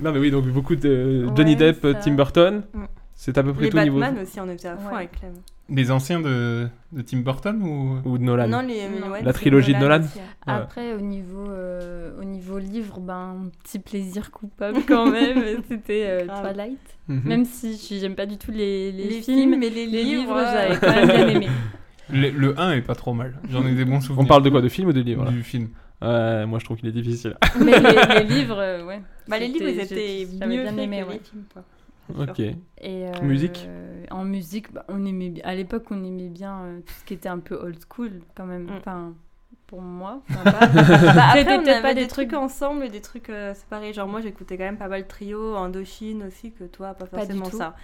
[SPEAKER 8] non, mais oui, donc beaucoup de euh,
[SPEAKER 12] Ouais,
[SPEAKER 8] Johnny Depp,
[SPEAKER 12] ça.
[SPEAKER 8] Tim Burton.
[SPEAKER 9] Mm.
[SPEAKER 8] C'est à peu près
[SPEAKER 9] Les
[SPEAKER 8] tout niveau.
[SPEAKER 9] Batman aussi, on était à fond
[SPEAKER 12] Ouais.
[SPEAKER 9] avec Clem.
[SPEAKER 7] Les anciens de, de Tim Burton ou
[SPEAKER 8] Ou de Nolan.
[SPEAKER 9] Non, les,
[SPEAKER 12] Non.
[SPEAKER 9] ouais,
[SPEAKER 8] La
[SPEAKER 9] c'est
[SPEAKER 8] trilogie de Nolan.
[SPEAKER 9] aussi, hein.
[SPEAKER 8] Ouais.
[SPEAKER 12] Après, au niveau, euh, au niveau livre, ben, un petit plaisir coupable quand
[SPEAKER 9] <laughs>
[SPEAKER 12] même, c'était euh,
[SPEAKER 9] Grave. Hmm.
[SPEAKER 12] Twilight.
[SPEAKER 8] Mhm.
[SPEAKER 12] Même si je- j'aime pas du tout les, les
[SPEAKER 9] Les,
[SPEAKER 12] films,
[SPEAKER 9] films, mais les,
[SPEAKER 12] les livres,
[SPEAKER 9] ouais.
[SPEAKER 12] j'avais quand même
[SPEAKER 9] <laughs>
[SPEAKER 12] bien aimé.
[SPEAKER 7] le, le 1 est pas trop mal. J'en ai des bons souvenirs.
[SPEAKER 8] On parle de quoi De films ou de livres là
[SPEAKER 7] du film.
[SPEAKER 8] Euh, Moi, je trouve qu'il est <laughs> difficile.
[SPEAKER 12] Mais les, les livres, euh, ouais.
[SPEAKER 9] Bah, les livres, ils
[SPEAKER 12] C'était-
[SPEAKER 9] étaient
[SPEAKER 12] j'avais
[SPEAKER 9] mieux
[SPEAKER 12] bien
[SPEAKER 9] faits
[SPEAKER 12] aimé,
[SPEAKER 9] que
[SPEAKER 12] ouais.
[SPEAKER 9] les films. quoi. C'est sûr.
[SPEAKER 8] ok.
[SPEAKER 12] Et, euh,
[SPEAKER 8] Musique
[SPEAKER 12] En musique, bah, on aimait bi- à l'époque, on aimait bien euh, tout ce qui était un peu old school quand même.
[SPEAKER 9] Mm.
[SPEAKER 12] Enfin, pour moi.
[SPEAKER 9] <laughs>
[SPEAKER 8] <laughs>
[SPEAKER 12] enfin, pas-
[SPEAKER 9] Bah, après,
[SPEAKER 12] C'était
[SPEAKER 9] on
[SPEAKER 12] peut-être
[SPEAKER 9] avait
[SPEAKER 12] pas
[SPEAKER 9] des,
[SPEAKER 12] des
[SPEAKER 9] trucs,
[SPEAKER 12] trucs-
[SPEAKER 9] ensemble et des trucs euh, séparés. Genre, moi, j'écoutais quand même pas mal Trio, Indochine aussi, que toi, pas
[SPEAKER 12] Pas du
[SPEAKER 9] forcément
[SPEAKER 12] tout.
[SPEAKER 9] ça.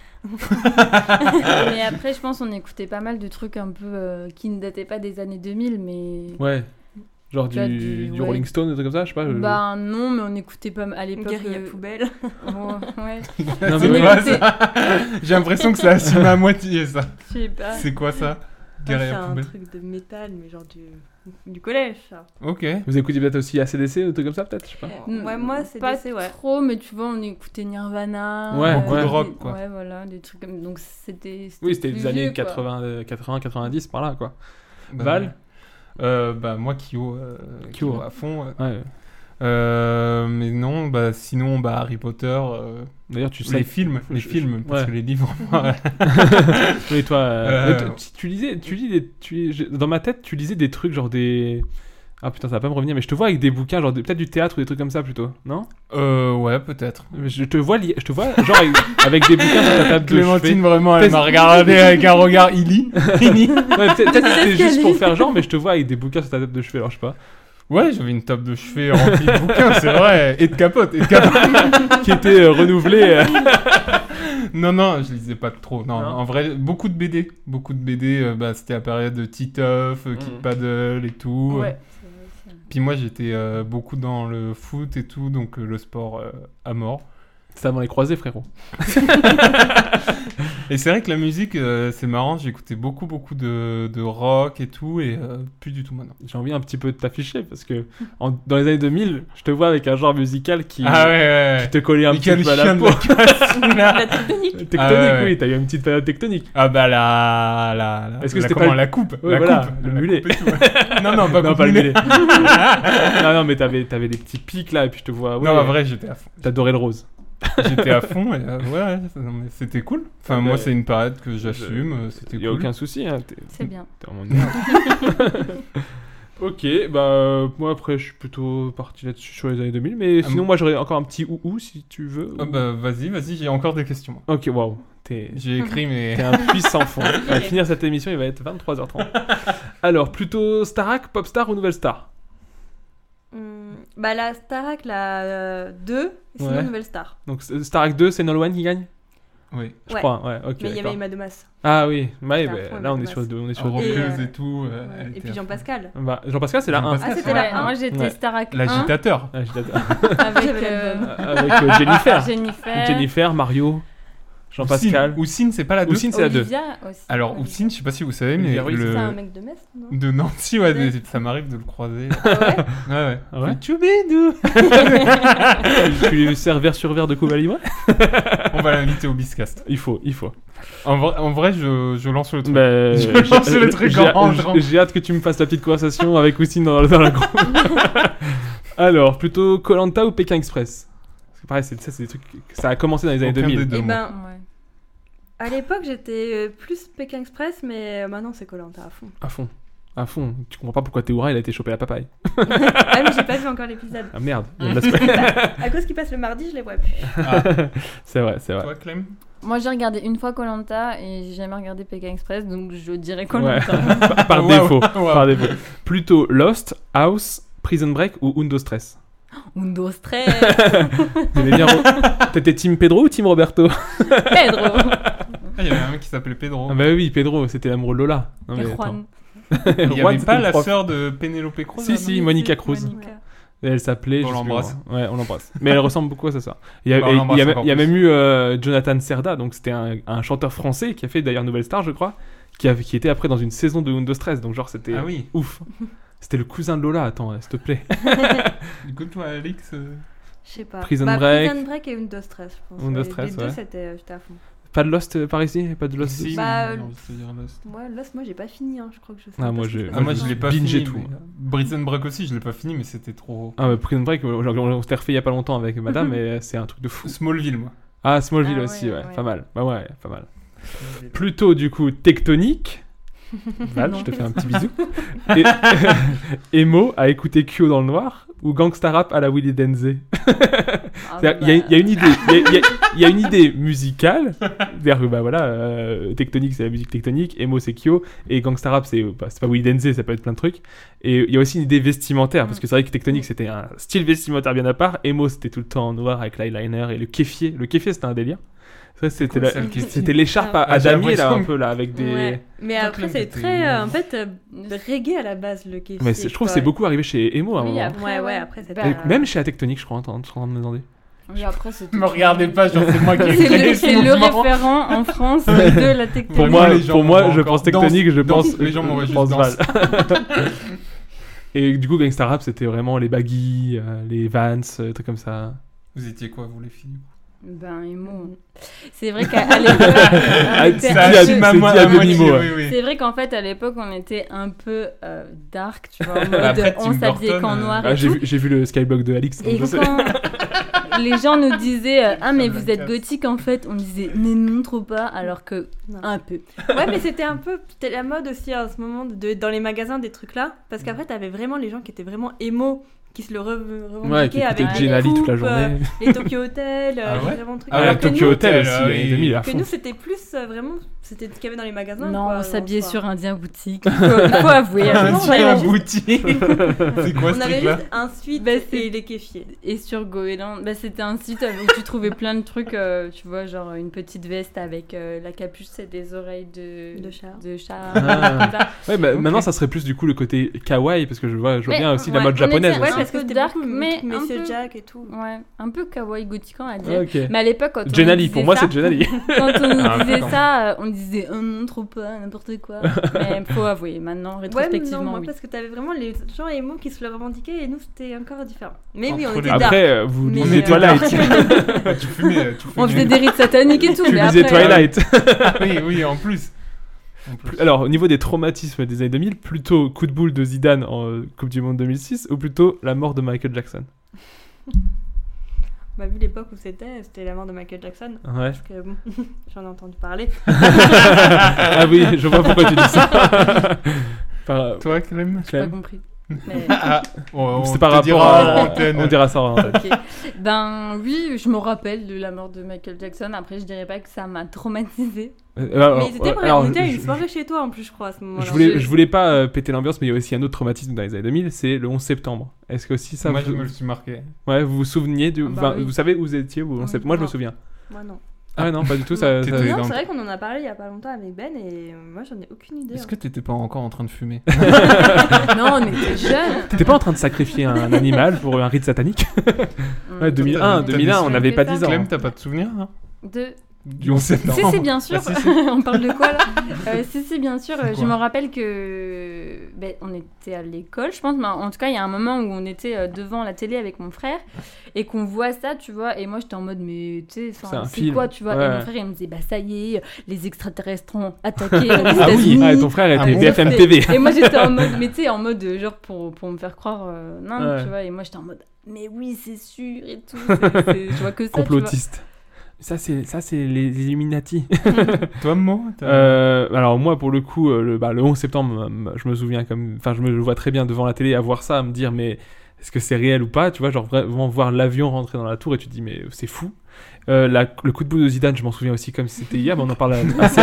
[SPEAKER 12] mais après, je pense on écoutait pas mal de trucs un peu euh, qui ne dataient pas des années 2000, mais.
[SPEAKER 8] Ouais. Genre
[SPEAKER 12] Tu vois,
[SPEAKER 8] du,
[SPEAKER 12] du-
[SPEAKER 8] du
[SPEAKER 12] ouais.
[SPEAKER 8] Rolling Stone, des trucs comme ça, je sais pas. je-
[SPEAKER 12] Bah non, mais on écoutait pas mal à l'époque.
[SPEAKER 9] Guerrier
[SPEAKER 12] euh,
[SPEAKER 9] poubelle.
[SPEAKER 8] <laughs>
[SPEAKER 12] <laughs> ouais, ouais.
[SPEAKER 7] Non, <laughs> mais
[SPEAKER 8] mais oui,
[SPEAKER 7] voilà, ça- J'ai l'impression que ça assume à moitié ça.
[SPEAKER 12] Je sais pas.
[SPEAKER 7] C'est quoi ça
[SPEAKER 9] Ah, C'est
[SPEAKER 7] Derrière
[SPEAKER 9] un
[SPEAKER 7] poubelle.
[SPEAKER 9] truc de métal, mais genre du, du collège. ça.
[SPEAKER 7] Ok.
[SPEAKER 8] Vous écoutez peut-être aussi ACDC ou des trucs comme ça, peut-être je sais pas.
[SPEAKER 9] Ouais, moi, c'est
[SPEAKER 12] Mm, pas
[SPEAKER 9] DC, ouais.
[SPEAKER 12] trop, mais tu vois, on écoutait Nirvana. euh,
[SPEAKER 8] Ouais, Beaucoup
[SPEAKER 7] de
[SPEAKER 12] des-
[SPEAKER 7] rock, quoi.
[SPEAKER 12] Ouais, voilà, des trucs comme. Donc c'était.
[SPEAKER 8] Oui, c'était
[SPEAKER 12] plus
[SPEAKER 8] des années
[SPEAKER 12] vieux, quoi.
[SPEAKER 8] 80, euh, 80, 90, par là quoi.
[SPEAKER 7] Bah,
[SPEAKER 8] Val
[SPEAKER 7] euh, Bah moi Kyo, euh, Kyo à fond. ouais.
[SPEAKER 8] Ouais.
[SPEAKER 7] Euh, mais non, bah sinon bah Harry Potter, euh,
[SPEAKER 8] D'ailleurs, tu sais.
[SPEAKER 7] les films, les
[SPEAKER 8] je-
[SPEAKER 7] films, parce
[SPEAKER 8] ouais.
[SPEAKER 7] que les livres. <laughs> moi,
[SPEAKER 8] Oui, toi. euh,
[SPEAKER 7] Euh,
[SPEAKER 8] mais tu- tu lisais, tu lis des, tu lis- je- dans ma tête, tu lisais des trucs genre des. Ah putain, ça va pas me revenir, mais je te vois avec des bouquins, genre des- peut-être du théâtre ou des trucs comme ça plutôt, non
[SPEAKER 7] euh, ouais peut-être.
[SPEAKER 8] Je te vois, li- je te vois genre avec, <laughs> avec des bouquins sur ta table de
[SPEAKER 7] Clémentine
[SPEAKER 8] chevet.
[SPEAKER 7] vraiment, elle
[SPEAKER 8] Parce-
[SPEAKER 7] m'a regardé avec un <laughs> regard illy.
[SPEAKER 8] Ouais, peut-être peut-être que
[SPEAKER 12] C'est
[SPEAKER 8] c'était
[SPEAKER 12] ce qu'elle
[SPEAKER 8] juste pour
[SPEAKER 12] lit.
[SPEAKER 8] faire genre, mais je te vois avec des bouquins sur ta table de chevet, alors je sais pas.
[SPEAKER 7] Ouais, j'avais une table de chevet remplie de bouquins, c'est vrai, et de capotes, et de capotes. <laughs>
[SPEAKER 8] Qui était euh, renouvelé. euh.
[SPEAKER 7] Non, non, je lisais pas trop. Non,
[SPEAKER 8] Non.
[SPEAKER 7] en vrai, beaucoup de BD. Beaucoup de BD, euh, bah, c'était la période de Titeuf, euh, Kid
[SPEAKER 8] Mhm.
[SPEAKER 7] Paddle et tout.
[SPEAKER 12] Ouais. c'est vrai, c'est vrai.
[SPEAKER 7] Puis moi, j'étais euh, beaucoup dans le foot et tout, donc euh, le sport euh, à mort.
[SPEAKER 8] C'est avant les croisés, frérot.
[SPEAKER 7] Et c'est vrai que la musique, euh, c'est marrant, j'écoutais beaucoup, beaucoup de, de rock et tout, et euh, plus du tout maintenant.
[SPEAKER 8] J'ai envie un petit peu de t'afficher parce que en- dans les années 2000, je te vois avec un genre musical qui,
[SPEAKER 7] Ah ouais,
[SPEAKER 8] qui
[SPEAKER 7] ouais,
[SPEAKER 8] te collait un
[SPEAKER 7] Mais quel
[SPEAKER 8] petit peu à la
[SPEAKER 7] chien de
[SPEAKER 8] peau.
[SPEAKER 7] la
[SPEAKER 9] La tectonique.
[SPEAKER 8] <laughs> Tectonique,
[SPEAKER 7] Ah ouais, ouais.
[SPEAKER 8] oui, t'as eu une petite période tectonique.
[SPEAKER 7] Ah bah la... la, la
[SPEAKER 8] Est-ce que
[SPEAKER 7] la-
[SPEAKER 8] c'était pas
[SPEAKER 7] comment,
[SPEAKER 8] le-
[SPEAKER 7] la coupe
[SPEAKER 8] Ouais,
[SPEAKER 7] La
[SPEAKER 8] voilà,
[SPEAKER 7] coupe
[SPEAKER 8] le
[SPEAKER 7] la
[SPEAKER 8] mulet.
[SPEAKER 7] coupe et tout, ouais. Non, non, pas,
[SPEAKER 8] non,
[SPEAKER 7] coupe
[SPEAKER 8] pas le <laughs>
[SPEAKER 7] mulet.
[SPEAKER 8] mulet. non, non, mais t'avais, t'avais des petits pics là, et puis je te vois. ouais,
[SPEAKER 7] <laughs> Non, en vrai, j'étais à fond.
[SPEAKER 8] T'adorais le rose.
[SPEAKER 7] J'étais à fond et euh, ouais, ouais, ça- non, mais c'était cool. Enfin,
[SPEAKER 8] Ouais.
[SPEAKER 7] moi, c'est une parade que j'assume, euh, c'était
[SPEAKER 8] Il y a
[SPEAKER 7] cool.
[SPEAKER 8] aucun souci. Hein, t'es,
[SPEAKER 12] C'est bien.
[SPEAKER 8] t'es <laughs> vraiment une merde. ok, bah euh, moi après, je suis plutôt parti là-dessus sur les années 2000, mais
[SPEAKER 7] Ah,
[SPEAKER 8] sinon,
[SPEAKER 7] m-
[SPEAKER 8] moi j'aurais encore un petit ou si tu veux.
[SPEAKER 7] Ah bah, vas-y, vas-y, j'ai encore des questions.
[SPEAKER 8] Ok, waouh, t'es.
[SPEAKER 7] J'ai
[SPEAKER 9] Mhm.
[SPEAKER 7] écrit, mais.
[SPEAKER 8] T'es un puits sans
[SPEAKER 9] <laughs>
[SPEAKER 8] fond. On va finir cette émission, il va être 23h30. Alors, plutôt Starak, Popstar ou Nouvelle Star
[SPEAKER 9] Hum, bah, la Starak, la euh, 2, et sinon
[SPEAKER 8] Ouais.
[SPEAKER 9] Nouvelle Star.
[SPEAKER 8] Donc, euh, Starak 2, c'est Nolwenn qui gagne
[SPEAKER 7] Oui.
[SPEAKER 8] Je
[SPEAKER 9] Ouais.
[SPEAKER 8] crois, ouais, ok.
[SPEAKER 9] mais il y
[SPEAKER 8] d'accord.
[SPEAKER 9] avait Emma Domas.
[SPEAKER 8] Ah oui, ouais,
[SPEAKER 9] Star,
[SPEAKER 8] bah,
[SPEAKER 9] ouais,
[SPEAKER 8] là on est
[SPEAKER 9] Nouvelle
[SPEAKER 8] sur, on est sur
[SPEAKER 7] Sur
[SPEAKER 9] Et,
[SPEAKER 7] et,
[SPEAKER 9] euh,
[SPEAKER 7] et tout. euh,
[SPEAKER 9] Ouais.
[SPEAKER 7] elle
[SPEAKER 9] Et
[SPEAKER 7] était
[SPEAKER 9] puis
[SPEAKER 7] à fond.
[SPEAKER 9] Jean-Pascal.
[SPEAKER 8] Bah, Jean-Pascal, c'est Ah, la 1.
[SPEAKER 7] Jean-Pascal,
[SPEAKER 12] Ah, c'était
[SPEAKER 7] ouais.
[SPEAKER 12] la 1,
[SPEAKER 9] Ouais.
[SPEAKER 12] j'étais
[SPEAKER 8] Ouais.
[SPEAKER 12] Starac 1
[SPEAKER 7] L'agitateur.
[SPEAKER 12] avec
[SPEAKER 9] J'avais l'album.
[SPEAKER 12] euh,
[SPEAKER 8] Avec euh,
[SPEAKER 9] <laughs>
[SPEAKER 8] Jennifer.
[SPEAKER 12] <laughs> Jennifer.
[SPEAKER 8] <laughs> Jennifer, Mario, Jean-Pascal.
[SPEAKER 7] Oussine, Oussine, c'est pas la 2.
[SPEAKER 8] Oussine, c'est la 2.
[SPEAKER 12] Olivia aussi.
[SPEAKER 7] Alors,
[SPEAKER 12] Olivia.
[SPEAKER 7] Oussine, je sais pas si vous savez, mais
[SPEAKER 8] Olivier Ruiz.
[SPEAKER 9] C'est un
[SPEAKER 7] le.
[SPEAKER 9] mec de Metz,
[SPEAKER 8] <laughs>
[SPEAKER 9] non
[SPEAKER 7] De Nancy, ouais,
[SPEAKER 9] Ouais.
[SPEAKER 7] des- ça m'arrive de le croiser.
[SPEAKER 9] Ouais.
[SPEAKER 7] ouais,
[SPEAKER 8] Ah ouais
[SPEAKER 7] ouais. Tchoubidou
[SPEAKER 8] <laughs> tu lui sers verre sur verre de Koubaly, ouais
[SPEAKER 7] On va l'inviter au Biscast.
[SPEAKER 8] Il faut, il faut.
[SPEAKER 7] En vrai, en vrai je, je lance le truc. <laughs>
[SPEAKER 8] Bah,
[SPEAKER 7] Je vais lancer le truc
[SPEAKER 8] j'ai-
[SPEAKER 7] en
[SPEAKER 8] j'ai-
[SPEAKER 7] rentrant.
[SPEAKER 8] J'ai hâte que tu me fasses la petite conversation avec Oussine dans, dans
[SPEAKER 7] <laughs>
[SPEAKER 8] la groupe. Alors, plutôt Colanta ou Pékin Express Parce que pareil, c'est, ça, c'est des trucs. que- Ça a commencé dans les années
[SPEAKER 7] Aucun
[SPEAKER 8] 2000.
[SPEAKER 7] des deux,
[SPEAKER 9] Et
[SPEAKER 7] moi.
[SPEAKER 9] ben,
[SPEAKER 12] Ouais.
[SPEAKER 9] à l'époque, j'étais euh, plus Pékin Express, mais euh, maintenant, c'est Colanta à fond.
[SPEAKER 8] À fond. À fond. Tu comprends pas pourquoi Théoura, il a été chopé la papaye.
[SPEAKER 9] Ah, mais j'ai pas vu encore l'épisode.
[SPEAKER 8] Ah <laughs> merde. Il y a de la-
[SPEAKER 9] À cause qu'il passe le mardi, je les vois plus.
[SPEAKER 8] c'est vrai, c'est vrai.
[SPEAKER 7] Toi, Clem
[SPEAKER 12] Moi j'ai regardé une fois Colanta et j'ai jamais regardé Pékin Express donc je dirais Colanta.
[SPEAKER 8] <laughs> par, par
[SPEAKER 7] Waouh.
[SPEAKER 8] défaut,
[SPEAKER 7] Waouh.
[SPEAKER 8] par défaut. Plutôt Lost, House, Prison Break ou Undo Stress.
[SPEAKER 12] Undo stress,
[SPEAKER 8] T'aimais bien <laughs> Ro- T'étais Team Pedro ou Team Roberto
[SPEAKER 12] Pedro
[SPEAKER 8] <laughs>
[SPEAKER 7] Ah, il y avait un mec qui s'appelait Pedro.
[SPEAKER 8] Ah Bah oui, Pedro, c'était l'amoureux de Lola. Non, mais
[SPEAKER 12] et
[SPEAKER 8] attends. <laughs>
[SPEAKER 12] Juan.
[SPEAKER 7] Il n'y
[SPEAKER 8] Juan,
[SPEAKER 7] avait
[SPEAKER 8] c'était
[SPEAKER 7] pas
[SPEAKER 8] le
[SPEAKER 7] la
[SPEAKER 8] prof.
[SPEAKER 7] sœur de Penelope Cruz hein
[SPEAKER 8] Si,
[SPEAKER 7] là,
[SPEAKER 8] si,
[SPEAKER 7] non
[SPEAKER 8] Monica Cruz.
[SPEAKER 12] Monica.
[SPEAKER 8] Et Elle s'appelait.
[SPEAKER 7] On
[SPEAKER 8] je sais plus
[SPEAKER 7] l'embrasse.
[SPEAKER 8] comment. Ouais, on l'embrasse. Mais elle ressemble beaucoup à sa sœur. Il y a,
[SPEAKER 7] Bah, on
[SPEAKER 8] et il y a,
[SPEAKER 7] l'embrasse
[SPEAKER 8] même-
[SPEAKER 7] encore
[SPEAKER 8] il y a
[SPEAKER 7] plus.
[SPEAKER 8] même eu euh, Jonathan Serda, donc c'était un, un chanteur français qui a fait d'ailleurs Nouvelle Star, je crois, qui, avait, qui était après dans une saison de Undo Stress. Donc genre c'était
[SPEAKER 7] Ah oui.
[SPEAKER 8] ouf. C'était le cousin de Lola, attends, euh, s'il te plaît.
[SPEAKER 7] Du coup, toi, Alix. euh,
[SPEAKER 9] Je sais pas.
[SPEAKER 8] Prison
[SPEAKER 9] Bah,
[SPEAKER 8] Break.
[SPEAKER 9] Prison Break et Windows Stress, je pense.
[SPEAKER 8] Windows
[SPEAKER 9] Les-
[SPEAKER 8] Stress,
[SPEAKER 9] les
[SPEAKER 8] ouais.
[SPEAKER 9] deux, c'était- euh, j'étais à fond.
[SPEAKER 8] Pas de Lost euh, par ici Pas de Lost
[SPEAKER 7] si,
[SPEAKER 9] Bah,
[SPEAKER 7] j'ai
[SPEAKER 9] euh,
[SPEAKER 7] envie de te dire Lost.
[SPEAKER 9] Moi, Lost, moi, j'ai pas fini, hein, je crois que je sais.
[SPEAKER 8] Ah,
[SPEAKER 9] pas
[SPEAKER 8] moi,
[SPEAKER 9] ce qui
[SPEAKER 8] j'ai-
[SPEAKER 9] se
[SPEAKER 7] Ah, moi,
[SPEAKER 9] passe.
[SPEAKER 7] je l'ai pas
[SPEAKER 8] Binge et
[SPEAKER 7] fini.
[SPEAKER 8] tout.
[SPEAKER 7] tout. Prison Break aussi, je l'ai pas fini, mais c'était trop.
[SPEAKER 8] Ah, mais Prison Break, on, on- on s'était refait il y a pas longtemps
[SPEAKER 7] <laughs>
[SPEAKER 8] avec madame et euh, c'est un truc de fou.
[SPEAKER 7] Smallville, moi.
[SPEAKER 8] Ah, Smallville
[SPEAKER 12] Ah
[SPEAKER 8] aussi,
[SPEAKER 12] ouais,
[SPEAKER 8] ouais,
[SPEAKER 12] ouais.
[SPEAKER 8] Pas mal. Bah ouais, pas mal. Plutôt, du coup,
[SPEAKER 12] <laughs>
[SPEAKER 8] Tectonique. Val, je te fais un petit bisou. <laughs> Et, Emo à écouter Kyo dans le noir ou Gangsta Rap à la Willy Denze.
[SPEAKER 12] Ah,
[SPEAKER 8] C'est-à-dire, Il y, a- il y a une idée, il y a- il y a- il y a une idée musicale. C'est-à-dire que, bah voilà, euh, Tectonique c'est la musique tectonique, Emo c'est Kyo et Gangsta Rap c'est bah, c'est pas Willy Denze, ça peut être plein de trucs. Et il y a aussi une idée vestimentaire parce que c'est vrai que Tectonique c'était un style vestimentaire bien à part. Emo c'était tout le temps en noir avec l'eyeliner et le kéfier. Le kéfier c'était un délire. Ça, C'était la-
[SPEAKER 7] C'est le question.
[SPEAKER 8] c'était l'écharpe à,
[SPEAKER 7] Ah,
[SPEAKER 8] à
[SPEAKER 7] j'ai
[SPEAKER 8] damier là
[SPEAKER 7] l'impression
[SPEAKER 8] un peu là avec des.
[SPEAKER 9] Ouais. Mais
[SPEAKER 7] Toi,
[SPEAKER 9] après,
[SPEAKER 7] Clem,
[SPEAKER 9] c'est
[SPEAKER 7] t'étais-
[SPEAKER 9] très, euh, en fait, euh, reggae à la base, le kéfier.
[SPEAKER 8] Mais c'est- je trouve que
[SPEAKER 9] quoi.
[SPEAKER 8] c'est beaucoup arrivé chez Emo à un
[SPEAKER 12] Oui,
[SPEAKER 8] moment.
[SPEAKER 12] après,
[SPEAKER 9] Ouais, ouais,
[SPEAKER 12] ouais.
[SPEAKER 9] après, euh, c'est
[SPEAKER 12] Bah,
[SPEAKER 9] pas-
[SPEAKER 8] Et Même chez Atectonique, je crois, en train en train de me demander.
[SPEAKER 12] Mais après, c'est
[SPEAKER 7] Me regardez pas, genre c'est moi qui ai
[SPEAKER 12] <laughs> C'est
[SPEAKER 7] créé
[SPEAKER 12] le,
[SPEAKER 7] ce
[SPEAKER 12] c'est le
[SPEAKER 7] mouvement.
[SPEAKER 12] référent en France de la tectonique.
[SPEAKER 8] Pour
[SPEAKER 7] Les
[SPEAKER 8] moi,
[SPEAKER 7] gens, les gens
[SPEAKER 8] pour moi
[SPEAKER 7] m'envoient
[SPEAKER 8] je
[SPEAKER 7] encore.
[SPEAKER 8] pense tectonique, je
[SPEAKER 7] Danse,
[SPEAKER 8] pense.
[SPEAKER 7] danse. Les gens
[SPEAKER 8] je
[SPEAKER 7] m'envoient juste
[SPEAKER 8] pense
[SPEAKER 7] danse.
[SPEAKER 8] Val. <laughs> Et du coup, Gangsta Rap, c'était vraiment les baggy, euh, les Vans, euh, des trucs comme ça.
[SPEAKER 7] Vous étiez quoi, vous les filles
[SPEAKER 12] Ben, et moi. C'est vrai qu'à à l'époque. on
[SPEAKER 8] Ah,
[SPEAKER 12] était
[SPEAKER 8] c'est
[SPEAKER 12] un
[SPEAKER 8] dit à-
[SPEAKER 12] peu-
[SPEAKER 8] c'est dit à demi-mot, ouais.
[SPEAKER 7] oui, oui.
[SPEAKER 12] C'est vrai qu'en fait, à l'époque, on était un peu euh, dark, tu vois. en mode,
[SPEAKER 7] Après,
[SPEAKER 12] on
[SPEAKER 7] Tim
[SPEAKER 12] s'habillait
[SPEAKER 7] Burton,
[SPEAKER 12] qu'en
[SPEAKER 7] euh,
[SPEAKER 12] noir
[SPEAKER 8] Ah,
[SPEAKER 12] et
[SPEAKER 8] J'ai
[SPEAKER 12] tout.
[SPEAKER 8] vu, j'ai vu le skyblock de Alix. donc
[SPEAKER 12] Et
[SPEAKER 8] je sais.
[SPEAKER 12] quand les gens nous disaient euh, Ah, mais vous êtes
[SPEAKER 7] 24.
[SPEAKER 12] gothique, en fait, on disait Mais non, trop pas, alors que
[SPEAKER 9] Non.
[SPEAKER 12] un peu.
[SPEAKER 9] Ouais, mais c'était un peu c'était la mode aussi à ce moment de, dans les magasins des trucs là, parce qu'après t'avais vraiment les gens qui étaient vraiment émo, qui se le re- revendiquaient
[SPEAKER 8] Ouais, qui
[SPEAKER 9] avec
[SPEAKER 8] écoutait
[SPEAKER 12] les
[SPEAKER 8] Gin
[SPEAKER 9] les
[SPEAKER 8] Ali toute la
[SPEAKER 9] coupes, euh,
[SPEAKER 8] journée.
[SPEAKER 9] les Tokyo Hotel, euh,
[SPEAKER 7] Ah ouais
[SPEAKER 9] vraiment trucs.
[SPEAKER 7] Ah ouais,
[SPEAKER 9] Alors que
[SPEAKER 8] Tokyo
[SPEAKER 9] nous-
[SPEAKER 8] Hotel
[SPEAKER 7] Hotel,
[SPEAKER 8] aussi,
[SPEAKER 7] ah oui.
[SPEAKER 8] les demi, à
[SPEAKER 9] Que
[SPEAKER 8] fond.
[SPEAKER 9] nous c'était plus euh, vraiment c'était ce qu'il y avait dans les magasins.
[SPEAKER 12] non,
[SPEAKER 9] quoi,
[SPEAKER 12] on
[SPEAKER 9] en
[SPEAKER 12] s'habillait
[SPEAKER 9] soi.
[SPEAKER 12] sur un indien boutique. Faut, faut avouer. à ce
[SPEAKER 7] Ah, Un
[SPEAKER 9] Non,
[SPEAKER 12] moment-là,
[SPEAKER 7] tir
[SPEAKER 9] mais
[SPEAKER 7] à
[SPEAKER 9] juste-
[SPEAKER 7] boutique C'est quoi ce
[SPEAKER 9] On avait
[SPEAKER 7] truc-là
[SPEAKER 9] juste un suite
[SPEAKER 12] Bah, c'est-
[SPEAKER 9] et les kéfiers.
[SPEAKER 12] Et sur Goéland, bah, c'était un site où tu trouvais plein de trucs, euh, tu vois, genre une petite veste avec euh, la capuche, c'est des oreilles de,
[SPEAKER 9] De chat.
[SPEAKER 12] De chat <laughs>
[SPEAKER 8] Ah.
[SPEAKER 12] tout ça.
[SPEAKER 8] Ouais, bah,
[SPEAKER 7] Ok.
[SPEAKER 8] maintenant ça serait plus du coup le côté kawaii parce que je vois, je vois
[SPEAKER 12] Mais,
[SPEAKER 8] bien aussi la
[SPEAKER 12] ouais,
[SPEAKER 8] mode
[SPEAKER 12] on
[SPEAKER 8] japonaise.
[SPEAKER 12] était- ouais,
[SPEAKER 8] aussi.
[SPEAKER 12] parce que
[SPEAKER 9] c'était
[SPEAKER 12] dark,
[SPEAKER 9] beaucoup,
[SPEAKER 12] mais
[SPEAKER 9] truc
[SPEAKER 12] un
[SPEAKER 9] Monsieur
[SPEAKER 12] peu-
[SPEAKER 9] Jack et tout.
[SPEAKER 12] Ouais, un peu kawaii gothiquant à dire.
[SPEAKER 8] Ah, Ok.
[SPEAKER 12] Mais à l'époque, quand on
[SPEAKER 8] Jen
[SPEAKER 12] nous
[SPEAKER 8] Ali,
[SPEAKER 12] disait
[SPEAKER 8] pour moi
[SPEAKER 12] ça-
[SPEAKER 8] c'est Jen Ali.
[SPEAKER 12] <laughs> Quand on nous
[SPEAKER 7] Ah,
[SPEAKER 12] disait
[SPEAKER 7] d'accord.
[SPEAKER 12] ça, euh, on disait un non, trop pas, n'importe
[SPEAKER 8] <laughs>
[SPEAKER 12] quoi. Mais faut avouer, maintenant,
[SPEAKER 9] Ouais, mais non,
[SPEAKER 12] rétrospectivement,
[SPEAKER 9] moi,
[SPEAKER 12] oui.
[SPEAKER 9] parce que t'avais vraiment les gens émo qui se le revendiquaient et nous c'était encore différent. Mais oui,
[SPEAKER 7] Entre
[SPEAKER 9] on était
[SPEAKER 7] les-
[SPEAKER 9] dark.
[SPEAKER 8] Après, euh, vous
[SPEAKER 9] Mais-
[SPEAKER 8] lisez
[SPEAKER 9] Mais-
[SPEAKER 8] Twilight. <laughs>
[SPEAKER 7] Ah, tu fumais, tu fumais.
[SPEAKER 12] On faisait des rites sataniques et tout.
[SPEAKER 8] Tu
[SPEAKER 12] mais
[SPEAKER 8] lisais
[SPEAKER 12] après,
[SPEAKER 8] Twilight.
[SPEAKER 7] Ah oui, oui, en plus. En plus.
[SPEAKER 8] Alors, au niveau des traumatismes des années 2000, plutôt coup de boule de Zidane en euh, Coupe du Monde 2006 ou plutôt la mort de Michael Jackson
[SPEAKER 9] Bah, vu l'époque où c'était, c'était la mort de Michael Jackson.
[SPEAKER 8] Ouais.
[SPEAKER 9] Parce que bon, <laughs> j'en ai entendu parler.
[SPEAKER 8] <laughs> ah oui, je vois pourquoi tu dis ça. Enfin,
[SPEAKER 7] Toi, Clem
[SPEAKER 12] J'ai pas
[SPEAKER 8] Clem.
[SPEAKER 12] compris.
[SPEAKER 8] <laughs>
[SPEAKER 12] Mais-
[SPEAKER 7] Ah, on,
[SPEAKER 8] C'est par
[SPEAKER 7] te
[SPEAKER 8] rapport
[SPEAKER 7] dira en
[SPEAKER 8] à.
[SPEAKER 7] antenne.
[SPEAKER 8] On dira ça en antenne.
[SPEAKER 12] Ok. Ben oui, je me rappelle de la mort de Michael Jackson. Après, je dirais pas que ça m'a traumatisée.
[SPEAKER 8] Euh, alors,
[SPEAKER 9] mais ils étaient
[SPEAKER 8] euh, alors,
[SPEAKER 9] on était à
[SPEAKER 8] je-
[SPEAKER 9] une soirée chez toi en plus, je crois, à ce moment-là.
[SPEAKER 8] Je voulais, je voulais pas euh, péter l'ambiance, mais il y a aussi un autre traumatisme dans les années 2000, c'est le 11 septembre. Est-ce que aussi ça
[SPEAKER 7] Moi, je
[SPEAKER 8] vous...
[SPEAKER 7] me le suis marqué.
[SPEAKER 8] Ouais, vous vous souveniez du...
[SPEAKER 12] Ah bah
[SPEAKER 8] enfin,
[SPEAKER 12] oui.
[SPEAKER 8] Vous savez où vous étiez au 11
[SPEAKER 9] Oui,
[SPEAKER 8] septembre Moi, je me
[SPEAKER 9] non.
[SPEAKER 8] souviens.
[SPEAKER 9] Moi, non.
[SPEAKER 8] Ah ouais, non, pas du tout. Ça, ça-
[SPEAKER 7] T'étais
[SPEAKER 9] Non,
[SPEAKER 7] dans-
[SPEAKER 9] c'est vrai qu'on en a parlé il y a pas longtemps avec Ben et moi, j'en ai aucune idée.
[SPEAKER 7] Est-ce
[SPEAKER 9] hein.
[SPEAKER 7] que t'étais pas encore en train de fumer
[SPEAKER 12] non, on était jeunes.
[SPEAKER 8] T'étais pas en train de sacrifier un animal pour un rite satanique
[SPEAKER 12] Mm.
[SPEAKER 8] Ouais, 2001,
[SPEAKER 7] t'as- t'as
[SPEAKER 8] 2001,
[SPEAKER 7] mis-
[SPEAKER 8] on n'avait pas 10 ans.
[SPEAKER 7] Clem, t'as pas de souvenir hein
[SPEAKER 12] De...
[SPEAKER 7] Du 11 septembre
[SPEAKER 12] Si, si, bien sûr.
[SPEAKER 7] Ah, si, si.
[SPEAKER 12] <laughs> on parle de
[SPEAKER 7] <laughs>
[SPEAKER 12] quoi là Euh, Si, si, bien sûr.
[SPEAKER 7] C'est
[SPEAKER 12] Je
[SPEAKER 7] quoi
[SPEAKER 12] me rappelle que ben, on était à l'école, je pense. mais en tout cas, il y a un moment où on était euh, devant la télé avec mon frère et qu'on voit ça, tu vois. Et moi, j'étais en mode, mais tu sais,
[SPEAKER 8] C'est un
[SPEAKER 12] enfin, c'est
[SPEAKER 8] film.
[SPEAKER 12] quoi, tu vois
[SPEAKER 8] Ouais.
[SPEAKER 12] Et mon frère, il me disait, bah ça y est, les extraterrestres ont attaqué les
[SPEAKER 8] <laughs> Ah oui,
[SPEAKER 12] États-Unis.
[SPEAKER 8] ah, ton frère
[SPEAKER 7] Ah
[SPEAKER 8] était
[SPEAKER 7] bon
[SPEAKER 8] BFM
[SPEAKER 12] Et-
[SPEAKER 8] TV.
[SPEAKER 12] Et moi j'étais en mode, mais tu sais, en mode euh, genre pour, pour me faire croire, euh, non,
[SPEAKER 8] Ouais.
[SPEAKER 12] tu vois. Et moi j'étais en mode, mais oui, c'est sûr et tout. c'est- c'est- je vois que ça. tu vois.
[SPEAKER 8] Complotiste. Ça, c'est ça, c'est les Illuminati.
[SPEAKER 7] Toi, Mo t'as-
[SPEAKER 8] <laughs> Euh, alors moi pour le coup euh, le, bah, le 11 septembre m- m- je me souviens comme enfin je me vois très bien devant la télé à voir ça à me dire mais est-ce que c'est réel ou pas tu vois genre vraiment voir l'avion rentrer dans la tour et tu te dis mais c'est fou Euh, la- le coup de boule de Zidane je m'en souviens aussi comme si c'était hier mais on en parle à- assez-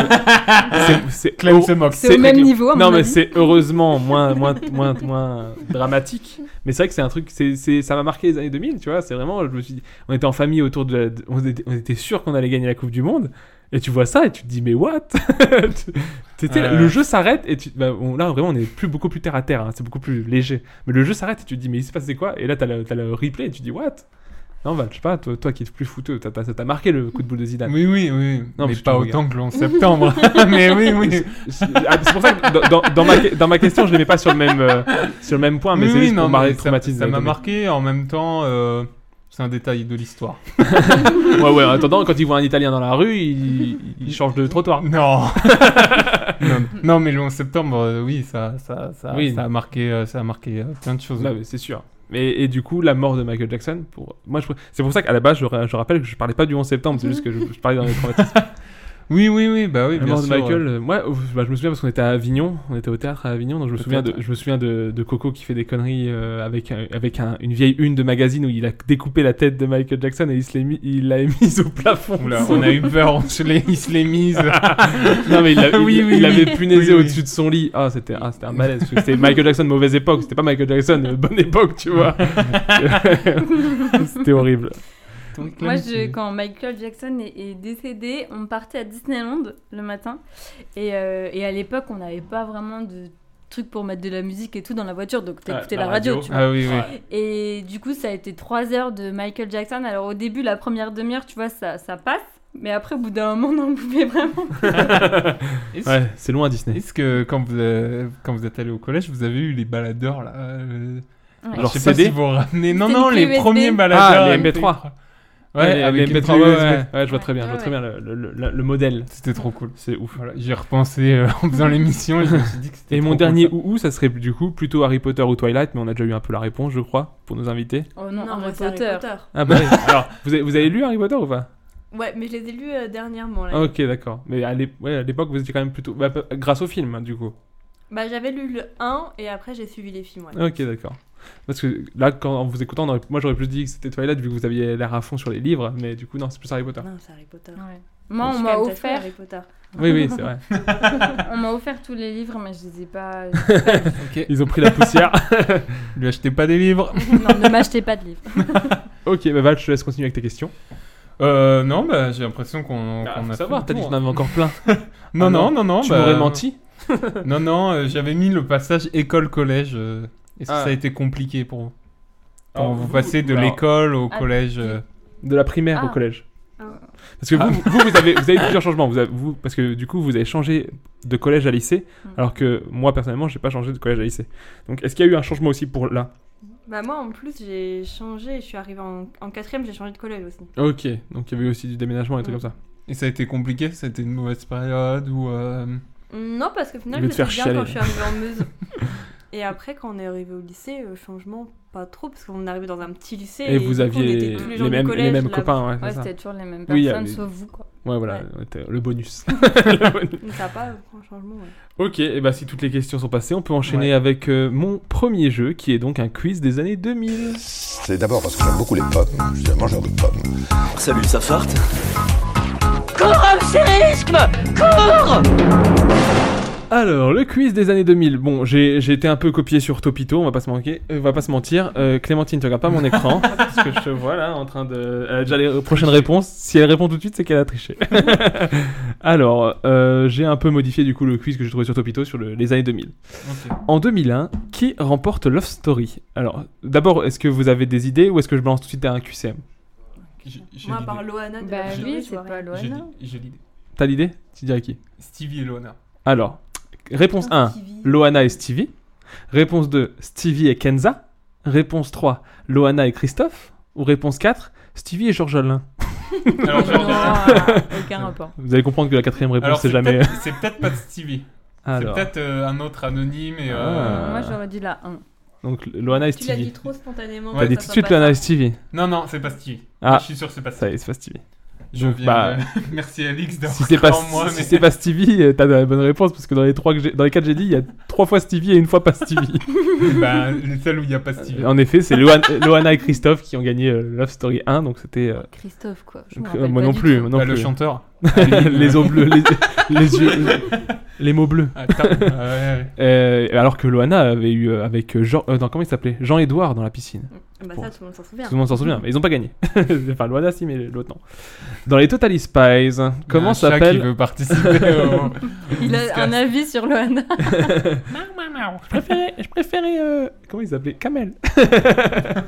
[SPEAKER 8] c'est- c'est-
[SPEAKER 7] Clem
[SPEAKER 8] oh,
[SPEAKER 7] se moque.
[SPEAKER 12] C'est au même niveau. à mon
[SPEAKER 8] non mais
[SPEAKER 12] avis.
[SPEAKER 8] c'est heureusement moins moins moins moins dramatique mais c'est vrai que c'est un truc c'est c'est- ça m'a marqué les années 2000 tu vois c'est vraiment je me suis dit, on était en famille autour de, la- de- on était, on était sûr qu'on allait gagner la coupe du monde et tu vois ça et tu te dis mais what <laughs> Tu- t'étais là,
[SPEAKER 7] Ouais.
[SPEAKER 8] le jeu s'arrête et tu bah, on- là vraiment on est plus beaucoup plus terre à terre hein, c'est beaucoup plus léger mais le jeu s'arrête et tu te dis mais il se passait quoi et là t'as le, t'as le replay et tu te dis what non bah je sais pas toi, toi qui es le plus fouteux t'as- t'as t'as marqué le coup de boule de Zidane
[SPEAKER 7] Oui, oui, oui.
[SPEAKER 8] Non, mais
[SPEAKER 7] mais
[SPEAKER 8] je te
[SPEAKER 7] pas
[SPEAKER 8] regarde.
[SPEAKER 7] autant que le 11 septembre. <laughs> mais oui, oui.
[SPEAKER 8] C'est ah, c'est pour ça que dans, dans- dans ma, que- dans ma question, je ne l'ai pas sur le même, euh, sur le même point, mais
[SPEAKER 7] Oui,
[SPEAKER 8] c'est
[SPEAKER 7] oui,
[SPEAKER 8] juste pour
[SPEAKER 7] non,
[SPEAKER 8] marrer
[SPEAKER 7] mais
[SPEAKER 8] le
[SPEAKER 7] ça-
[SPEAKER 8] traumatisme.
[SPEAKER 7] Ça
[SPEAKER 8] des
[SPEAKER 7] m'a
[SPEAKER 8] années
[SPEAKER 7] marqué. En même temps, euh, c'est un détail de l'histoire.
[SPEAKER 8] 2000. Ouais, ouais, en attendant, quand il voit un Italien dans la rue, il, il change de trottoir.
[SPEAKER 7] Non. <laughs> non. non, mais le 11 septembre, euh, oui, ça, ça, ça,
[SPEAKER 8] Oui. Bah
[SPEAKER 7] ça a marqué, euh, ça a marqué euh, plein de choses.
[SPEAKER 8] Non, mais c'est sûr. Mais, et du coup, la mort de Michael Jackson, pour... moi, je... c'est pour ça qu'à la base, je, ra- je rappelle que je parlais pas du 11 septembre,
[SPEAKER 7] Mm.
[SPEAKER 8] c'est juste que je, je parlais dans les traumatismes.
[SPEAKER 7] Oui, oui, oui, bah oui,
[SPEAKER 8] la
[SPEAKER 7] bien
[SPEAKER 8] mort de
[SPEAKER 7] sûr.
[SPEAKER 8] Michael, euh, moi, ouf, bah, je me souviens parce qu'on était à Avignon, on était au théâtre à Avignon, donc je me souviens, de,
[SPEAKER 7] Peut-être,
[SPEAKER 8] je me souviens de, de Coco qui fait des conneries euh, avec, un- avec un- une vieille une de magazine où il a découpé la tête de Michael Jackson et il se l'est mis- il l'a mise au plafond. <laughs>
[SPEAKER 7] Oula, on a eu peur, on se l'est- il se l'est mise.
[SPEAKER 8] Non mais il l'a-
[SPEAKER 7] <laughs>
[SPEAKER 8] il-
[SPEAKER 7] Oui, oui,
[SPEAKER 8] il l'avait
[SPEAKER 7] oui.
[SPEAKER 8] punaisé
[SPEAKER 7] Oui, oui.
[SPEAKER 8] au-dessus de son lit. Ah c'était ah, c'était un malaise. parce que C'était Michael Jackson mauvaise époque. C'était pas Michael Jackson euh, bonne époque tu vois.
[SPEAKER 7] <laughs>
[SPEAKER 8] c'était horrible.
[SPEAKER 12] Moi, je, quand Michael Jackson est, est décédé, on partait à Disneyland le matin. Et, euh, et à l'époque, on n'avait pas vraiment de trucs pour mettre de la musique et tout dans la voiture, donc
[SPEAKER 8] Ouais,
[SPEAKER 12] t'écoutais
[SPEAKER 8] la
[SPEAKER 12] la radio.
[SPEAKER 8] radio.
[SPEAKER 12] tu vois.
[SPEAKER 7] Ah oui, oui.
[SPEAKER 12] Et du coup, ça a été trois heures de Michael Jackson. Alors au début, la première demi-heure, tu vois, ça, ça passe. Mais après, au bout d'un moment, <laughs> on en pouvait vraiment.
[SPEAKER 7] Est-ce
[SPEAKER 8] Ouais, c'est loin Disney.
[SPEAKER 7] est-ce que quand vous, euh, quand vous êtes allé au collège, vous avez eu les baladeurs là euh,
[SPEAKER 12] Ouais.
[SPEAKER 7] Alors,
[SPEAKER 8] Leur
[SPEAKER 7] je sais pas
[SPEAKER 8] CD?
[SPEAKER 7] si vous ramenez. Non,
[SPEAKER 12] C'était
[SPEAKER 7] non,
[SPEAKER 12] une
[SPEAKER 7] les
[SPEAKER 12] clé USB.
[SPEAKER 7] premiers baladeurs.
[SPEAKER 8] Ah, les
[SPEAKER 7] avec
[SPEAKER 8] MP3.
[SPEAKER 7] des- Ouais,
[SPEAKER 8] les-
[SPEAKER 7] avec
[SPEAKER 8] les
[SPEAKER 7] une
[SPEAKER 8] MP3,
[SPEAKER 7] clé
[SPEAKER 8] ouais,
[SPEAKER 7] USB.
[SPEAKER 8] ouais, ouais, je vois très bien, je vois
[SPEAKER 9] Ouais,
[SPEAKER 8] très bien le, le- le- le modèle.
[SPEAKER 7] C'était trop cool.
[SPEAKER 8] C'est ouf.
[SPEAKER 7] Voilà, j'y ai repensé euh, en faisant l'émission et je me suis dit que c'était
[SPEAKER 8] <laughs> Et
[SPEAKER 7] trop
[SPEAKER 8] mon
[SPEAKER 7] cool,
[SPEAKER 8] dernier
[SPEAKER 7] ça.
[SPEAKER 8] ouhou, ça serait du coup plutôt Harry Potter ou Twilight, mais on a déjà eu un peu la réponse, je crois, pour nos invités.
[SPEAKER 12] Oh non, Harry
[SPEAKER 9] moi, c'est Harry
[SPEAKER 12] Potter.
[SPEAKER 8] Ah bah <laughs> oui. Alors, vous avez, vous avez lu Harry Potter ou pas
[SPEAKER 9] Ouais, mais je les ai lus euh, dernièrement. Là.
[SPEAKER 8] Ah, Ok, d'accord. Mais à l'ép- ouais, à l'époque, vous étiez quand même plutôt. bah, p- grâce au film, hein, du coup.
[SPEAKER 9] Bah, j'avais lu le 1 et après j'ai suivi les films. ouais.
[SPEAKER 8] Ok, d'accord. Parce que là, quand, en vous écoutant, on aurait- moi j'aurais plus dit que c'était Twilight vu que vous aviez l'air à fond sur les livres, mais du coup, non, c'est plus Harry Potter.
[SPEAKER 9] Non, c'est Harry Potter.
[SPEAKER 12] Ouais. Moi,
[SPEAKER 9] Je
[SPEAKER 12] on
[SPEAKER 9] suis
[SPEAKER 12] m'a
[SPEAKER 9] quand même tatouée
[SPEAKER 12] offert,
[SPEAKER 9] Harry Potter.
[SPEAKER 8] Oui, oui, c'est vrai.
[SPEAKER 12] on m'a offert tous les livres, mais je les ai <laughs> pas.
[SPEAKER 8] Ils ont pris
[SPEAKER 7] <laughs>
[SPEAKER 8] la poussière.
[SPEAKER 7] Lui achetez pas des livres.
[SPEAKER 12] non, ne m'achetez pas de livres.
[SPEAKER 8] ok, bah Val, je te laisse continuer avec tes questions.
[SPEAKER 7] Euh, non, bah, j'ai l'impression qu'on
[SPEAKER 8] Ah,
[SPEAKER 7] qu'on
[SPEAKER 8] faut
[SPEAKER 7] a
[SPEAKER 8] savoir,
[SPEAKER 7] fait
[SPEAKER 8] t'as
[SPEAKER 7] le
[SPEAKER 8] dit que
[SPEAKER 7] tour.
[SPEAKER 8] j'en avais encore plein.
[SPEAKER 7] Non, non,
[SPEAKER 8] Ah non,
[SPEAKER 7] non, non.
[SPEAKER 8] tu
[SPEAKER 7] bah,
[SPEAKER 8] m'aurais menti
[SPEAKER 7] <laughs> Non, non, euh, j'avais mis le passage école-collège. euh, Est-ce que
[SPEAKER 8] Ah.
[SPEAKER 7] ça a été compliqué pour vous Quand
[SPEAKER 8] Alors,
[SPEAKER 7] vous
[SPEAKER 8] vous-
[SPEAKER 7] passez de
[SPEAKER 8] alors-
[SPEAKER 7] l'école au
[SPEAKER 12] Ah,
[SPEAKER 7] collège euh,
[SPEAKER 8] De la primaire au
[SPEAKER 12] Ah.
[SPEAKER 8] collège.
[SPEAKER 9] Ah.
[SPEAKER 8] Parce que vous, vous, vous avez, vous avez eu plusieurs changements. Vous avez- vous- parce que du coup, vous avez changé de collège à lycée,
[SPEAKER 12] Mm.
[SPEAKER 8] alors que moi, personnellement, j'ai pas changé de collège à lycée. Donc, est-ce qu'il y a eu un changement aussi pour là
[SPEAKER 9] Bah, moi en plus, j'ai changé. Je suis arrivée en en quatrième, j'ai changé de collège aussi.
[SPEAKER 8] Ok, donc il y avait aussi du déménagement et des trucs
[SPEAKER 9] Mm.
[SPEAKER 8] comme ça.
[SPEAKER 7] Et ça a été compliqué Ça a été une mauvaise période ou euh,
[SPEAKER 9] Non, parce qu'au final,
[SPEAKER 8] Au lieu
[SPEAKER 9] je
[SPEAKER 8] de
[SPEAKER 9] me
[SPEAKER 8] faire
[SPEAKER 9] suis bien
[SPEAKER 8] chialer.
[SPEAKER 9] quand je suis arrivée en Meuse.
[SPEAKER 8] <laughs>
[SPEAKER 9] Et après, quand on est arrivé au lycée, euh, changement pas trop, parce qu'on est arrivé dans un petit lycée.
[SPEAKER 8] Et,
[SPEAKER 9] du
[SPEAKER 8] vous
[SPEAKER 9] coup, on
[SPEAKER 8] aviez
[SPEAKER 9] était
[SPEAKER 8] les,
[SPEAKER 9] tous les, gens du
[SPEAKER 8] mêmes, les
[SPEAKER 9] collège,
[SPEAKER 8] mêmes
[SPEAKER 9] là.
[SPEAKER 8] copains, hein. ouais, c'est
[SPEAKER 12] Ouais,
[SPEAKER 8] ça.
[SPEAKER 12] c'était toujours les mêmes
[SPEAKER 8] Oui,
[SPEAKER 12] personnes,
[SPEAKER 8] mais-
[SPEAKER 12] sauf vous, quoi.
[SPEAKER 8] Ouais, voilà,
[SPEAKER 9] Ouais.
[SPEAKER 8] on était- le bonus. <laughs>
[SPEAKER 9] Donc, Ça n'a pas euh, grand changement. ouais.
[SPEAKER 8] ok, et bah si toutes les questions sont passées, on peut enchaîner avec euh, mon premier jeu, qui est donc un quiz des années 2000.
[SPEAKER 6] C'est d'abord parce que j'aime beaucoup les pommes. Je suis un mangeur de pommes.
[SPEAKER 1] Salut, ça farte
[SPEAKER 8] Alors, le quiz des années 2000. Bon, j'ai j'ai été un peu copié sur Topito, on va pas se, manquer, euh, on va pas se mentir. Euh, Clémentine, tu regardes pas mon écran, parce que je te vois là en train de... Elle a déjà les prochaines réponses. Si elle répond tout de suite, c'est qu'elle a triché. Alors, euh, j'ai un peu modifié du coup le quiz que j'ai trouvé sur Topito sur le- les années 2000. En 2001, qui remporte Love Story Alors, d'abord, est-ce que vous avez des idées ou est-ce que je balance tout de suite à un QCM
[SPEAKER 7] j'ai- j'ai
[SPEAKER 9] Moi, à
[SPEAKER 7] l'idée.
[SPEAKER 9] part Loana, de
[SPEAKER 12] Bah
[SPEAKER 9] la journée,
[SPEAKER 12] oui,
[SPEAKER 9] je
[SPEAKER 12] c'est
[SPEAKER 9] vois rien.
[SPEAKER 12] pas
[SPEAKER 7] J'ai
[SPEAKER 12] Loana.
[SPEAKER 7] l'idée, J'ai l'idée.
[SPEAKER 8] T'as l'idée Tu dirais qui
[SPEAKER 7] Stevie et Lona.
[SPEAKER 8] <laughs> Alors, réponse 1,
[SPEAKER 9] Stevie.
[SPEAKER 8] Ah. Loana et Stevie. Réponse 2, Stevie et Kenza. Réponse 3, Loana et Christophe. Ou réponse 4, Stevie et Georges Alain.
[SPEAKER 7] Alors,
[SPEAKER 12] Non,
[SPEAKER 7] genre,
[SPEAKER 8] <laughs>
[SPEAKER 12] euh, aucun rapport.
[SPEAKER 8] Vous allez comprendre que la quatrième
[SPEAKER 7] alors,
[SPEAKER 8] réponse, c'est
[SPEAKER 7] c'est
[SPEAKER 8] jamais.
[SPEAKER 7] peut-être- c'est peut-être pas de
[SPEAKER 8] <laughs>
[SPEAKER 7] Stevie. C'est
[SPEAKER 8] Alors,
[SPEAKER 7] peut-être euh, un autre anonyme et. euh,
[SPEAKER 8] Ah.
[SPEAKER 12] Moi, j'aurais dit la 1.
[SPEAKER 8] donc Loana et
[SPEAKER 9] Tu l'as dit
[SPEAKER 8] Stevie.
[SPEAKER 9] trop spontanément.
[SPEAKER 8] T'as
[SPEAKER 9] ça
[SPEAKER 8] dit
[SPEAKER 9] soit
[SPEAKER 8] tout de suite
[SPEAKER 9] pas
[SPEAKER 8] Loana et
[SPEAKER 9] ça.
[SPEAKER 8] Stevie.
[SPEAKER 7] Non, non, c'est pas Stevie.
[SPEAKER 8] Ah.
[SPEAKER 7] Je suis sûr que c'est pas
[SPEAKER 8] Ça
[SPEAKER 7] Stevie.
[SPEAKER 8] y est, c'est pas Stevie.
[SPEAKER 7] Je viens
[SPEAKER 8] bah,
[SPEAKER 7] de- <laughs> Merci Alix d'avoir
[SPEAKER 8] Si c'est
[SPEAKER 7] <laughs>
[SPEAKER 8] pas,
[SPEAKER 7] cru en moi,
[SPEAKER 8] si
[SPEAKER 7] mais-
[SPEAKER 8] c'est pas Stevie, euh, t'as la bonne réponse parce que dans les trois que j'ai- dans les quatre que j'ai dit, il y a trois fois Stevie et une fois
[SPEAKER 7] <laughs>
[SPEAKER 8] pas Stevie.
[SPEAKER 7] bah, les seuls où il n'y a pas Stevie.
[SPEAKER 8] en effet, c'est Loana, Loana et Christophe qui ont gagné euh, Love Story 1, donc c'était. euh,
[SPEAKER 12] Christophe, quoi. Je me
[SPEAKER 8] donc, euh,
[SPEAKER 12] rappelle
[SPEAKER 8] moi
[SPEAKER 12] pas
[SPEAKER 8] non
[SPEAKER 12] du
[SPEAKER 8] plus, <laughs>
[SPEAKER 12] tout.
[SPEAKER 8] moi non
[SPEAKER 7] Bah,
[SPEAKER 8] plus.
[SPEAKER 7] le chanteur.
[SPEAKER 8] <laughs>
[SPEAKER 7] euh,
[SPEAKER 8] les os bleus, les, les
[SPEAKER 7] <laughs>
[SPEAKER 8] yeux, les mots bleus.
[SPEAKER 7] Ah, tar- ouais, ouais.
[SPEAKER 8] Euh, alors que Loana avait eu euh, avec euh, Jean, euh, non, comment il s'appelait Jean-Édouard dans la piscine.
[SPEAKER 9] Bah, ça, tout le monde s'en souvient.
[SPEAKER 8] Tout le monde s'en souvient, mais ils ont pas gagné. <laughs> enfin, Loana si, mais l'autre non. Dans les Totally Spies, comment
[SPEAKER 7] Un chat qui
[SPEAKER 8] s'appelle Ah,
[SPEAKER 7] veut participer
[SPEAKER 8] <laughs>
[SPEAKER 7] au...
[SPEAKER 12] Il a un avis sur Loana.
[SPEAKER 8] Je préférais, je préférais euh, comment il s'appelait Kamel. <laughs>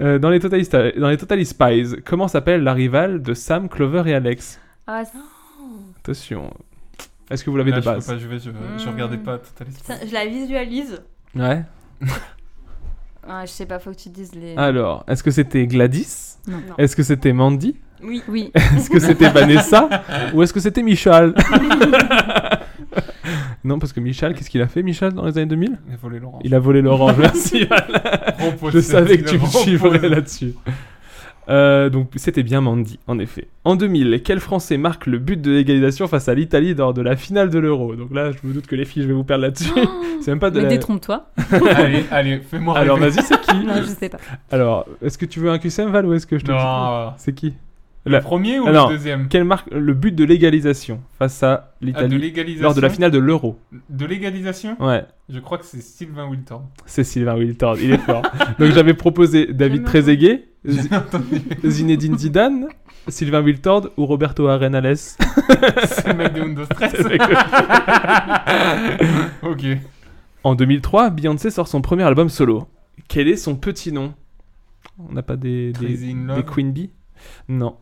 [SPEAKER 8] Euh, dans les Totally Sti- dans les Totally Spies, comment s'appelle la rivale de Sam, Clover et Alex
[SPEAKER 12] Ah, c-
[SPEAKER 8] Attention. Est-ce que vous l'avez
[SPEAKER 7] Là,
[SPEAKER 8] de
[SPEAKER 7] je peux
[SPEAKER 8] base
[SPEAKER 7] pas jouer, je, je
[SPEAKER 12] Hmm.
[SPEAKER 7] regardais pas Total Spies.
[SPEAKER 9] Putain, je la visualise.
[SPEAKER 8] Ouais.
[SPEAKER 12] ah, je sais pas, faut que tu dises les.
[SPEAKER 8] Alors, est-ce que c'était Gladys
[SPEAKER 12] Non.
[SPEAKER 9] Non.
[SPEAKER 8] Est-ce que c'était Mandy
[SPEAKER 9] Oui.
[SPEAKER 12] Oui.
[SPEAKER 8] Est-ce que c'était Vanessa ou est-ce que c'était Michal <laughs> Non, parce que Michal, qu'est-ce qu'il a fait, Michal, dans les années 2000
[SPEAKER 7] Il a volé Laurent.
[SPEAKER 8] Il a volé <laughs> l'orange. Merci, Val. Je savais que tu me suivrais là-dessus. Euh, donc, c'était bien Mandy, en effet. En 2000, quel Français marque le but de l'égalisation face à l'Italie lors de la finale de l'Euro Donc là, je me doute que les filles, je vais vous perdre là-dessus. <laughs> C'est même pas de
[SPEAKER 12] Mais
[SPEAKER 8] la- Ah.
[SPEAKER 12] détrompe-toi.
[SPEAKER 7] <laughs> allez, allez, fais-moi
[SPEAKER 8] Alors,
[SPEAKER 7] rêver.
[SPEAKER 8] vas-y, c'est qui
[SPEAKER 12] Non, je sais pas.
[SPEAKER 8] Alors, est-ce que tu veux un QCM, Val, ou est-ce que je te dis
[SPEAKER 7] Non, euh,
[SPEAKER 8] C'est qui
[SPEAKER 7] le premier ou
[SPEAKER 8] Ah, non.
[SPEAKER 7] le deuxième
[SPEAKER 8] Quel marque le but de l'égalisation face à
[SPEAKER 7] Ah, De
[SPEAKER 8] l'Italie
[SPEAKER 7] l'égalisation.
[SPEAKER 8] lors de la finale de l'Euro
[SPEAKER 7] De l'égalisation
[SPEAKER 8] Ouais.
[SPEAKER 7] Je crois que c'est Sylvain
[SPEAKER 8] <laughs>
[SPEAKER 7] Wilton.
[SPEAKER 8] C'est Sylvain Wiltord, il est fort. Donc j'avais proposé David
[SPEAKER 9] Jamais
[SPEAKER 8] Trezeguet, Z- Zinedine Zidane, Sylvain Wiltord ou Roberto Arenales. <laughs>
[SPEAKER 7] C'est le mec de Windows 13. ok.
[SPEAKER 8] En 2003, Beyoncé sort son premier album solo. Quel est son petit nom On n'a pas des, des,
[SPEAKER 7] Crazy in Love
[SPEAKER 8] des Queen Bee Non.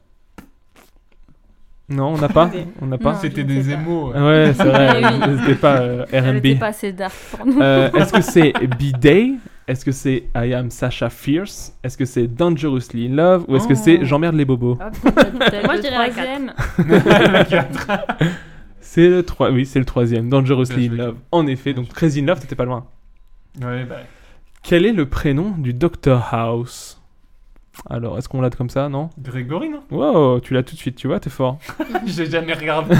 [SPEAKER 8] Non, on n'a pas. On n'a pas.
[SPEAKER 12] Non,
[SPEAKER 7] C'était
[SPEAKER 12] je ne
[SPEAKER 7] des
[SPEAKER 12] sais pas.
[SPEAKER 7] émos.
[SPEAKER 8] Ah Ouais, c'est vrai.
[SPEAKER 12] Eh oui.
[SPEAKER 8] C'était pas euh,
[SPEAKER 12] Elle
[SPEAKER 8] R&B.
[SPEAKER 12] était pas assez dark pour <laughs> nous.
[SPEAKER 8] Euh, Est-ce que c'est B-Day Est-ce que c'est I Am Sasha Fierce Est-ce que c'est Dangerously in Love Ou est-ce
[SPEAKER 12] Oh.
[SPEAKER 8] que c'est J'emmerde les bobos
[SPEAKER 12] Ah, putain, peut-être
[SPEAKER 9] Moi,
[SPEAKER 12] le
[SPEAKER 9] je dirais la
[SPEAKER 12] troisième.
[SPEAKER 8] Ah.
[SPEAKER 7] <laughs>
[SPEAKER 8] C'est le 3 Oui, c'est le troisième. Dangerously
[SPEAKER 7] Bien
[SPEAKER 8] in
[SPEAKER 7] joué.
[SPEAKER 8] Love. En effet, donc Crazy in Love, t'étais pas loin.
[SPEAKER 7] Ouais, bah,
[SPEAKER 8] Quel est le prénom du Dr House Alors, est-ce qu'on l'a comme ça Non
[SPEAKER 7] Grégory, non
[SPEAKER 8] Wow, tu l'as tout de suite, tu vois, t'es
[SPEAKER 7] <laughs>
[SPEAKER 8] fort.
[SPEAKER 7] J'ai jamais regardé.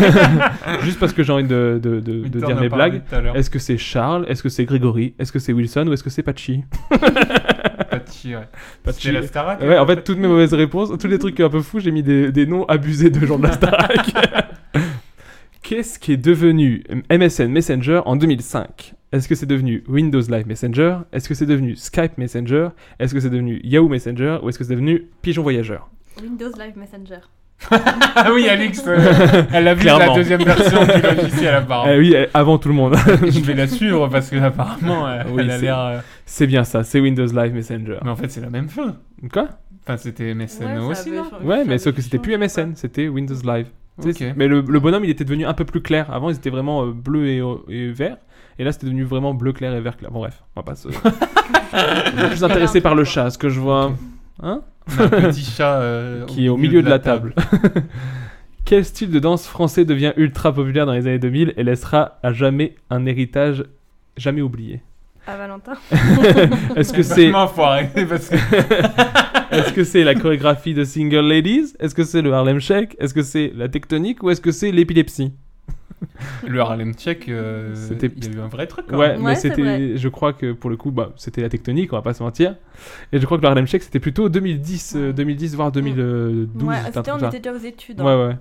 [SPEAKER 8] Juste parce que j'ai envie de, de- de-
[SPEAKER 7] Mais
[SPEAKER 8] de
[SPEAKER 7] t'en
[SPEAKER 8] dire
[SPEAKER 7] as
[SPEAKER 8] mes
[SPEAKER 7] parlé
[SPEAKER 8] blagues.
[SPEAKER 7] tout à l'heure.
[SPEAKER 8] Est-ce que c'est Charles Est-ce que c'est Grégory Est-ce que c'est Wilson Ou est-ce que c'est Patchy
[SPEAKER 7] Pas de chi, ouais.
[SPEAKER 8] Patchy.
[SPEAKER 7] C'était la Starac
[SPEAKER 8] Ouais, en fait, toutes mes mauvaises réponses, tous les trucs un peu fous, j'ai mis des, des noms abusés de gens de la Starac. Qu'est-ce qui est devenu MSN Messenger en 2005 Est-ce que c'est devenu Windows Live Messenger Est-ce que c'est devenu Skype Messenger Est-ce que c'est devenu Yahoo Messenger Ou est-ce que c'est devenu Pigeon Voyageur
[SPEAKER 9] Windows Live Messenger.
[SPEAKER 7] Ah oui, Alix, euh,
[SPEAKER 8] <laughs>
[SPEAKER 7] elle a vu la
[SPEAKER 8] Clairement.
[SPEAKER 7] deuxième version du logiciel,
[SPEAKER 8] Ah
[SPEAKER 7] apparemment.
[SPEAKER 8] oui, euh, avant tout le monde. <laughs>
[SPEAKER 7] <laughs> Je vais la suivre parce que, apparemment, euh,
[SPEAKER 8] Oui,
[SPEAKER 7] elle a
[SPEAKER 8] c'est-
[SPEAKER 7] l'air. euh,
[SPEAKER 8] c'est bien ça, c'est Windows Live Messenger.
[SPEAKER 7] Mais en fait, c'est la même chose.
[SPEAKER 8] Quoi
[SPEAKER 7] Enfin, c'était MSN aussi, non
[SPEAKER 8] Ouais, mais sauf que c'était plus MSN, c'était Windows Live. Tu sais,
[SPEAKER 7] Ok.
[SPEAKER 8] Mais le, le bonhomme, il était devenu un peu plus clair. Avant, ils étaient vraiment euh, bleu et, et vert. Et là, c'était devenu vraiment bleu clair et vert clair. Bon, bref, on va pas se. <laughs> je suis plus intéressé par le chat, ce que je vois. Hein
[SPEAKER 7] On a un petit chat euh,
[SPEAKER 8] <laughs> Qui est au milieu de la table. Quel style de danse français devient ultra populaire dans les années 2000 et laissera à jamais un héritage jamais oublié <laughs>
[SPEAKER 9] À Valentin.
[SPEAKER 7] <laughs>
[SPEAKER 8] Est-ce que c'est
[SPEAKER 7] Franchement, faut arrêter <laughs> parce que.
[SPEAKER 8] Est-ce que c'est la chorégraphie de Single Ladies Est-ce que c'est le Harlem Shake Est-ce que c'est la tectonique Ou est-ce que c'est l'épilepsie
[SPEAKER 7] Le Harlem Check, euh,
[SPEAKER 8] C'était-
[SPEAKER 7] il y a eu un vrai truc. hein.
[SPEAKER 8] Ouais,
[SPEAKER 7] quand même.
[SPEAKER 8] mais
[SPEAKER 9] Ouais, c'est
[SPEAKER 8] c'était,
[SPEAKER 9] vrai.
[SPEAKER 8] je crois que pour le coup, bah, c'était la tectonique, on va pas se mentir. Et je crois que le Harlem Shake, c'était plutôt 2010, euh, 2010 voire 2012.
[SPEAKER 9] ouais,
[SPEAKER 8] un truc
[SPEAKER 9] c'était, on
[SPEAKER 8] comme ça.
[SPEAKER 9] était déjà aux études. hein.
[SPEAKER 8] Ouais, ouais.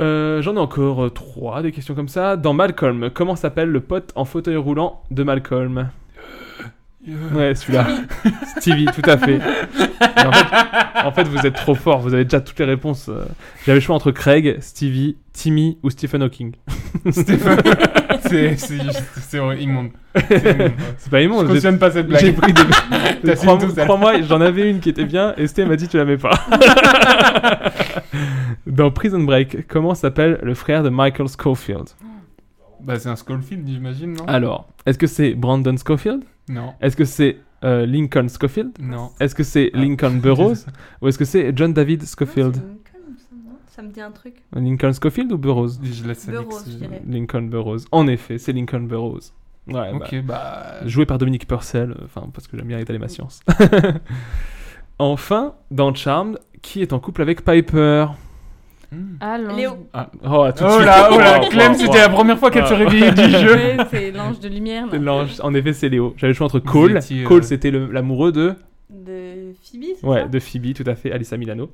[SPEAKER 8] Euh, j'en ai encore euh, trois, des questions comme ça. Dans Malcolm, comment s'appelle le pote en fauteuil roulant de Malcolm
[SPEAKER 7] Euh,
[SPEAKER 8] Ouais, celui-là. Stevie, tout à fait. Mais en, fait en fait, vous êtes trop fort, vous avez déjà toutes les réponses. euh. J'avais le choix entre Craig, Stevie, Timmy ou Stephen Hawking.
[SPEAKER 7] <laughs> Stéphane, <laughs> c'est, c'est juste, c'est horrible, immonde.
[SPEAKER 8] <laughs>
[SPEAKER 7] C'est immonde, ouais.
[SPEAKER 8] C'est pas
[SPEAKER 7] Je
[SPEAKER 8] immonde, vous êtes-
[SPEAKER 7] cautionne pas cette blague.
[SPEAKER 8] J'ai pris des. <laughs>
[SPEAKER 7] T'as
[SPEAKER 8] Crois-
[SPEAKER 7] su tout à l'heure.
[SPEAKER 8] Crois-moi, j'en avais une qui était bien et Sté m'a dit tu l'avais pas. Dans Prison Break, comment s'appelle le frère de Michael Schofield
[SPEAKER 7] Bah, c'est un Schofield, j'imagine, non
[SPEAKER 8] Alors, est-ce que c'est Brandon Schofield
[SPEAKER 7] Non.
[SPEAKER 8] Est-ce que c'est euh, Lincoln Schofield
[SPEAKER 7] Non.
[SPEAKER 8] Est-ce que c'est Lincoln Burroughs Ou est-ce que c'est John David
[SPEAKER 9] Non, c'est
[SPEAKER 8] Schofield
[SPEAKER 9] Lincoln, ça, non Ça me dit un truc.
[SPEAKER 8] Lincoln Schofield ou Burroughs
[SPEAKER 7] Je laisse
[SPEAKER 9] Burroughs,
[SPEAKER 7] Alix,
[SPEAKER 9] je
[SPEAKER 7] euh,
[SPEAKER 9] dirais.
[SPEAKER 8] Lincoln Burroughs. En effet, c'est Lincoln Burroughs. Ouais, bah,
[SPEAKER 7] Ok, bah.
[SPEAKER 8] joué par Dominique Purcell, euh, enfin parce que j'aime bien étaler ma science. <laughs> enfin, dans Charmed, qui est en couple avec Piper
[SPEAKER 7] Hmm.
[SPEAKER 12] Ah, l'ange
[SPEAKER 9] Léo.
[SPEAKER 8] Oh, à tout de
[SPEAKER 7] Oh
[SPEAKER 8] suite.
[SPEAKER 7] là, oh là,
[SPEAKER 8] Wow,
[SPEAKER 7] Clem,
[SPEAKER 8] wow,
[SPEAKER 7] c'était
[SPEAKER 8] wow.
[SPEAKER 7] la première fois qu'elle se
[SPEAKER 8] Wow.
[SPEAKER 7] réveillait du
[SPEAKER 12] de-
[SPEAKER 7] jeu.
[SPEAKER 12] Ouais, <laughs> c'est l'ange de lumière. là.
[SPEAKER 8] L'ange, oh. en effet, c'est Léo. J'avais le choix entre
[SPEAKER 7] Vous
[SPEAKER 8] Cole.
[SPEAKER 7] étiez, euh,
[SPEAKER 8] Cole, c'était le- l'amoureux de,
[SPEAKER 9] De Phoebe, c'est
[SPEAKER 8] ouais,
[SPEAKER 9] ça
[SPEAKER 8] de Phoebe, tout à fait, Alyssa Milano.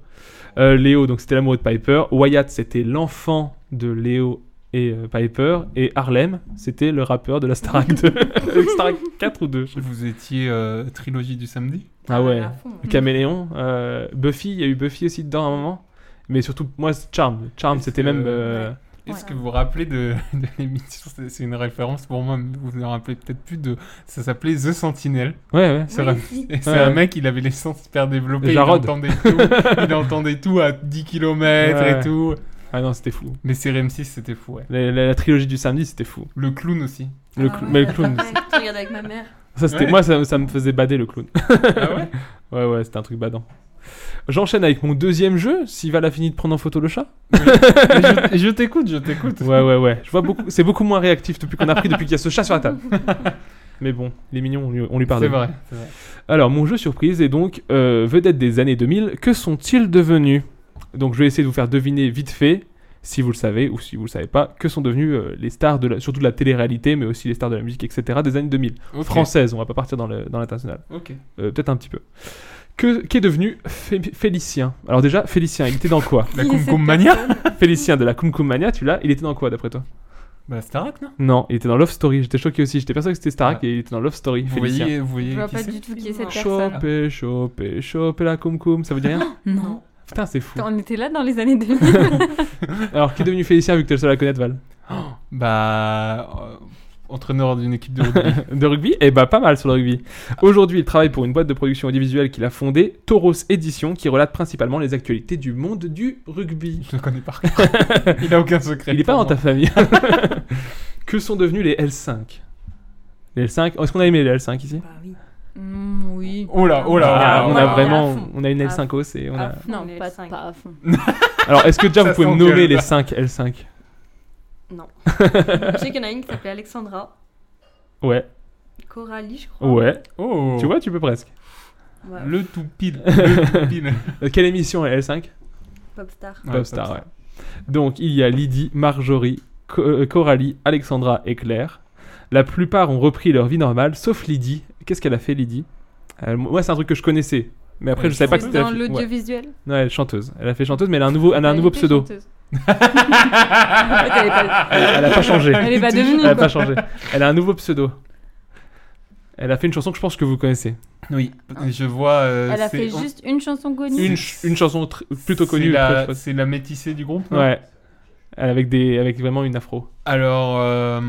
[SPEAKER 8] Euh, Léo, donc c'était l'amoureux de Piper. Wyatt, c'était l'enfant de Léo et euh, Piper. Et Harlem, c'était le rappeur de la Star Act
[SPEAKER 7] <laughs>
[SPEAKER 8] 2. Star Act 4 ou 2. je sais plus.
[SPEAKER 7] Vous étiez euh, trilogie du samedi
[SPEAKER 8] Ah ouais.
[SPEAKER 9] À fond.
[SPEAKER 7] Mm.
[SPEAKER 8] Le Caméléon. euh, Buffy, il y a eu Buffy aussi dedans à un moment. Mais surtout, moi, c'est Charm. Charm,
[SPEAKER 7] Est-ce
[SPEAKER 8] c'était
[SPEAKER 7] que-
[SPEAKER 8] même. euh,
[SPEAKER 7] Est-ce
[SPEAKER 12] Ouais.
[SPEAKER 7] que vous vous rappelez de, <laughs> de l'émission C'est- C'est une référence pour moi, mais vous vous en rappelez peut-être plus de. Ça s'appelait The Sentinel.
[SPEAKER 8] Ouais, ouais.
[SPEAKER 7] C'est
[SPEAKER 9] Oui,
[SPEAKER 7] vrai.
[SPEAKER 9] si.
[SPEAKER 7] Et <laughs> c'est
[SPEAKER 8] Ouais,
[SPEAKER 7] un
[SPEAKER 8] ouais.
[SPEAKER 7] mec, il avait les sens hyper développés. Il
[SPEAKER 8] Jarod.
[SPEAKER 7] entendait <laughs> tout. il entendait tout à 10 km
[SPEAKER 8] Ouais.
[SPEAKER 7] et tout.
[SPEAKER 8] Ah non, c'était fou.
[SPEAKER 7] Mais CRM6, c'était fou, ouais.
[SPEAKER 8] La, la- la trilogie du samedi, c'était fou.
[SPEAKER 7] Le clown aussi.
[SPEAKER 8] Le
[SPEAKER 9] Ah
[SPEAKER 8] cl-
[SPEAKER 9] ouais,
[SPEAKER 8] mais le clown,
[SPEAKER 9] ouais, Tu regardes avec ma mère.
[SPEAKER 8] Ça, c'était,
[SPEAKER 7] Ouais.
[SPEAKER 8] Moi, ça, ça me faisait bader le clown.
[SPEAKER 7] Ah <laughs> ouais
[SPEAKER 8] Ouais, ouais, c'était un truc badant. J'enchaîne avec mon deuxième jeu, si Val a fini de prendre en photo
[SPEAKER 7] <laughs>
[SPEAKER 8] le chat.
[SPEAKER 7] Mais Je, je t'écoute, je t'écoute.
[SPEAKER 8] Ouais, ouais, ouais. Je vois beaucoup, c'est beaucoup moins réactif depuis qu'on a pris, depuis qu'il y a ce chat sur la table.
[SPEAKER 7] <laughs>
[SPEAKER 8] Mais bon, les mignons, on lui, on lui
[SPEAKER 7] C'est
[SPEAKER 8] pardonne.
[SPEAKER 7] vrai. c'est vrai.
[SPEAKER 8] Alors, mon jeu surprise est donc euh, Vedette des années 2000, que sont-ils devenus Donc, je vais essayer de vous faire deviner vite fait, si vous le savez ou si vous le savez pas, que sont devenus euh, les stars, de la- surtout de la télé-réalité, mais aussi les stars de la musique, etc., des années 2000.
[SPEAKER 7] Ok,
[SPEAKER 8] Françaises, on va pas partir dans le- dans l'international.
[SPEAKER 7] Ok.
[SPEAKER 8] Euh, peut-être un petit peu. Que, qu'est devenu Fé- Félicien Alors déjà, Félicien, il était
[SPEAKER 7] <laughs>
[SPEAKER 8] dans quoi
[SPEAKER 7] La
[SPEAKER 12] Qui est cette
[SPEAKER 7] Kumkum Mania
[SPEAKER 12] personne
[SPEAKER 8] Félicien de la Kum Kum Mania, tu l'as, il était dans quoi d'après toi
[SPEAKER 7] Bah, Starak, non
[SPEAKER 8] Non, il était dans Love Story, j'étais choqué aussi, j'étais persuadé que c'était Starak
[SPEAKER 7] Ah.
[SPEAKER 8] et il était dans Love Story,
[SPEAKER 7] Vous
[SPEAKER 8] Félicien.
[SPEAKER 7] voyez, vous voyez
[SPEAKER 12] Je vois
[SPEAKER 7] qui
[SPEAKER 12] pas
[SPEAKER 7] c'est
[SPEAKER 12] du tout qui est cette personne.
[SPEAKER 8] Choper, choper, choper la Kum Kum, ça veut dire rien
[SPEAKER 12] Non.
[SPEAKER 8] Putain, c'est fou.
[SPEAKER 12] On était là dans les années 2000.
[SPEAKER 8] Alors, qui est devenu Félicien vu que t'es le seul à connaître Val
[SPEAKER 7] Bah. euh, entraîneur d'une équipe de rugby.
[SPEAKER 8] <laughs> <laughs> de rugby Eh bah pas mal sur le rugby. Aujourd'hui, il travaille pour une boîte de production audiovisuelle qu'il a fondée, Tauros Édition, qui relate principalement les actualités du monde du rugby.
[SPEAKER 7] Je le connais par cœur. Il a aucun secret.
[SPEAKER 8] Il n'est pas
[SPEAKER 7] pour
[SPEAKER 8] dans ta <laughs> famille. que sont devenus les L5 Les L5 Est-ce qu'on a aimé les L5 ici
[SPEAKER 12] Mm, oui.
[SPEAKER 7] Oh là, oh là,
[SPEAKER 8] Ah,
[SPEAKER 7] ah,
[SPEAKER 8] On
[SPEAKER 7] ouais,
[SPEAKER 8] a
[SPEAKER 7] à
[SPEAKER 8] vraiment, on a une
[SPEAKER 12] À
[SPEAKER 8] L5OS et on
[SPEAKER 9] à
[SPEAKER 8] a.
[SPEAKER 9] fond,
[SPEAKER 12] Non,
[SPEAKER 9] les
[SPEAKER 12] pas,
[SPEAKER 9] L5.
[SPEAKER 7] <laughs>
[SPEAKER 12] pas à fond.
[SPEAKER 8] Alors, est-ce que déjà
[SPEAKER 7] Ça
[SPEAKER 8] vous pouvez me
[SPEAKER 7] s'engueule,
[SPEAKER 8] nommer les
[SPEAKER 7] là.
[SPEAKER 8] 5 L5
[SPEAKER 9] Non. je sais qu'il y en a une qui s'appelait Alexandra,
[SPEAKER 8] Ouais,
[SPEAKER 9] Coralie, je crois.
[SPEAKER 8] ouais.
[SPEAKER 7] Oh.
[SPEAKER 8] Tu vois, tu peux presque.
[SPEAKER 9] Ouais,
[SPEAKER 7] Le tout pile.
[SPEAKER 8] <laughs>
[SPEAKER 7] Le tout
[SPEAKER 12] <laughs>
[SPEAKER 7] pile.
[SPEAKER 8] Euh, Quelle émission est L5
[SPEAKER 9] Popstar.
[SPEAKER 7] Ouais,
[SPEAKER 8] Popstar, ouais. Donc il y a Lydie, Marjorie, Co- euh, Coralie, Alexandra et Claire. La plupart ont repris leur vie normale, sauf Lydie. Qu'est-ce qu'elle a fait, Lydie Euh, Moi, c'est un truc que je connaissais. Mais après,
[SPEAKER 7] Elle
[SPEAKER 8] je savais pas que
[SPEAKER 12] C'est
[SPEAKER 8] c'était la
[SPEAKER 12] dans
[SPEAKER 8] fi- ouais.
[SPEAKER 12] l'audiovisuel.
[SPEAKER 8] Non, elle est chanteuse. Elle a fait chanteuse, mais elle a un nouveau, elle a un
[SPEAKER 12] Elle
[SPEAKER 8] nouveau
[SPEAKER 12] était
[SPEAKER 8] pseudo.
[SPEAKER 12] chanteuse. En fait, elle est pas-
[SPEAKER 8] Elle, elle a pas changé.
[SPEAKER 12] elle est pas
[SPEAKER 8] <laughs> Elle a pas
[SPEAKER 12] <laughs> devenue.
[SPEAKER 8] changé. Elle a un nouveau pseudo. Elle a fait une chanson que je pense que vous connaissez.
[SPEAKER 7] Oui. Je vois. euh,
[SPEAKER 12] Elle a
[SPEAKER 7] c'est-
[SPEAKER 12] fait
[SPEAKER 7] on-
[SPEAKER 12] juste une chanson connue.
[SPEAKER 8] Une, ch- une chanson tr- plutôt
[SPEAKER 7] c'est
[SPEAKER 8] connue.
[SPEAKER 7] la-
[SPEAKER 8] très- très-
[SPEAKER 7] C'est la métissée du groupe. non
[SPEAKER 8] Ouais. Elle avec des, avec vraiment une afro.
[SPEAKER 7] Alors. euh,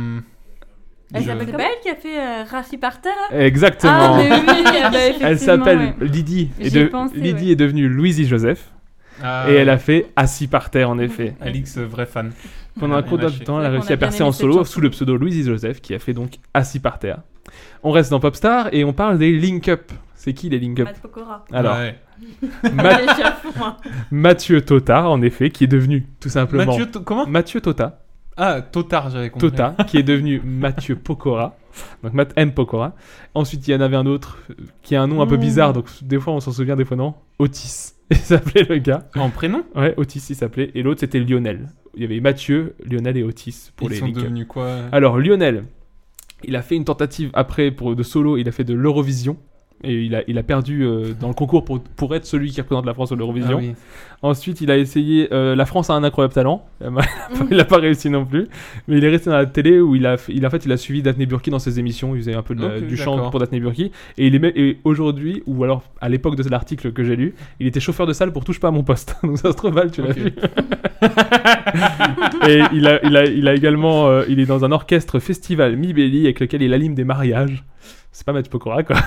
[SPEAKER 12] Elle
[SPEAKER 7] je-
[SPEAKER 12] s'appelle
[SPEAKER 9] C'est
[SPEAKER 12] comment
[SPEAKER 9] pas elle qui a fait euh, Rassi par terre là
[SPEAKER 8] Exactement.
[SPEAKER 12] Ah, mais oui, ah bah,
[SPEAKER 8] Elle
[SPEAKER 12] effectivement,
[SPEAKER 8] s'appelle
[SPEAKER 12] ouais.
[SPEAKER 8] Lydie. Et
[SPEAKER 12] J'y ai
[SPEAKER 8] de-
[SPEAKER 12] pensé,
[SPEAKER 8] Lydie
[SPEAKER 12] ouais.
[SPEAKER 8] est devenue Louisie Joseph.
[SPEAKER 7] Ah,
[SPEAKER 8] Et elle a fait Assis par terre, en
[SPEAKER 12] <laughs>
[SPEAKER 8] effet.
[SPEAKER 7] Alix, euh, vrai fan.
[SPEAKER 8] Pendant un
[SPEAKER 7] on
[SPEAKER 8] court
[SPEAKER 7] a lâché.
[SPEAKER 8] temps, elle a
[SPEAKER 12] C'est vrai qu'on
[SPEAKER 8] réussi
[SPEAKER 12] a
[SPEAKER 8] à
[SPEAKER 12] bien
[SPEAKER 8] percer
[SPEAKER 12] aimé
[SPEAKER 8] en
[SPEAKER 12] cette
[SPEAKER 8] solo
[SPEAKER 12] chanson.
[SPEAKER 8] sous le pseudo Louisie Joseph, qui a fait donc Assis par terre. On reste dans Popstar et on parle des Link Up. C'est qui les Link Up
[SPEAKER 9] Matt Pokora. <laughs>
[SPEAKER 8] Alors,
[SPEAKER 7] Ouais.
[SPEAKER 8] Ma-
[SPEAKER 9] Je suis à fond, moi.
[SPEAKER 8] Mathieu Tota, en effet, qui est devenu tout simplement.
[SPEAKER 7] Mathieu, to- comment
[SPEAKER 8] Mathieu Tota.
[SPEAKER 7] Ah, Totard, j'avais compris.
[SPEAKER 8] Tota, qui est devenu Mathieu Pokora. Donc Matt M. Pokora. Ensuite, il y en avait un autre euh, qui a un
[SPEAKER 12] Oh.
[SPEAKER 8] nom un peu bizarre, donc des fois on s'en souvient, des fois non. Otis. <laughs> Il s'appelait le gars.
[SPEAKER 7] En prénom
[SPEAKER 8] Ouais, Otis il s'appelait. Et l'autre c'était Lionel. Il y avait Mathieu, Lionel et Otis pour
[SPEAKER 7] Ils
[SPEAKER 8] les Ah,
[SPEAKER 7] sont
[SPEAKER 8] link-up.
[SPEAKER 7] devenus quoi
[SPEAKER 8] Alors Lionel, il a fait une tentative après pour, de solo, il a fait de l'Eurovision. Et il a, il a perdu euh, dans le concours pour, pour être celui qui représente la France à l'Eurovision.
[SPEAKER 7] Ah oui.
[SPEAKER 8] Ensuite, il a essayé euh, La France a un incroyable talent. <laughs> Il n'a pas, il a pas réussi non plus. Mais il est resté dans la télé où il a, f- il, en fait, il a suivi Daphné Burki dans ses émissions. Il faisait un peu de la-
[SPEAKER 7] Ok,
[SPEAKER 8] du chant
[SPEAKER 7] d'accord.
[SPEAKER 8] pour Daphné Burki. Et, il est même- et aujourd'hui, ou alors à l'époque de l'article que j'ai lu, il était chauffeur de salle pour Touche pas à mon poste. <laughs> Donc ça se trouve mal, tu l'as
[SPEAKER 7] Ok.
[SPEAKER 8] vu. et il a, il a, il a également. euh, il est dans un orchestre festival Mibelli avec lequel il anime des mariages. C'est pas Mathieu Pokora, quoi. <laughs>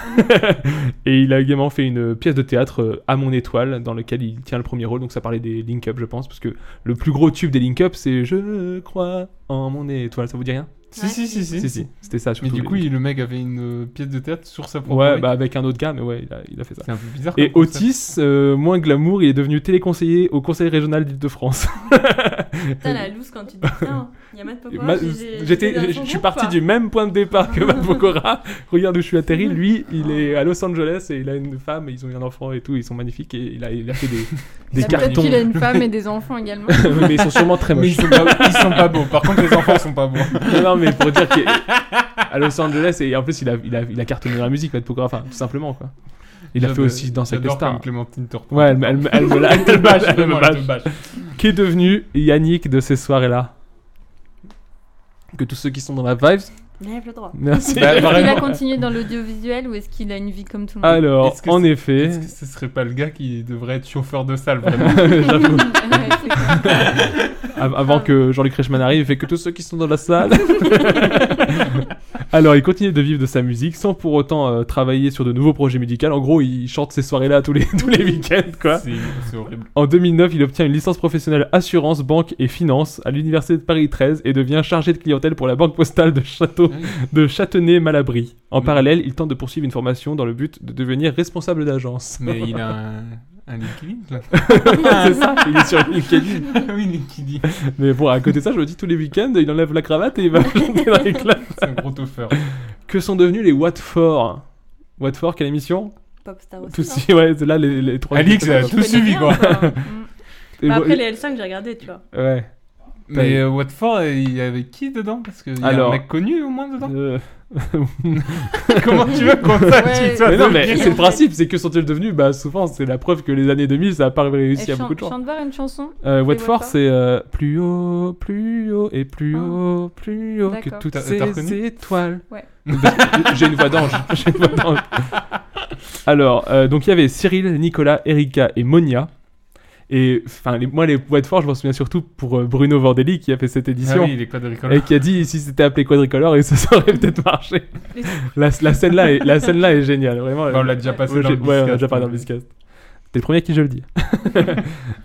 [SPEAKER 8] Et il a également fait une pièce de théâtre euh, à mon étoile dans laquelle il tient le premier rôle. Donc ça parlait des Link Up, je pense, parce que le plus gros tube des Link Up, c'est Je crois en mon étoile. Ça vous dit rien
[SPEAKER 7] Si, si, si, si.
[SPEAKER 8] Si, si, c'était ça.
[SPEAKER 7] Mais
[SPEAKER 8] surtout,
[SPEAKER 7] du
[SPEAKER 8] les
[SPEAKER 7] coup,
[SPEAKER 8] Link
[SPEAKER 7] il- le mec avait une euh, pièce de théâtre sur sa
[SPEAKER 8] Up.
[SPEAKER 7] propre.
[SPEAKER 8] ouais,
[SPEAKER 7] vie.
[SPEAKER 8] bah avec un autre gars, mais ouais, il a, il a fait ça.
[SPEAKER 7] C'est un peu bizarre.
[SPEAKER 8] Et
[SPEAKER 7] comme concept.
[SPEAKER 8] Otis, euh, moins glamour, il est devenu téléconseiller au conseil régional d'Île-de-France.
[SPEAKER 9] Putain, la loose quand tu dis ça. hein. Il y a Matt Pokora.
[SPEAKER 8] Ma-
[SPEAKER 9] j'ai- j'étais
[SPEAKER 8] J'étais,
[SPEAKER 9] dans
[SPEAKER 8] je
[SPEAKER 9] son
[SPEAKER 8] suis
[SPEAKER 9] groupe,
[SPEAKER 8] parti
[SPEAKER 9] quoi.
[SPEAKER 8] du même point de départ que Matt Pokora. Regarde où je suis atterri. Lui, il est à Los Angeles et il a une femme et ils ont eu un enfant et tout. Ils sont magnifiques et il a, il a fait des, des
[SPEAKER 12] Peut-être
[SPEAKER 8] cartons.
[SPEAKER 12] qu'il
[SPEAKER 8] <laughs>
[SPEAKER 12] a une femme et des enfants également.
[SPEAKER 8] mais ils sont sûrement
[SPEAKER 7] <laughs>
[SPEAKER 8] très
[SPEAKER 7] Mais ils
[SPEAKER 8] moches.
[SPEAKER 7] sont, pas, ils sont pas beaux. Par contre, les enfants sont pas beaux.
[SPEAKER 8] non, non, mais pour dire qu'à Los Angeles et en plus il a, il a, il a cartonné dans la musique, Matt Pokora. Enfin, tout simplement quoi. Il a fait
[SPEAKER 7] J'adore-
[SPEAKER 8] aussi danser avec les
[SPEAKER 7] j'adore
[SPEAKER 8] stars.
[SPEAKER 7] comme Clémentine Torpon.
[SPEAKER 8] Ouais, elle, me- elle, me- <laughs> elle me la- elle me bâche, elle me
[SPEAKER 7] vraiment,
[SPEAKER 8] bâche.
[SPEAKER 7] elle te bâche.
[SPEAKER 8] Qui est devenu Yannick de ces soirées-là Que tous ceux qui sont dans la vibes,
[SPEAKER 9] Lève le droit.
[SPEAKER 8] merci.
[SPEAKER 7] Bah,
[SPEAKER 12] Est-ce qu'il a
[SPEAKER 7] vraiment.
[SPEAKER 12] continué dans l'audiovisuel ou est-ce qu'il a une vie comme tout le monde
[SPEAKER 8] Alors,
[SPEAKER 7] Mm. Est-ce que
[SPEAKER 8] en
[SPEAKER 7] c'est-
[SPEAKER 8] effet, <laughs>
[SPEAKER 7] Est-ce que ce serait pas le gars qui devrait être chauffeur de salle, vraiment
[SPEAKER 8] j'avoue,
[SPEAKER 12] <laughs> Ouais, c'est
[SPEAKER 8] <laughs>
[SPEAKER 12] clair.
[SPEAKER 8] av- avant que Jean-Luc Reichmann arrive, il fait que tous ceux qui sont dans
[SPEAKER 7] <laughs>
[SPEAKER 8] la salle. Alors, il continue de vivre de sa musique sans pour autant euh, travailler sur de nouveaux projets musicaux. En gros, il chante ces soirées-là tous les, <laughs> tous les week-ends, quoi.
[SPEAKER 7] C'est c'est horrible.
[SPEAKER 8] En 2009, il obtient une licence professionnelle assurance, banque et finance à l'université de Paris 13 et devient chargé de clientèle pour la banque postale de Château de Châtenay-Malabry. En
[SPEAKER 7] Mais-
[SPEAKER 8] parallèle, il tente de poursuivre une formation dans le but de devenir responsable d'agence.
[SPEAKER 7] Mais il a un, un LinkedIn, là. Ah.
[SPEAKER 8] <laughs> C'est ça, il est sur LinkedIn.
[SPEAKER 7] <laughs> oui, LinkedIn.
[SPEAKER 8] Mais bon, à côté de ça, je me dis tous les week-ends, il enlève la cravate et il va <laughs> chanter dans les clubs.
[SPEAKER 7] C'est un gros toffeur.
[SPEAKER 8] Que sont devenus les Watford Watford, quelle émission
[SPEAKER 9] Popstar aussi. hein.
[SPEAKER 8] Tous
[SPEAKER 9] non
[SPEAKER 8] si, ouais, c'est là les, les trois.
[SPEAKER 7] Alix, elle a
[SPEAKER 12] Tu
[SPEAKER 7] tout
[SPEAKER 12] connais
[SPEAKER 7] suivi,
[SPEAKER 12] bien,
[SPEAKER 7] quoi.
[SPEAKER 12] Mm.
[SPEAKER 8] Et
[SPEAKER 9] Bah,
[SPEAKER 8] bon,
[SPEAKER 9] après les L5, j'ai regardé, tu vois.
[SPEAKER 8] Ouais.
[SPEAKER 7] Mais euh, Watford, euh, il y avait qui dedans Parce qu'il y a
[SPEAKER 8] Alors-
[SPEAKER 7] un mec connu au moins
[SPEAKER 8] <laughs>
[SPEAKER 7] dedans.
[SPEAKER 8] Euh,
[SPEAKER 7] Comment tu veux qu'on
[SPEAKER 12] Ouais.
[SPEAKER 7] s'attire
[SPEAKER 8] Mais non, mais
[SPEAKER 12] devenir.
[SPEAKER 8] c'est le principe, c'est que sont-ils devenus Bah, souvent, c'est la preuve que les années 2000, ça a pas réussi à
[SPEAKER 12] Elle
[SPEAKER 8] beaucoup de
[SPEAKER 12] chante,
[SPEAKER 8] gens.
[SPEAKER 12] chante voir une chanson.
[SPEAKER 8] Euh,
[SPEAKER 12] Watford
[SPEAKER 8] Watford, c'est euh, plus haut, plus haut et plus
[SPEAKER 12] Ah.
[SPEAKER 8] haut, plus haut que
[SPEAKER 12] D'accord.
[SPEAKER 8] toutes
[SPEAKER 7] T'as- t'as
[SPEAKER 8] ces
[SPEAKER 7] reconnu
[SPEAKER 8] étoiles.
[SPEAKER 12] Ouais.
[SPEAKER 8] <laughs> J'ai une voix d'ange. <laughs> J'ai une voix d'ange. Alors, euh, donc il y avait Cyril, Nicolas, Erika et Monia. Et enfin, les- moi, les White Forge, je m'en souviens surtout pour euh, Bruno Vandelli qui a fait cette édition.
[SPEAKER 7] Ah oui, les quadricolores.
[SPEAKER 8] Et qui a dit si c'était appelé quadricolore, <laughs> et ça ça aurait peut-être marché.
[SPEAKER 7] Les-
[SPEAKER 8] la, la scène-là est, la scène -là est géniale, vraiment.
[SPEAKER 7] Bah, on l'a déjà passé
[SPEAKER 8] Ouais,
[SPEAKER 7] dans
[SPEAKER 8] j'ai-
[SPEAKER 7] le
[SPEAKER 8] Ouais, on l'a
[SPEAKER 7] Biscast,
[SPEAKER 8] déjà parlé dans le
[SPEAKER 7] mais-
[SPEAKER 8] Biscast. T'es le premier à qui
[SPEAKER 7] <laughs>
[SPEAKER 8] je le dis.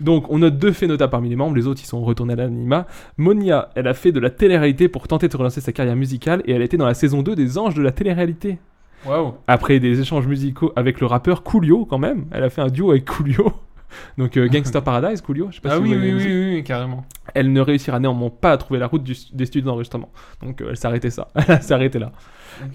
[SPEAKER 8] Donc, on note deux faits notables parmi les membres, les autres ils sont retournés à l'anima. Monia, elle a fait de la télé-réalité pour tenter de relancer sa carrière musicale, et elle était dans la saison 2 des Anges de la télé-réalité.
[SPEAKER 7] Waouh.
[SPEAKER 8] Après des échanges musicaux avec le rappeur Coolio, quand même, elle a fait un duo avec Coolio. Donc, euh, Gangsta Paradise, Coolio, je sais pas
[SPEAKER 7] Ah
[SPEAKER 8] si vous
[SPEAKER 7] oui,
[SPEAKER 8] voyez
[SPEAKER 7] oui,
[SPEAKER 8] la
[SPEAKER 7] oui,
[SPEAKER 8] musique.
[SPEAKER 7] oui, oui, carrément.
[SPEAKER 8] Elle ne réussira néanmoins pas à trouver la route du- des studios d'enregistrement. Donc euh, elle s'arrêtait ça. <laughs> Elle s'arrêtait là.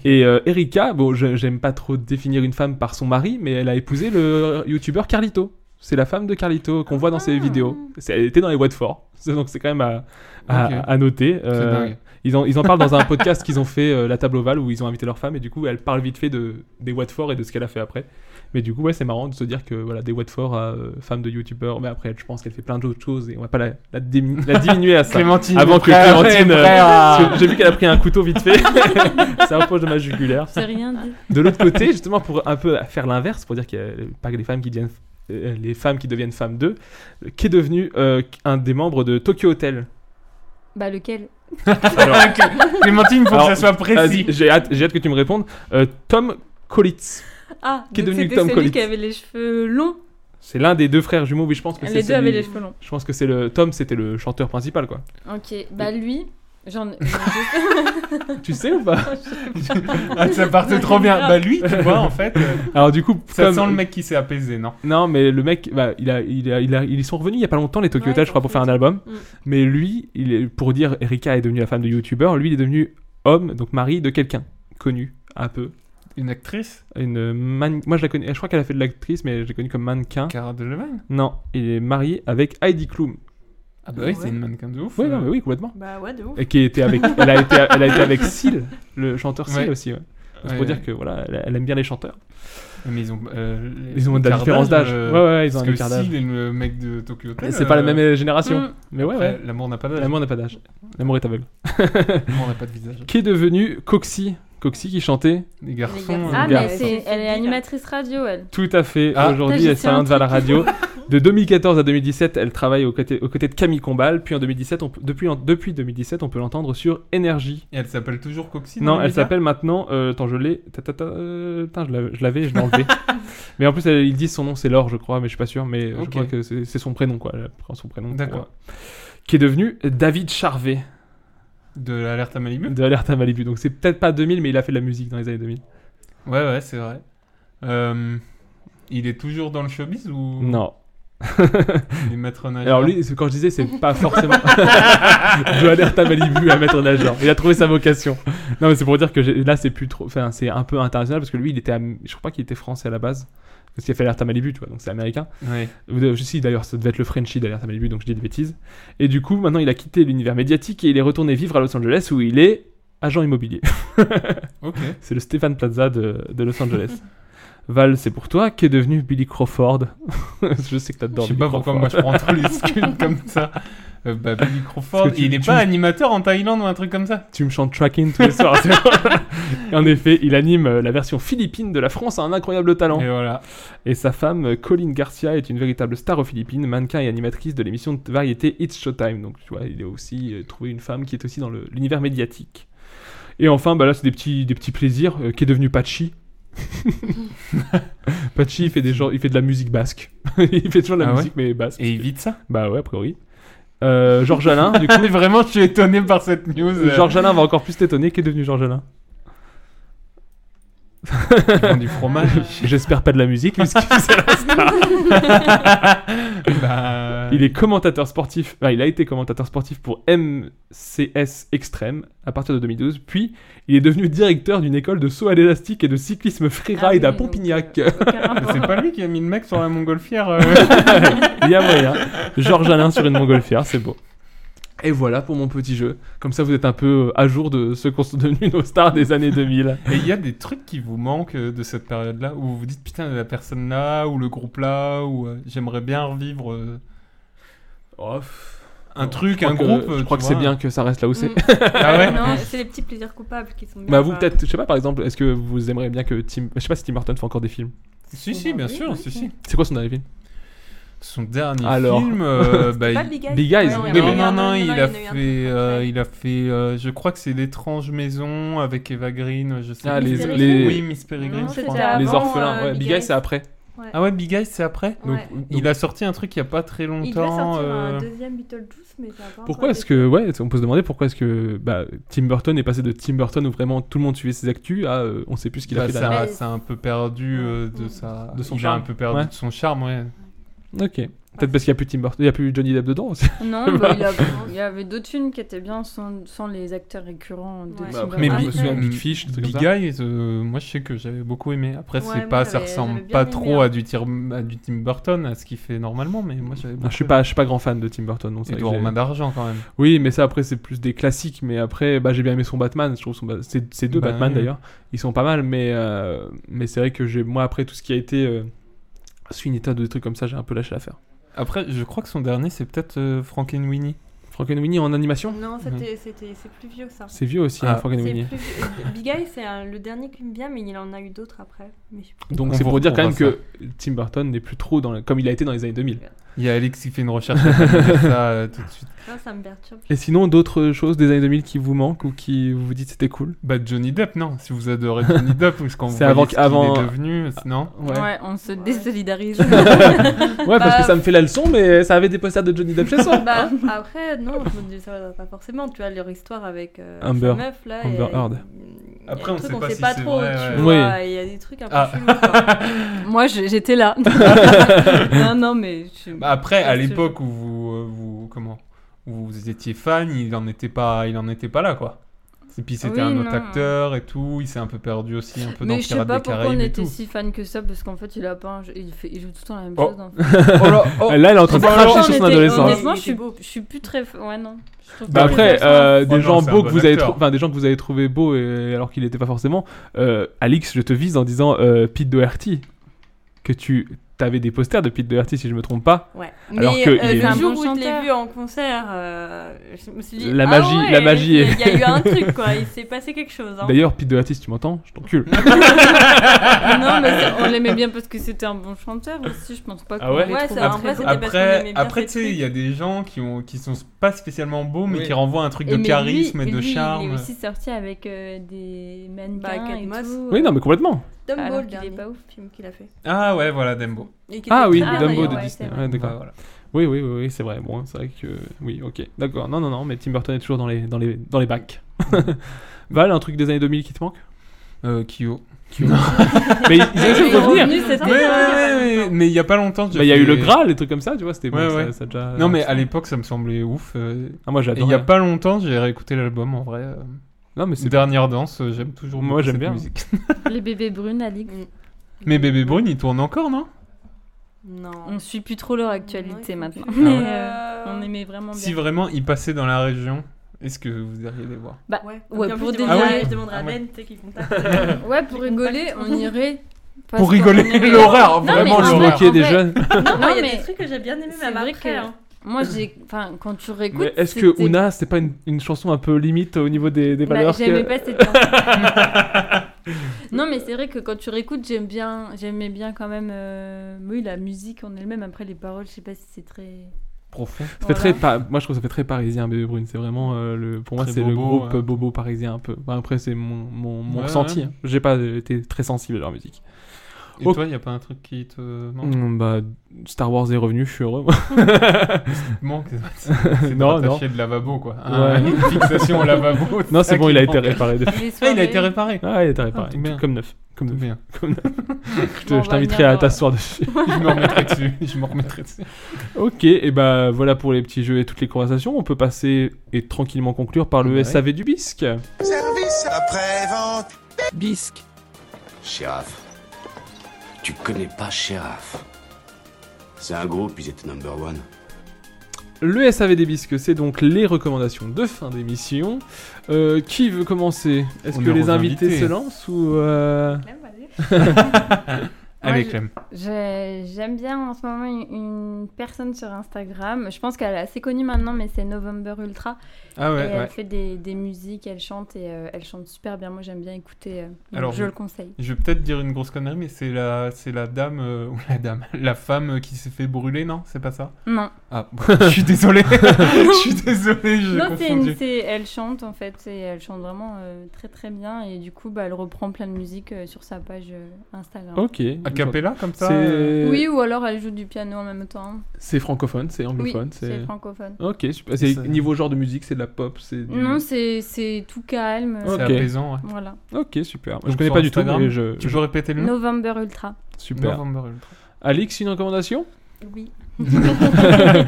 [SPEAKER 8] Et euh, Erika, bon, je- j'aime pas trop définir une femme par son mari, mais elle a épousé le youtubeur Carlito. C'est la femme de Carlito qu'on voit dans
[SPEAKER 7] Ah.
[SPEAKER 8] ses vidéos. C'est- Elle était dans les Watford. Donc c'est quand même à, à-
[SPEAKER 7] Ok.
[SPEAKER 8] à noter. Euh,
[SPEAKER 7] dingue.
[SPEAKER 8] ils, en, ils en parlent dans un podcast qu'ils ont fait, euh, La Table Ovale, où ils ont invité leur femme, et du coup, elle parle vite fait de, des Watford et de ce qu'elle a fait après. Mais du coup, ouais, c'est marrant de se dire que voilà, des Watford à euh, femme de youtubeur, mais après, elle, je pense qu'elle fait plein d'autres choses et on va pas la, la dimi- la diminuer à ça.
[SPEAKER 7] Clémentine,
[SPEAKER 8] Avant que
[SPEAKER 7] frère,
[SPEAKER 8] Clémentine. euh, <laughs>
[SPEAKER 7] frère.
[SPEAKER 8] parce que J'ai vu qu'elle a pris un couteau vite fait. <laughs> ça approche de ma jugulaire.
[SPEAKER 12] J'ai rien dit.
[SPEAKER 8] De l'autre côté, justement, pour un peu faire l'inverse, pour dire qu'il n'y a pas que les femmes qui deviennent euh, les femmes qui deviennent femmes d'eux, qui est devenu euh, un des membres de Tokyo Hotel.
[SPEAKER 12] Bah, lequel
[SPEAKER 7] <laughs>
[SPEAKER 8] Alors-
[SPEAKER 7] Clémentine, faut
[SPEAKER 8] Alors,
[SPEAKER 7] que ça soit
[SPEAKER 8] vas-y,
[SPEAKER 7] précis.
[SPEAKER 8] J'ai hâte, j'ai hâte que tu me répondes. Euh, Tom Collitz,
[SPEAKER 12] Ah,
[SPEAKER 8] Qui est
[SPEAKER 12] donc
[SPEAKER 8] devenu
[SPEAKER 12] c'était
[SPEAKER 8] Tom
[SPEAKER 12] celui
[SPEAKER 8] Collins.
[SPEAKER 12] qui avait les cheveux longs.
[SPEAKER 8] c'est l'un des deux frères jumeaux. Oui, je pense que c'est
[SPEAKER 12] Les deux avaient
[SPEAKER 8] celui-
[SPEAKER 12] les cheveux longs.
[SPEAKER 8] Je pense que c'est le Tom, c'était le chanteur principal, quoi. <laughs>
[SPEAKER 12] Ok, bah lui, j'en
[SPEAKER 8] Tu sais ou
[SPEAKER 12] <laughs>
[SPEAKER 8] pas
[SPEAKER 7] Ah, ça partait trop bien. Bah lui, tu vois, en fait, euh,
[SPEAKER 8] Alors du coup,
[SPEAKER 7] ça
[SPEAKER 8] Tom-
[SPEAKER 7] sent le mec qui s'est apaisé, non
[SPEAKER 8] Non, mais le mec, bah, il a, il a- il a- ils sont revenus il y a pas longtemps les Tokyo
[SPEAKER 12] Ouais,
[SPEAKER 8] Hotel, je crois, pour faire un album.
[SPEAKER 12] Mm.
[SPEAKER 8] Mais lui, il est, pour dire, Erika est devenue la femme de YouTuber. Lui, il est devenu homme, donc mari de quelqu'un connu, un peu.
[SPEAKER 7] Une actrice
[SPEAKER 8] Une man- Moi, je la connais. Je crois qu'elle a fait de l'actrice, mais je l'ai connue comme mannequin.
[SPEAKER 7] Cara Delevingne
[SPEAKER 8] Non, il est marié avec Heidi Klum.
[SPEAKER 7] Ah bah oui,
[SPEAKER 9] Ouais.
[SPEAKER 7] c'est une mannequin de ouf.
[SPEAKER 8] Oui,
[SPEAKER 7] euh.
[SPEAKER 8] non, mais oui, complètement.
[SPEAKER 9] <laughs> Bah ouais, de ouf.
[SPEAKER 8] Et qui était avec, elle a été, elle a été <laughs> avec Seal, le chanteur Seal
[SPEAKER 7] Ouais.
[SPEAKER 8] aussi. Ouais. Donc,
[SPEAKER 7] Ouais,
[SPEAKER 8] pour dire que voilà, elle, elle aime bien les chanteurs.
[SPEAKER 7] Mais ils ont, euh, les-
[SPEAKER 8] Ils ont de
[SPEAKER 7] les
[SPEAKER 8] la différence
[SPEAKER 7] Kardashian, euh,
[SPEAKER 8] d'âge. ouais, ouais, ils ont
[SPEAKER 7] parce
[SPEAKER 8] un
[SPEAKER 7] que
[SPEAKER 8] écart d'âge.
[SPEAKER 7] Seal et le mec de Tokyo Hotel.
[SPEAKER 8] C'est pas la
[SPEAKER 7] euh,
[SPEAKER 8] même génération.
[SPEAKER 12] Mm.
[SPEAKER 8] Mais ouais, ouais.
[SPEAKER 7] après, L'amour n'a pas d'âge.
[SPEAKER 8] L'amour n'a pas d'âge. L'amour est aveugle.
[SPEAKER 7] L'amour n'a pas de visage.
[SPEAKER 8] Qui est devenu Coxy Coxy qui chantait
[SPEAKER 7] Les garçons.
[SPEAKER 9] garçons.
[SPEAKER 7] euh,
[SPEAKER 12] Ah,
[SPEAKER 8] Regarde.
[SPEAKER 12] mais c'est- elle est animatrice radio, elle.
[SPEAKER 8] Tout à fait.
[SPEAKER 7] Ah.
[SPEAKER 8] Aujourd'hui,
[SPEAKER 12] Putain,
[SPEAKER 8] elle
[SPEAKER 12] j'ai fait un
[SPEAKER 8] s'oriente vers la radio. De 2014 à 2017, elle travaille aux côtés, aux côtés de Camille Combal. Puis en 2017, on, peut- depuis, en- depuis 2017, on peut l'entendre sur Énergie.
[SPEAKER 7] Et elle s'appelle toujours hein, Coxy dans
[SPEAKER 8] Non,
[SPEAKER 7] les
[SPEAKER 8] elle
[SPEAKER 7] médias
[SPEAKER 8] s'appelle maintenant. euh, attends, je l'ai. ta, ta, ta, euh, putain, je l'avais- je l'avais, et je
[SPEAKER 7] <laughs>
[SPEAKER 8] l'ai enlevé. mais en plus, elle- ils disent son nom, c'est Laure, je crois, mais je suis pas sûr. Mais je
[SPEAKER 7] Ok.
[SPEAKER 8] crois que c'est c'est son prénom, quoi. Elle prend son prénom. pour,
[SPEAKER 7] D'accord.
[SPEAKER 8] euh, qui est devenu David Charvet
[SPEAKER 7] De l'alerte à Malibu
[SPEAKER 8] de Alerte à Malibu. Donc c'est peut-être pas 2000, mais il a fait de la musique dans les années 2000.
[SPEAKER 7] Ouais, ouais, c'est vrai. Euh, il est toujours dans le showbiz ou
[SPEAKER 8] Non.
[SPEAKER 7] Il est maître nageur.
[SPEAKER 8] Alors lui, c'est- quand je disais, c'est
[SPEAKER 7] <laughs>
[SPEAKER 8] pas forcément. <laughs> de alerte à Malibu à mettre nageur. Il a trouvé sa vocation. Non, mais c'est pour dire que j'ai- là, c'est plus trop. Enfin, c'est un peu international parce que lui, il était. am- Je crois pas qu'il était français à la base. Parce qu'il a fait alerte à Malibu, tu vois, donc c'est américain.
[SPEAKER 7] Ouais.
[SPEAKER 8] Ou de- Je sais d'ailleurs, ça devait être le Frenchie d'alerte à Malibu, donc je dis des bêtises. Et du coup, maintenant, il a quitté l'univers médiatique et il est retourné vivre à Los Angeles où il est agent immobilier. <laughs>
[SPEAKER 7] Ok.
[SPEAKER 8] c'est le Stéphane Plaza de, de Los
[SPEAKER 7] <laughs>
[SPEAKER 8] Angeles. Val, c'est pour toi qui est devenu Billy Crawford. <laughs> je sais que
[SPEAKER 7] Je
[SPEAKER 8] t'adores
[SPEAKER 7] sais
[SPEAKER 8] Billy
[SPEAKER 7] pas pourquoi
[SPEAKER 8] Crawford.
[SPEAKER 7] moi je prends tous
[SPEAKER 8] <laughs>
[SPEAKER 7] les skins comme ça. Euh, bah, Billy Crawford,
[SPEAKER 8] Parce que tu-
[SPEAKER 7] il est
[SPEAKER 8] tu-
[SPEAKER 7] pas animateur en Thaïlande ou un truc comme ça
[SPEAKER 8] Tu me chantes Tracking tous les soirs.
[SPEAKER 7] <laughs>
[SPEAKER 8] c'est vrai. Et en effet, il anime euh, la version philippine de la France à un incroyable talent.
[SPEAKER 7] Et voilà.
[SPEAKER 8] Et sa femme, euh, Colleen Garcia, est une véritable star aux Philippines, mannequin et animatrice de l'émission de variété It's Showtime. Donc, tu vois, il a aussi euh, trouvé une femme qui est aussi dans le- l'univers médiatique. Et enfin, bah là, c'est des petits, des petits plaisirs euh, qui est devenu Pachi. <laughs> Pachi, il fait, des genres- il fait de la musique basque. <laughs> il fait toujours de la
[SPEAKER 7] Ah ouais
[SPEAKER 8] musique, mais basque.
[SPEAKER 7] Et il vide
[SPEAKER 8] <laughs>
[SPEAKER 7] ça
[SPEAKER 8] Bah ouais, a priori. Euh, Georges Alain,
[SPEAKER 7] <laughs>
[SPEAKER 8] du
[SPEAKER 7] Mais vraiment, je suis étonné par cette news. euh,
[SPEAKER 8] Georges Alain va encore plus t'étonner. Qu'est devenu Georges Alain
[SPEAKER 7] ils font du fromage.
[SPEAKER 8] <laughs> J'espère pas de
[SPEAKER 7] <laughs>
[SPEAKER 8] la musique, puisque c'est la star.
[SPEAKER 7] bah,
[SPEAKER 8] Il est commentateur sportif, enfin, il a été commentateur sportif pour MCS Extreme à partir de 2012, puis il est devenu directeur d'une école de saut à l'élastique et de cyclisme freeride
[SPEAKER 12] Ah
[SPEAKER 8] à
[SPEAKER 12] oui, donc,
[SPEAKER 8] Pompignac.
[SPEAKER 12] euh, aucun rapport.
[SPEAKER 7] C'est pas lui qui a mis le mec sur la montgolfière. euh.
[SPEAKER 8] <laughs> il y a moyen. Georges Alain sur une montgolfière, c'est beau. Et voilà pour mon petit jeu. Comme ça, vous êtes un peu euh, à jour de ce qu'on sont <laughs> devenus nos stars des années 2000.
[SPEAKER 7] Et il y a des trucs qui vous manquent euh, de cette période-là où vous vous dites putain la personne là ou le groupe là ou euh, j'aimerais bien revivre euh, un
[SPEAKER 8] Oh,
[SPEAKER 7] truc,
[SPEAKER 8] je crois
[SPEAKER 7] un
[SPEAKER 8] que-
[SPEAKER 7] groupe. euh,
[SPEAKER 8] Je
[SPEAKER 7] tu
[SPEAKER 8] crois que c'est
[SPEAKER 7] vois.
[SPEAKER 8] bien que ça reste là où c'est.
[SPEAKER 12] Mm.
[SPEAKER 8] <laughs>
[SPEAKER 7] Ah ouais.
[SPEAKER 12] Non, c'est les petits plaisirs coupables qui sont bien.
[SPEAKER 8] Bah vous
[SPEAKER 12] par-
[SPEAKER 8] peut-être, je sais pas par exemple, est-ce que vous aimeriez bien que Tim, je sais pas si Tim Burton fait encore des films.
[SPEAKER 7] Si si bien
[SPEAKER 12] Oui,
[SPEAKER 7] sûr,
[SPEAKER 12] oui,
[SPEAKER 7] si
[SPEAKER 12] oui.
[SPEAKER 7] si.
[SPEAKER 8] C'est quoi son dernier film
[SPEAKER 7] Son dernier
[SPEAKER 8] Alors.
[SPEAKER 7] film, euh, bah,
[SPEAKER 9] C'était pas
[SPEAKER 7] il-
[SPEAKER 9] Big Eyes
[SPEAKER 8] Big Eyes.
[SPEAKER 9] Ouais, ouais,
[SPEAKER 7] non,
[SPEAKER 9] ouais,
[SPEAKER 7] non,
[SPEAKER 9] il y en a
[SPEAKER 7] non,
[SPEAKER 9] un,
[SPEAKER 7] il, a
[SPEAKER 9] en eu
[SPEAKER 7] fait,
[SPEAKER 9] un
[SPEAKER 7] euh,
[SPEAKER 9] après.
[SPEAKER 7] il a fait, euh, je crois que c'est l'étrange maison avec Eva Green, je sais
[SPEAKER 8] Ah,
[SPEAKER 7] pas.
[SPEAKER 8] les-
[SPEAKER 12] Miss
[SPEAKER 8] les-
[SPEAKER 7] Oui, Miss Peregrine,
[SPEAKER 9] Non,
[SPEAKER 7] je
[SPEAKER 9] c'était
[SPEAKER 7] crois.
[SPEAKER 9] avant,
[SPEAKER 8] les orphelins.
[SPEAKER 9] euh,
[SPEAKER 8] ouais,
[SPEAKER 9] Big
[SPEAKER 8] Big Eyes,
[SPEAKER 9] Eyes.
[SPEAKER 8] c'est après.
[SPEAKER 7] Ah ouais, Big Eyes, c'est après
[SPEAKER 9] Ouais.
[SPEAKER 8] Donc,
[SPEAKER 7] Il a sorti un truc il y a pas très longtemps.
[SPEAKER 9] Il devait sortir
[SPEAKER 7] euh,
[SPEAKER 9] un deuxième Beetlejuice, mais ça a pas
[SPEAKER 8] Pourquoi
[SPEAKER 9] encore
[SPEAKER 8] est-ce
[SPEAKER 9] été
[SPEAKER 8] que, ouais, on peut se demander pourquoi est-ce que bah, Tim Burton est passé de Tim Burton où vraiment tout le monde suivait ses actus à euh, on sait plus ce qu'il
[SPEAKER 7] bah,
[SPEAKER 8] a fait
[SPEAKER 7] ça,
[SPEAKER 8] derrière.
[SPEAKER 7] a- ça a un peu perdu euh, de,
[SPEAKER 9] Mm.
[SPEAKER 7] sa...
[SPEAKER 8] De son
[SPEAKER 7] il a
[SPEAKER 8] charme.
[SPEAKER 7] un peu perdu
[SPEAKER 8] Ouais.
[SPEAKER 7] de son charme, ouais.
[SPEAKER 8] Ok. Peut-être parce qu'il n'y a plus Tim Burton, il n'y a plus Johnny Depp dedans aussi.
[SPEAKER 12] Non,
[SPEAKER 7] <laughs>
[SPEAKER 12] bah, il, a- il y avait d'autres films qui étaient bien sans, sans les acteurs récurrents de
[SPEAKER 9] Ouais.
[SPEAKER 12] Tim
[SPEAKER 8] mais
[SPEAKER 12] Burton.
[SPEAKER 8] je me souviens de
[SPEAKER 7] Mm.
[SPEAKER 8] Big Fish, des trucs
[SPEAKER 7] Big
[SPEAKER 8] comme ça.
[SPEAKER 7] Eyes, euh, moi je sais que j'avais beaucoup aimé. Après,
[SPEAKER 9] Ouais,
[SPEAKER 7] c'est
[SPEAKER 9] moi,
[SPEAKER 7] pas, ça
[SPEAKER 9] j'avais-
[SPEAKER 7] ressemble
[SPEAKER 9] j'avais bien
[SPEAKER 7] pas
[SPEAKER 9] aimé,
[SPEAKER 7] trop
[SPEAKER 9] hein.
[SPEAKER 7] à du, Tim- à du Tim Burton, à ce qu'il fait normalement, mais moi j'avais
[SPEAKER 8] Ah,
[SPEAKER 7] beaucoup
[SPEAKER 8] <laughs> je suis
[SPEAKER 7] aimé.
[SPEAKER 8] pas, je suis pas grand fan de Tim Burton. Donc c'est vrai que
[SPEAKER 7] Edouard
[SPEAKER 8] j'ai-
[SPEAKER 7] Romain d'Argent quand même.
[SPEAKER 8] Oui, mais ça après c'est plus des classiques. Mais après, bah, j'ai bien aimé son Batman. Je trouve son Ba- ces, ces deux
[SPEAKER 7] Bah,
[SPEAKER 8] Batman
[SPEAKER 7] oui.
[SPEAKER 8] d'ailleurs, ils sont pas mal. Mais euh, mais c'est vrai que j'ai moi après tout ce qui a été euh, Sweeney Todd, des trucs comme ça, j'ai un peu lâché l'affaire.
[SPEAKER 7] Après, je crois que son dernier c'est peut-être euh, Frankenweenie.
[SPEAKER 8] Frankenweenie en animation,
[SPEAKER 9] Non, c'était, c'était, c'est plus vieux que ça.
[SPEAKER 8] c'est vieux aussi.
[SPEAKER 7] Ah,
[SPEAKER 8] hein,
[SPEAKER 9] C'est
[SPEAKER 8] Frankenweenie.
[SPEAKER 9] plus vieux. Euh, Big Eye, c'est un- le dernier qui me vient, mais il en a eu d'autres après. Mais je sais plus.
[SPEAKER 8] Donc
[SPEAKER 7] On
[SPEAKER 8] c'est
[SPEAKER 7] vous
[SPEAKER 8] pour dire quand même
[SPEAKER 7] retrouvera
[SPEAKER 8] que Tim Burton n'est plus trop dans la- comme il a été dans les années 2000.
[SPEAKER 7] Il y a Alex qui fait une recherche elle va nous dire ça euh, tout de suite.
[SPEAKER 9] Ça, ça me perturbe.
[SPEAKER 8] Et sinon d'autres choses des années 2000 qui vous manquent ou qui vous vous dites c'était cool
[SPEAKER 7] Bah Johnny Depp, non Si vous adorez Johnny Depp, parce qu'on
[SPEAKER 8] C'est avant
[SPEAKER 7] voyez ce
[SPEAKER 8] qu-
[SPEAKER 7] qu'il
[SPEAKER 8] avant-
[SPEAKER 7] est devenu, c'est- non
[SPEAKER 12] Ouais. on se
[SPEAKER 9] Ouais. <laughs>
[SPEAKER 12] désolidarise.
[SPEAKER 8] Ouais, parce
[SPEAKER 12] Bah,
[SPEAKER 8] que ça me fait la leçon, mais ça avait des posters de Johnny <laughs> Depp chez soi.
[SPEAKER 9] Bah, après, non, je me dis ça va pas forcément. Tu vois, leur histoire avec euh,
[SPEAKER 8] Amber.
[SPEAKER 9] sa meuf, là. et-
[SPEAKER 8] Amber Heard.
[SPEAKER 9] il y a
[SPEAKER 7] Après,
[SPEAKER 9] des
[SPEAKER 7] on
[SPEAKER 9] trucs
[SPEAKER 7] sait
[SPEAKER 9] qu'on
[SPEAKER 7] pas si c'est
[SPEAKER 9] trop,
[SPEAKER 7] vrai,
[SPEAKER 9] tu
[SPEAKER 7] ouais.
[SPEAKER 9] vois. Il y a des trucs un peu
[SPEAKER 7] Ah.
[SPEAKER 9] chelous,
[SPEAKER 8] <laughs>
[SPEAKER 9] quoi.
[SPEAKER 12] Moi, je- j'étais là.
[SPEAKER 7] <laughs>
[SPEAKER 12] non, non, mais je suis-
[SPEAKER 7] Bah, après, à
[SPEAKER 12] Parce que-
[SPEAKER 7] l'époque où vous, euh, vous, comment, où vous étiez fan, il en était pas, il en était pas là, quoi. Et puis c'était
[SPEAKER 12] Oui,
[SPEAKER 7] un autre
[SPEAKER 12] non.
[SPEAKER 7] acteur et tout, il s'est un peu perdu aussi, un peu dans
[SPEAKER 12] Mais je sais
[SPEAKER 7] Pirates
[SPEAKER 12] pas
[SPEAKER 7] des
[SPEAKER 12] pourquoi on
[SPEAKER 7] Caraïbes et
[SPEAKER 12] était
[SPEAKER 7] tout.
[SPEAKER 12] si fan que ça, parce qu'en fait, il a pas, un jeu- il, fait- il joue tout le temps la même
[SPEAKER 7] Oh.
[SPEAKER 12] chose. hein.
[SPEAKER 7] Oh là, oh.
[SPEAKER 8] Là, il est en train de
[SPEAKER 7] Bah,
[SPEAKER 8] cracher
[SPEAKER 7] alors,
[SPEAKER 8] sur
[SPEAKER 12] on
[SPEAKER 8] son
[SPEAKER 12] était-
[SPEAKER 8] adolescence.
[SPEAKER 12] Honnêtement,
[SPEAKER 9] Il était
[SPEAKER 12] je suis,
[SPEAKER 9] beau.
[SPEAKER 12] je suis plus très. f- Ouais, non. Je trouve
[SPEAKER 8] Bah
[SPEAKER 12] que
[SPEAKER 8] après,
[SPEAKER 12] les enfants-
[SPEAKER 8] euh, des
[SPEAKER 7] Oh non,
[SPEAKER 8] gens
[SPEAKER 7] c'est un
[SPEAKER 8] beaux
[SPEAKER 7] bon
[SPEAKER 8] que vous avez
[SPEAKER 7] acteur.
[SPEAKER 8] trou- enfin, des gens que vous avez trouvé beaux et alors qu'il n'était pas forcément. euh, Alix, je te vise en disant euh, Pete Doherty, que tu avais des posters de Pete Doherty si je me trompe pas.
[SPEAKER 9] Ouais.
[SPEAKER 8] Alors
[SPEAKER 9] mais
[SPEAKER 8] que
[SPEAKER 9] euh,
[SPEAKER 8] il est-
[SPEAKER 9] le
[SPEAKER 12] C'est un
[SPEAKER 9] jour
[SPEAKER 12] bon
[SPEAKER 9] où je l'ai
[SPEAKER 12] chanteur.
[SPEAKER 9] vu en concert, euh, je me suis dit.
[SPEAKER 8] La
[SPEAKER 9] ah
[SPEAKER 8] magie-
[SPEAKER 9] ouais,
[SPEAKER 8] la magie est-
[SPEAKER 9] Il y a eu un truc, quoi. Il s'est passé quelque chose. Hein.
[SPEAKER 8] D'ailleurs, Pete Doherty, si tu m'entends, je t'encule.
[SPEAKER 12] non, mais c'est- on l'aimait bien parce que c'était un bon chanteur aussi. Je pense pas.
[SPEAKER 8] Ah
[SPEAKER 12] qu'on
[SPEAKER 8] ouais
[SPEAKER 12] l'ait
[SPEAKER 9] Ouais,
[SPEAKER 12] trouvé
[SPEAKER 9] ça,
[SPEAKER 12] très
[SPEAKER 9] en vrai,
[SPEAKER 12] beau.
[SPEAKER 9] c'était- parce qu'on
[SPEAKER 7] Après,
[SPEAKER 9] aimait bien
[SPEAKER 7] après
[SPEAKER 9] ces
[SPEAKER 7] tu sais, il y a des gens qui, ont, qui sont pas spécialement beaux, mais
[SPEAKER 8] Oui.
[SPEAKER 7] qui renvoient un truc
[SPEAKER 12] Et
[SPEAKER 7] de
[SPEAKER 12] mais lui-
[SPEAKER 7] charisme et de
[SPEAKER 12] lui, Il est
[SPEAKER 7] charme.
[SPEAKER 12] aussi sorti avec euh, des
[SPEAKER 9] Bah,
[SPEAKER 12] mannequins
[SPEAKER 9] Kate
[SPEAKER 12] et
[SPEAKER 9] Moss.
[SPEAKER 12] tout.
[SPEAKER 8] oui, non, mais complètement.
[SPEAKER 9] Dumbo,
[SPEAKER 12] alors
[SPEAKER 9] le
[SPEAKER 12] qu'il est
[SPEAKER 9] dernier
[SPEAKER 12] pas ouf.
[SPEAKER 9] <laughs> film qu'il a fait.
[SPEAKER 7] Ah ouais, voilà, Dembo.
[SPEAKER 9] Et qui
[SPEAKER 8] Ah
[SPEAKER 9] était
[SPEAKER 8] oui,
[SPEAKER 9] très bien,
[SPEAKER 8] Dumbo
[SPEAKER 9] d'ailleurs,
[SPEAKER 8] de
[SPEAKER 9] ouais,
[SPEAKER 8] Disney.
[SPEAKER 9] c'est
[SPEAKER 8] Ouais,
[SPEAKER 9] vrai.
[SPEAKER 8] d'accord.
[SPEAKER 7] Bah, voilà.
[SPEAKER 8] Oui, oui, oui, oui, c'est vrai. Bon, c'est vrai que. Oui, ok. D'accord. Non, non, non, mais Tim Burton est toujours dans les, dans les, dans les bacs. <laughs> Val, un truc des années 2000 qui te
[SPEAKER 12] <laughs>
[SPEAKER 8] manque
[SPEAKER 7] Euh, Kyo.
[SPEAKER 8] Mais ils ont essayé de
[SPEAKER 9] Il est
[SPEAKER 8] revenir.
[SPEAKER 9] revenu cet
[SPEAKER 12] Ah,
[SPEAKER 7] Mais
[SPEAKER 9] été, il y a pas
[SPEAKER 7] mais-
[SPEAKER 9] longtemps.
[SPEAKER 7] mais il y a pas longtemps. j'ai
[SPEAKER 8] Bah, Il y a eu
[SPEAKER 7] fait-
[SPEAKER 8] le Graal, Ah, les trucs comme ça, tu vois. C'était bon,
[SPEAKER 7] Ouais,
[SPEAKER 8] ça-
[SPEAKER 7] ouais.
[SPEAKER 8] ça déjà-
[SPEAKER 7] Non, mais à l'époque, ça me semblait ouf. euh,
[SPEAKER 8] Ah, moi,
[SPEAKER 7] Et il
[SPEAKER 8] j'adore.
[SPEAKER 7] y a pas longtemps, j'ai réécouté l'album en vrai. euh,
[SPEAKER 8] Non, mais c'est
[SPEAKER 7] Dernière danse, euh, j'aime toujours.
[SPEAKER 8] Moi,
[SPEAKER 7] beaucoup
[SPEAKER 8] j'aime
[SPEAKER 7] cette
[SPEAKER 8] bien.
[SPEAKER 7] musique.
[SPEAKER 12] Les bébés brunes, Alix.
[SPEAKER 7] Mais Bébé Brune, il tourne encore, non
[SPEAKER 12] On
[SPEAKER 9] Non.
[SPEAKER 12] suit plus trop leur actualité
[SPEAKER 9] Non, ils
[SPEAKER 12] maintenant.
[SPEAKER 9] font plus.
[SPEAKER 12] Mais,
[SPEAKER 9] Ah ouais.
[SPEAKER 12] euh, on aimait vraiment bien.
[SPEAKER 7] Si vraiment il passait dans la région, est-ce que vous iriez les voir
[SPEAKER 12] Bah,
[SPEAKER 9] Ouais,
[SPEAKER 12] ouais,
[SPEAKER 9] pour
[SPEAKER 12] pour
[SPEAKER 9] je
[SPEAKER 12] des-
[SPEAKER 9] demanderais-
[SPEAKER 7] Ah ouais.
[SPEAKER 9] je demanderais
[SPEAKER 7] Ah
[SPEAKER 9] à
[SPEAKER 7] ouais.
[SPEAKER 9] Ben, tu sais, qui contacte.
[SPEAKER 12] Ouais, pour
[SPEAKER 9] Les
[SPEAKER 12] rigoler,
[SPEAKER 9] contacts.
[SPEAKER 12] on irait. parce
[SPEAKER 7] Pour
[SPEAKER 12] qu'on
[SPEAKER 7] rigoler,
[SPEAKER 12] aimerait-
[SPEAKER 7] l'horreur,
[SPEAKER 12] Non,
[SPEAKER 7] vraiment
[SPEAKER 12] mais
[SPEAKER 8] se
[SPEAKER 12] en
[SPEAKER 7] l'horreur.
[SPEAKER 12] vrai-
[SPEAKER 8] moquer des
[SPEAKER 12] vrai-
[SPEAKER 8] jeunes.
[SPEAKER 12] Non,
[SPEAKER 9] <laughs> Non, il y a
[SPEAKER 12] mais
[SPEAKER 9] des trucs que j'ai bien aimé,
[SPEAKER 12] c'est
[SPEAKER 9] mais
[SPEAKER 12] vrai
[SPEAKER 9] après.
[SPEAKER 12] que-
[SPEAKER 9] hein.
[SPEAKER 12] moi j'ai. Enfin, quand tu réécoutes.
[SPEAKER 8] Mais est-ce que
[SPEAKER 12] c'était-
[SPEAKER 8] Una, c'était pas une, une chanson un peu limite au niveau des, des
[SPEAKER 12] Bah,
[SPEAKER 8] valeurs
[SPEAKER 12] J'aimais
[SPEAKER 8] que-
[SPEAKER 12] pas cette chanson. Non, mais c'est vrai que quand tu réécoutes, j'aime bien, j'aimais bien quand même. euh, Oui, la musique en elle-même. Après, les paroles, je sais pas si c'est très.
[SPEAKER 7] Profond.
[SPEAKER 8] Ça fait
[SPEAKER 12] Voilà.
[SPEAKER 8] très pa- Moi, je trouve que ça fait très parisien, Bébé Brune. C'est vraiment euh, le. Pour moi,
[SPEAKER 7] Très
[SPEAKER 8] c'est le
[SPEAKER 7] bobo,
[SPEAKER 8] groupe
[SPEAKER 7] ouais.
[SPEAKER 8] bobo parisien un peu. Bah, après, c'est mon, mon, mon
[SPEAKER 7] Ouais,
[SPEAKER 8] ressenti.
[SPEAKER 7] ouais.
[SPEAKER 8] hein. J'ai pas euh, été très sensible à leur musique.
[SPEAKER 7] Et
[SPEAKER 8] Oh.
[SPEAKER 7] toi, il y a pas un truc qui te manque
[SPEAKER 8] Mm, bah, Star Wars est revenu, je suis heureux. <laughs>
[SPEAKER 7] <laughs> Manque, c'est de
[SPEAKER 8] Non,
[SPEAKER 7] rattacher de lavabo quoi.
[SPEAKER 8] Ouais.
[SPEAKER 7] Une fixation au lavabo.
[SPEAKER 8] non, c'est
[SPEAKER 7] ça
[SPEAKER 8] bon,
[SPEAKER 7] qui
[SPEAKER 8] il a
[SPEAKER 7] manque.
[SPEAKER 8] été réparé. depuis.
[SPEAKER 12] Les
[SPEAKER 7] Ah, il a été
[SPEAKER 12] soirées-
[SPEAKER 7] réparé.
[SPEAKER 8] Ah, il a été
[SPEAKER 7] <laughs>
[SPEAKER 8] réparé.
[SPEAKER 7] Ah, tout bien.
[SPEAKER 8] comme neuf. <laughs> Comme
[SPEAKER 7] Tout
[SPEAKER 8] neuf.
[SPEAKER 7] bien. <laughs> bah,
[SPEAKER 8] Je te-
[SPEAKER 12] Bon, on
[SPEAKER 8] je
[SPEAKER 12] va
[SPEAKER 8] t'inviterai
[SPEAKER 12] venir,
[SPEAKER 8] à
[SPEAKER 12] euh,
[SPEAKER 8] t'asseoir dessus.
[SPEAKER 7] Je m'en remettrai dessus. <laughs> Je m'en remettrai dessus.
[SPEAKER 8] Ok, et bah voilà pour les petits jeux et toutes les conversations. On peut passer et tranquillement conclure par le
[SPEAKER 7] Ouais.
[SPEAKER 8] SAV du bisque.
[SPEAKER 6] Service après-vente.
[SPEAKER 1] Bisque.
[SPEAKER 2] Sheriff. Tu connais pas Sheriff. C'est un groupe, ils étaient number one.
[SPEAKER 8] Le SAV des bisques, c'est donc les recommandations de fin d'émission. Euh, qui veut commencer Est-ce
[SPEAKER 7] On
[SPEAKER 8] que
[SPEAKER 7] est
[SPEAKER 8] les
[SPEAKER 7] aux
[SPEAKER 8] invités
[SPEAKER 7] invités.
[SPEAKER 8] se lancent ou euh,
[SPEAKER 9] Même, vas-y.
[SPEAKER 7] <laughs> Avec
[SPEAKER 12] je-
[SPEAKER 7] Clem.
[SPEAKER 12] je- J'aime bien en ce moment une, une personne sur Instagram. Je pense qu'elle est assez connue maintenant, mais c'est November Ultra.
[SPEAKER 7] Ah ouais,
[SPEAKER 12] Et elle
[SPEAKER 7] ouais.
[SPEAKER 12] fait des, des musiques, elle chante et euh, elle chante super bien. Moi, j'aime bien écouter. euh, donc je le conseille.
[SPEAKER 7] Je vais peut-être dire une grosse connerie, mais c'est la, c'est la dame euh, <laughs> ou la dame, la femme qui s'est fait brûler, non C'est pas ça
[SPEAKER 12] Non.
[SPEAKER 7] Ah, <laughs> je suis
[SPEAKER 8] <laughs>
[SPEAKER 7] désolé. je suis désolé, j'ai
[SPEAKER 12] Non, c'est une-
[SPEAKER 7] confondu.
[SPEAKER 12] c'est- elle chante en fait, et elle chante vraiment euh, très très bien. Et du coup, bah, elle reprend plein de musique euh, sur sa page euh, Instagram.
[SPEAKER 8] Ok.
[SPEAKER 7] A cappella, comme ça,
[SPEAKER 8] C'est-
[SPEAKER 7] euh
[SPEAKER 12] Oui, ou alors elle joue du piano en même temps.
[SPEAKER 8] C'est francophone, c'est anglophone,
[SPEAKER 12] Oui, c'est francophone.
[SPEAKER 8] Ok, super.
[SPEAKER 7] C'est
[SPEAKER 8] C'est
[SPEAKER 7] ça.
[SPEAKER 8] niveau genre de musique, c'est de la pop, c'est. du-
[SPEAKER 12] Non, c'est c'est tout calme.
[SPEAKER 8] Ok. apaisant, ouais.
[SPEAKER 12] Voilà.
[SPEAKER 8] Ok, super.
[SPEAKER 7] Donc
[SPEAKER 8] je connais
[SPEAKER 7] sur
[SPEAKER 8] pas du tout,
[SPEAKER 7] Instagram,
[SPEAKER 8] mais je.
[SPEAKER 7] tu
[SPEAKER 8] je-
[SPEAKER 7] peux répéter le nom
[SPEAKER 12] November Ultra.
[SPEAKER 8] Super.
[SPEAKER 7] November Ultra.
[SPEAKER 8] Alix, une recommandation <laughs>
[SPEAKER 9] Oui. je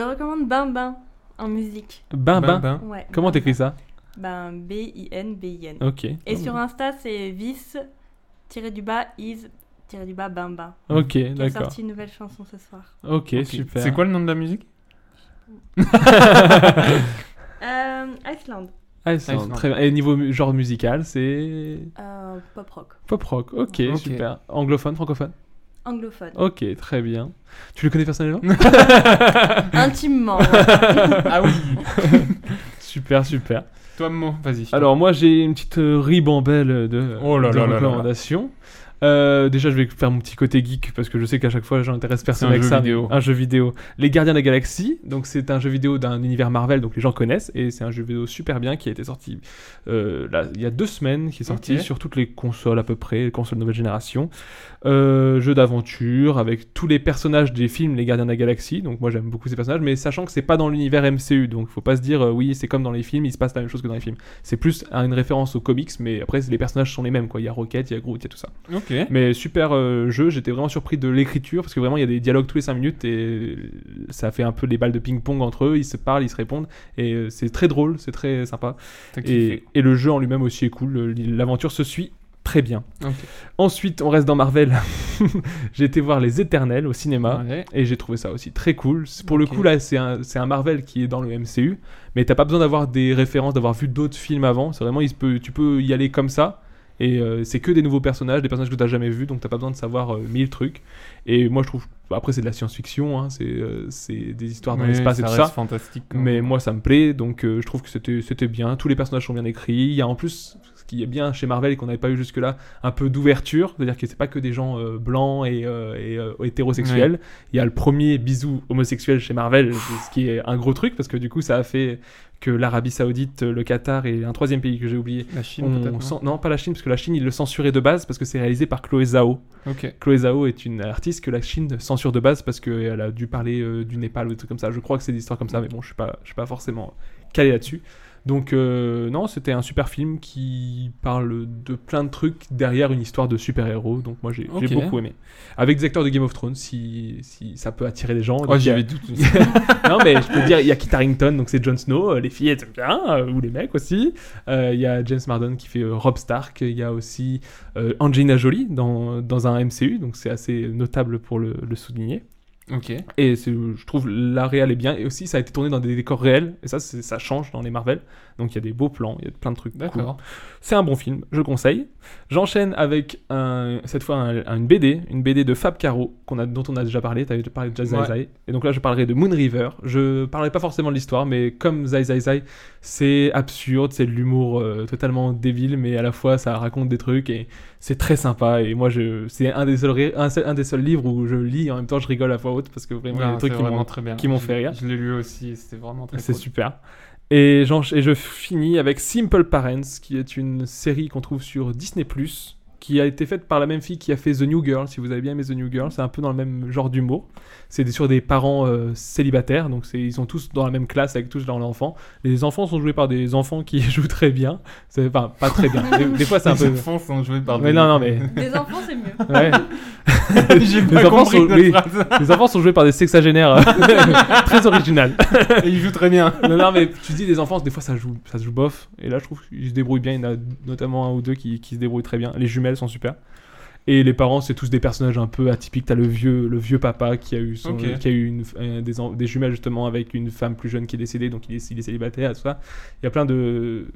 [SPEAKER 9] recommande Bain Bain en musique.
[SPEAKER 8] Ben ben.
[SPEAKER 9] Ouais.
[SPEAKER 8] Comment t'écris ça Ah
[SPEAKER 9] Ben B-I-N, B-I-N.
[SPEAKER 8] Ok.
[SPEAKER 9] Et sur Insta, c'est vis tiré du bas is tiré du bas Bain Bain.
[SPEAKER 8] Ok,
[SPEAKER 9] Qui a
[SPEAKER 8] d'accord.
[SPEAKER 9] sorti une nouvelle chanson ce soir.
[SPEAKER 8] Ok, super.
[SPEAKER 7] C'est quoi le nom de la
[SPEAKER 8] <laughs>
[SPEAKER 7] musique
[SPEAKER 9] Euh, Iceland.
[SPEAKER 8] Iceland,
[SPEAKER 7] Iceland.
[SPEAKER 8] Ah, très bien. Et niveau mu- genre musical, c'est.
[SPEAKER 9] Euh, pop rock.
[SPEAKER 8] Pop rock, ok,
[SPEAKER 7] Ok.
[SPEAKER 8] super. Anglophone, francophone
[SPEAKER 9] Anglophone.
[SPEAKER 8] Ok, très bien. Tu le
[SPEAKER 7] <laughs>
[SPEAKER 8] connais personnellement
[SPEAKER 9] Intimement.
[SPEAKER 7] Ah oui.
[SPEAKER 8] Super, super.
[SPEAKER 7] Toi, Mo, vas-y.
[SPEAKER 8] Alors moi j'ai une petite euh, ribambelle de,
[SPEAKER 7] Oh là
[SPEAKER 8] de
[SPEAKER 7] là là là là.
[SPEAKER 8] recommandations. Euh, déjà je vais faire mon petit côté geek parce que je sais qu'à chaque fois j'intéresse personne
[SPEAKER 7] un
[SPEAKER 8] avec
[SPEAKER 7] jeu
[SPEAKER 8] ça.
[SPEAKER 7] vidéo.
[SPEAKER 8] Un jeu vidéo. Les Gardiens de la Galaxie, donc c'est un jeu vidéo d'un univers Marvel donc les gens connaissent et c'est un jeu vidéo super bien qui a été sorti euh, là, il y a deux semaines qui est sorti
[SPEAKER 7] Ok.
[SPEAKER 8] sur toutes les consoles à peu près, les consoles nouvelle génération. Euh, jeu d'aventure avec tous les personnages des films Les Gardiens de la Galaxie. Donc moi j'aime beaucoup ces personnages, mais sachant que c'est pas dans l'univers MCU, donc faut pas se dire euh, oui c'est comme dans les films, il se passe la même chose que dans les films. C'est plus un- une référence aux comics, mais après les personnages sont les mêmes quoi. Il y a Rocket, il y a Groot, il y a tout ça.
[SPEAKER 7] Ok.
[SPEAKER 8] Mais super euh, jeu, j'étais vraiment surpris de l'écriture parce que vraiment il y a des dialogues tous les 5 minutes et ça fait un peu des balles de ping-pong entre eux, ils se parlent, ils se répondent et euh, c'est très drôle, c'est très sympa.
[SPEAKER 7] T'as
[SPEAKER 8] Et,
[SPEAKER 7] kiffé.
[SPEAKER 8] et le jeu en lui-même aussi est cool, le- l'aventure se suit très bien.
[SPEAKER 7] Ok.
[SPEAKER 8] Ensuite, on reste dans Marvel. <laughs> j'ai été voir Les Éternels au cinéma
[SPEAKER 7] Ouais.
[SPEAKER 8] et j'ai trouvé ça aussi très cool. C'est- Pour
[SPEAKER 7] Ok.
[SPEAKER 8] le coup, là, c'est un, c'est un Marvel qui est dans le MCU, mais t'as pas besoin d'avoir des références, d'avoir vu d'autres films avant. C'est vraiment, il se peut, tu peux y aller comme ça. Et euh, c'est que des nouveaux personnages, des personnages que t'as jamais vus, donc t'as pas besoin de savoir euh, mille trucs. Et moi, je trouve. bah, Après, c'est de la science-fiction, hein, c'est euh, c'est des histoires dans
[SPEAKER 7] Oui,
[SPEAKER 8] l'espace et
[SPEAKER 7] ça
[SPEAKER 8] tout
[SPEAKER 7] reste
[SPEAKER 8] ça.
[SPEAKER 7] fantastique. hein. quand
[SPEAKER 8] Mais
[SPEAKER 7] même.
[SPEAKER 8] moi, ça me plaît, donc euh, je trouve que c'était c'était bien. Tous les personnages sont bien écrits. Il y a en plus, ce qui est bien chez Marvel et qu'on n'avait pas eu jusque-là, un peu d'ouverture. C'est-à-dire que c'est pas que des gens euh, blancs et, euh, et, euh, hétérosexuels. Il y a le premier bisou homosexuel chez Marvel, ce qui est un gros truc, parce que du coup, ça a fait que l'Arabie Saoudite, le Qatar et un troisième pays que j'ai oublié.
[SPEAKER 7] La Chine,
[SPEAKER 8] ont
[SPEAKER 7] peut-être. non
[SPEAKER 8] cen- non, pas la Chine, parce que la Chine, ils le censuraient de base, parce que c'est réalisé par Chloé Zhao.
[SPEAKER 7] Ok.
[SPEAKER 8] Chloé Zhao est une artiste que la Chine censure de base parce qu'elle a dû parler euh, du Népal ou des trucs comme ça. Je crois que c'est des histoires comme ça, mais bon, je suis pas, je suis pas forcément calé là-dessus. Donc euh, non, c'était un super film qui parle de plein de trucs derrière une histoire de super-héros. Donc moi j'ai j'ai
[SPEAKER 7] Ok.
[SPEAKER 8] beaucoup aimé. Avec des acteurs de Game of Thrones, si, si ça peut attirer des gens.
[SPEAKER 7] Oh,
[SPEAKER 8] Donc, il y
[SPEAKER 7] j'y
[SPEAKER 8] a-
[SPEAKER 7] vais tout de suite.
[SPEAKER 8] <laughs> non mais je peux dire, il y a Kit Harington, donc c'est Jon Snow, euh, les filles elles aiment bien, euh, ou les mecs aussi. Euh, Il y a James Marden qui fait euh, Rob Stark, il y a aussi euh, Angelina Jolie dans, dans un MCU, donc c'est assez notable pour le, le souligner.
[SPEAKER 7] Ok.
[SPEAKER 8] Et c'est- je trouve la réal est bien, et aussi ça a été tourné dans des décors réels, et ça c'est- ça change dans les Marvel, donc il y a des beaux plans, il y a plein de trucs. cool.
[SPEAKER 7] D'accord.
[SPEAKER 8] C'est un bon film, je le conseille. J'enchaîne avec un- cette fois un- un- une BD, une BD de Fab Caro qu'on a, dont on a déjà parlé. Tu avais déjà parlé de Jazz Zai
[SPEAKER 7] Ouais.
[SPEAKER 8] Zai. Et donc là, je parlerai de Moon River. Je parlerai pas forcément de l'histoire, mais comme Zai Zai Zai, c'est absurde, c'est de l'humour euh, totalement débile, mais à la fois ça raconte des trucs et c'est très sympa. Et moi, je, c'est un des seuls, ré- un, seul- un des seuls livres où je lis et en même temps je rigole à voix haute parce que vraiment, il y a
[SPEAKER 7] Non,
[SPEAKER 8] des trucs
[SPEAKER 7] c'est
[SPEAKER 8] qui m'ont
[SPEAKER 7] vraiment très bien.
[SPEAKER 8] qui m'ont
[SPEAKER 7] Je-
[SPEAKER 8] fait rire. Ah,
[SPEAKER 7] Je l'ai lu aussi, et c'était vraiment très
[SPEAKER 8] c'est
[SPEAKER 7] cool.
[SPEAKER 8] super. Et, j'encha- et je finis avec Simple Parents, qui est une série qu'on trouve sur Disney ⁇ qui a été faite par la même fille qui a fait The New Girl. Si vous avez bien aimé The New Girl, c'est un peu dans le même genre d'humour. C'est des- sur des parents euh, célibataires, donc c'est- ils sont tous dans la même classe avec tous leurs enfants. Les enfants sont joués par des enfants qui <laughs> jouent très bien. C'est- Enfin, pas très bien. Des, des
[SPEAKER 7] <laughs>
[SPEAKER 8] fois, c'est un
[SPEAKER 7] Les
[SPEAKER 8] peu...
[SPEAKER 7] enfants sont joués par
[SPEAKER 8] Mais
[SPEAKER 7] des-
[SPEAKER 8] non, non, mais...
[SPEAKER 9] Des enfants, c'est mieux.
[SPEAKER 8] Ouais.
[SPEAKER 7] <laughs>
[SPEAKER 8] <laughs>
[SPEAKER 7] J'ai
[SPEAKER 8] Les
[SPEAKER 7] pas
[SPEAKER 8] enfants
[SPEAKER 7] compris
[SPEAKER 8] sont-
[SPEAKER 7] notre
[SPEAKER 8] oui.
[SPEAKER 7] phrase. <laughs>
[SPEAKER 8] Les enfants sont joués par des sexagénaires. euh, <laughs> très original.
[SPEAKER 7] Et ils jouent très bien.
[SPEAKER 8] non, non, mais tu dis des enfants, des fois ça joue, ça se joue bof. Et là, je trouve qu'ils se débrouillent bien. Il y en a notamment un ou deux qui, qui se débrouillent très bien. Les jumelles sont super. Et les parents, c'est tous des personnages un peu atypiques. T'as le vieux, le vieux papa qui a eu, son-
[SPEAKER 7] Ok.
[SPEAKER 8] qui a eu une, euh, des, en- des jumelles justement avec une femme plus jeune qui est décédée, donc il est, il est célibataire, tout ça. Il y a plein de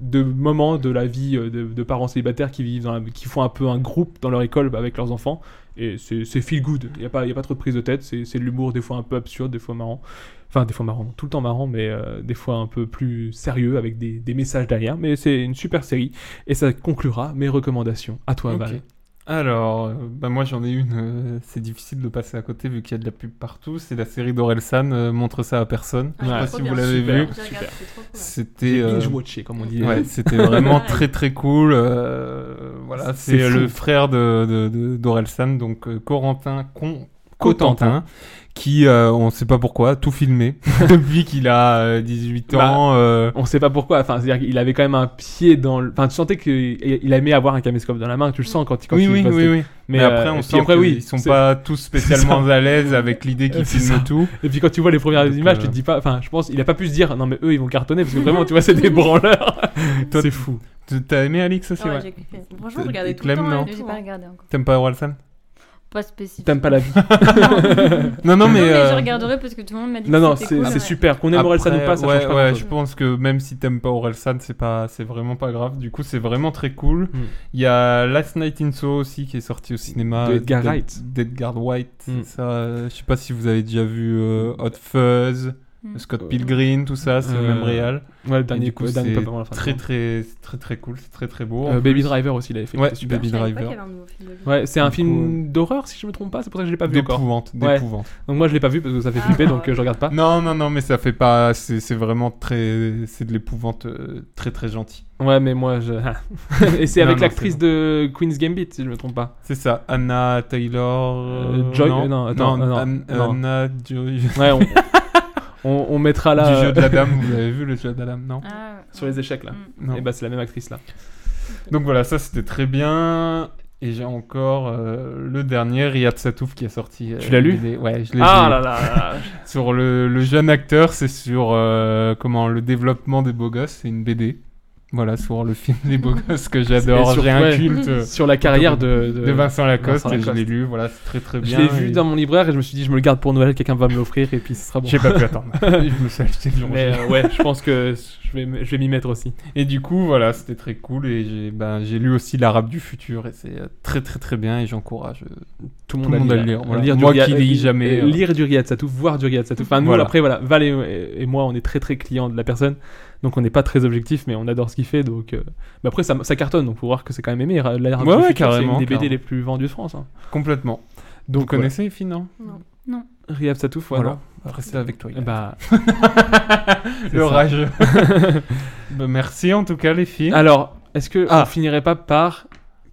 [SPEAKER 8] de moments de la vie euh, de, de parents célibataires qui vivent dans la- qui font un peu un groupe dans leur école bah, avec leurs enfants et c'est c'est feel good il y a pas il y a pas trop de prise de tête c'est c'est de l'humour des fois un peu absurde des fois marrant enfin des fois marrant non, tout le temps marrant mais euh, des fois un peu plus sérieux avec des, des messages derrière mais c'est une super série et ça conclura mes recommandations à toi
[SPEAKER 7] Ok.
[SPEAKER 8] Val
[SPEAKER 7] Alors, euh, bah moi j'en ai une, euh, c'est difficile de passer à côté vu qu'il y a de la pub partout. C'est la série d'Orelsan, euh, Montre ça à personne.
[SPEAKER 8] Ah,
[SPEAKER 7] Je sais
[SPEAKER 8] ouais.
[SPEAKER 7] pas
[SPEAKER 8] trop
[SPEAKER 7] si
[SPEAKER 8] bien.
[SPEAKER 7] vous l'avez
[SPEAKER 8] Super,
[SPEAKER 7] vu.
[SPEAKER 8] j'ai regardé, c'est trop cool.
[SPEAKER 7] C'était.
[SPEAKER 8] J'ai binge-watché, comme on dit.
[SPEAKER 7] euh, Ouais, c'était
[SPEAKER 8] <laughs>
[SPEAKER 7] vraiment très très cool. euh, voilà,
[SPEAKER 8] C'est
[SPEAKER 7] c'est
[SPEAKER 8] fou.
[SPEAKER 7] le frère de- de- de- d'Orelsan, donc euh, Corentin Con.
[SPEAKER 8] Cotentin.
[SPEAKER 7] Cotentin, qui, euh, on sait pas pourquoi, a tout filmé <laughs> depuis qu'il a euh, 18 ans.
[SPEAKER 8] Bah,
[SPEAKER 7] euh,
[SPEAKER 8] On sait pas pourquoi. Enfin, c'est-à-dire qu'il avait quand même un pied dans. Le... Enfin, tu sentais qu'il aimait avoir un caméscope dans la main. Tu le sens quand il. Quand
[SPEAKER 7] oui,
[SPEAKER 8] il
[SPEAKER 7] oui,
[SPEAKER 8] passe
[SPEAKER 7] oui,
[SPEAKER 8] des-
[SPEAKER 7] oui. Mais, après,
[SPEAKER 8] euh, et
[SPEAKER 7] on
[SPEAKER 8] puis
[SPEAKER 7] sent
[SPEAKER 8] après, oui,
[SPEAKER 7] qu'ils sont
[SPEAKER 8] c'est-
[SPEAKER 7] pas tous spécialement
[SPEAKER 8] <laughs> c'est ça.
[SPEAKER 7] à l'aise avec l'idée
[SPEAKER 8] Euh,
[SPEAKER 7] qu'ils
[SPEAKER 8] c'est
[SPEAKER 7] filment
[SPEAKER 8] ça.
[SPEAKER 7] tout.
[SPEAKER 8] Et puis quand tu vois les premières images,
[SPEAKER 7] euh,
[SPEAKER 8] tu te dis pas. Enfin, je pense, il a pas pu se dire. Non, mais eux, ils vont cartonner parce que vraiment, tu vois,
[SPEAKER 7] <laughs>
[SPEAKER 8] c'est des branleurs.
[SPEAKER 7] Toi,
[SPEAKER 8] c'est fou.
[SPEAKER 7] tu- T'as aimé Alix aussi
[SPEAKER 9] Ah ouais,
[SPEAKER 7] ouais.
[SPEAKER 9] j'ai kiffé. Franchement,
[SPEAKER 7] T'as-
[SPEAKER 9] je regardais tout le
[SPEAKER 7] Clem,
[SPEAKER 9] temps.
[SPEAKER 7] non
[SPEAKER 9] et tout,
[SPEAKER 12] J'ai pas
[SPEAKER 9] hein.
[SPEAKER 12] regardé encore.
[SPEAKER 7] T'aimes pas Oralsan
[SPEAKER 12] Pas spécifique.
[SPEAKER 8] T'aimes pas la vie.
[SPEAKER 7] Non, non, mais. euh,
[SPEAKER 12] je regarderai parce que tout le monde m'a dit
[SPEAKER 8] Non, non,
[SPEAKER 12] que c'était
[SPEAKER 8] c'est
[SPEAKER 12] cool.
[SPEAKER 8] c'est
[SPEAKER 12] ouais.
[SPEAKER 8] super. Qu'on aime Orelsan ou
[SPEAKER 7] Après,
[SPEAKER 8] pas, ça
[SPEAKER 7] ouais,
[SPEAKER 8] change pas
[SPEAKER 7] ouais,
[SPEAKER 8] grand-chose.
[SPEAKER 7] je pense que même si t'aimes pas Orelsan, c'est pas, c'est vraiment pas grave. Du coup, c'est vraiment très cool.
[SPEAKER 8] Hmm.
[SPEAKER 7] Il y a Last Night in Soho aussi qui est sorti au cinéma.
[SPEAKER 8] De Edgar
[SPEAKER 7] Dead-
[SPEAKER 8] Wright.
[SPEAKER 7] d'Edgar White.
[SPEAKER 8] Hmm.
[SPEAKER 7] Ça, euh, je sais pas si vous avez déjà vu euh, Hot Fuzz,
[SPEAKER 12] Hmm.
[SPEAKER 7] Scott Pilgrim, tout ça, c'est le même
[SPEAKER 8] Euh,
[SPEAKER 7] réal.
[SPEAKER 8] ouais, le
[SPEAKER 7] Et
[SPEAKER 8] dernier
[SPEAKER 7] du coup,
[SPEAKER 8] le
[SPEAKER 7] c'est
[SPEAKER 8] dernier top avant la fin.
[SPEAKER 7] très, très, c'est très, très cool. C'est très, très beau.
[SPEAKER 8] Euh,
[SPEAKER 7] En
[SPEAKER 8] Baby
[SPEAKER 7] plus-
[SPEAKER 8] Driver aussi, il avait fait.
[SPEAKER 7] Ouais,
[SPEAKER 8] c'était super.
[SPEAKER 7] Baby
[SPEAKER 9] Je savais pas
[SPEAKER 7] Driver.
[SPEAKER 9] qu'il y avait un nouveau film de lui.
[SPEAKER 8] Ouais, c'est un
[SPEAKER 7] Du
[SPEAKER 8] film d'horreur, si je me trompe pas. C'est pour ça que je l'ai pas vu encore.
[SPEAKER 7] D'épouvante,
[SPEAKER 8] Ouais.
[SPEAKER 7] d'épouvante.
[SPEAKER 8] Donc moi, je l'ai pas vu parce que ça fait
[SPEAKER 9] Ah,
[SPEAKER 8] flipper, donc
[SPEAKER 9] ouais.
[SPEAKER 8] euh, je regarde pas.
[SPEAKER 7] Non, non, non, mais ça fait pas. C'est c'est vraiment très. C'est de l'épouvante euh, très très gentil.
[SPEAKER 8] Ouais, mais moi, je. <laughs> et c'est
[SPEAKER 7] Non,
[SPEAKER 8] avec
[SPEAKER 7] non,
[SPEAKER 8] l'actrice
[SPEAKER 7] c'est
[SPEAKER 8] de Queen's Gambit, si je me trompe pas.
[SPEAKER 7] C'est ça, Anna Taylor. euh,
[SPEAKER 8] Euh, Joy- euh, non, attends, non,
[SPEAKER 7] An-
[SPEAKER 8] non.
[SPEAKER 7] Anna Joy.
[SPEAKER 8] Ouais, on, <laughs> on, on mettra là.
[SPEAKER 7] Du jeu de la dame, vous avez vu le jeu de la dame, non
[SPEAKER 12] Ah,
[SPEAKER 8] <laughs> sur les échecs là.
[SPEAKER 12] Mm.
[SPEAKER 7] Non.
[SPEAKER 8] Et bah, c'est la même actrice là.
[SPEAKER 7] Donc voilà, ça c'était très bien. Et j'ai encore euh, le dernier, Riyad Satouf, qui est sorti. euh,
[SPEAKER 8] Tu l'as lu
[SPEAKER 7] il est- Ouais, je l'ai
[SPEAKER 8] Ah
[SPEAKER 7] lu.
[SPEAKER 8] là là
[SPEAKER 7] <laughs> Sur le, le jeune acteur, c'est sur euh, comment le développement des beaux gosses, c'est une BD. Voilà, sur le film des
[SPEAKER 8] <laughs>
[SPEAKER 7] beaux gosses que j'adore,
[SPEAKER 8] Et sur-
[SPEAKER 7] j'ai un
[SPEAKER 8] ouais.
[SPEAKER 7] culte. euh,
[SPEAKER 8] Sur la carrière de,
[SPEAKER 7] de Vincent Lacoste,
[SPEAKER 8] Vincent
[SPEAKER 7] et je l'ai
[SPEAKER 8] Lacoste.
[SPEAKER 7] lu, voilà, c'est très très
[SPEAKER 8] Je
[SPEAKER 7] bien.
[SPEAKER 8] l'ai vu
[SPEAKER 7] et
[SPEAKER 8] dans mon libraire et je me suis dit, je me le garde pour Noël, quelqu'un va me l'offrir et puis ce sera bon.
[SPEAKER 7] J'ai pas
[SPEAKER 8] <laughs>
[SPEAKER 7] pu attendre. je me suis acheté le
[SPEAKER 8] Mais
[SPEAKER 7] jour
[SPEAKER 8] euh, ouais, je pense que je vais, je vais m'y mettre aussi.
[SPEAKER 7] Et du coup, voilà, c'était très cool et j'ai ben, j'ai lu aussi L'Arabe du futur et c'est euh, très très très bien et j'encourage. euh,
[SPEAKER 8] Tout
[SPEAKER 7] le monde à
[SPEAKER 8] lire.
[SPEAKER 7] le lire, voilà.
[SPEAKER 8] Lire du
[SPEAKER 7] Moi
[SPEAKER 8] Riyad-
[SPEAKER 7] qui lis jamais, euh.
[SPEAKER 8] Lire du Riyad Satouf, voir du Riyad Satouf. Enfin, nous,
[SPEAKER 7] Voilà.
[SPEAKER 8] après, voilà, Val et, et moi, on est très très clients de la personne. Donc, on n'est pas très objectif, mais on adore ce qu'il fait. Donc, euh, mais après, ça, ça cartonne. Donc, faut voir que c'est quand même aimé. L'Arabe du
[SPEAKER 7] Ouais, ouais,
[SPEAKER 8] Futur, c'est une
[SPEAKER 7] carrément,
[SPEAKER 8] des BD
[SPEAKER 7] carrément.
[SPEAKER 8] les plus vendues de France. hein.
[SPEAKER 7] Complètement.
[SPEAKER 8] Donc,
[SPEAKER 7] Vous connaissez les filles, non
[SPEAKER 8] Riyad Satouf, voilà.
[SPEAKER 7] Voilà. Restez avec toi.
[SPEAKER 8] Eh
[SPEAKER 7] Yann. <laughs>
[SPEAKER 8] Bah,
[SPEAKER 7] le rageux. <laughs> Ben, merci en tout cas, les filles. Ah,
[SPEAKER 8] alors, est-ce que
[SPEAKER 7] Ah.
[SPEAKER 8] on finirait pas par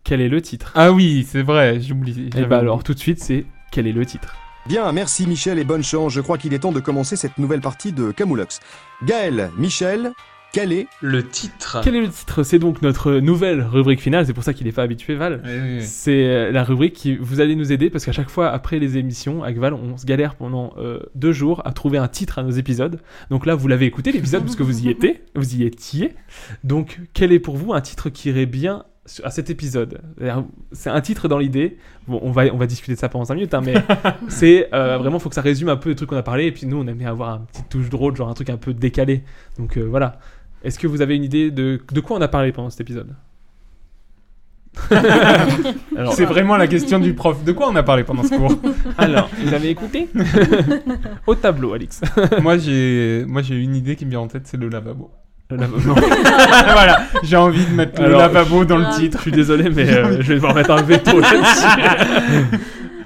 [SPEAKER 8] quel est le titre
[SPEAKER 7] oui, c'est vrai, j'oublie.
[SPEAKER 8] Et
[SPEAKER 7] j'avais
[SPEAKER 8] bah,
[SPEAKER 7] oublié.
[SPEAKER 8] alors, tout de suite, c'est quel est le titre
[SPEAKER 10] Bien, merci Michel et bonne chance. Je crois qu'il est temps de commencer cette nouvelle partie de Camoulox. Gaël, Michel, quel est
[SPEAKER 4] Le titre.
[SPEAKER 8] Quel est le titre C'est donc notre nouvelle rubrique finale. C'est pour ça qu'il n'est pas habitué, Val.
[SPEAKER 7] Oui, oui, oui.
[SPEAKER 8] C'est euh, la rubrique qui vous allez nous aider parce qu'à chaque fois après les émissions avec Val, on se galère pendant euh, deux jours à trouver un titre à nos épisodes. Donc là, vous l'avez écouté l'épisode parce que vous y étiez, vous y étiez. Donc quel est pour vous un titre qui irait bien sur- à cet épisode C'est-à-dire, C'est un titre dans l'idée. Bon, on va on va discuter de ça pendant 5 minutes, hein, mais c'est euh, vraiment faut que ça résume un peu les trucs qu'on a parlé et puis nous on aime bien avoir un petit touche drôle, genre un truc un peu décalé. Donc euh, voilà. Est-ce que vous avez une idée de, de quoi on a parlé pendant
[SPEAKER 7] <laughs>
[SPEAKER 8] cet épisode Alors,
[SPEAKER 7] C'est vraiment la question <laughs> du prof. De quoi on a parlé pendant ce <laughs> cours
[SPEAKER 8] alors, vous avez écouté Au tableau, Alix.
[SPEAKER 7] Moi, j'ai moi j'ai une idée qui me vient en tête, c'est le lavabo.
[SPEAKER 8] <laughs> Alors,
[SPEAKER 7] voilà, j'ai envie de mettre le lavabo dans le
[SPEAKER 12] Ah.
[SPEAKER 7] titre.
[SPEAKER 8] Je suis désolé, mais euh, je vais devoir mettre
[SPEAKER 7] <laughs>
[SPEAKER 8] un veto là-dessus.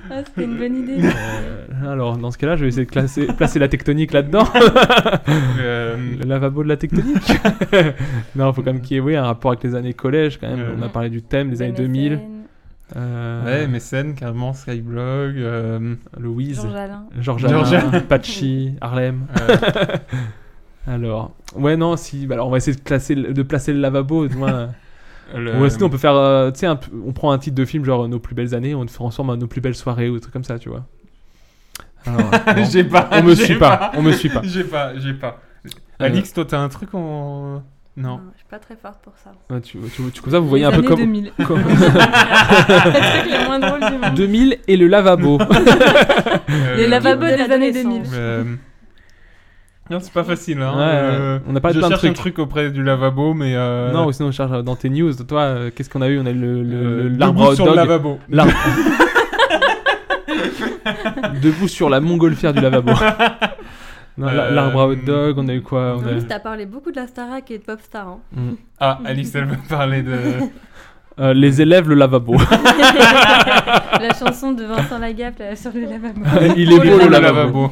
[SPEAKER 12] Ah, c'était une bonne
[SPEAKER 8] <laughs>
[SPEAKER 12] idée.
[SPEAKER 8] Euh, alors, dans ce cas-là, je vais essayer de classer- placer la tectonique là-dedans.
[SPEAKER 7] Euh,
[SPEAKER 8] Le lavabo de la tectonique. <laughs> non, faut quand même qu'il y ait oui, un rapport avec les années collège quand même.
[SPEAKER 7] Euh.
[SPEAKER 8] On a parlé du thème, les années
[SPEAKER 12] MSN,
[SPEAKER 8] 2000. Euh,
[SPEAKER 7] Ouais, MSN, carrément, Skyblog. euh,
[SPEAKER 8] Louise,
[SPEAKER 12] Georges Alain.
[SPEAKER 8] Georges
[SPEAKER 7] Georges
[SPEAKER 8] Alain, Patchy, Harlem.
[SPEAKER 7] euh,
[SPEAKER 8] Alors, ouais, non, si. bah alors, on va essayer de, classer, le- de placer le lavabo, du moins. <laughs>
[SPEAKER 7] le- <laughs>
[SPEAKER 8] Ou sinon on peut faire, euh, tu sais, un p- on prend un titre de film genre Nos plus belles années, on le transforme à Nos plus belles soirées ou des trucs comme ça, tu vois. Alors,
[SPEAKER 7] <laughs>
[SPEAKER 8] bon.
[SPEAKER 7] J'ai pas.
[SPEAKER 8] on me
[SPEAKER 7] j'ai
[SPEAKER 8] suit pas. on me suit pas. Euh,
[SPEAKER 7] J'ai pas, j'ai pas. Alix, toi, t'as un truc en. Non.
[SPEAKER 9] Non, Je suis pas très forte pour ça.
[SPEAKER 8] Ouais, tu, tu- tu- comme ça, vous voyez un
[SPEAKER 12] Les
[SPEAKER 8] peu
[SPEAKER 12] années
[SPEAKER 8] comme
[SPEAKER 12] 2000.
[SPEAKER 8] <laughs> comme-
[SPEAKER 12] Le truc le moins drôle du monde.
[SPEAKER 8] 2000 et le lavabo.
[SPEAKER 7] Euh,
[SPEAKER 12] Les lavabos
[SPEAKER 9] Guide de
[SPEAKER 12] des années
[SPEAKER 9] l'adolescence.
[SPEAKER 12] 2000.
[SPEAKER 7] euh, Non, c'est pas facile. Hein.
[SPEAKER 8] Ouais,
[SPEAKER 7] Euh,
[SPEAKER 8] on n'a pas
[SPEAKER 7] je
[SPEAKER 8] plein de
[SPEAKER 7] cherche un
[SPEAKER 8] trucs.
[SPEAKER 7] truc auprès du lavabo, mais. euh,
[SPEAKER 8] Non, ou sinon on cherche euh, dans tes news. Toi, euh, qu'est-ce qu'on a eu On a eu le- le- le-
[SPEAKER 7] Euh, debout
[SPEAKER 8] l'arbre à hot
[SPEAKER 7] sur le
[SPEAKER 8] dog.
[SPEAKER 7] lavabo. <laughs>
[SPEAKER 8] L'arbre- Debout sur la montgolfière
[SPEAKER 7] <laughs>
[SPEAKER 8] du lavabo. Non, la-
[SPEAKER 7] Euh,
[SPEAKER 8] L'arbre à hot dog, on a eu quoi on
[SPEAKER 9] En
[SPEAKER 8] a...
[SPEAKER 9] plus, t'as parlé beaucoup de la Starac et de Popstar. Hein.
[SPEAKER 8] Mm.
[SPEAKER 12] <laughs>
[SPEAKER 7] Ah, Alice, elle veut parler de.
[SPEAKER 8] Euh, les élèves, le lavabo.
[SPEAKER 12] <laughs>
[SPEAKER 9] la chanson de Vincent Lagaffe là, sur le
[SPEAKER 8] <laughs>
[SPEAKER 9] lavabo.
[SPEAKER 8] il est
[SPEAKER 7] Oh,
[SPEAKER 8] beau
[SPEAKER 7] le
[SPEAKER 8] le
[SPEAKER 7] lavabo.
[SPEAKER 8] lavabo.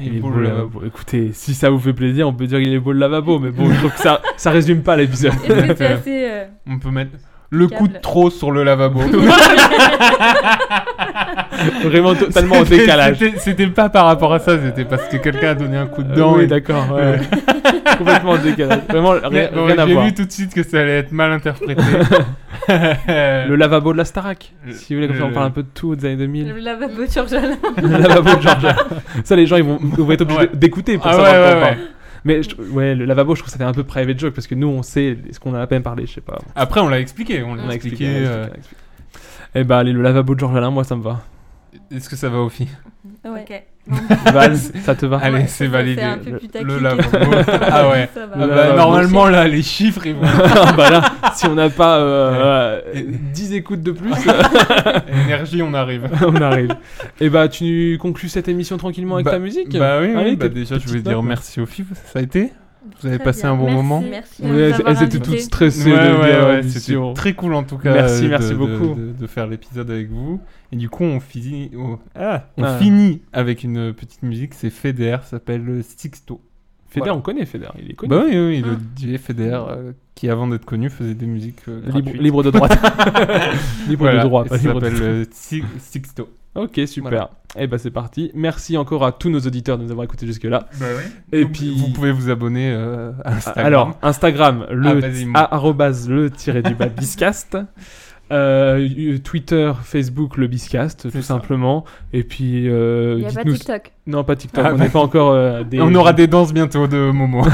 [SPEAKER 8] Il est beau le
[SPEAKER 7] lavabo.
[SPEAKER 8] lavabo. Écoutez, si ça vous fait plaisir, on peut dire qu'il est beau le lavabo, mais bon, je trouve que ça, ça résume
[SPEAKER 7] <laughs>
[SPEAKER 8] pas l'épisode.
[SPEAKER 9] Est-ce que c'est assez. euh,
[SPEAKER 7] On peut mettre le coup de
[SPEAKER 9] Câble.
[SPEAKER 7] trop sur le
[SPEAKER 8] <laughs>
[SPEAKER 7] lavabo.
[SPEAKER 8] Vraiment totalement en
[SPEAKER 7] C'était-
[SPEAKER 8] décalage. Euh,
[SPEAKER 7] c'était- C'était pas par rapport à ça, c'était parce que quelqu'un a donné un coup de dent.
[SPEAKER 8] oui,
[SPEAKER 7] et-
[SPEAKER 8] d'accord, ouais. <laughs> Complètement en décalage. Vraiment, rien-
[SPEAKER 7] Mais bon,
[SPEAKER 8] rien à
[SPEAKER 7] J'ai
[SPEAKER 8] voir.
[SPEAKER 7] vu tout de suite que ça allait être mal interprété.
[SPEAKER 8] <laughs>
[SPEAKER 7] <laughs>
[SPEAKER 8] Le lavabo de la Starac.
[SPEAKER 7] Le-
[SPEAKER 8] Si vous voulez, comme ça, on
[SPEAKER 7] le-
[SPEAKER 8] parle un peu de tout des années 2000.
[SPEAKER 9] Le lavabo de Georges Alain.
[SPEAKER 8] <laughs> le lavabo de Georges. Ça, les gens, ils vont, ils vont être obligés
[SPEAKER 7] Ouais.
[SPEAKER 8] d'écouter pour
[SPEAKER 7] Ah
[SPEAKER 8] savoir
[SPEAKER 7] ouais,
[SPEAKER 8] de quoi
[SPEAKER 7] ouais,
[SPEAKER 8] on parle.
[SPEAKER 7] ouais.
[SPEAKER 8] Mais je- ouais, le lavabo, je trouve que ça fait un peu private joke parce que nous, on sait ce qu'on a à peine parlé, je sais pas.
[SPEAKER 7] Après, on l'a expliqué. On l'a
[SPEAKER 8] a
[SPEAKER 7] expliqué.
[SPEAKER 8] on a
[SPEAKER 7] euh,
[SPEAKER 8] expliqué, on a expliqué. Eh ben, allez, le lavabo de Georges Alain, moi, ça me va.
[SPEAKER 7] euh, Est-ce que ça va aux filles
[SPEAKER 9] Ouais. Ok.
[SPEAKER 7] <laughs>
[SPEAKER 8] Val, ça te va <laughs>
[SPEAKER 7] Allez, c'est validé.
[SPEAKER 9] un peu
[SPEAKER 7] Le,
[SPEAKER 9] putaclic
[SPEAKER 7] le
[SPEAKER 9] et <laughs>
[SPEAKER 7] lavabo.
[SPEAKER 9] tout.
[SPEAKER 7] ah ouais.
[SPEAKER 9] Ça va.
[SPEAKER 7] Ah
[SPEAKER 8] Le
[SPEAKER 7] bah,
[SPEAKER 8] lavabo,
[SPEAKER 7] normalement, là, les chiffres, ils vont.
[SPEAKER 8] <laughs> bah là, si on n'a pas euh, euh, 10 écoutes
[SPEAKER 7] <laughs>
[SPEAKER 8] de plus,
[SPEAKER 7] Énergie, on arrive.
[SPEAKER 8] on arrive. Et bah, tu conclus cette émission tranquillement avec
[SPEAKER 7] Bah-
[SPEAKER 8] ta musique
[SPEAKER 7] Bah oui, oui,
[SPEAKER 8] Allez,
[SPEAKER 7] bah
[SPEAKER 8] tes-
[SPEAKER 7] déjà,
[SPEAKER 8] tes
[SPEAKER 7] je voulais
[SPEAKER 8] petites
[SPEAKER 7] dire
[SPEAKER 8] notes, ouais.
[SPEAKER 7] merci aux filles. Ça a été Vous avez
[SPEAKER 9] Très
[SPEAKER 7] passé
[SPEAKER 9] bien.
[SPEAKER 7] un bon
[SPEAKER 9] Merci.
[SPEAKER 7] moment
[SPEAKER 9] Merci.
[SPEAKER 8] Oui, elles, elles étaient toutes stressées
[SPEAKER 7] Ouais,
[SPEAKER 8] de
[SPEAKER 7] ouais,
[SPEAKER 8] venir à
[SPEAKER 7] ouais,
[SPEAKER 8] l'émission.
[SPEAKER 7] c'était très cool en tout cas.
[SPEAKER 8] Merci,
[SPEAKER 7] euh, de-
[SPEAKER 8] merci
[SPEAKER 7] de-
[SPEAKER 8] beaucoup.
[SPEAKER 7] de, de faire l'épisode avec vous. Et du coup, on finit, on- ah, on
[SPEAKER 8] Ah.
[SPEAKER 7] finit avec une petite musique. C'est Feder, ça s'appelle euh, Sixto.
[SPEAKER 8] Feder,
[SPEAKER 7] Voilà.
[SPEAKER 8] on connaît Feder, il est connu.
[SPEAKER 7] Bah oui, oui, le DJ Feder, euh, qui avant d'être connu faisait des musiques euh,
[SPEAKER 8] libre,
[SPEAKER 7] gratuites.
[SPEAKER 8] libre de droite.
[SPEAKER 7] <laughs>
[SPEAKER 8] libre
[SPEAKER 7] Voilà,
[SPEAKER 8] de droit,
[SPEAKER 7] et
[SPEAKER 8] pas
[SPEAKER 7] Ça
[SPEAKER 8] libre de
[SPEAKER 7] s'appelle euh, Si- Sixto.
[SPEAKER 8] Ok, super.
[SPEAKER 7] Voilà.
[SPEAKER 8] Et bah c'est parti. Merci encore à tous nos auditeurs de nous avoir écoutés jusque-là. Et
[SPEAKER 7] Vous-
[SPEAKER 8] puis- Ah,
[SPEAKER 7] vous pouvez vous abonner euh, à Instagram.
[SPEAKER 8] Alors, Instagram,
[SPEAKER 7] Ah,
[SPEAKER 8] le
[SPEAKER 7] vas-y, moi.
[SPEAKER 8] à- arrobase le tiré du bas
[SPEAKER 7] <laughs>
[SPEAKER 8] biscast. Euh, Twitter, Facebook, le biscast, tout simplement. Et puis, euh,
[SPEAKER 12] Il n'y a pas
[SPEAKER 8] dites-nous-
[SPEAKER 12] TikTok.
[SPEAKER 8] Non, pas TikTok.
[SPEAKER 7] Ah,
[SPEAKER 8] on
[SPEAKER 7] bah.
[SPEAKER 8] n'est pas
[SPEAKER 7] <laughs>
[SPEAKER 8] encore euh, des.
[SPEAKER 7] Et on aura des danses bientôt de Momo.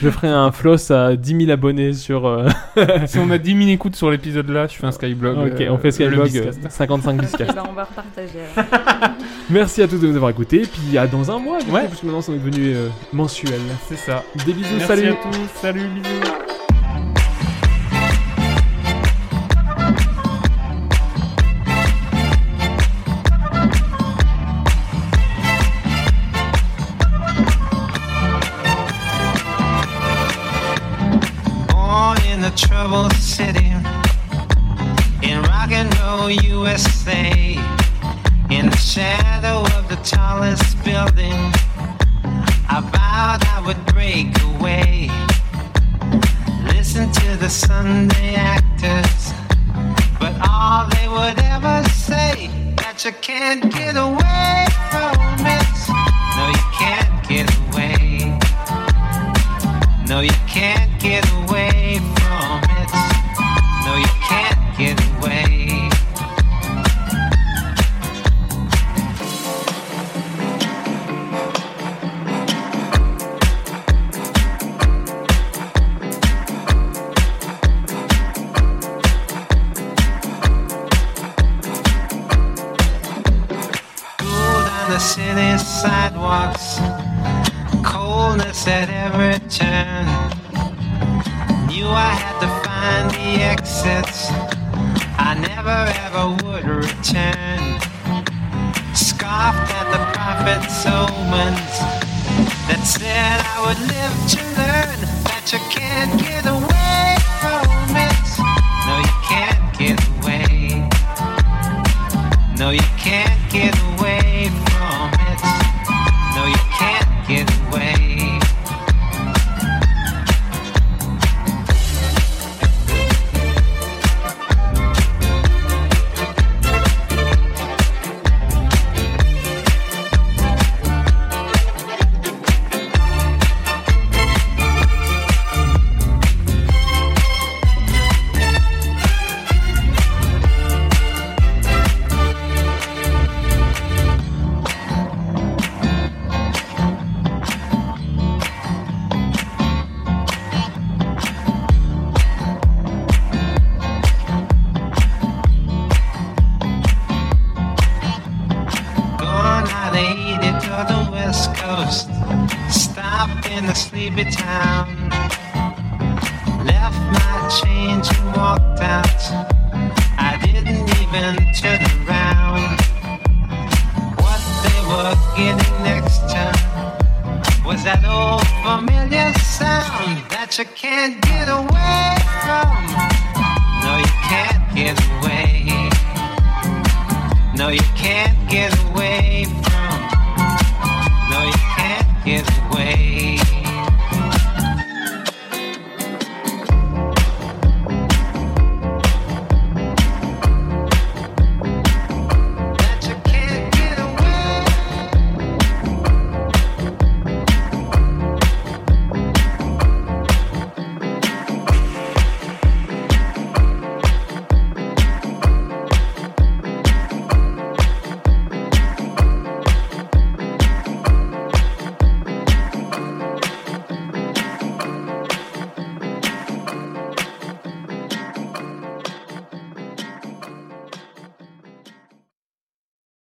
[SPEAKER 8] Je ferai un floss à 10 000 abonnés sur. euh,
[SPEAKER 7] <laughs> si on a 10 000 écoutes sur l'épisode là, je fais un Skyblog.
[SPEAKER 8] <laughs> ok,
[SPEAKER 7] euh,
[SPEAKER 8] on fait
[SPEAKER 7] le
[SPEAKER 8] Skyblog euh,
[SPEAKER 7] Biscast.
[SPEAKER 8] 55
[SPEAKER 9] Ok,
[SPEAKER 8] biscast.
[SPEAKER 9] bah, on va repartager.
[SPEAKER 8] Merci à tous de nous avoir écoutés. Et puis à dans un mois, du
[SPEAKER 7] Ouais.
[SPEAKER 8] coup, parce que maintenant, on est devenu euh, mensuel.
[SPEAKER 7] C'est ça.
[SPEAKER 8] Des bisous,
[SPEAKER 7] Merci
[SPEAKER 8] salut.
[SPEAKER 7] à tous, salut, bisous.
[SPEAKER 6] Born in a troubled city, in rock and roll USA, in the shadow of the tallest building, I vowed I would break away. Listen to the Sunday actors, but all they would ever say that you can't get away from it. No, you can't get away. No, you can't get away from it. No, you can't get away. Cold on the city sidewalks, coldness at every turn. Knew I had to find the exits. I never ever would return. Scoffed at the prophet's omens that said I would live to learn that you can't get away from it. No, you can't get away. No, you can't get away from it. No, you can't get away.
[SPEAKER 10] sleepy town. Left my change and walked out. I didn't even turn around. What they were getting next to was that old familiar sound that you can't get away from.